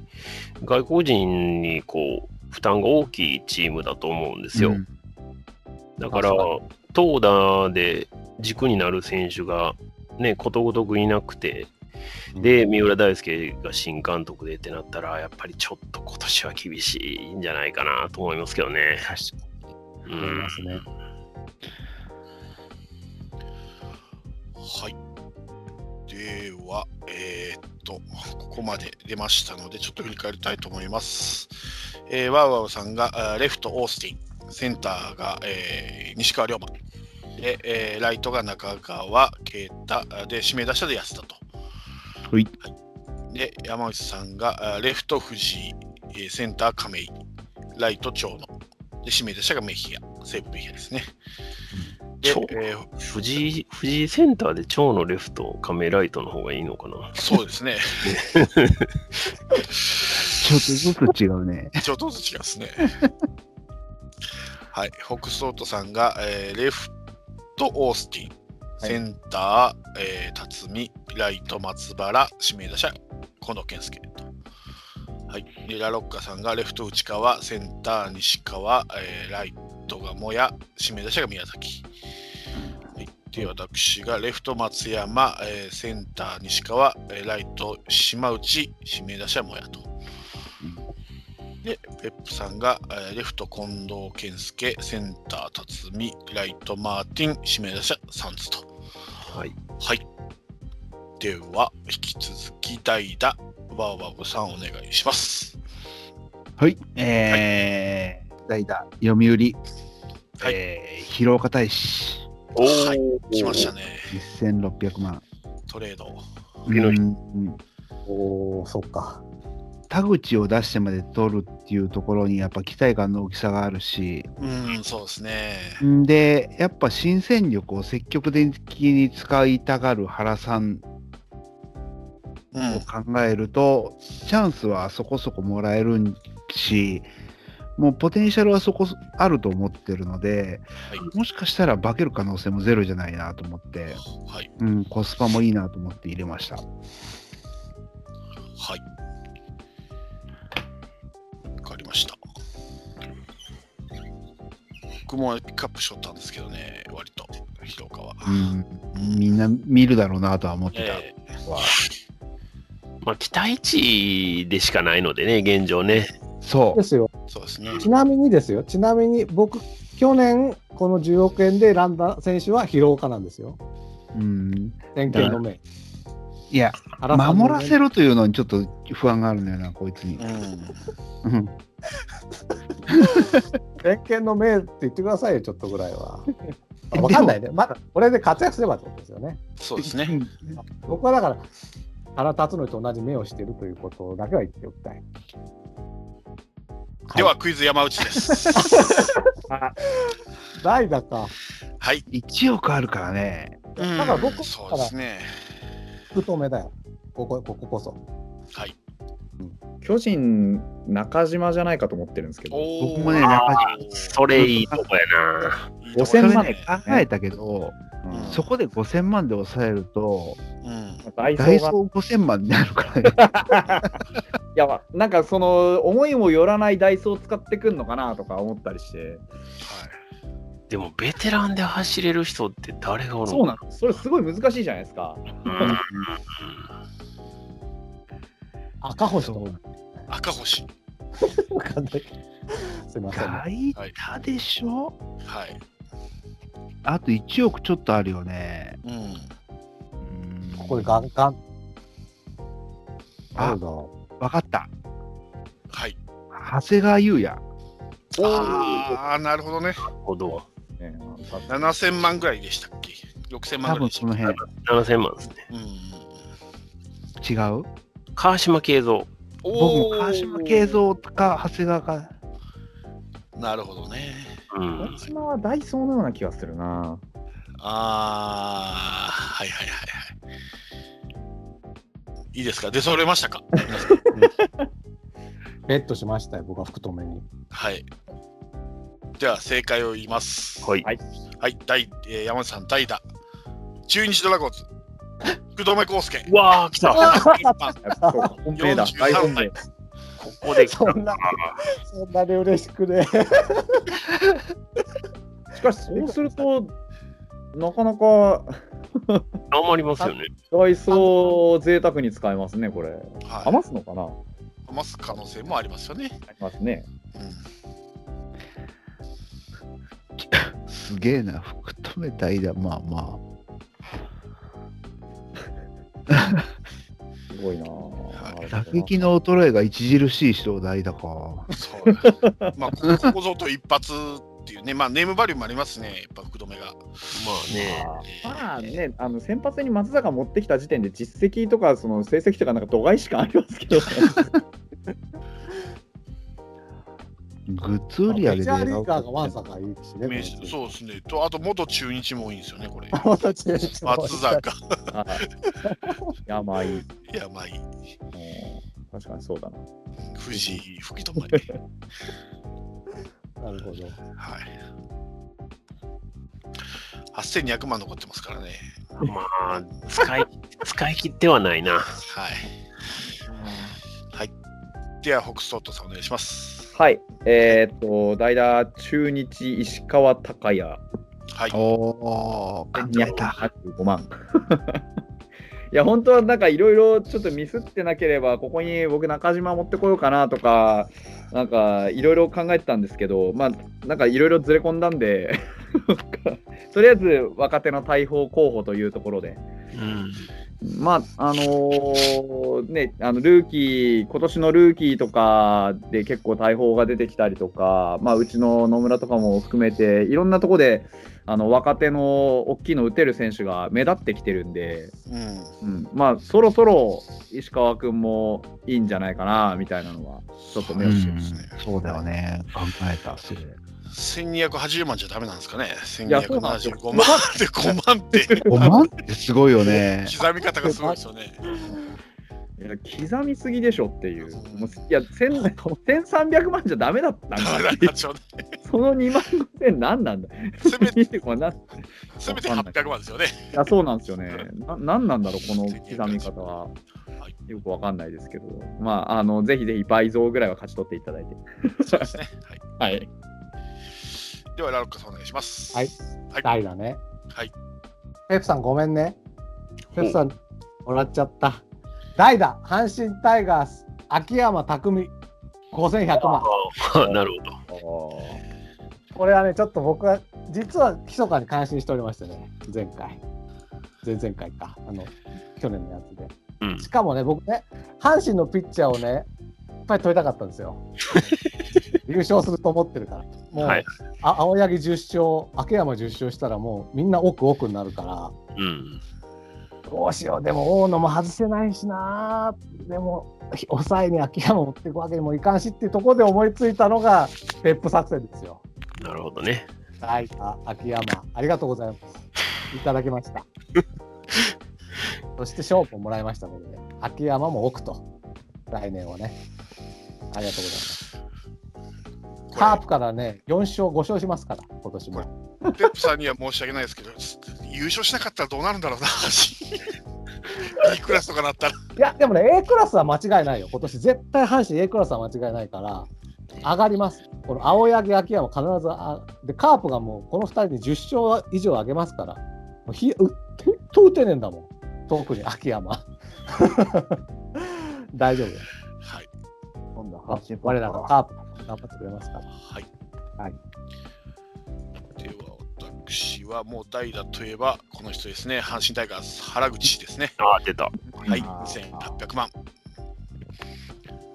Speaker 6: 外国人にこう、負担が大きいチームだと思うんですよ。
Speaker 7: うん
Speaker 6: だから
Speaker 5: あ、
Speaker 6: 投打で軸になる選手が、ね、ことごとくいなくて、で、三浦大輔が新監督でってなったら、やっぱりちょっと今年は厳しいんじゃないかなと思いますけどね。確かに。うん、
Speaker 2: はい。では、えーっと、ここまで出ましたので、ちょっと振り返りたいと思います。えーワウワウさんが、あーレフト、オースティン、センターが、えー西川龍馬、で、えーライトが中川啓太、で、指名打者で安田と。
Speaker 7: ほい
Speaker 2: はいで、山内さんが、あーレフト、藤井、えーセンター、亀井、ライト、長野、で、指名打者がメヒア、西武メヒアですね。で
Speaker 6: 長、野
Speaker 2: えー
Speaker 6: 藤井、藤井センターで長のレフト、亀井ライトの方がいいのかな。
Speaker 2: そうですね。
Speaker 7: ちょっとずつ違うね。
Speaker 2: ちょっとずつ違いますね。はい、ホックストートさんが、えーレフト、オースティン、センター、えー辰巳、ライト、松原、指名打者、近藤健介と。はい、リラロッカさんがレフト、内川、センター、西川、えーライトがもや、指名打者が宮崎。はい、で、私がレフト、松山、えーセンター、西川、えーライト、島内、指名打者、もやと。で、ペップさんが、えーレフト、近藤健介、センター、辰巳、ライト、マーティン、指名打者、サンズと。
Speaker 6: はい。
Speaker 2: はい。では、引き続き代打、バーバブさん、お願いします。
Speaker 7: はい。えー、代打、読売、
Speaker 2: はい
Speaker 7: えー、広岡大使、
Speaker 6: おー
Speaker 2: はい来ましたね、
Speaker 7: 1600万。
Speaker 2: トレード。
Speaker 6: 次の日
Speaker 7: うん
Speaker 5: おお、そっか。
Speaker 7: 田口を出してまで取るっていうところにやっぱ期待感の大きさがあるし、
Speaker 2: うん、そうですね。
Speaker 7: で、やっぱ新戦力を積極的に使いたがる原さん
Speaker 2: う
Speaker 7: を
Speaker 2: ん、
Speaker 7: 考えると、チャンスはそこそこもらえるし、もうポテンシャルはそこそあると思ってるので、
Speaker 2: はい
Speaker 7: もしかしたら化ける可能性もゼロじゃないなと思って、
Speaker 2: はい、
Speaker 7: うん、コスパもいいなと思って入れました。
Speaker 2: はい。わかりました。僕もピックアップしとったんですけどね、割と、広岡は。
Speaker 7: うん、みんな見るだろうなとは思ってた。
Speaker 2: ええ
Speaker 7: は
Speaker 6: まあ、期待値でしかないのでね、現状ね。
Speaker 7: そ
Speaker 5: ですよ。
Speaker 2: そうですね。
Speaker 5: ちなみにですよ。ちなみに僕、去年、この10億円で選んだ選手は広岡なんですよ。
Speaker 7: う。うん。
Speaker 5: 典型の名。
Speaker 7: いや、
Speaker 5: 原さんの
Speaker 7: 守
Speaker 5: 名
Speaker 7: らせろというのにちょっと不安があるんだよな、こいつに
Speaker 2: う。ん。
Speaker 7: うん。
Speaker 5: 偏見の名って言ってくださいよ、ちょっとぐらいは。 まあわかんないね。まだ、これで活躍すればってことですよね。
Speaker 2: そうですね。
Speaker 5: 僕はだから、原辰徳と同じ目をしているということだけは言っておきたい。
Speaker 2: では、クイズ山内です。
Speaker 5: 代打か、
Speaker 2: はい。
Speaker 7: 1億あるからね。
Speaker 2: だ
Speaker 5: から僕
Speaker 2: そうですね。
Speaker 5: 福留だよ。ここ、こここそ。
Speaker 2: はい。
Speaker 4: 巨人、中島じゃないかと思ってるんですけど、
Speaker 2: お
Speaker 7: 僕もね、中
Speaker 6: それいいとこやな。
Speaker 4: 5000
Speaker 7: 島
Speaker 4: 万
Speaker 7: ね、考えたけど、
Speaker 2: うん
Speaker 7: そこで5000万で抑えると、
Speaker 2: うん。
Speaker 4: 代
Speaker 7: ダイ
Speaker 4: 走
Speaker 7: ソ
Speaker 4: が
Speaker 7: ー5000万になる からね。
Speaker 4: いやなんかその思いもよらないダイソーを使ってくんのかなとか思ったりして
Speaker 6: でも、ベテランで走れる人って誰がおる
Speaker 4: そう
Speaker 6: の
Speaker 4: なのそれすごい難しいじゃないですか
Speaker 6: うん
Speaker 5: 赤星と
Speaker 7: そ
Speaker 5: か
Speaker 7: う
Speaker 2: 赤星。
Speaker 5: わかんないけど。すいません、ね。
Speaker 7: 代打でしょ
Speaker 2: はい。
Speaker 7: あと1億ちょっとあるよね。
Speaker 2: うん。
Speaker 7: うん
Speaker 5: ここでガンガン。
Speaker 7: あ
Speaker 5: 誰だろ
Speaker 7: わかった。
Speaker 2: はい。
Speaker 7: 長谷川優也。
Speaker 2: ああ、なるほどね。
Speaker 6: ほど。
Speaker 4: ね
Speaker 2: 7000万ぐらいでしたっけ ?6000 万
Speaker 7: 多
Speaker 2: ぐらい
Speaker 7: 分
Speaker 2: でした
Speaker 7: そ
Speaker 2: っ
Speaker 7: の辺。
Speaker 6: 7000万ですね。
Speaker 2: け。うん。
Speaker 7: 違う
Speaker 6: 川島慶三。
Speaker 7: 僕も
Speaker 2: おー
Speaker 7: 川島慶。三か長谷川か。
Speaker 2: なるほどね。
Speaker 6: うん
Speaker 4: 中。島はダイソーのような気がするな
Speaker 2: ああ、はいはいはいはい。いいですか出揃えましたか
Speaker 5: う。ベットしましたよ、僕は福留に。
Speaker 2: はい。では正解を言います。
Speaker 6: はい。
Speaker 4: はい
Speaker 2: はい、第えー山内さん、代打。中日ドラゴンズ。 福留康介。
Speaker 6: うわー、来た。
Speaker 4: そうか本命だ
Speaker 2: 43
Speaker 4: 大本命
Speaker 6: ここで来た。
Speaker 5: そ んな、そんなに嬉しくね。
Speaker 4: しかしそうするとなかなか
Speaker 6: 頑張りますよね。
Speaker 4: ダイソーを贅沢に使えますねこれ
Speaker 2: はい
Speaker 4: 余すのかな
Speaker 2: 余す可能性もありますよね。
Speaker 4: ありますね
Speaker 2: うん
Speaker 7: すげえな。福留代打。まあま
Speaker 4: すごいな
Speaker 7: あ。打撃の衰えが著しい人を代打か。
Speaker 2: そうだ まあ、こここぞと一発っていうね、まあ、ネームバリューもありますね、やっぱ福留が。
Speaker 6: ま
Speaker 4: ま
Speaker 6: あね。
Speaker 4: あね、あの先発に松坂持ってきた時点で実績とかその成績とかなんか度外視感ありますけど、
Speaker 7: グッズ売り上
Speaker 5: メ
Speaker 7: げ
Speaker 5: ジ
Speaker 7: で
Speaker 5: ャーリーガーがワン
Speaker 7: 選
Speaker 5: サカいいしね。
Speaker 2: 名刺 そうですね。と、あと元中日もいいんですよね、 これ。松
Speaker 5: 松
Speaker 2: 坂、
Speaker 4: はいいやまあいい、
Speaker 2: 山井、
Speaker 4: うん確かにそうだな。
Speaker 2: 藤井、福 留。
Speaker 5: なるほど。
Speaker 2: はい。8200万残ってますからね。
Speaker 6: まあ、使い、 使い切ってはないな。
Speaker 2: はい。はい。では、北総とさんお願いします。
Speaker 4: はい、えーっと、代打、中日、石川隆也、
Speaker 2: はい
Speaker 7: 手。。おお、考えた。
Speaker 4: 285万。 いや、本当はなんかいろいろちょっとミスってなければ、ここに僕、中島持ってこようかなとか、なんかいろいろ考えてたんですけど、まあ、なんかいろいろずれ込んだんで、 とりあえず若手の大砲候補というところで。
Speaker 6: うん。
Speaker 4: まああのーね、あのルーキー、今年のルーキーとかで結構大砲が出てきたりとか、まあ、うちの野村とかも含めて、いろんなとこであの若手の大きいの打てる選手が目立ってきてるんで、
Speaker 2: うん。
Speaker 4: うんまあ、そろそろ石川君もいいんじゃないかなみたいなのは、ちょっと目
Speaker 7: う
Speaker 4: を
Speaker 7: ん
Speaker 4: して、
Speaker 7: そうだよね。考え た。すごい
Speaker 2: 1280万じゃダメなんですかね。1275
Speaker 4: いやそうなんですよ
Speaker 2: 万で5万って、
Speaker 7: 5万ってすごいよ ね。
Speaker 2: 刻み方がすごいですよね。
Speaker 4: いや刻みすぎでしょっていう、もういや1000 1300万じゃダメだったんだ
Speaker 2: だから、 ちょっと
Speaker 4: その2万5000何なん だ
Speaker 2: せめて、
Speaker 4: 見てこれなん
Speaker 2: せめて800万ですよね。
Speaker 4: いやそうなんですよね。ななんなんだろう、この刻み方は
Speaker 2: はい。
Speaker 4: よくわかんないですけど、まあ、あのぜひぜひ倍増ぐらいは勝ち取っていただいて。
Speaker 2: そうですね。はい。
Speaker 4: はい、
Speaker 2: では、ラロッカさんお願いします。
Speaker 5: はい。
Speaker 2: はい。
Speaker 5: 代打ね。
Speaker 2: はい。
Speaker 5: ペプさんごめんね。ペプさん、もらっちゃった。代打、阪神タイガース、秋山匠、5100万。
Speaker 6: あ なるほど。
Speaker 5: これはね、ちょっと僕は、実は密かに感心しておりましてね、前回。前々回か、あの、去年のやつで。
Speaker 6: うん
Speaker 5: しかもね、僕ね、阪神のピッチャーをね、いっぱい取りたかったんで すよ。優勝すると思ってるから。もう、
Speaker 6: はい
Speaker 5: あ青柳10勝、秋山10勝したら、もうみんな奥奥になるから。
Speaker 6: うん。
Speaker 5: どうしよう、でも大野も外せないしな、でも抑えに秋山持っていくわけにもいかんしっていうところで思いついたのが、ペップ作戦ですよ。
Speaker 6: なるほどね。
Speaker 5: はい、あ秋山、ありがとうございます。いただきました。そして勝負ももらいましたので、秋山も奥と、来年はね。ありがとうございます。カープからね、4勝、5勝しますから、今年も。
Speaker 2: ペップさんには申し訳ないですけど、優勝しなかったらどうなるんだろうな、 阪神 B クラスとかなったら。
Speaker 5: いや、でもね、A クラスは間違いないよ。今年絶対阪神 A クラスは間違いないから、上がります。この青柳、秋山、必ずあ、で、カープがもう、この2人に10勝以上上げますから、もうひうってんと打てねえんだもん、特に秋山。 大丈夫よ。
Speaker 2: はい。
Speaker 5: 今度は、我らがカープ、頑張ってくれますから。
Speaker 2: はい。
Speaker 5: はい
Speaker 2: では、私はもう代打といえば、この人ですね、阪神タイガース、原口ですね。
Speaker 6: ああ、出た。
Speaker 2: はい、
Speaker 3: あー
Speaker 2: 1800万。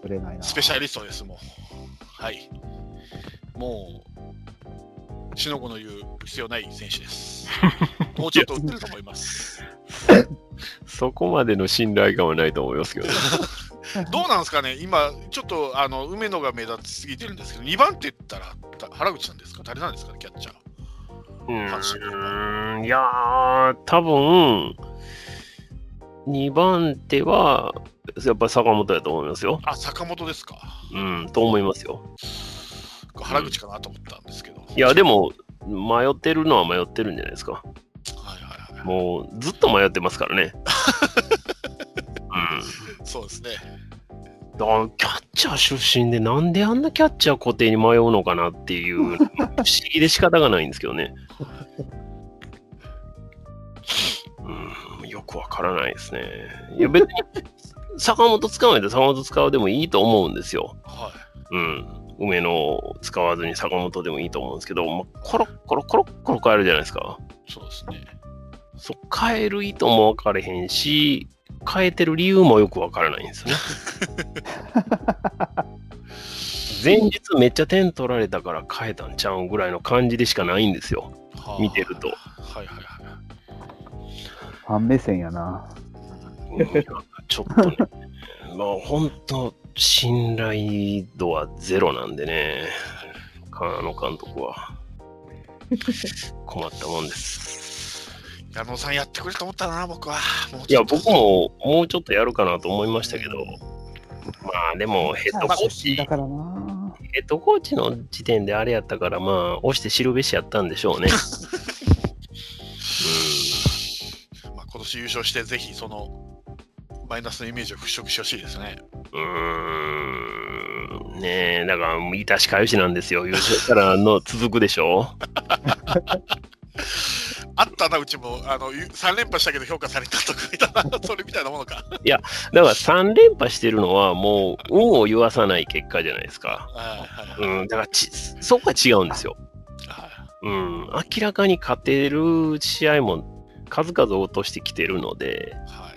Speaker 3: 売れないな。
Speaker 2: スペシャリストです、もう。はい。もう、しのこの言う必要ない選手です。もうちょっと打ってると思います。
Speaker 6: そこまでの信頼感はないと思いますけどね。
Speaker 2: どうなんですかね、今、ちょっとあの梅野が目立ちすぎてるんですけど、2番手って言ったらた原口なんですか、誰なんですかね、キャッチャー。
Speaker 6: う
Speaker 2: 阪神
Speaker 6: ーん、いやー、多分2番手は、やっぱり坂本だと思いますよ。
Speaker 2: あ、坂本ですか。
Speaker 6: うん、と思いますよ。
Speaker 2: 原口かなと思ったんですけど。
Speaker 6: いや、でも、迷ってるのは迷ってるんじゃないですか。
Speaker 2: はいはいはい。
Speaker 6: もう、ずっと迷ってますからね。
Speaker 2: そうですね。
Speaker 6: うん、だからキャッチャー出身でなんであんなキャッチャー固定に迷うのかなっていう不思議で仕方がないんですけどね。うん、よくわからないですね。いや別に坂本使わないで坂本使うでもいいと思うんですよ。
Speaker 2: は
Speaker 6: うん。梅野を使わずに坂本でもいいと思うんですけど、まあ、コロッコロコロッコロ変えるじゃないですか。
Speaker 2: い。そうですね。
Speaker 6: そう変える意図も分かれへんし変えてる理由もよく分からないんですよね。前日めっちゃ点取られたから変えたんちゃうんぐらいの感じでしかないんですよ。
Speaker 2: はあ
Speaker 6: 見てると
Speaker 2: はいはいはい。
Speaker 3: ファン目線やな。
Speaker 6: ちょっ とね、まあ本当信頼度はゼロなんでね、あの監督は困ったもんです。
Speaker 2: 矢野さんやってくれると思ったな、僕は。もう
Speaker 6: い
Speaker 2: ち
Speaker 6: や
Speaker 2: ょっと
Speaker 6: 僕ももうちょっとやるかなと思いましたけど、まあでもヘッドコーチ
Speaker 3: だからな。
Speaker 6: ヘッドコーチの時点であれやったから、まあ、押して知るべしやったんでしょうね。
Speaker 2: まあ、今年優勝して、ぜひそのマイナスのイメージを払拭してほしいですね。
Speaker 6: うーん。ねえ、だから、もういたしかよしなんですよ。優勝したらの続くでしょ。
Speaker 2: あったな、うちもあのゆ3連覇したけど評価されたとかいたな、それみたいなものか。
Speaker 6: だから、3連覇してるのは、もう、運を言わさない結果じゃないですか。
Speaker 2: はいはい
Speaker 6: うん。だからち、そこは違うんですよ。
Speaker 2: は
Speaker 6: うん。明らかに勝てる試合も数々落としてきてるので、
Speaker 2: いは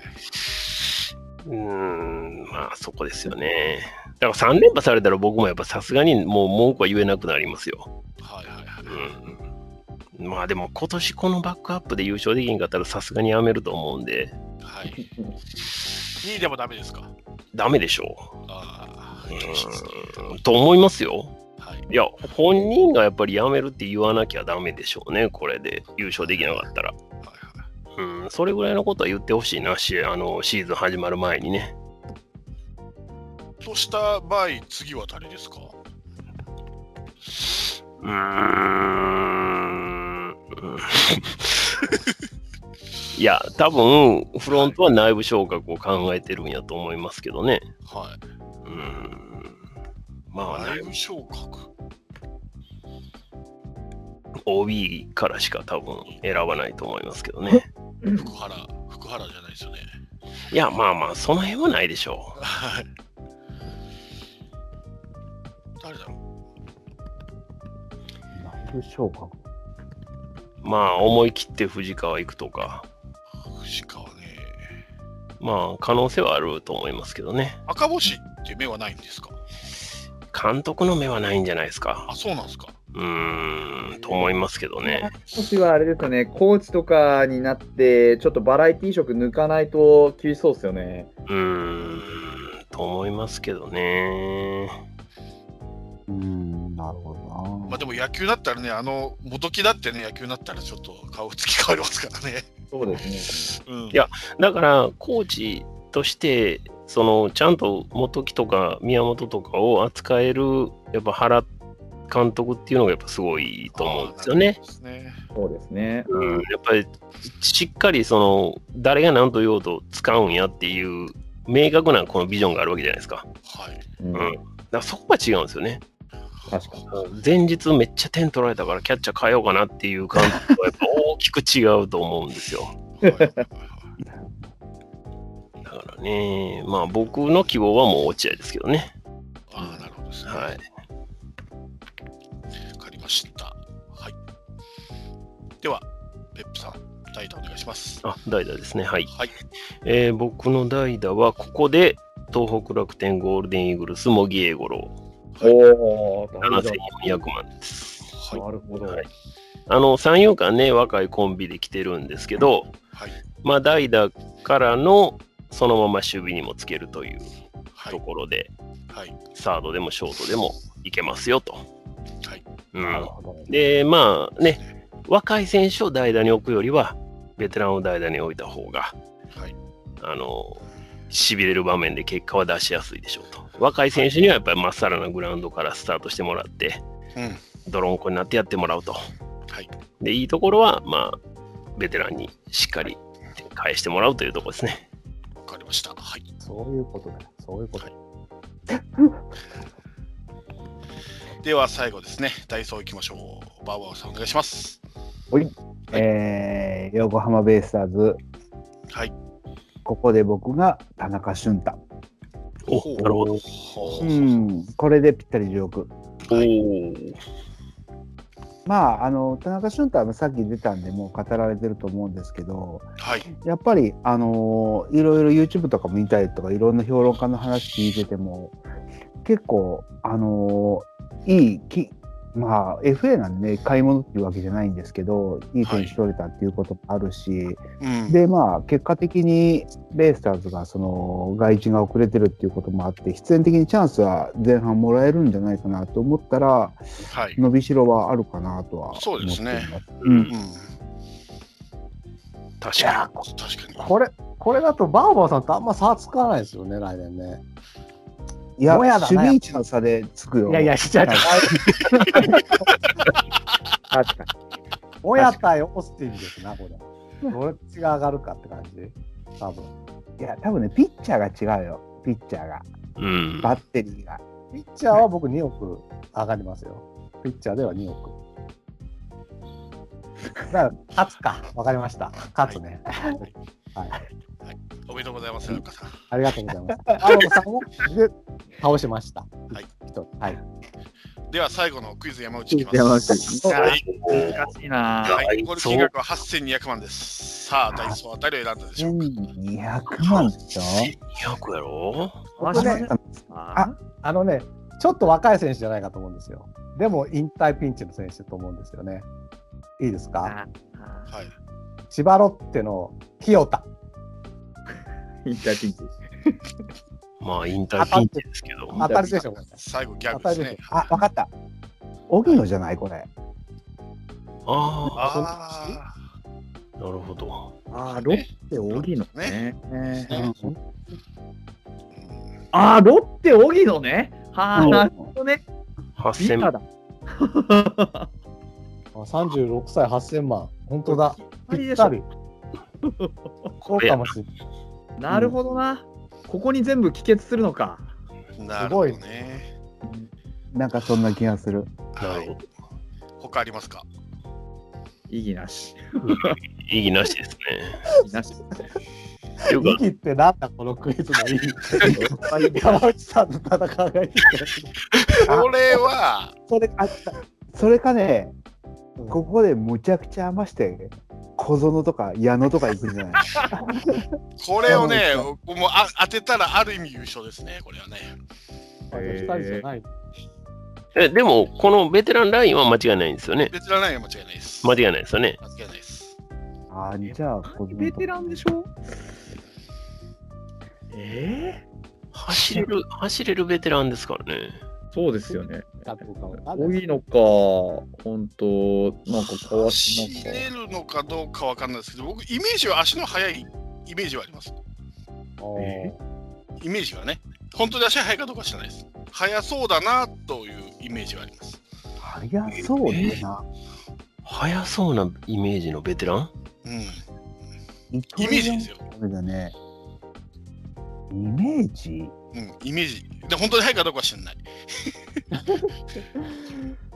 Speaker 6: うーん、まあそこですよね。だから3連覇されたら僕もやっぱさすがにもう文句は言えなくなりますよ。
Speaker 2: いはいはいはい。
Speaker 6: うん。まあでも今年このバックアップで優勝できんかったらさすがにやめると思うんで、
Speaker 2: はい、2位でもダメですか。
Speaker 6: ダメでしょ
Speaker 2: ああ、
Speaker 6: う。
Speaker 2: 厳しいですね
Speaker 6: うん。と思いますよ。
Speaker 2: はい。
Speaker 6: いや、本人がやっぱりやめるって言わなきゃダメでしょうね、これで優勝できなかったら。
Speaker 2: はいは
Speaker 6: うん、それぐらいのことは言ってほしいなし、あの、シーズン始まる前にね。
Speaker 2: い、とした場合、次は誰ですか
Speaker 6: うーん いや、多分フロントは内部昇格を考えてるんやと思いますけどね。
Speaker 2: は
Speaker 6: うーん。ま
Speaker 2: い。
Speaker 6: あ、
Speaker 2: 内
Speaker 6: 内部
Speaker 2: 部昇格。
Speaker 6: OB からしか多分選ばないと思いますけどね。
Speaker 2: 福原、福原じゃないですよね。
Speaker 6: いや、まあまあ、その辺はないでしょ
Speaker 2: はい誰だろ
Speaker 7: 内部昇格。
Speaker 6: う。まあ、思い切って藤川行くとか、
Speaker 2: う藤川ね
Speaker 6: まあ、可能性はあると思いますけどね。
Speaker 2: 赤星って目はないんですか
Speaker 6: 監督の目はないんじゃないです
Speaker 2: あ
Speaker 6: か。
Speaker 2: そうなんですか
Speaker 6: うーん、と思いますけどね。
Speaker 4: 星はあれですよね、コーチとかになって、ちょっとバラエティー色抜かないと厳しそうですよね。
Speaker 6: うーん、と思いますけどね。
Speaker 7: うーん、なるほどな。
Speaker 2: まあでも野球だったらねあの元木だってね野球だったらちょっと顔つき変わりますからね
Speaker 4: そうですね。
Speaker 2: うん
Speaker 6: いやだから、コーチとして、そのちゃんと元木とか宮本とかを扱える、やっぱ原監督っていうのがやっぱすごいと思うんですよね。
Speaker 2: そうですね
Speaker 4: そうですね。
Speaker 6: うん、やっぱりしっかりその誰が何と言おうと使うんやっていう明確なこのビジョンがあるわけじゃないですか。
Speaker 2: はい
Speaker 4: うん
Speaker 6: うんだからそこは違うんですよね。
Speaker 4: 確かに。
Speaker 6: 前日めっちゃ点取られたからキャッチャー変えようかなっていう感覚はやっぱ大きく違うと思うんですよ。
Speaker 2: はいはいはい
Speaker 6: だからね、まあ僕の希望はもう落合ですけどね。
Speaker 2: ああなるほどですね
Speaker 6: はい。
Speaker 2: わかりましたはいではペップさん代打お願いします
Speaker 6: あ、代打ですね。はい。
Speaker 2: はい
Speaker 6: えー僕の代打はここで東北楽天ゴールデンイーグルス茂木英五郎
Speaker 4: おお、
Speaker 6: 7400万
Speaker 2: はい
Speaker 4: なるほど。
Speaker 6: はいあの34間ね若いコンビで来てるんですけど、
Speaker 2: はい
Speaker 6: まあ代打からのそのまま守備にもつけるという
Speaker 2: はい
Speaker 6: ところで、
Speaker 2: はい
Speaker 6: サードでもショートでもいけますよと。
Speaker 2: はい
Speaker 6: うん
Speaker 4: なるほど。
Speaker 6: でまあね若い選手を代打に置くよりはベテランを代打に置いた方が、
Speaker 2: はい
Speaker 6: あのしびれる場面で結果は出しやすいでしょうと若い選手にはやっぱりまっさらなグラウンドからスタートしてもらって
Speaker 2: うん
Speaker 6: 泥んこになってやってもらうと
Speaker 2: はい
Speaker 6: でいいところはまあベテランにしっかり返してもらうというところですね
Speaker 2: わかりましたはい
Speaker 12: そういうことだ。そういうこと。
Speaker 2: では最後ですねダイソー行きましょうバーバーさんお願いします
Speaker 7: えー横浜ベイスターズ、
Speaker 2: はい
Speaker 7: ここで僕が田中俊太。
Speaker 6: おなるほど
Speaker 2: ほう
Speaker 7: うん、これでぴったり16。
Speaker 6: おお
Speaker 2: はい
Speaker 7: まあ、あの田中俊太はさっき出たんで、もう語られてると思うんですけど、
Speaker 2: はい
Speaker 7: やっぱり、あのーいろいろ YouTube とか見たりとか、いろんな評論家の話聞いてても、結構、あのーいいき、まあ、FA なんで、ね、買い物っていうわけじゃないんですけど、いい選手取れたっていうこともあるし、
Speaker 2: うん
Speaker 7: で、まあ、結果的にベイスターズが、その、外人が遅れてるっていうこともあって、必然的にチャンスは前半もらえるんじゃないかなと思ったら、
Speaker 2: はい
Speaker 7: 伸びしろはあるかなとは思ってい
Speaker 2: そ
Speaker 7: ます。
Speaker 2: うですね
Speaker 7: う
Speaker 2: う
Speaker 7: ん
Speaker 2: ん
Speaker 6: 確か
Speaker 2: 確かに
Speaker 5: これ、これだとバーバーさんとあんま差つかないですよね、来年ね。
Speaker 7: いや、
Speaker 5: もやだな
Speaker 7: 守備位置の差でつくよ。
Speaker 12: いやいや、しちゃう。
Speaker 4: 確か
Speaker 5: もやたよ、オスティンですな、これ。どっちが上がるかって感じ。多分。
Speaker 7: いや、多分ね、ピッチャーが違うよ。ピッチャーが。
Speaker 6: にうん
Speaker 7: バッテリーが。
Speaker 5: ピッチャーは僕2億上がりますよ。ピッチャーでは2億。だから、勝つか。わかりました。勝つね。
Speaker 2: おめでとうございます田中さん
Speaker 5: ありがとうございます。アロンさんをで倒しました。
Speaker 2: い
Speaker 5: 人はい。
Speaker 2: では最後のクイズ山内いきます
Speaker 4: 山内
Speaker 2: はい
Speaker 4: に。難しいな。
Speaker 2: はい、これ金額は8200万です。さあ、ダイソーは誰を選んだでしょうか。
Speaker 7: 1200万でしょ
Speaker 6: 1200やろ
Speaker 4: マ
Speaker 5: 僕
Speaker 4: ジ
Speaker 5: ね
Speaker 4: で。
Speaker 5: ああのね、ちょっと若い選手じゃないかと思うんですよ。でも引退ピンチの選手だと思うんですよね。いいですか
Speaker 2: はい。
Speaker 5: 千葉ロッテの清田。
Speaker 4: インターピンチ。
Speaker 6: まあ引退ピンチですけど
Speaker 5: 当たりでしょ、これ。
Speaker 2: 最後ギャグですね。
Speaker 7: あ、わかった。荻野じゃないこれ。
Speaker 6: あ
Speaker 2: あ
Speaker 6: あなるほど
Speaker 4: ああ、ロッテ、荻野ね。
Speaker 2: あ、うん
Speaker 4: ああ、ロッテ、荻野ね。はあ、なるほどね。ビ
Speaker 6: 8000
Speaker 4: タ
Speaker 6: 万
Speaker 4: だ。
Speaker 5: あ36歳8000万。本当だ。ぴったり。そうかもしれない。
Speaker 4: なるほどな。ここに全部帰結するのか。
Speaker 2: なるほどね。
Speaker 7: なんかそんな気がする。
Speaker 6: な
Speaker 2: は
Speaker 6: るほ
Speaker 2: い
Speaker 6: ど。
Speaker 2: 他ありますか。
Speaker 4: 意義なし。
Speaker 6: 意義なしですね
Speaker 4: 意義なし。
Speaker 6: ていうか
Speaker 5: ミキってなんだこのクイズの意 味山内さんの戦いがいい
Speaker 2: これは、
Speaker 7: それあそれかね、ここでむちゃくちゃ余して、小園とか矢野とか行くんじゃない
Speaker 2: これをね、もうあ当てたらある意味優勝ですね、これはね。
Speaker 5: あじゃあ二人じゃない
Speaker 6: えでも、このベテランラインは間違いないんですよね。
Speaker 2: 別なない間違いないです。
Speaker 6: 間
Speaker 2: 間
Speaker 6: 違
Speaker 2: 違
Speaker 6: いないですよね。
Speaker 2: いないです。
Speaker 7: ああ、じゃあ、小園
Speaker 4: ベ
Speaker 7: と
Speaker 4: テランでしょええ
Speaker 6: 走れる、走れるベテランですからね。
Speaker 4: そうですよね。
Speaker 5: かどうかわかんな
Speaker 4: 多
Speaker 5: い
Speaker 4: いのか、本当なんかかわし
Speaker 2: 走
Speaker 4: なんか
Speaker 2: れるのかどうかわかんないですけど、僕、イメージは足の速いイメージはあります。
Speaker 4: え
Speaker 2: イメージがね、本当に足速いかどうかは知らないです。速そうだなというイメージはあります。
Speaker 7: 早そうだな。
Speaker 6: 速そうなイメージのベテラン
Speaker 2: うん、イ
Speaker 7: イ
Speaker 2: メ
Speaker 7: メ
Speaker 2: ージですよ。
Speaker 7: だね。イメージ
Speaker 2: うん、イメージ。で、本当に速いかどうかは知ら ない。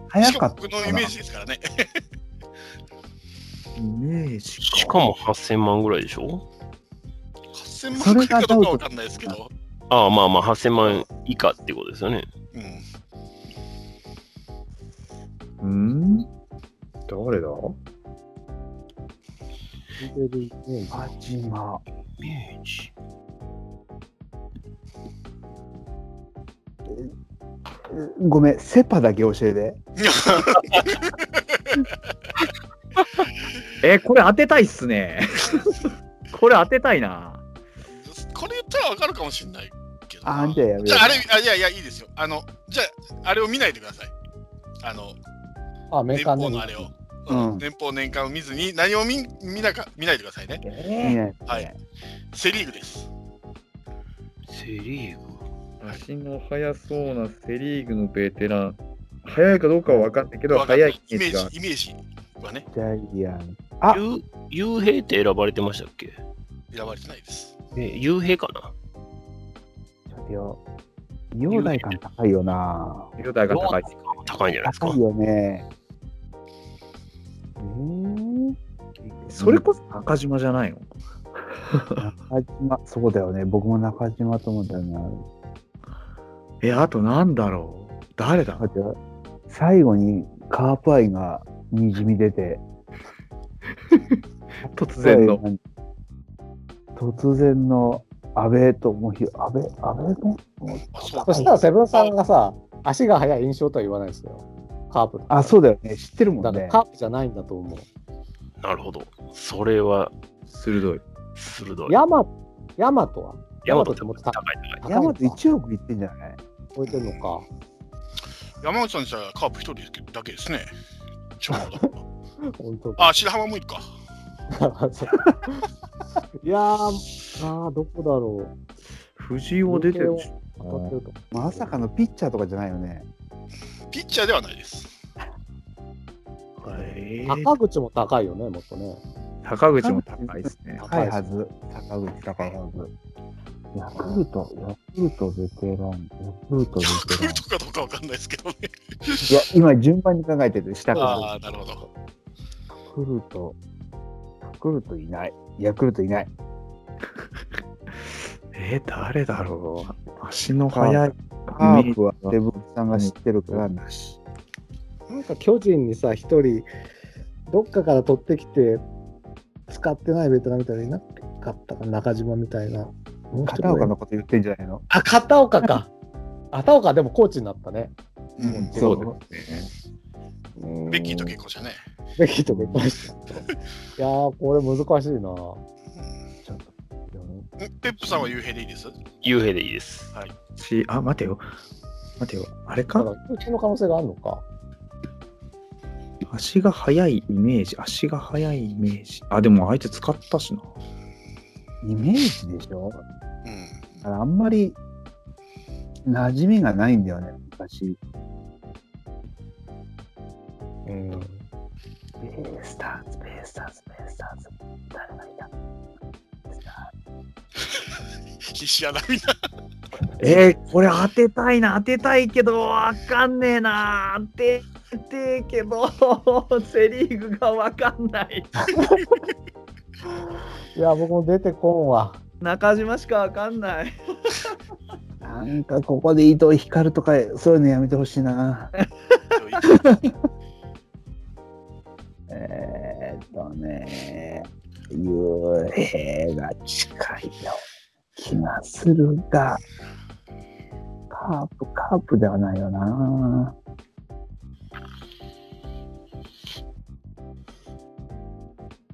Speaker 7: 早
Speaker 2: し
Speaker 7: か
Speaker 2: か
Speaker 7: っ
Speaker 2: も
Speaker 7: た
Speaker 2: 僕
Speaker 7: か
Speaker 2: の
Speaker 7: な
Speaker 2: イメージですからね。
Speaker 4: イメージ
Speaker 6: しかも8000万ぐらいでしょ
Speaker 2: 8000万くらいかどうかわかんないですけど。
Speaker 6: ああ、まあまあ、8000万以下ってことですよね。
Speaker 2: うん、
Speaker 4: うん誰だ
Speaker 7: パジマ。
Speaker 6: イメージ。
Speaker 7: ごめん、セパだけ教えて。
Speaker 4: え、これ当てたいっすね。 これ当てたいな。
Speaker 2: これ言ったらわかるかもしれないけどな。
Speaker 7: あ、じゃあやめ
Speaker 2: じ
Speaker 7: よ
Speaker 2: ゃあ、あれ、あいやいや、いいですよ。あの、じゃあ、あれを見ないでください。あの、
Speaker 5: あメ
Speaker 2: 年
Speaker 5: ーカー
Speaker 2: 俸
Speaker 5: の
Speaker 2: のあれを。うん
Speaker 7: うん
Speaker 2: 年俸年間を見ずに、何を見見なか見ないでくださいね。
Speaker 7: う。いいね
Speaker 2: はい。セ・リーグです。
Speaker 6: セ・リーグ
Speaker 4: 足の速そうなセ・リーグのベテラン。速いかどうかは分かんないけど、
Speaker 2: わかん
Speaker 4: 速
Speaker 2: ない
Speaker 4: イ
Speaker 2: イメ
Speaker 4: メージが
Speaker 2: ージ、イメージはね、
Speaker 7: ジャイアン。あ
Speaker 6: ゆ幽閉って選ばれてましたっけ
Speaker 2: 選ばれてないです。
Speaker 6: え幽閉かな
Speaker 7: ちょっとよ。容体感高いよな。
Speaker 4: 色代が高い。
Speaker 6: 高いんじゃないですか
Speaker 7: 高い。よね。えー、
Speaker 4: それこそ中島じゃないの
Speaker 7: 中島、そうだよね。僕も中島と思ったよな。
Speaker 4: え、あとなんだろう誰だ
Speaker 7: だって最後にカープ愛がにじみ出て、
Speaker 4: 突然の。
Speaker 7: 突然の安倍智弘、安倍、安倍と
Speaker 2: あ、そう
Speaker 5: そしたらセブンさんがさ足が速い印象とは言わないですよカープ
Speaker 7: あ、そうだよね。知ってるも
Speaker 5: だ
Speaker 7: ん
Speaker 5: から
Speaker 7: ね。
Speaker 5: カープじゃないんだと思う
Speaker 6: なるほど。それは
Speaker 4: 鋭い。
Speaker 6: 鋭い。
Speaker 5: ヤマヤマトは
Speaker 6: ヤマ
Speaker 5: ヤマトっ
Speaker 6: トってて
Speaker 5: も
Speaker 6: も
Speaker 5: っと
Speaker 6: っと
Speaker 5: 高い
Speaker 6: 高い高い。
Speaker 7: 山本1億いってんじゃない
Speaker 5: 超えてるの か
Speaker 2: 山内さんにしたらカープ一人だけですね。ちょうど。
Speaker 5: 本当だ
Speaker 2: あ、白浜もいるか。
Speaker 5: いやーあーどこだろう
Speaker 4: 藤井も出てるし。
Speaker 5: 当たってると
Speaker 7: まさかのピッチャーとかじゃないよね。
Speaker 2: ピッチャーではないです。
Speaker 4: えー
Speaker 5: 高口も高いよねもっとね
Speaker 4: 高口も高いですね。
Speaker 7: 高いはず。高口高いはず。ヤクルト、ヤクルトベテラン、ヤクルトベテ
Speaker 2: 来
Speaker 7: ラン
Speaker 2: る。とかどうかわかんないですけどね。
Speaker 7: いや、今順番に考えてる。下から。
Speaker 2: ああ、なるほど。
Speaker 7: ヤクルト、ヤクルトいない。ヤクルトいない。
Speaker 4: えー、誰だろう足の
Speaker 7: 速
Speaker 4: 速
Speaker 7: い
Speaker 4: い。
Speaker 7: カープはデブさんが知ってるからなし。
Speaker 5: なんか巨人にさ一人どっかから取ってきて使ってないベテランみたいないなかったかな中島みたいなもう一人
Speaker 7: 片岡のこと言ってんじゃないの
Speaker 5: あ片岡か片岡でもコーチになったね
Speaker 2: うん。
Speaker 4: そうですね。
Speaker 2: ベッキーと結婚したね。
Speaker 5: ベッキーとかいっぱ いしたいやーこれ難しいな
Speaker 2: んペップさんは幽閉でいいです。
Speaker 6: 幽閉でいいです。
Speaker 4: し、あ、待てよ。待てよ。あれ
Speaker 5: た
Speaker 4: か
Speaker 5: だうちの可能性があるのか
Speaker 4: 足が速いイメージ。足が速いイメージ。あ、でも相手使ったしな。
Speaker 7: イメージでしょ
Speaker 2: うん。
Speaker 7: だからあんまり馴染みがないんだよね、昔。
Speaker 5: うん
Speaker 7: ベースターズ、ベースターズ、ベースターズ。誰がいた
Speaker 2: 必死やな、みんな。
Speaker 4: えー、これ当てたいな、当てたいけど、わかんねえな。当ててえけど、 セ・リーグがわかんない。
Speaker 5: いや僕も出てこんわ
Speaker 4: 中島しかわかんない。
Speaker 3: なんかここで伊藤光とかそういうのやめてほしいな。えーっとね、幽閉が近いような気がするが、カープ、カープではないよな。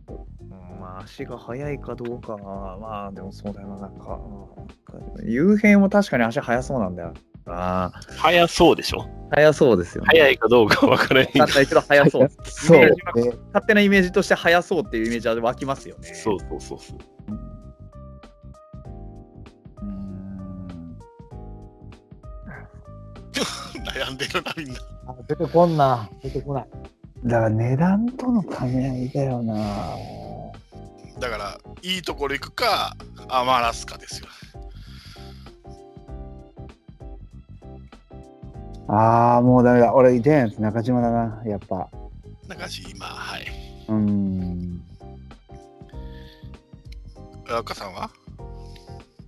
Speaker 4: うんまあ、足が速いかどうかはまあ、でもそうだよな、なんか。うん幽閉も確かに足速そうなんだよな。
Speaker 6: 早そうでしょ
Speaker 4: 速そうですよね。
Speaker 6: 早いかどうかわからない
Speaker 4: なんか一度 速そう。
Speaker 3: そうね。
Speaker 4: 勝手なイメージとして速そうっていうイメージは湧きますよね。
Speaker 6: そうそうそうそう。
Speaker 4: うーん。
Speaker 2: 悩んでるなみんな
Speaker 5: あ出てこんな。出てこない。
Speaker 3: だから値段との兼ね合いだよな。
Speaker 2: だからいいところ行くか余らすかですよ
Speaker 3: ああ、もうダメだ。俺、ジャイアンツ中島だな、やっぱ。
Speaker 2: 中島はいう
Speaker 3: ーん。
Speaker 2: 赤さんは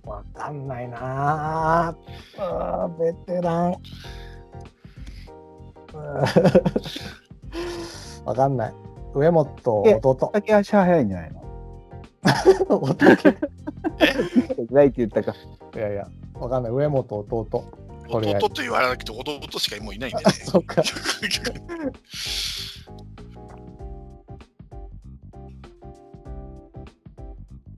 Speaker 5: わかんないなああーベテラン。うーん わかんない。上本弟。
Speaker 3: だけ足早いんじゃないのないって言ったか。
Speaker 5: いやいや、わかんない。上本弟。これ
Speaker 2: 弟と言わなくて弟しかもうい ないんでね
Speaker 5: そっか。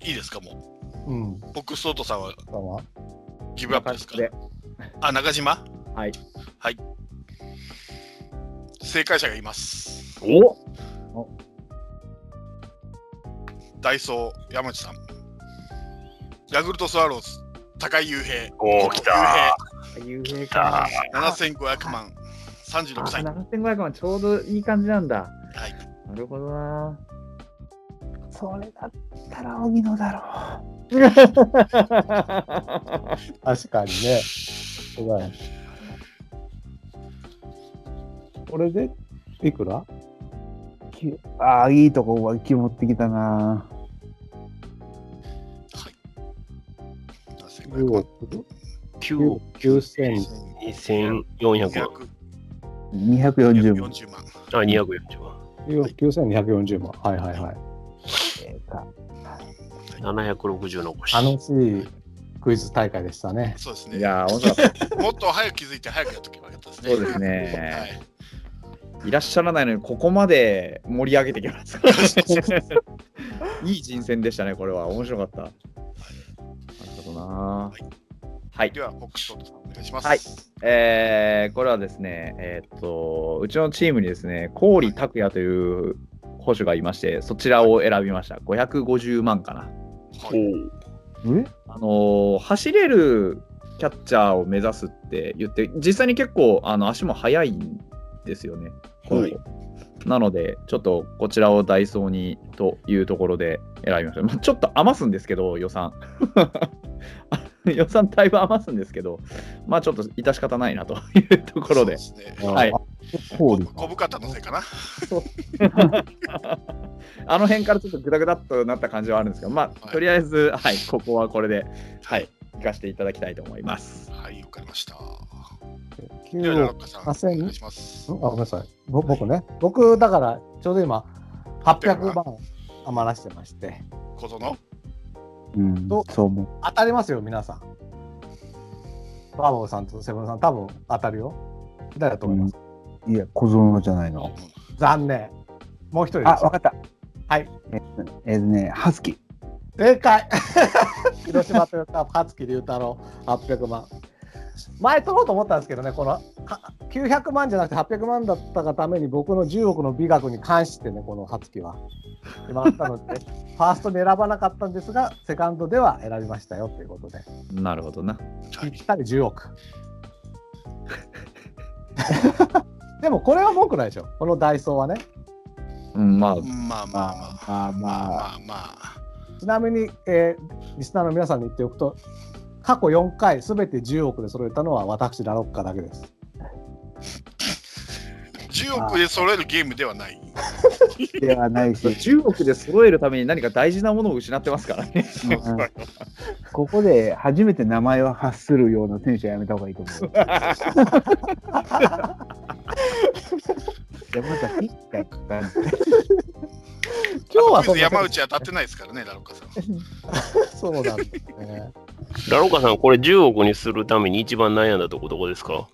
Speaker 2: いいですかも
Speaker 5: うん。
Speaker 2: う僕ソートさんは
Speaker 5: どうも
Speaker 2: ギブアップですかあ中島
Speaker 4: はい
Speaker 2: はい正解者がいます
Speaker 6: お
Speaker 2: ダイソー山内さんヤクルトスワローズ高井雄平
Speaker 6: おー来た
Speaker 4: 幽閉
Speaker 6: 来た
Speaker 4: か。
Speaker 2: 7500万36歳は
Speaker 4: 7500万ちょうどいい感じなんだ。
Speaker 2: い
Speaker 4: なるほどな。
Speaker 3: それだったら荻野だろう。
Speaker 5: 確かにね。すごい。これでいくら
Speaker 3: きああ、いいとこは気持ってきたな。
Speaker 2: 7500万
Speaker 6: 9億
Speaker 5: 9000
Speaker 6: 2400万。
Speaker 3: 240
Speaker 2: 240
Speaker 3: 万
Speaker 2: 万
Speaker 6: あ、240万。
Speaker 5: 9240万。はいはいはい。
Speaker 3: か。
Speaker 6: 760残し。
Speaker 5: 楽しいクイズ大会でしたね。
Speaker 2: そうです
Speaker 4: い
Speaker 2: ね
Speaker 4: やー、面白かっ
Speaker 2: もっと早く気づいて早くやっとけばよかったです
Speaker 4: た。
Speaker 2: ね
Speaker 4: そうです
Speaker 2: は
Speaker 4: ね。
Speaker 2: い
Speaker 4: いらっしゃらないのに、ここまで盛り上げてきました。いい人選でしたね、これは。面白かった。なるほどな。はい
Speaker 2: で。は、フォックストットさんお願いします。
Speaker 4: はいえーこれはですね、えーっと、うちのチームにですね、郡拓也という捕手がいまして、そちらを選びました。550万かな。
Speaker 2: はい。
Speaker 4: あのー走れるキャッチャーを目指すって言って、実際に結構あの足も速いんですよね。この子
Speaker 2: はい
Speaker 4: なので、ちょっとこちらをダイソーにというところで選びました。まあ、ちょっと余すんですけど、予算。 予算だいぶ余すんですけど、まあちょっと致し方ないなというところで。
Speaker 2: そうですね。
Speaker 4: はい、
Speaker 2: こ
Speaker 3: ホール。
Speaker 2: 小深田のせいかな。
Speaker 4: あの辺からちょっとグダグダっとなった感じはあるんですけど、まあ、
Speaker 2: はい
Speaker 4: とりあえず、はい、ここはこれで、
Speaker 2: は
Speaker 4: はいい、行かせていただきたいと思います。
Speaker 2: はい、わかりました。では、
Speaker 5: 9
Speaker 2: 奈
Speaker 5: 億。
Speaker 2: 良岡さん、
Speaker 5: 8000
Speaker 2: お願いします
Speaker 5: あ、。ごめんなさい。ぼ僕ね。僕、だから、ちょうど今、800万余らしてまして。
Speaker 2: 小園、
Speaker 3: うん
Speaker 5: ど、
Speaker 3: そう思
Speaker 5: 当たりますよ、皆さん。バーボーさんとセブンさん、多分当たるよ。誰だと思います。
Speaker 3: う。いや、小園じゃないの。
Speaker 5: 残念。もう一人で
Speaker 3: あ、
Speaker 5: す
Speaker 3: わ。かった。
Speaker 5: はい。
Speaker 3: えっとね、ハスキ。
Speaker 5: 正解 広島というか、勝木龍太郎、800万。前取ろうと思ったんですけどね、このは900万じゃなくて800万だったがために、僕の10億の美学に関してね、この初期は。今あったの で、ファーストに選ばなかったんですが、セカンドでは選びましたよということで、
Speaker 4: なるほどな。
Speaker 2: は
Speaker 5: ぴっ
Speaker 2: い、
Speaker 5: たり10億。 でもこれは文句ないでしょ、このダイソーはね。
Speaker 4: うん、まあ、
Speaker 2: まあまあまあ。
Speaker 3: まあまあ。
Speaker 2: まあまあ。
Speaker 5: ちなみに、えーリスナーの皆さんに言っておくと、過去4回、すべて10億で揃えたのは私、ラロッカだけです。
Speaker 2: 10億で揃えるゲームではない。
Speaker 3: ではないし。
Speaker 4: 10億で揃えるために何か大事なものを失ってますからね。
Speaker 3: うんここで初めて名前を発するような選手はやめた方がいいと思う。山田ピッチャーか
Speaker 5: 今日は
Speaker 2: クイズ
Speaker 5: そんな
Speaker 2: 山内当たってないですからね、ラロカさん。
Speaker 5: そうなんです ね。
Speaker 6: ラロカさん、これ10億にするために一番悩んだとこどこですか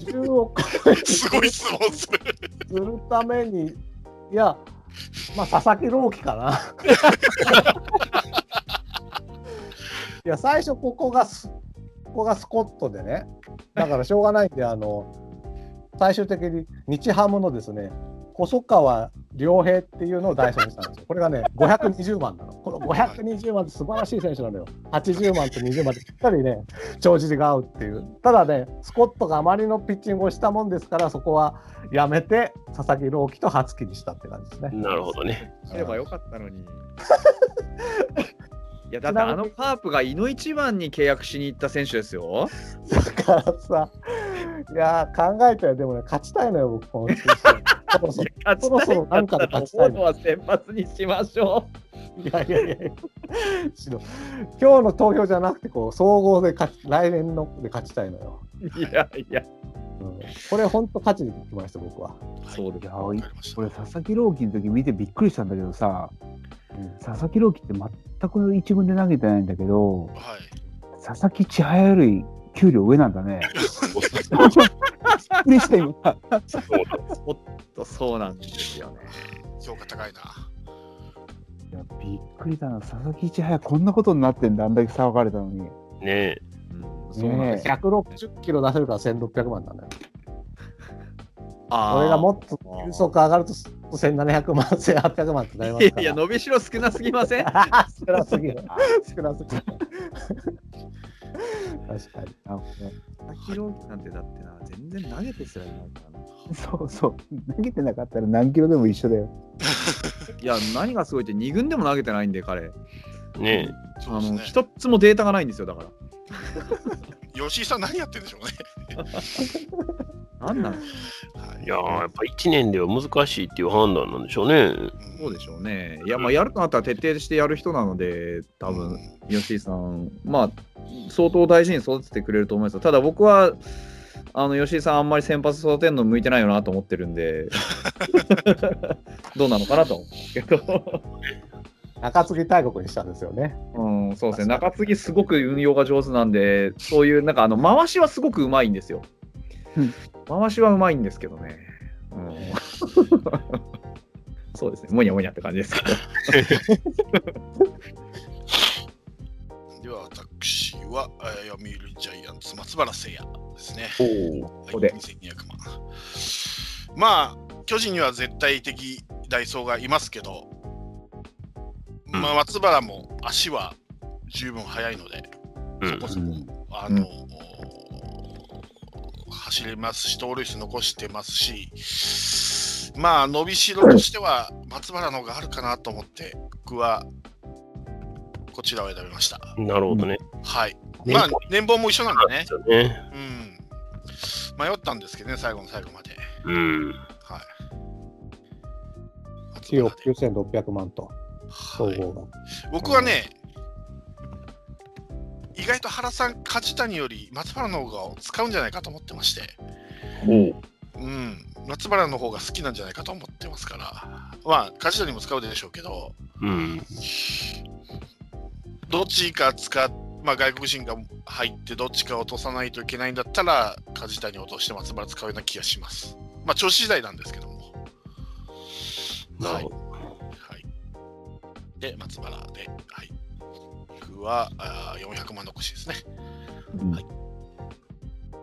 Speaker 5: 10億
Speaker 2: すごい質問する。
Speaker 5: するために、いや、まあ、佐々木朗希かな。いや、最初、ここがす、ここがスコットでね、だからしょうがないんで、あの、最終的に日ハムのですね、細川良平っていうのを代償にしたんですよ。これがね、520万なの。この520万って素晴らしい選手なのよ。80万と20万でぴったりね、帳尻が合うっていう。ただね、スコットがあまりのピッチングをしたもんですから、そこはやめて、佐々木朗希と初期にしたって感じですね。
Speaker 6: なるほど ね。
Speaker 4: すればよかったの に。いやだってあのカープが井の一番に契約しに行った選手ですよ。
Speaker 5: だからさ、いやー、考えたよ、でもね、勝ちたいのよ、僕、このそろそろ
Speaker 4: 勝ち
Speaker 5: そろ
Speaker 4: た
Speaker 5: そ
Speaker 4: い
Speaker 5: ろなんかで勝ちたい
Speaker 4: 思うのは先発にしましょ
Speaker 5: いやいやいやいやしろ今日の投票じゃなくて、こう総合で勝ち、来年ので勝ちたいのよ。
Speaker 4: う。 いやいや。
Speaker 5: うんこれ、本当、勝ちに来ました、僕は。
Speaker 4: そうです。
Speaker 3: ら。いや、俺、佐々木朗希の時見てびっくりしたんだけどさ、佐々木朗希って全く一軍で投げてないんだけど、
Speaker 2: はい。
Speaker 3: 佐々木千早より給料上なんだね。でした今。
Speaker 4: そうなんですよね。
Speaker 2: 評価高いな。
Speaker 3: いやびっくりだな、佐々木千早こんなことになってんだ、あんだけ騒がれたのに。
Speaker 6: ね
Speaker 4: うん、そうなんですよ。
Speaker 5: 160キロ出せるから1600万なんだよ。
Speaker 4: あー
Speaker 5: これがもっと球速上がると1700万、1800万ってなりま
Speaker 4: い
Speaker 5: す
Speaker 4: や
Speaker 5: から。
Speaker 4: いや、伸びしろ少なすぎません
Speaker 5: 少なすぎる。少なすぎる。確かに。
Speaker 3: あこれ
Speaker 4: 佐々木朗希なんてだってな、全然投げてすらいないからな。
Speaker 3: そうそう、投げてなかったら何キロでも一緒だよ。
Speaker 4: いや、何がすごいって、2軍でも投げてないんで、彼。
Speaker 6: え、ね
Speaker 4: あ
Speaker 2: そう
Speaker 4: の、
Speaker 2: ですね。
Speaker 4: 一つもデータがないんですよ、だから。
Speaker 2: 吉井さん何やってんでしょうね。
Speaker 4: なんなんですか
Speaker 2: はい
Speaker 6: え。いやーやっぱ1年では難しいっていう判断なんでしょう ね。
Speaker 4: そうでしょうね。いや、まあ、やるとなったら徹底してやる人なので、多分吉井さん、まあ、相当大事に育ててくれると思いますよただ僕は、あの吉井さん、あんまり先発育てるの向いてないよなと思ってる んで、 どうなのかなと思うんですけど、
Speaker 5: 中継ぎ大国にしたんですよね。
Speaker 4: うん、そうですね、中継ぎ、すごく運用が上手なんで、そういう、なんかあの、回しはすごくうまいんですよ
Speaker 3: うん。
Speaker 4: 回しはうまいんですけどね。うんそうですね、もにゃもにゃって感じですけど。
Speaker 2: では私は、えー、読売ジャイアンツ松原聖也ですね。
Speaker 4: ここで
Speaker 2: はい、2200万。まあ、巨人には絶対的代走がいますけど、まあ、松原も足は十分速いので、
Speaker 6: うん
Speaker 2: そこそこ、あの、走れますし、盗塁数残してますし、まあ、伸びしろとしては松原の方があるかなと思って、僕はこちらを選びました。
Speaker 6: なるほどね。
Speaker 2: はい。
Speaker 6: 年俸
Speaker 2: まあ、年俸も一緒なんでね。
Speaker 6: そうですよね。
Speaker 2: うん。迷ったんですけどね、最後の最後まで。
Speaker 6: うん。
Speaker 2: はい。
Speaker 5: 1億9600万と、総
Speaker 2: はい
Speaker 5: 合が。
Speaker 2: 僕はね、意外と原さん、梶谷より松原の方が使うんじゃないかと思ってまして、うん、松原の方が好きなんじゃないかと思ってますから、まあ、梶谷も使うでしょうけど、
Speaker 6: うん。
Speaker 2: どっちか使っ、まあ、外国人が入って、どっちか落とさないといけないんだったら、梶谷落として松原使うような気がします。まあ、調子次第なんですけども。
Speaker 6: なるほど。
Speaker 2: はい。で、松原で、はい。僕はあー400万残しですね。はい。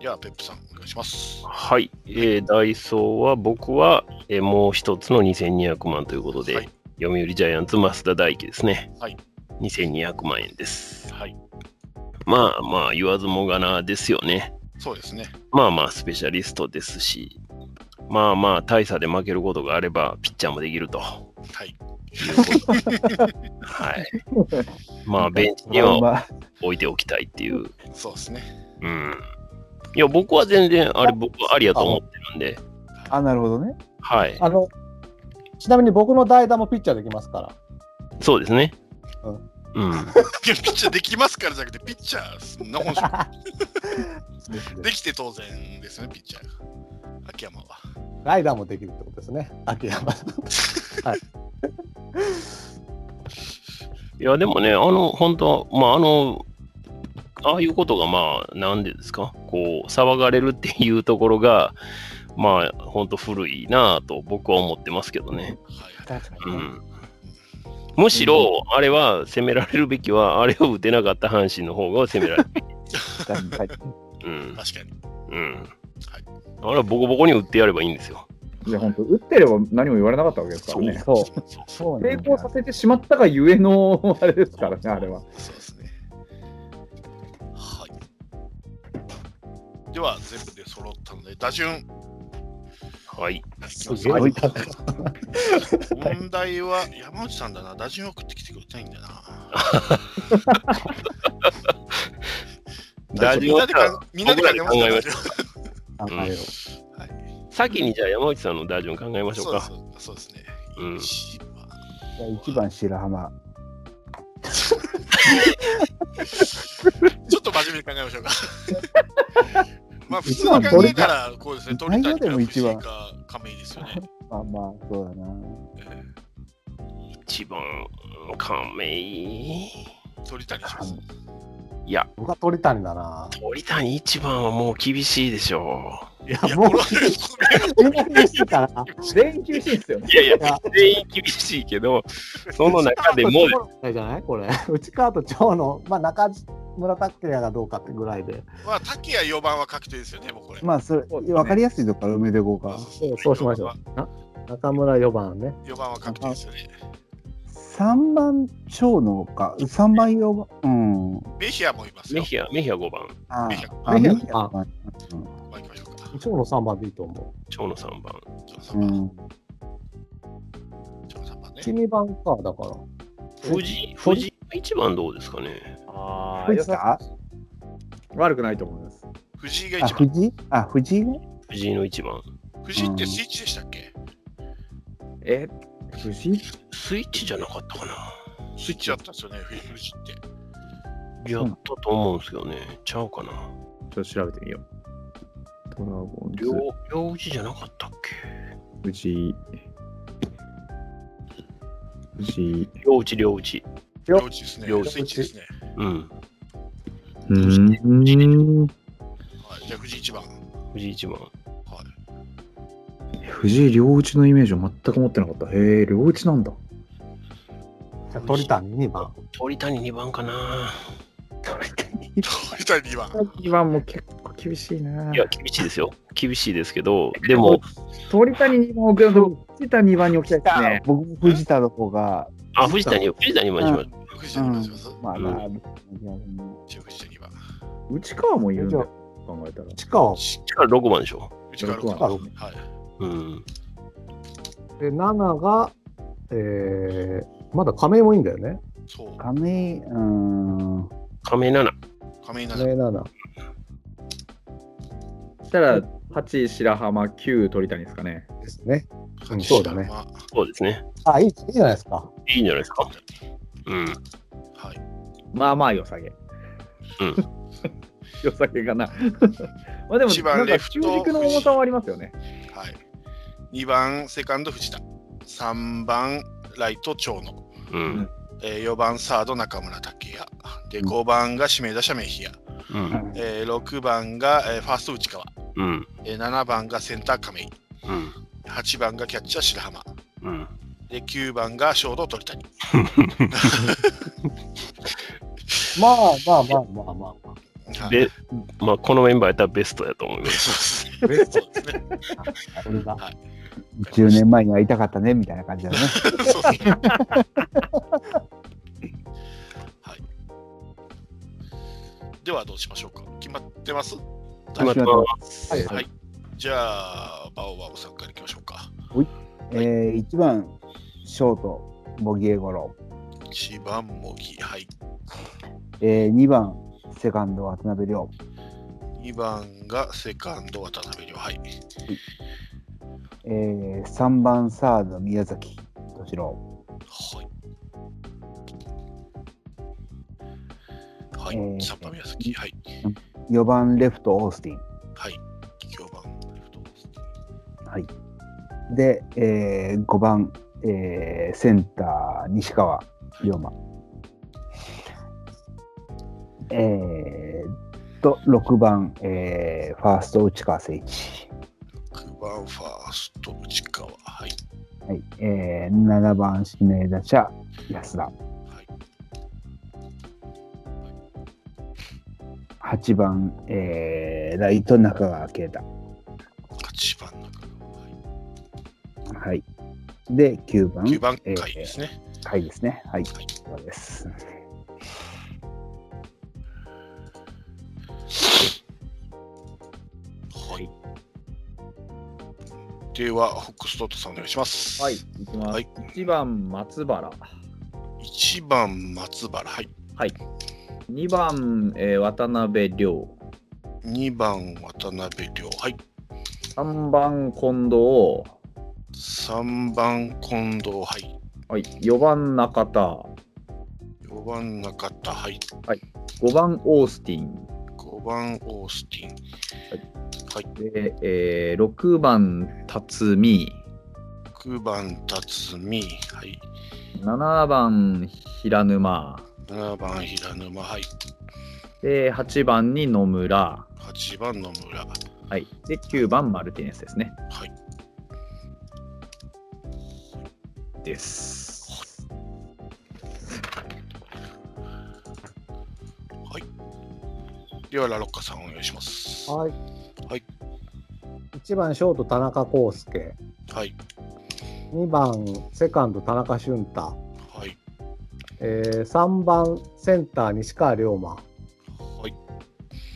Speaker 2: では、ペップさん、お願いします。
Speaker 6: はい、えーダイソーは僕は、えーもう一つの2200万ということで、
Speaker 2: はい
Speaker 6: 読売ジャイアンツ増田大輝ですね、
Speaker 2: はい、
Speaker 6: 2200万円です
Speaker 2: はい。
Speaker 6: まあまあ言わずもがなですよね
Speaker 2: そうですね。
Speaker 6: まあまあスペシャリストですしまあまあ大差で負けることがあればピッチャーもできると
Speaker 2: はい。
Speaker 6: いうことで はいまあベンチに
Speaker 3: まあ
Speaker 6: は
Speaker 3: まあ
Speaker 6: 置いておきたいっていう
Speaker 2: そうですね。
Speaker 6: うんいや僕は全然あれ僕はありやと思ってるんで
Speaker 3: あ、なるほどね。
Speaker 6: はい
Speaker 5: あの、ちなみに僕の代打もピッチャーできますから。
Speaker 6: そうですね。うん。
Speaker 2: ピッチャーできますからじゃなくて、ピッチャー、そんな本職できて当然ですよね、ピッチャーが。秋山は。
Speaker 5: ライダーもできるってことですね。秋山さん。
Speaker 6: いや、でもね、あの、本当まあ、あの、ああいうことが、まあ、なんでですか、こう、騒がれるっていうところが、まあ、本当古いなぁと僕は思ってますけどね。
Speaker 2: はい
Speaker 8: 確か
Speaker 6: う
Speaker 8: にね。
Speaker 6: ん。むしろ、あれは責められるべきは、あれを打てなかった阪神の方が責められる。
Speaker 8: はい
Speaker 6: うん。
Speaker 2: 確かに。
Speaker 6: うん。あれはボコボコに打ってやればいいんですよ。
Speaker 4: いや、本当打ってれば何も言われなかったわけですからね。
Speaker 8: そう。
Speaker 3: そ
Speaker 4: 成功させてしまったがゆえの、 あれですからね、あれは。
Speaker 2: そうですね。はい。では、全部で揃ったので、打順。
Speaker 6: はい。
Speaker 2: すげ
Speaker 8: はい
Speaker 2: 問題は山内さんだな、打順送ってきてくれたいんだ な。
Speaker 6: 打
Speaker 2: みんな
Speaker 6: 順は
Speaker 2: でかみんなで考えましょう
Speaker 6: 僕らで考えま
Speaker 8: 考えよ
Speaker 6: 先にじゃあ山内さんの打順考えましょうか。
Speaker 2: そうですそうですね。
Speaker 6: うん
Speaker 2: 一番
Speaker 3: 1番白浜。
Speaker 2: ちょっと真面目に考えましょうか。まあ、普通に考えたら、こうですね、
Speaker 3: 一
Speaker 2: 取り
Speaker 3: 番
Speaker 2: たい
Speaker 3: 取りた
Speaker 2: か藤井
Speaker 3: い内
Speaker 2: か亀井ですよね。
Speaker 3: まあまあ、そうだな。
Speaker 2: え
Speaker 6: 一番、亀井。
Speaker 2: え取りたいにします。
Speaker 6: いや、
Speaker 5: 僕は鳥谷だ な。
Speaker 6: 鳥谷一番はもう厳しいでしょ
Speaker 5: いや
Speaker 2: いや、
Speaker 5: も
Speaker 2: こ
Speaker 5: う
Speaker 2: れ、は
Speaker 5: みんな嬉しいから。
Speaker 4: 全員厳しいですよね。
Speaker 6: う。いやいや、全員厳しいけど、その中でも、
Speaker 5: じゃないこれ。内川と長の、まあ、中村拓也がどうかってぐらいで。
Speaker 2: まあ、竹谷4番は確定ですよね、もうこれ。
Speaker 3: まあ、それ、
Speaker 4: そうですね
Speaker 3: 分かりやすいとこから埋めていこうか。
Speaker 8: そうしましょう。中村4番ね。
Speaker 2: 4番は確定ですよね。
Speaker 3: 3番長野か。3番4番。うん。
Speaker 2: メヒアもいます
Speaker 6: メ
Speaker 2: よ。
Speaker 6: ヒア、メヒア5番、
Speaker 3: あ
Speaker 2: メヒア。
Speaker 3: あ、メヒア
Speaker 8: あ
Speaker 3: か。
Speaker 2: まあ、行きましょうか。
Speaker 8: 長野3番でいいと思
Speaker 6: 長野3番。
Speaker 2: ちょっと3
Speaker 3: う
Speaker 2: 番、
Speaker 3: ん。
Speaker 2: ちょっと3番
Speaker 8: う。
Speaker 2: ね。
Speaker 8: 1、2番か、だから。
Speaker 6: 藤井、藤井1番どうですかね。
Speaker 4: あ
Speaker 3: こいつか
Speaker 4: 悪くないと思います。
Speaker 2: 藤井が
Speaker 3: あ、
Speaker 2: 1番。
Speaker 3: 藤井あ、藤井ね
Speaker 6: 藤井の1番。
Speaker 2: 藤井ってスイッチでしたっけ
Speaker 4: え、藤井
Speaker 6: スイッチじゃなかったかな。
Speaker 2: スイッチだったんですよね、藤井って。
Speaker 6: やったと思うんですけどね。ちゃうかな。
Speaker 4: ちょっと調べてみよう。ドラゴン
Speaker 6: 両
Speaker 4: ズ、、
Speaker 6: 両打ちじゃなかったっけ
Speaker 4: 藤井。藤井。
Speaker 6: 両打ち、両打ち。
Speaker 2: 両打ちですね。
Speaker 6: 両打ち
Speaker 2: スイッチですね。
Speaker 6: うん。
Speaker 4: うーん。
Speaker 2: はい、じゃあ藤井1番。はい。
Speaker 6: 藤井1番。
Speaker 4: 藤井両打ちのイメージを全く持ってなかった。へえ、両打ちなんだ。
Speaker 5: じゃあ鳥谷2番。
Speaker 6: 鳥谷2番かな。
Speaker 2: 鳥谷2番。
Speaker 4: 2番も結構厳しいない
Speaker 6: や、厳しいですよ。厳しいですけど、でも、
Speaker 4: 鳥谷2番を置くのと、藤田2番に置きたいですね。
Speaker 3: 僕も藤田の方が、
Speaker 6: あ、藤谷、藤谷もします。
Speaker 2: 藤井2番します
Speaker 3: まあな、
Speaker 6: う
Speaker 2: じゃあ藤井2番。
Speaker 4: 内川もいるんだよ。考えたら。
Speaker 5: 内川
Speaker 6: 力6番でしょ。
Speaker 2: 内川
Speaker 4: 六
Speaker 2: 6番。
Speaker 4: 番
Speaker 2: はい。
Speaker 6: うん。
Speaker 5: で7が、えー、まだ亀井もいいんだよね。
Speaker 2: そう。
Speaker 3: 亀井、うーん。
Speaker 6: 亀井7。
Speaker 2: 亀井七
Speaker 5: 亀井7。
Speaker 4: そしたら、8、白浜、9、鳥谷ですかね。
Speaker 5: ですね。
Speaker 2: 八
Speaker 5: うんそうだね
Speaker 2: まあ
Speaker 6: そうですね。
Speaker 5: あ、いいいいじゃないですか。
Speaker 6: いいんじゃないですか。うん。
Speaker 2: はい。
Speaker 4: まあまあ、良さげ。
Speaker 6: うん。
Speaker 4: 良さげかな。 まあでも、
Speaker 2: 一番
Speaker 4: なん
Speaker 2: レ
Speaker 4: か
Speaker 2: フ
Speaker 4: 中
Speaker 2: ト
Speaker 4: 軸の重さはありますよね。
Speaker 2: はい。2番、セカンド、藤田。3番、ライト、長野。
Speaker 6: うん。
Speaker 2: えー、4番、サード、中村武也。で、5番が指名打者、メヒア。
Speaker 6: うん。
Speaker 2: えー、6番が、えー、ファースト、内川。
Speaker 6: うん。
Speaker 2: えー、7番がセンター、亀井。
Speaker 6: うん。
Speaker 2: 8番がキャッチャー、白浜。
Speaker 6: うん。
Speaker 2: で、9番がショート、鳥谷。
Speaker 5: まあまあまあまあまあ。
Speaker 2: はい
Speaker 6: で、まあ、このメンバーやったらベストやと思います。
Speaker 2: そうですね。そうですね。
Speaker 5: これだ。
Speaker 3: 10年前に会いたかったね、みたいな感じだね。
Speaker 2: そうですね。はい。ではどうしましょうか決まってます
Speaker 3: 決まって
Speaker 6: ます。
Speaker 2: はい、じゃあ、バオバオさんからいきましょうか。
Speaker 3: えー、1番、ショート、茂木エゴロ。
Speaker 2: 1番、茂木。はい。
Speaker 3: えー、2番、セカンド、渡辺亮。
Speaker 2: 2番がセカンド、渡辺亮。はい。
Speaker 3: えー、3番、サード、宮崎敏郎。
Speaker 2: はい。はい
Speaker 3: えー。
Speaker 2: サッパ宮崎。はい。
Speaker 3: 4番レフトオースティ
Speaker 2: はい。評判。レフトオースティン
Speaker 3: ンで、えー5番、えーセンター西川龍馬えー、と6番、えーファースト内川誠一、
Speaker 2: 6番ファースト内川。はい。
Speaker 3: はいえー7番指名打者安田
Speaker 2: はい。
Speaker 3: 8番、えーライト中川圭太
Speaker 2: 8番中川。はい
Speaker 3: はい。で、9番。
Speaker 2: 9番
Speaker 3: えー
Speaker 2: 回ですね。
Speaker 3: 甲斐ですね。はい。
Speaker 2: はい
Speaker 3: そうです。
Speaker 2: はい。では、ホックストットさんお願いします。
Speaker 4: はい、。いきます。
Speaker 2: はい
Speaker 4: 1番、松原。
Speaker 2: 1番、松原。はい。
Speaker 4: 2番、えー渡辺亮。
Speaker 2: 2番、渡辺亮。はい。
Speaker 4: 3番、近藤。
Speaker 2: 3番、近藤。はい。
Speaker 4: はい、4番、中田。
Speaker 2: 4番、中田。はい。
Speaker 4: 5番、オースティン。
Speaker 2: 5番、オースティン。はい。
Speaker 4: で、えー6番、辰巳。
Speaker 2: 6番、辰巳。はい。
Speaker 4: 7番、平沼。
Speaker 2: 7番、平沼。はい。
Speaker 4: で、8番に野村。
Speaker 2: 8番、野村。
Speaker 4: はい、で、9番、マルティネスですね。
Speaker 2: はい。
Speaker 4: です。
Speaker 2: では、ラロッカさんお願いします。
Speaker 8: はい。
Speaker 2: はい。
Speaker 8: 1番ショート田中康介、
Speaker 2: はい。
Speaker 8: 2番セカンド田中俊太、
Speaker 2: はい。
Speaker 8: えー、3番センター西川龍馬、
Speaker 2: は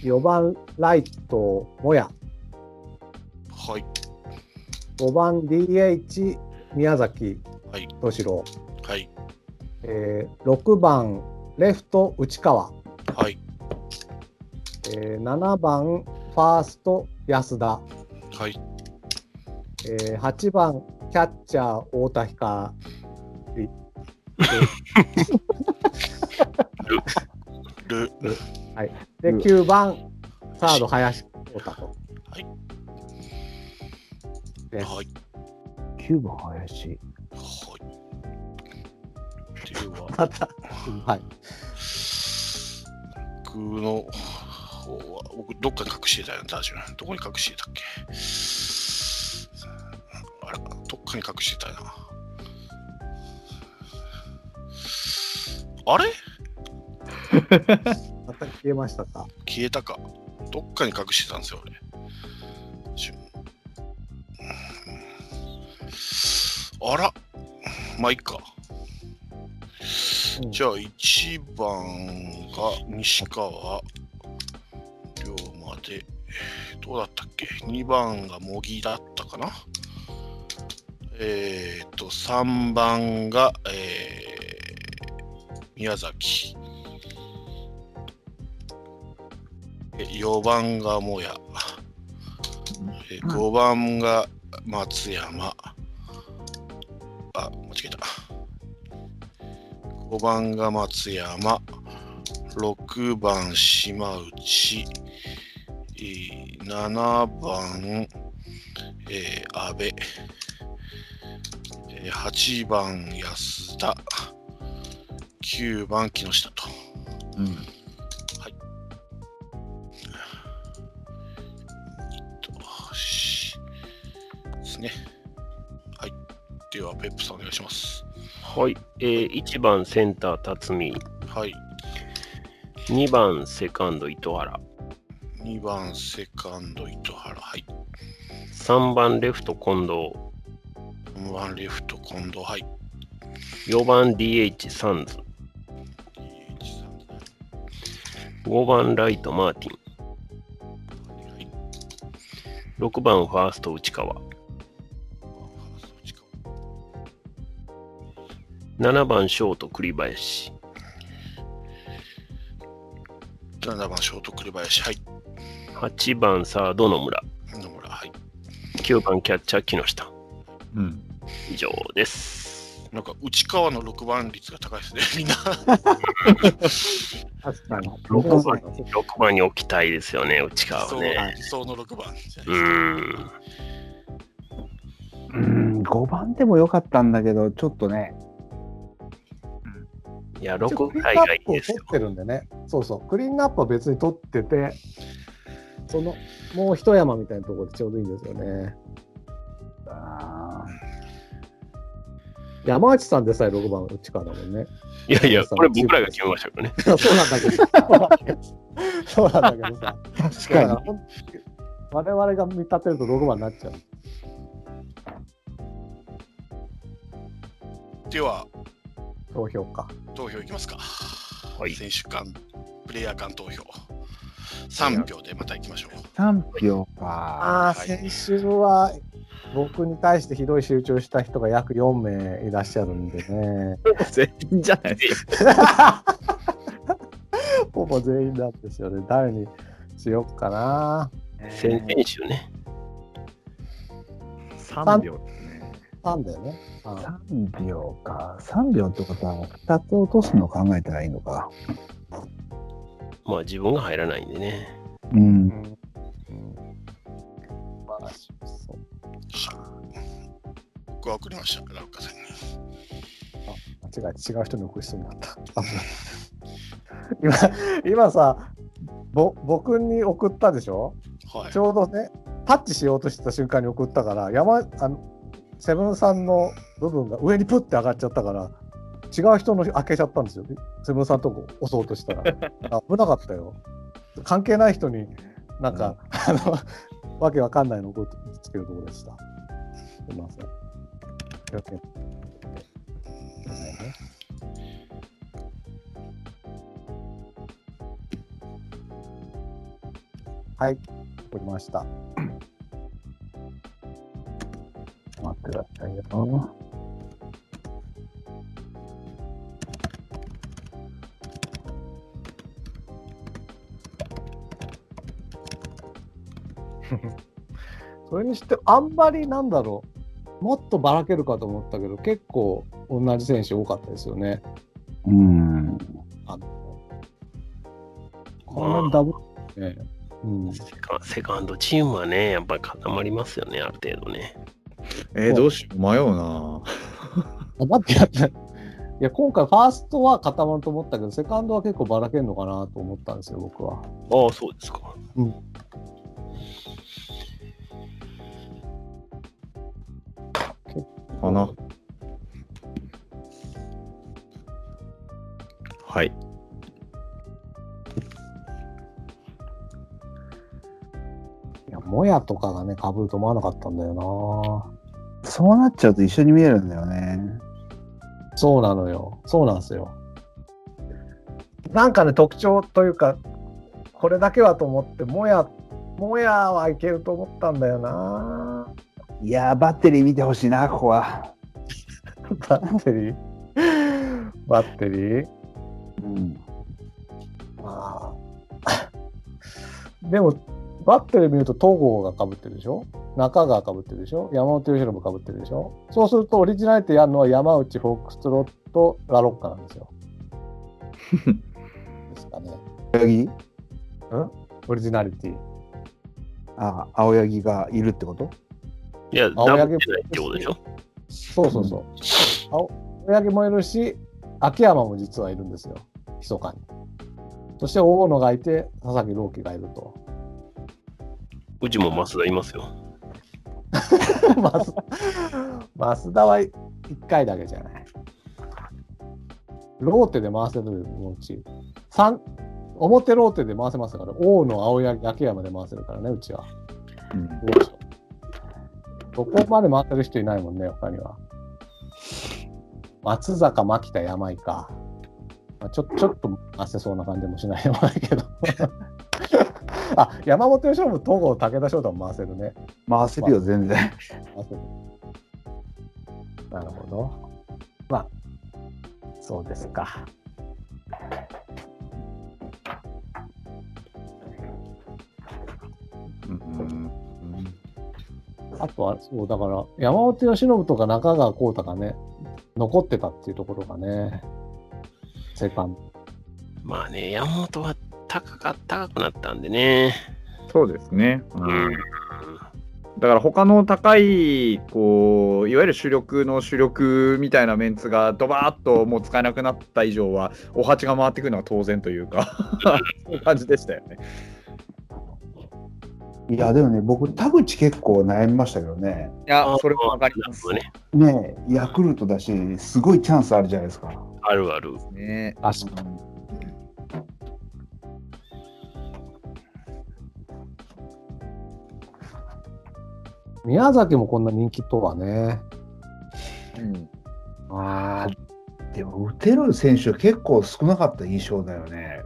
Speaker 2: い。
Speaker 8: 4番ライトもや、
Speaker 2: はい。
Speaker 8: 5番 DH 宮崎
Speaker 2: はい。
Speaker 8: 敏郎、
Speaker 2: はい。
Speaker 8: えー、6番レフト内川、
Speaker 2: はい。
Speaker 8: えー、7番ファースト安田、
Speaker 2: はい。
Speaker 8: えー、8番キャッチャー太田光
Speaker 2: ル。
Speaker 8: で
Speaker 3: うん
Speaker 8: 9番サード林光太と。
Speaker 2: はい
Speaker 8: です
Speaker 2: はい。
Speaker 3: 9番、林。
Speaker 2: はい。では、
Speaker 8: また、はい。
Speaker 2: 僕の方は、僕、どっかに隠してたよ、大丈夫。どこに隠してたっけあら、どっかに隠してたよな。あれ
Speaker 8: また消えましたか。
Speaker 2: 消えたか。どっかに隠してたんですよ、俺。しゅあら、まあいいか。
Speaker 8: うん
Speaker 2: じゃあ、1番が西川龍馬で、どうだったっけ ?2 番が茂木だったかなえっ、ー、と、3番が、えー宮崎。4番がもや、え5番が松山、あ、間違えた。5番が松山、6番島内、えー7番、えー阿部、えー8番安田、9番木下と。
Speaker 4: うん
Speaker 2: としですね。はい。では、ペップさんお願いします。
Speaker 6: はい、えー1番センター辰巳
Speaker 2: はい。
Speaker 6: 2番セカンド糸原
Speaker 2: 2番、セカンド、糸原。はい。
Speaker 6: 3番レフト近藤
Speaker 2: 4番、レフト、近藤。はい。
Speaker 6: 4番 DH サンズ
Speaker 2: DH さん
Speaker 6: 5番ライトマーティ
Speaker 2: はい。
Speaker 6: ン6番ファースト内川7番ショート栗林
Speaker 2: 7番、ショート、栗林。はい。
Speaker 6: 8番サード野村
Speaker 2: 野村。はい。
Speaker 6: 9番キャッチャー木下
Speaker 4: うん、
Speaker 6: 以上です
Speaker 2: なんか、内川の6番率が高いですね、みんな。
Speaker 8: 確かに。
Speaker 6: 6番6番に置きたいですよね、内川
Speaker 2: そ
Speaker 6: は
Speaker 2: う
Speaker 6: ね。
Speaker 2: 理想の6番じゃ
Speaker 6: う
Speaker 2: ない
Speaker 6: ん。
Speaker 3: うん、5番でもよかったんだけど、ちょっとね、
Speaker 6: いや、
Speaker 5: 一応
Speaker 6: 6
Speaker 5: クリ
Speaker 6: ぐ
Speaker 5: ー
Speaker 6: らい
Speaker 5: ンア
Speaker 6: がい
Speaker 5: ッ
Speaker 6: い
Speaker 5: プを
Speaker 6: です
Speaker 5: 取
Speaker 6: よ
Speaker 5: っ。てるんでね。そうそう。クリーンアップは別に取ってて、
Speaker 8: その、もう一山みたいなところでちょうどいいんですよね。
Speaker 3: あ
Speaker 8: 山内さんでさえ6番内からだもんね。
Speaker 6: いやいや、これ僕らが決めましたからね。
Speaker 8: そうなんだけど。
Speaker 5: そうなんだけどさ。
Speaker 3: ー確
Speaker 5: だから
Speaker 3: か
Speaker 5: 本当に我々が見立てると6番になっちゃう。
Speaker 2: では
Speaker 5: 投票か。
Speaker 2: 投票いきますか、
Speaker 6: はい
Speaker 2: 選手間プレイヤー間投票3票でまたいきましょう
Speaker 3: に3票か。
Speaker 5: ああ、
Speaker 2: はい
Speaker 5: 先週は僕に対してひどい集中した人が約4名いらっしゃるんでね。
Speaker 4: 全員 じゃない
Speaker 5: ほぼ全員なんですよね。誰にしよっかな。
Speaker 6: 先々週ね。
Speaker 4: 3秒ですね。
Speaker 5: なんだよね。
Speaker 3: 3秒か。3秒ってことは、2つ落とすのを考えたらいいのか。
Speaker 6: まあ自分が入らないんでね。
Speaker 3: うん。
Speaker 2: 僕は送りましたから岡さんに
Speaker 5: 違う、違う人に送りそうになった。今、今さ、ぼ僕に送ったでしょ
Speaker 2: はい
Speaker 5: ちょうどね、タッチしようとしてた瞬間に送ったから、山、あの、セブンさんの部分が上にプッて上がっちゃったから、違う人の開けちゃったんですよ。セブンさんのとこ押そうとしたら。危なかったよ。関係ない人に、なんか、あの、わけわかんないの送ってつけるところでした。すいません。はい、送りました。
Speaker 3: 待ってくださいよ。
Speaker 5: それにしてあんまりなんだろうもっとばらけるかと思ったけど結構同じ選手多かったですよね。
Speaker 3: うん。
Speaker 5: あのこんなにダブル、ねうん、
Speaker 6: セカセカンドチームはね、やっぱり固まりますよね、ある程度ね。
Speaker 4: えーどうしよう、迷うな。
Speaker 5: 待ってやった。いや今回ファーストは固まると思ったけどセカンドは結構ばらけるのかなと思ったんですよ僕は。
Speaker 6: ああ、そうですか。
Speaker 4: かな。はい。
Speaker 5: いやモヤとかがねかぶると思わなかったんだよ
Speaker 3: そうなっちゃうと一緒に見えるんだよね。
Speaker 5: な。そうなのよ。そうなんですよ。なんかね特徴というかこれだけはと思ってモヤモヤはいけると思ったんだよな。
Speaker 3: いやー、バッテリー見てほしいな、ここは。
Speaker 5: バッテリーバッテリー
Speaker 3: うん。
Speaker 5: まあ でもバッテリー見ると戸郷がかぶってるでしょ中川かぶってるでしょ山本由伸かぶってるでしょそうするとオリジナリティあるのは山内フォックストロットラロッカなんです よ。ですかね。
Speaker 3: 青柳
Speaker 5: オリジナリティ。
Speaker 3: あ、青柳がいるってこと
Speaker 6: いや、
Speaker 5: 青柳
Speaker 6: ダブってないってことでしょ。
Speaker 5: そうそうそう。青青柳もいるし、秋山も実はいるんですよ、密かに。そして大野がいて、佐々木朗希がいると。
Speaker 6: うちも増田いますよ。
Speaker 5: マス増田は1回だけじゃない。ローテで回せるのうち、三表ローテで回せますから、大野、青柳、秋山で回せるからね、うちは。
Speaker 4: うん
Speaker 5: どうでしょうどこまで回せる人いないもんね、他には。松坂、牧田、山井か。まあ、ちょちょっと回せそうな感じもしないでもないけど。 あ山本由伸、戸郷、武田翔太も回せるね。
Speaker 3: 回せるよ、全然。
Speaker 5: なるほど。まあ、そうですか。
Speaker 4: うん
Speaker 5: あとは、そう、だから、山本由伸とか中川幸太がね、残ってたっていうところがね、セカンド。
Speaker 6: まあね、山本は高か高くなったんでね。
Speaker 4: そうですね。う
Speaker 6: うん
Speaker 4: ん。だから他の高いこういわゆる主力の主力みたいなメンツがドバーッともう使えなくなった以上はお鉢が回ってくるのは当然というか そういう感じでしたよね。
Speaker 7: いや、でもね、僕、田口結構悩みましたけどね。
Speaker 4: いやそれもわかり
Speaker 6: な
Speaker 4: ま
Speaker 6: る
Speaker 4: す
Speaker 6: ほどね。
Speaker 7: ねえヤクルトだし、すごいチャンスあるじゃないですか。
Speaker 6: あるある。
Speaker 4: ね。
Speaker 7: あそか
Speaker 5: 宮崎もこんな人気とはね。
Speaker 4: うん
Speaker 7: あーでも打てる選手結構少なかった印象だよね。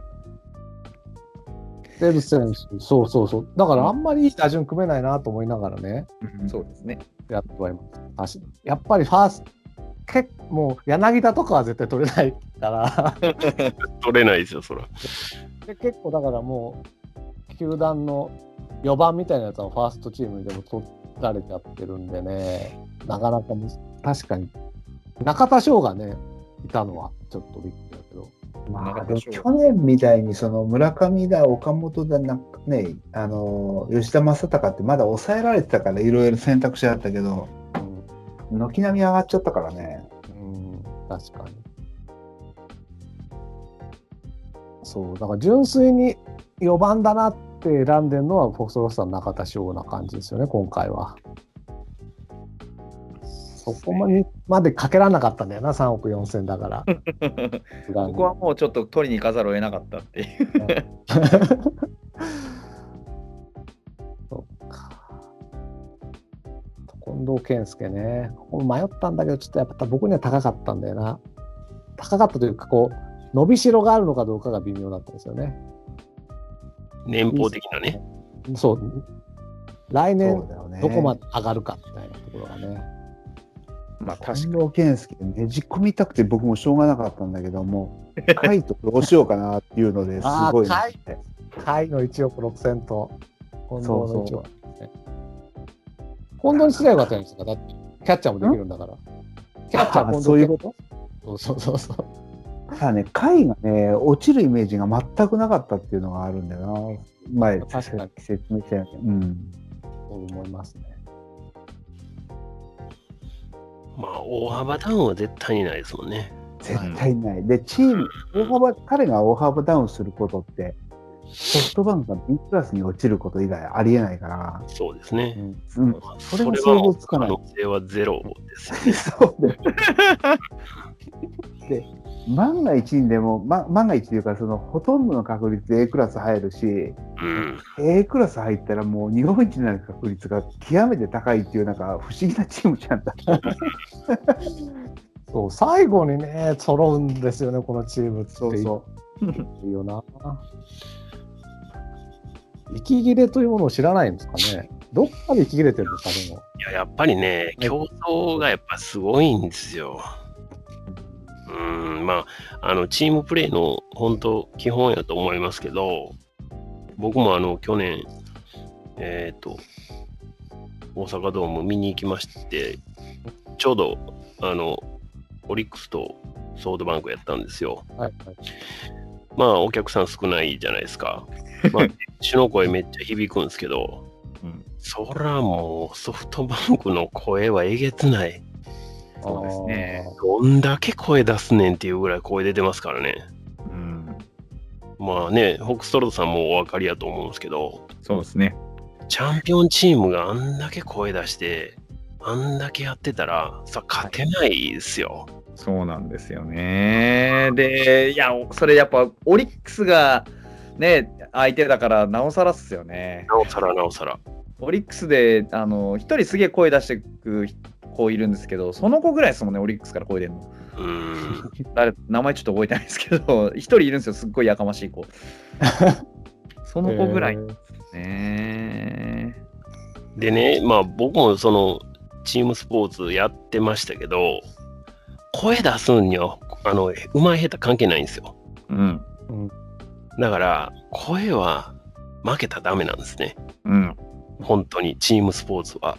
Speaker 5: 出る選手、そうそうそう。だからあんまりいい打順組めないなと思いながらね、
Speaker 4: そうですね。
Speaker 5: やってはいます。あしやっぱりファースト、結構もう柳田とかは絶対取れないから、
Speaker 6: 取れないですよ、そら。
Speaker 5: で結構だからもう、球団の4番みたいなやつはファーストチームでも取られちゃってるんでね、なかなかむず確かに、中田翔がね、いたのはちょっとびっくりだけど、
Speaker 7: ま
Speaker 4: な
Speaker 7: あ、
Speaker 4: ん
Speaker 7: で
Speaker 4: か
Speaker 7: も
Speaker 4: そう
Speaker 7: 去年みたいにその村上だ、岡本だなんか、ね、あの吉田正尚ってまだ抑えられてたからいろいろ選択肢あったけど、軒並み上がっちゃったからね。
Speaker 5: うん、うん、確かに。そう、だから純粋に4番だなって選んでるのは、フォクスロスターの中田翔な感じですよね、今回は。そこまでまでかけられなかったんだよな、3億4千だから。
Speaker 4: ここはもうちょっと取りに行かざるを得なかったっていう。
Speaker 5: そうか。近藤健介ね。ここ迷ったんだけど、ちょっとやっぱ僕には高かったんだよな。高かったというか、こう、伸びしろがあるのかどうかが微妙だったんですよね。
Speaker 6: 年俸的なね。
Speaker 5: そう。来
Speaker 7: そ
Speaker 5: 年
Speaker 7: う、だよね。
Speaker 5: どこまで上がるかみたいなところがね。
Speaker 4: まあ確か
Speaker 7: 近
Speaker 4: に。
Speaker 7: 藤健介ねじ込みたくて僕もしょうがなかったんだけども、カイトどうしようかなっていうの ですごい
Speaker 5: あー
Speaker 7: な
Speaker 5: 甲甲斐の1億6千と、近藤の1億、ね。
Speaker 7: そう
Speaker 5: 近藤にすればよかったじゃないですか。だって、キャッチャーもできるんだから。キャッチャー近藤
Speaker 7: そういうこと
Speaker 5: そうそうそうそう。
Speaker 7: ただね、甲斐がね、落ちるイメージが全くなかったっていうのがあるんだよな。前、
Speaker 5: 確かに
Speaker 7: 説明したよね。うん。
Speaker 5: そう思いますね。
Speaker 6: まあ、大幅ダウンは絶対にないですもんね。
Speaker 7: 絶対ない。で、チーム、大幅、彼が大幅ダウンすることって、ソフトバンクが B クラスに落ちること以外ありえないから、
Speaker 6: そうですね。
Speaker 7: うん、それは想像つかない
Speaker 6: それはもう可能性はゼロですよね。
Speaker 7: そうだよで、万が一にでも、ま、万が一というか、その、ほとんどの確率で A クラス入るし、
Speaker 6: うん。
Speaker 7: A クラス入ったらもう日本一になる確率が極めて高いっていう、なんか不思議なチームじゃんだ。
Speaker 5: そう、最後にね、揃うんですよね、このチームって。
Speaker 7: そうそう。
Speaker 5: いいよな。息切れというものを知らないんですかね。どっかで息切れてるんですか、でも。
Speaker 6: いや、やっぱりね、競争がやっぱすごいんですよ。うん、まあ、あの、チームプレーの本当、基本やと思いますけど、僕もあの、去年、えっ、と、大阪ドーム見に行きまして、ちょうど、あの、オリックスとソードバンクやったんですよ。
Speaker 5: はい
Speaker 6: まあ、お客さん少ないじゃないですか。まあ、主の声めっちゃ響くんですけど、
Speaker 4: うん
Speaker 6: そらもうソフトバンクの声はえげつない。
Speaker 4: そうですね。
Speaker 6: どんだけ声出すねんっていうぐらい声出てますからね。
Speaker 4: うん。
Speaker 6: まあね、ホックストロートさんもお分かりやと思うんですけど、
Speaker 4: そうですね。
Speaker 6: チャンピオンチームがあんだけ声出して、あんだけやってたら、さ、勝てないですよ。
Speaker 4: そうなんですよね。で、いや、それやっぱオリックスがね、相手だからなおさらっすよね。
Speaker 6: なおさらなおさら。
Speaker 4: オリックスで、あの、一人すげえ声出してく子いるんですけど、その子ぐらいですもんね、オリックスから声出るの。
Speaker 6: うーん。
Speaker 4: 誰名前ちょっと覚えてないですけど、 一人いるんですよ、すっごいやかましい子。その子ぐらい
Speaker 5: え
Speaker 4: で
Speaker 5: ー
Speaker 4: すね。
Speaker 6: でね、まあ僕もそのチームスポーツやってましたけど、声出すんには、あの、うまい下手関係ないんですよ。
Speaker 4: うん。
Speaker 6: だから、声は負けたらダメなんですね。
Speaker 4: うん。
Speaker 6: 本当に、チームスポーツは。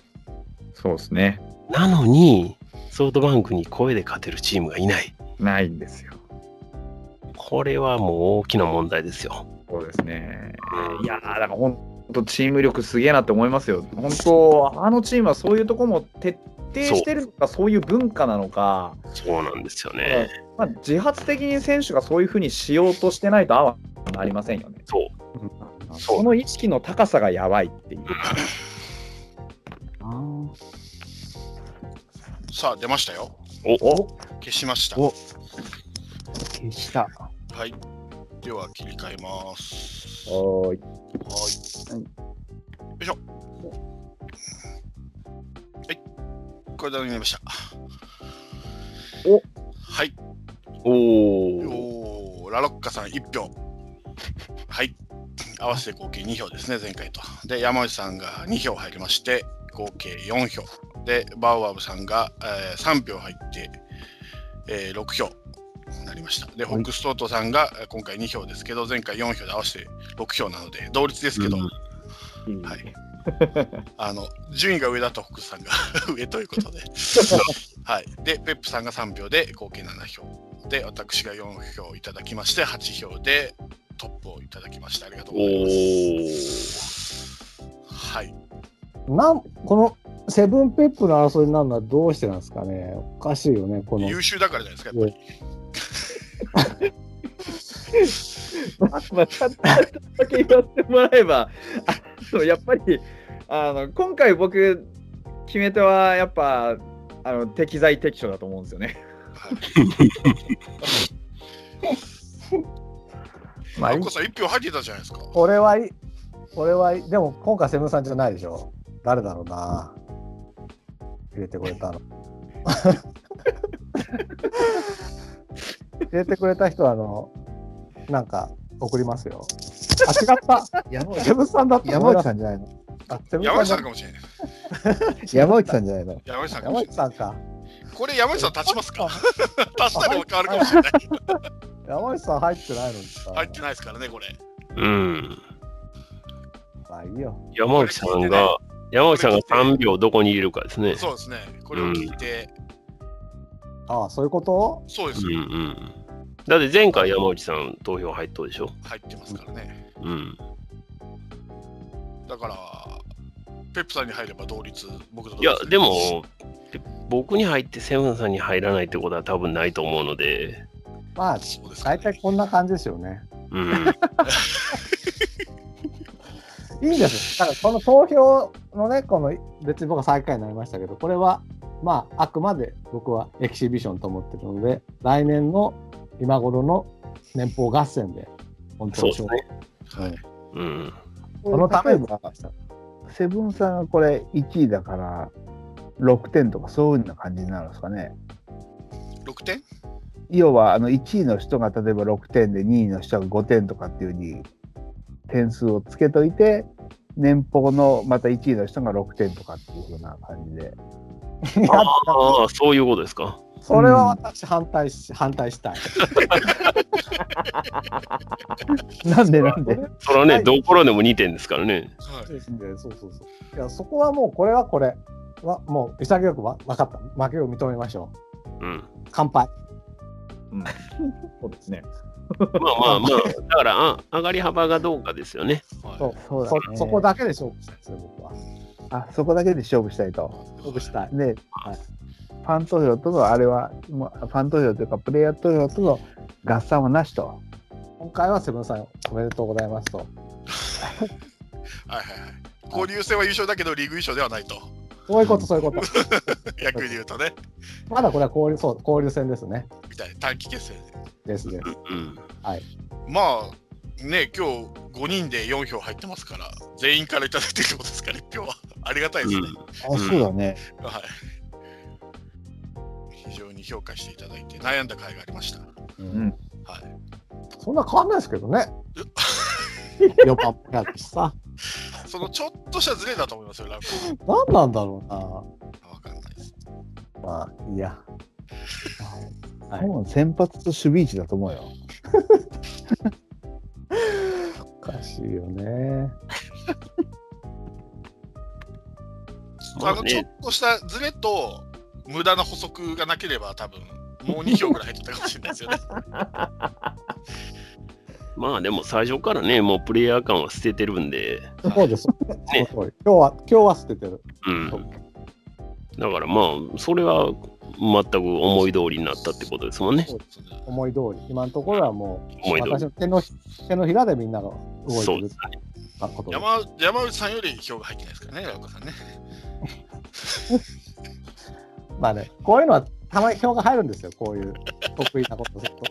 Speaker 4: そうですね。
Speaker 6: なのに、ソフトバンクに声で勝てるチームがいない。
Speaker 4: ないんですよ。
Speaker 6: これはもう大きな問題ですよ。
Speaker 4: そうですね。いやー、だから本当、チーム力すげえなって思いますよ。本当、あのチームはそういうとこも徹底してるのか、そういう文化なのか、
Speaker 6: そうなんですよね。
Speaker 4: まあ、自発的に選手がそういうふうにしようとしてないと、あわなりませんよね。
Speaker 6: そう
Speaker 4: その意識の高さがやばいっていう。
Speaker 2: さあ出ましたよ
Speaker 6: お
Speaker 2: 消しました
Speaker 7: お消した。
Speaker 2: はいでは切り替えます
Speaker 4: おー
Speaker 2: はい。
Speaker 4: い
Speaker 2: よいしょ。はい。これで見ました。
Speaker 4: お
Speaker 2: はい。
Speaker 6: おお
Speaker 2: おーラロッカさん1票。はい。合わせて合計2票ですね、前回と。で、山内さんが2票入りまして、合計4票。で、バウアブさんが、えー3票入って、えー6票になりました。で、ホックストートさんがえー今回2票ですけど、前回4票で合わせて6票なので、同率ですけど、はい。あの順位が上だと福さんが 上ということで、はい。で、ペップさんが3票で合計7票で、私が4票いただきまして、8票でトップをいただきました。ありがとうございます。はい。
Speaker 5: なんこのセブンペップの争いになるのはどうしてなんですかねおかしいよね、この。
Speaker 2: 優秀だからじゃないですか、やっぱり。
Speaker 4: まあ、ちょっとだけ言わせてもらえば、あそうやっぱりあの今回僕、決め手はやっぱあの適材適所だと思うんですよね。
Speaker 2: まあ、こさん1票入ってたじゃないですか。
Speaker 5: これはいい。これはいい。でも今回セブンさんじゃないでしょ。誰だろうな。入れてくれ たの。入れてくれた人は、あの、なんか送りますよ。あ、違った。
Speaker 13: 山
Speaker 5: セブンさんだった。
Speaker 13: 山内さんじゃないの
Speaker 5: あ、セブン
Speaker 2: 山
Speaker 5: さん
Speaker 2: 内
Speaker 5: じ
Speaker 2: さ
Speaker 5: ゃ
Speaker 2: んかもしれない。
Speaker 13: 山内さんじゃないの
Speaker 2: 山内さんかも
Speaker 5: 山
Speaker 2: しれ
Speaker 5: 内
Speaker 2: ない。
Speaker 5: さんか。
Speaker 2: これ山内さん立ちますか立したら変わるかもしれない。
Speaker 5: 山内さん入ってないのにさ。
Speaker 2: 入ってないですからね、これ。
Speaker 6: うん。
Speaker 5: まあいいよ。
Speaker 6: 山内さんが、山内さんが3票どこにいるかですね。
Speaker 2: そうですね。これを聞いて、
Speaker 5: ああ、そういうこと
Speaker 2: そうです
Speaker 6: うんう
Speaker 2: よ。
Speaker 6: ん。だって前回山内さん投票入っとうでしょ。
Speaker 2: 入ってますからね。
Speaker 6: うん。
Speaker 2: だから、ペップさんに入れば同率、僕と同
Speaker 6: い
Speaker 2: 率
Speaker 6: や、でも、僕に入ってセブンさんに入らないってことは多分ないと思うので、
Speaker 5: まあ、
Speaker 2: そうですか、
Speaker 5: 大
Speaker 2: ね。
Speaker 5: 体こんな感じですよね。
Speaker 6: うん。
Speaker 5: いいです。だからこの投票のね、この別に僕は最下位になりましたけど、これはまああくまで僕はエキシビションと思ってるので、来年の今頃の年俸合戦で、本当
Speaker 6: そう
Speaker 5: に
Speaker 6: です
Speaker 5: 勝負は
Speaker 6: ね。
Speaker 5: い
Speaker 6: うん。
Speaker 5: このために
Speaker 13: 例えばセブンさんがこれ1位だから6点とかそういうような感じになるんですかね
Speaker 2: 6点
Speaker 13: 要はあの1位の人が例えば6点で2位の人が5点とかっていうふうに点数をつけといて年俸のまた1位の人が6点とかっていうふうな感じで
Speaker 6: ああ、そういうことですか。
Speaker 5: それは私反対し、反対したい。
Speaker 13: なんでなんで
Speaker 6: それはね、どこらでも2点ですからね。
Speaker 2: はい。
Speaker 5: でそうそうそう。いや、そこはもうこれはこれ。はもう潔くわ分かった。負けを認めましょ
Speaker 6: うん。
Speaker 5: う。乾杯。
Speaker 4: そうですね。
Speaker 6: まあま あまあ、だから、あ上がり幅がどうかですよね。
Speaker 2: は
Speaker 5: そ
Speaker 13: そうだ
Speaker 5: そ
Speaker 13: ね
Speaker 5: そこだけで勝負したいですね、僕は。
Speaker 13: あそこだけで勝負したいと
Speaker 5: 勝負したい。
Speaker 13: で、ファン投票とのあれはもうファン投票というかプレイヤー投票との合算はなしと
Speaker 5: 今回はセブンさんおめでとうございますと。
Speaker 2: いはいはい。交流戦は優勝だけど、リーグ優勝ではないと。
Speaker 5: そういうこと、そういうこと。
Speaker 2: 逆に言うとね、
Speaker 5: まだこれは交流そう交流戦ですね。
Speaker 2: みたいな短期決戦で。
Speaker 5: ですね。
Speaker 6: うん。
Speaker 2: まあ、ね、今日5人で4票入ってますから、全員からいただいてるってことです から、1票は。ありがたいですね。
Speaker 13: あそうだね
Speaker 2: はい。非常に評価していただいて、悩んだ甲斐がありました。
Speaker 4: ん
Speaker 2: はい。
Speaker 5: そんな変わんないですけど ね。4番もやるしさ。
Speaker 2: そのちょっとしたズレだと思いますよ、ラブ
Speaker 5: 何なんだろう
Speaker 2: わかんないです。
Speaker 5: な。まあ、いいや。はい
Speaker 13: もう先発と守備位置だと思うよ
Speaker 5: おかしいよね。
Speaker 2: あ
Speaker 6: まあ
Speaker 2: の
Speaker 6: ね
Speaker 2: ちょっとしたズレと無駄な補足がなければ多分もう2票ぐらい入ってたかもしれないです よね。
Speaker 6: まあでも最初からね、もうプレイヤー感は捨ててるんで、
Speaker 5: そうです。そうそう今日は、今日は捨ててる。
Speaker 6: うん
Speaker 5: そ。
Speaker 6: だからまあ、それは全く思い通りになったってことですもんね。
Speaker 5: 思い通り。今のところはもう、
Speaker 6: 思い通り
Speaker 5: 私の手のひ手のひらでみんなが動いて
Speaker 6: そう
Speaker 5: る
Speaker 6: で
Speaker 5: って
Speaker 6: す
Speaker 5: ことです。
Speaker 2: 山山内さんより票が入ってないですからね、ラウカさんね。
Speaker 5: まあね、こういうのはたまに票が入るんですよ、こういう得意なことすると。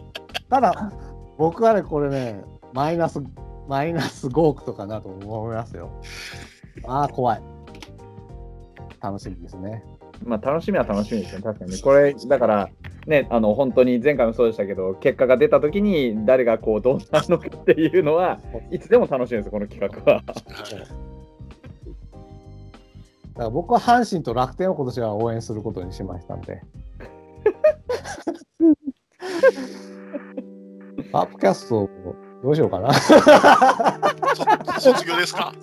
Speaker 5: ただ、僕はね、これね、マイナス、マイナス5億とかなと思いますよ。ああ、怖い。楽しみですね。
Speaker 4: まあ楽しみは楽しみですね、確かにね。これ、だから、ね、あの本当に前回もそうでしたけど、結果が出たときに誰がこうどうなるのかっていうのは、いつでも楽しいんですよ、この企画は。
Speaker 5: だから僕は阪神と楽天を今年は応援することにしましたんで。アップキャストをどうしようかな。
Speaker 2: そ卒業ですか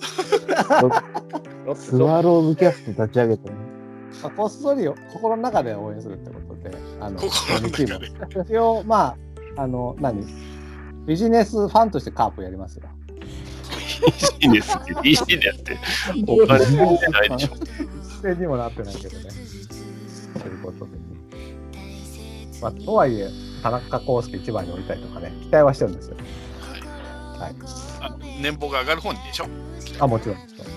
Speaker 13: スワローズキャスト立ち上げてね、
Speaker 5: まあ、こっそり心の中で応援するってことで、あの
Speaker 2: 心の中で。
Speaker 5: 一応、まあ、あの、何ビジネスファンとしてカープやりますよ。
Speaker 6: いいです。いいでって。お金持ってないでしょ。
Speaker 5: 一斉にもなってないけどね。ということで。まあ、とはいえ、田中康介一番に降りたいとかね、期待はしてるんですよ。はい。
Speaker 2: あ年俸が上がる方にでしょ。
Speaker 5: あ、もちろん。もちろん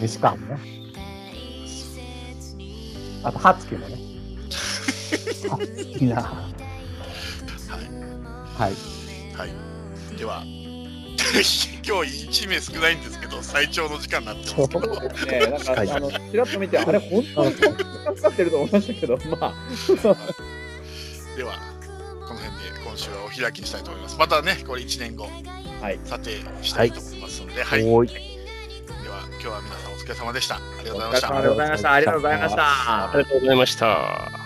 Speaker 5: 西川もね。あと、ハツキもね。
Speaker 13: いいな。
Speaker 5: はい。
Speaker 2: では、 今日1名少ないんですけど、最長の時間になってますけど、
Speaker 4: ね、なんか、あの、ちらっと見て、あれ、本当に使ってると思いましたけど、まあ、
Speaker 2: では、この辺で今週はお開きにしたいと思います。またね、これ1年後、
Speaker 4: はい
Speaker 2: 査定したいと思いますので、はい。
Speaker 7: おい
Speaker 2: では、今日は皆さんお疲れ様でした。ありがとう
Speaker 4: お
Speaker 2: ござい
Speaker 4: 疲
Speaker 2: ました
Speaker 4: れ様。でございました。ありがとうございました。
Speaker 6: ありがとうございました。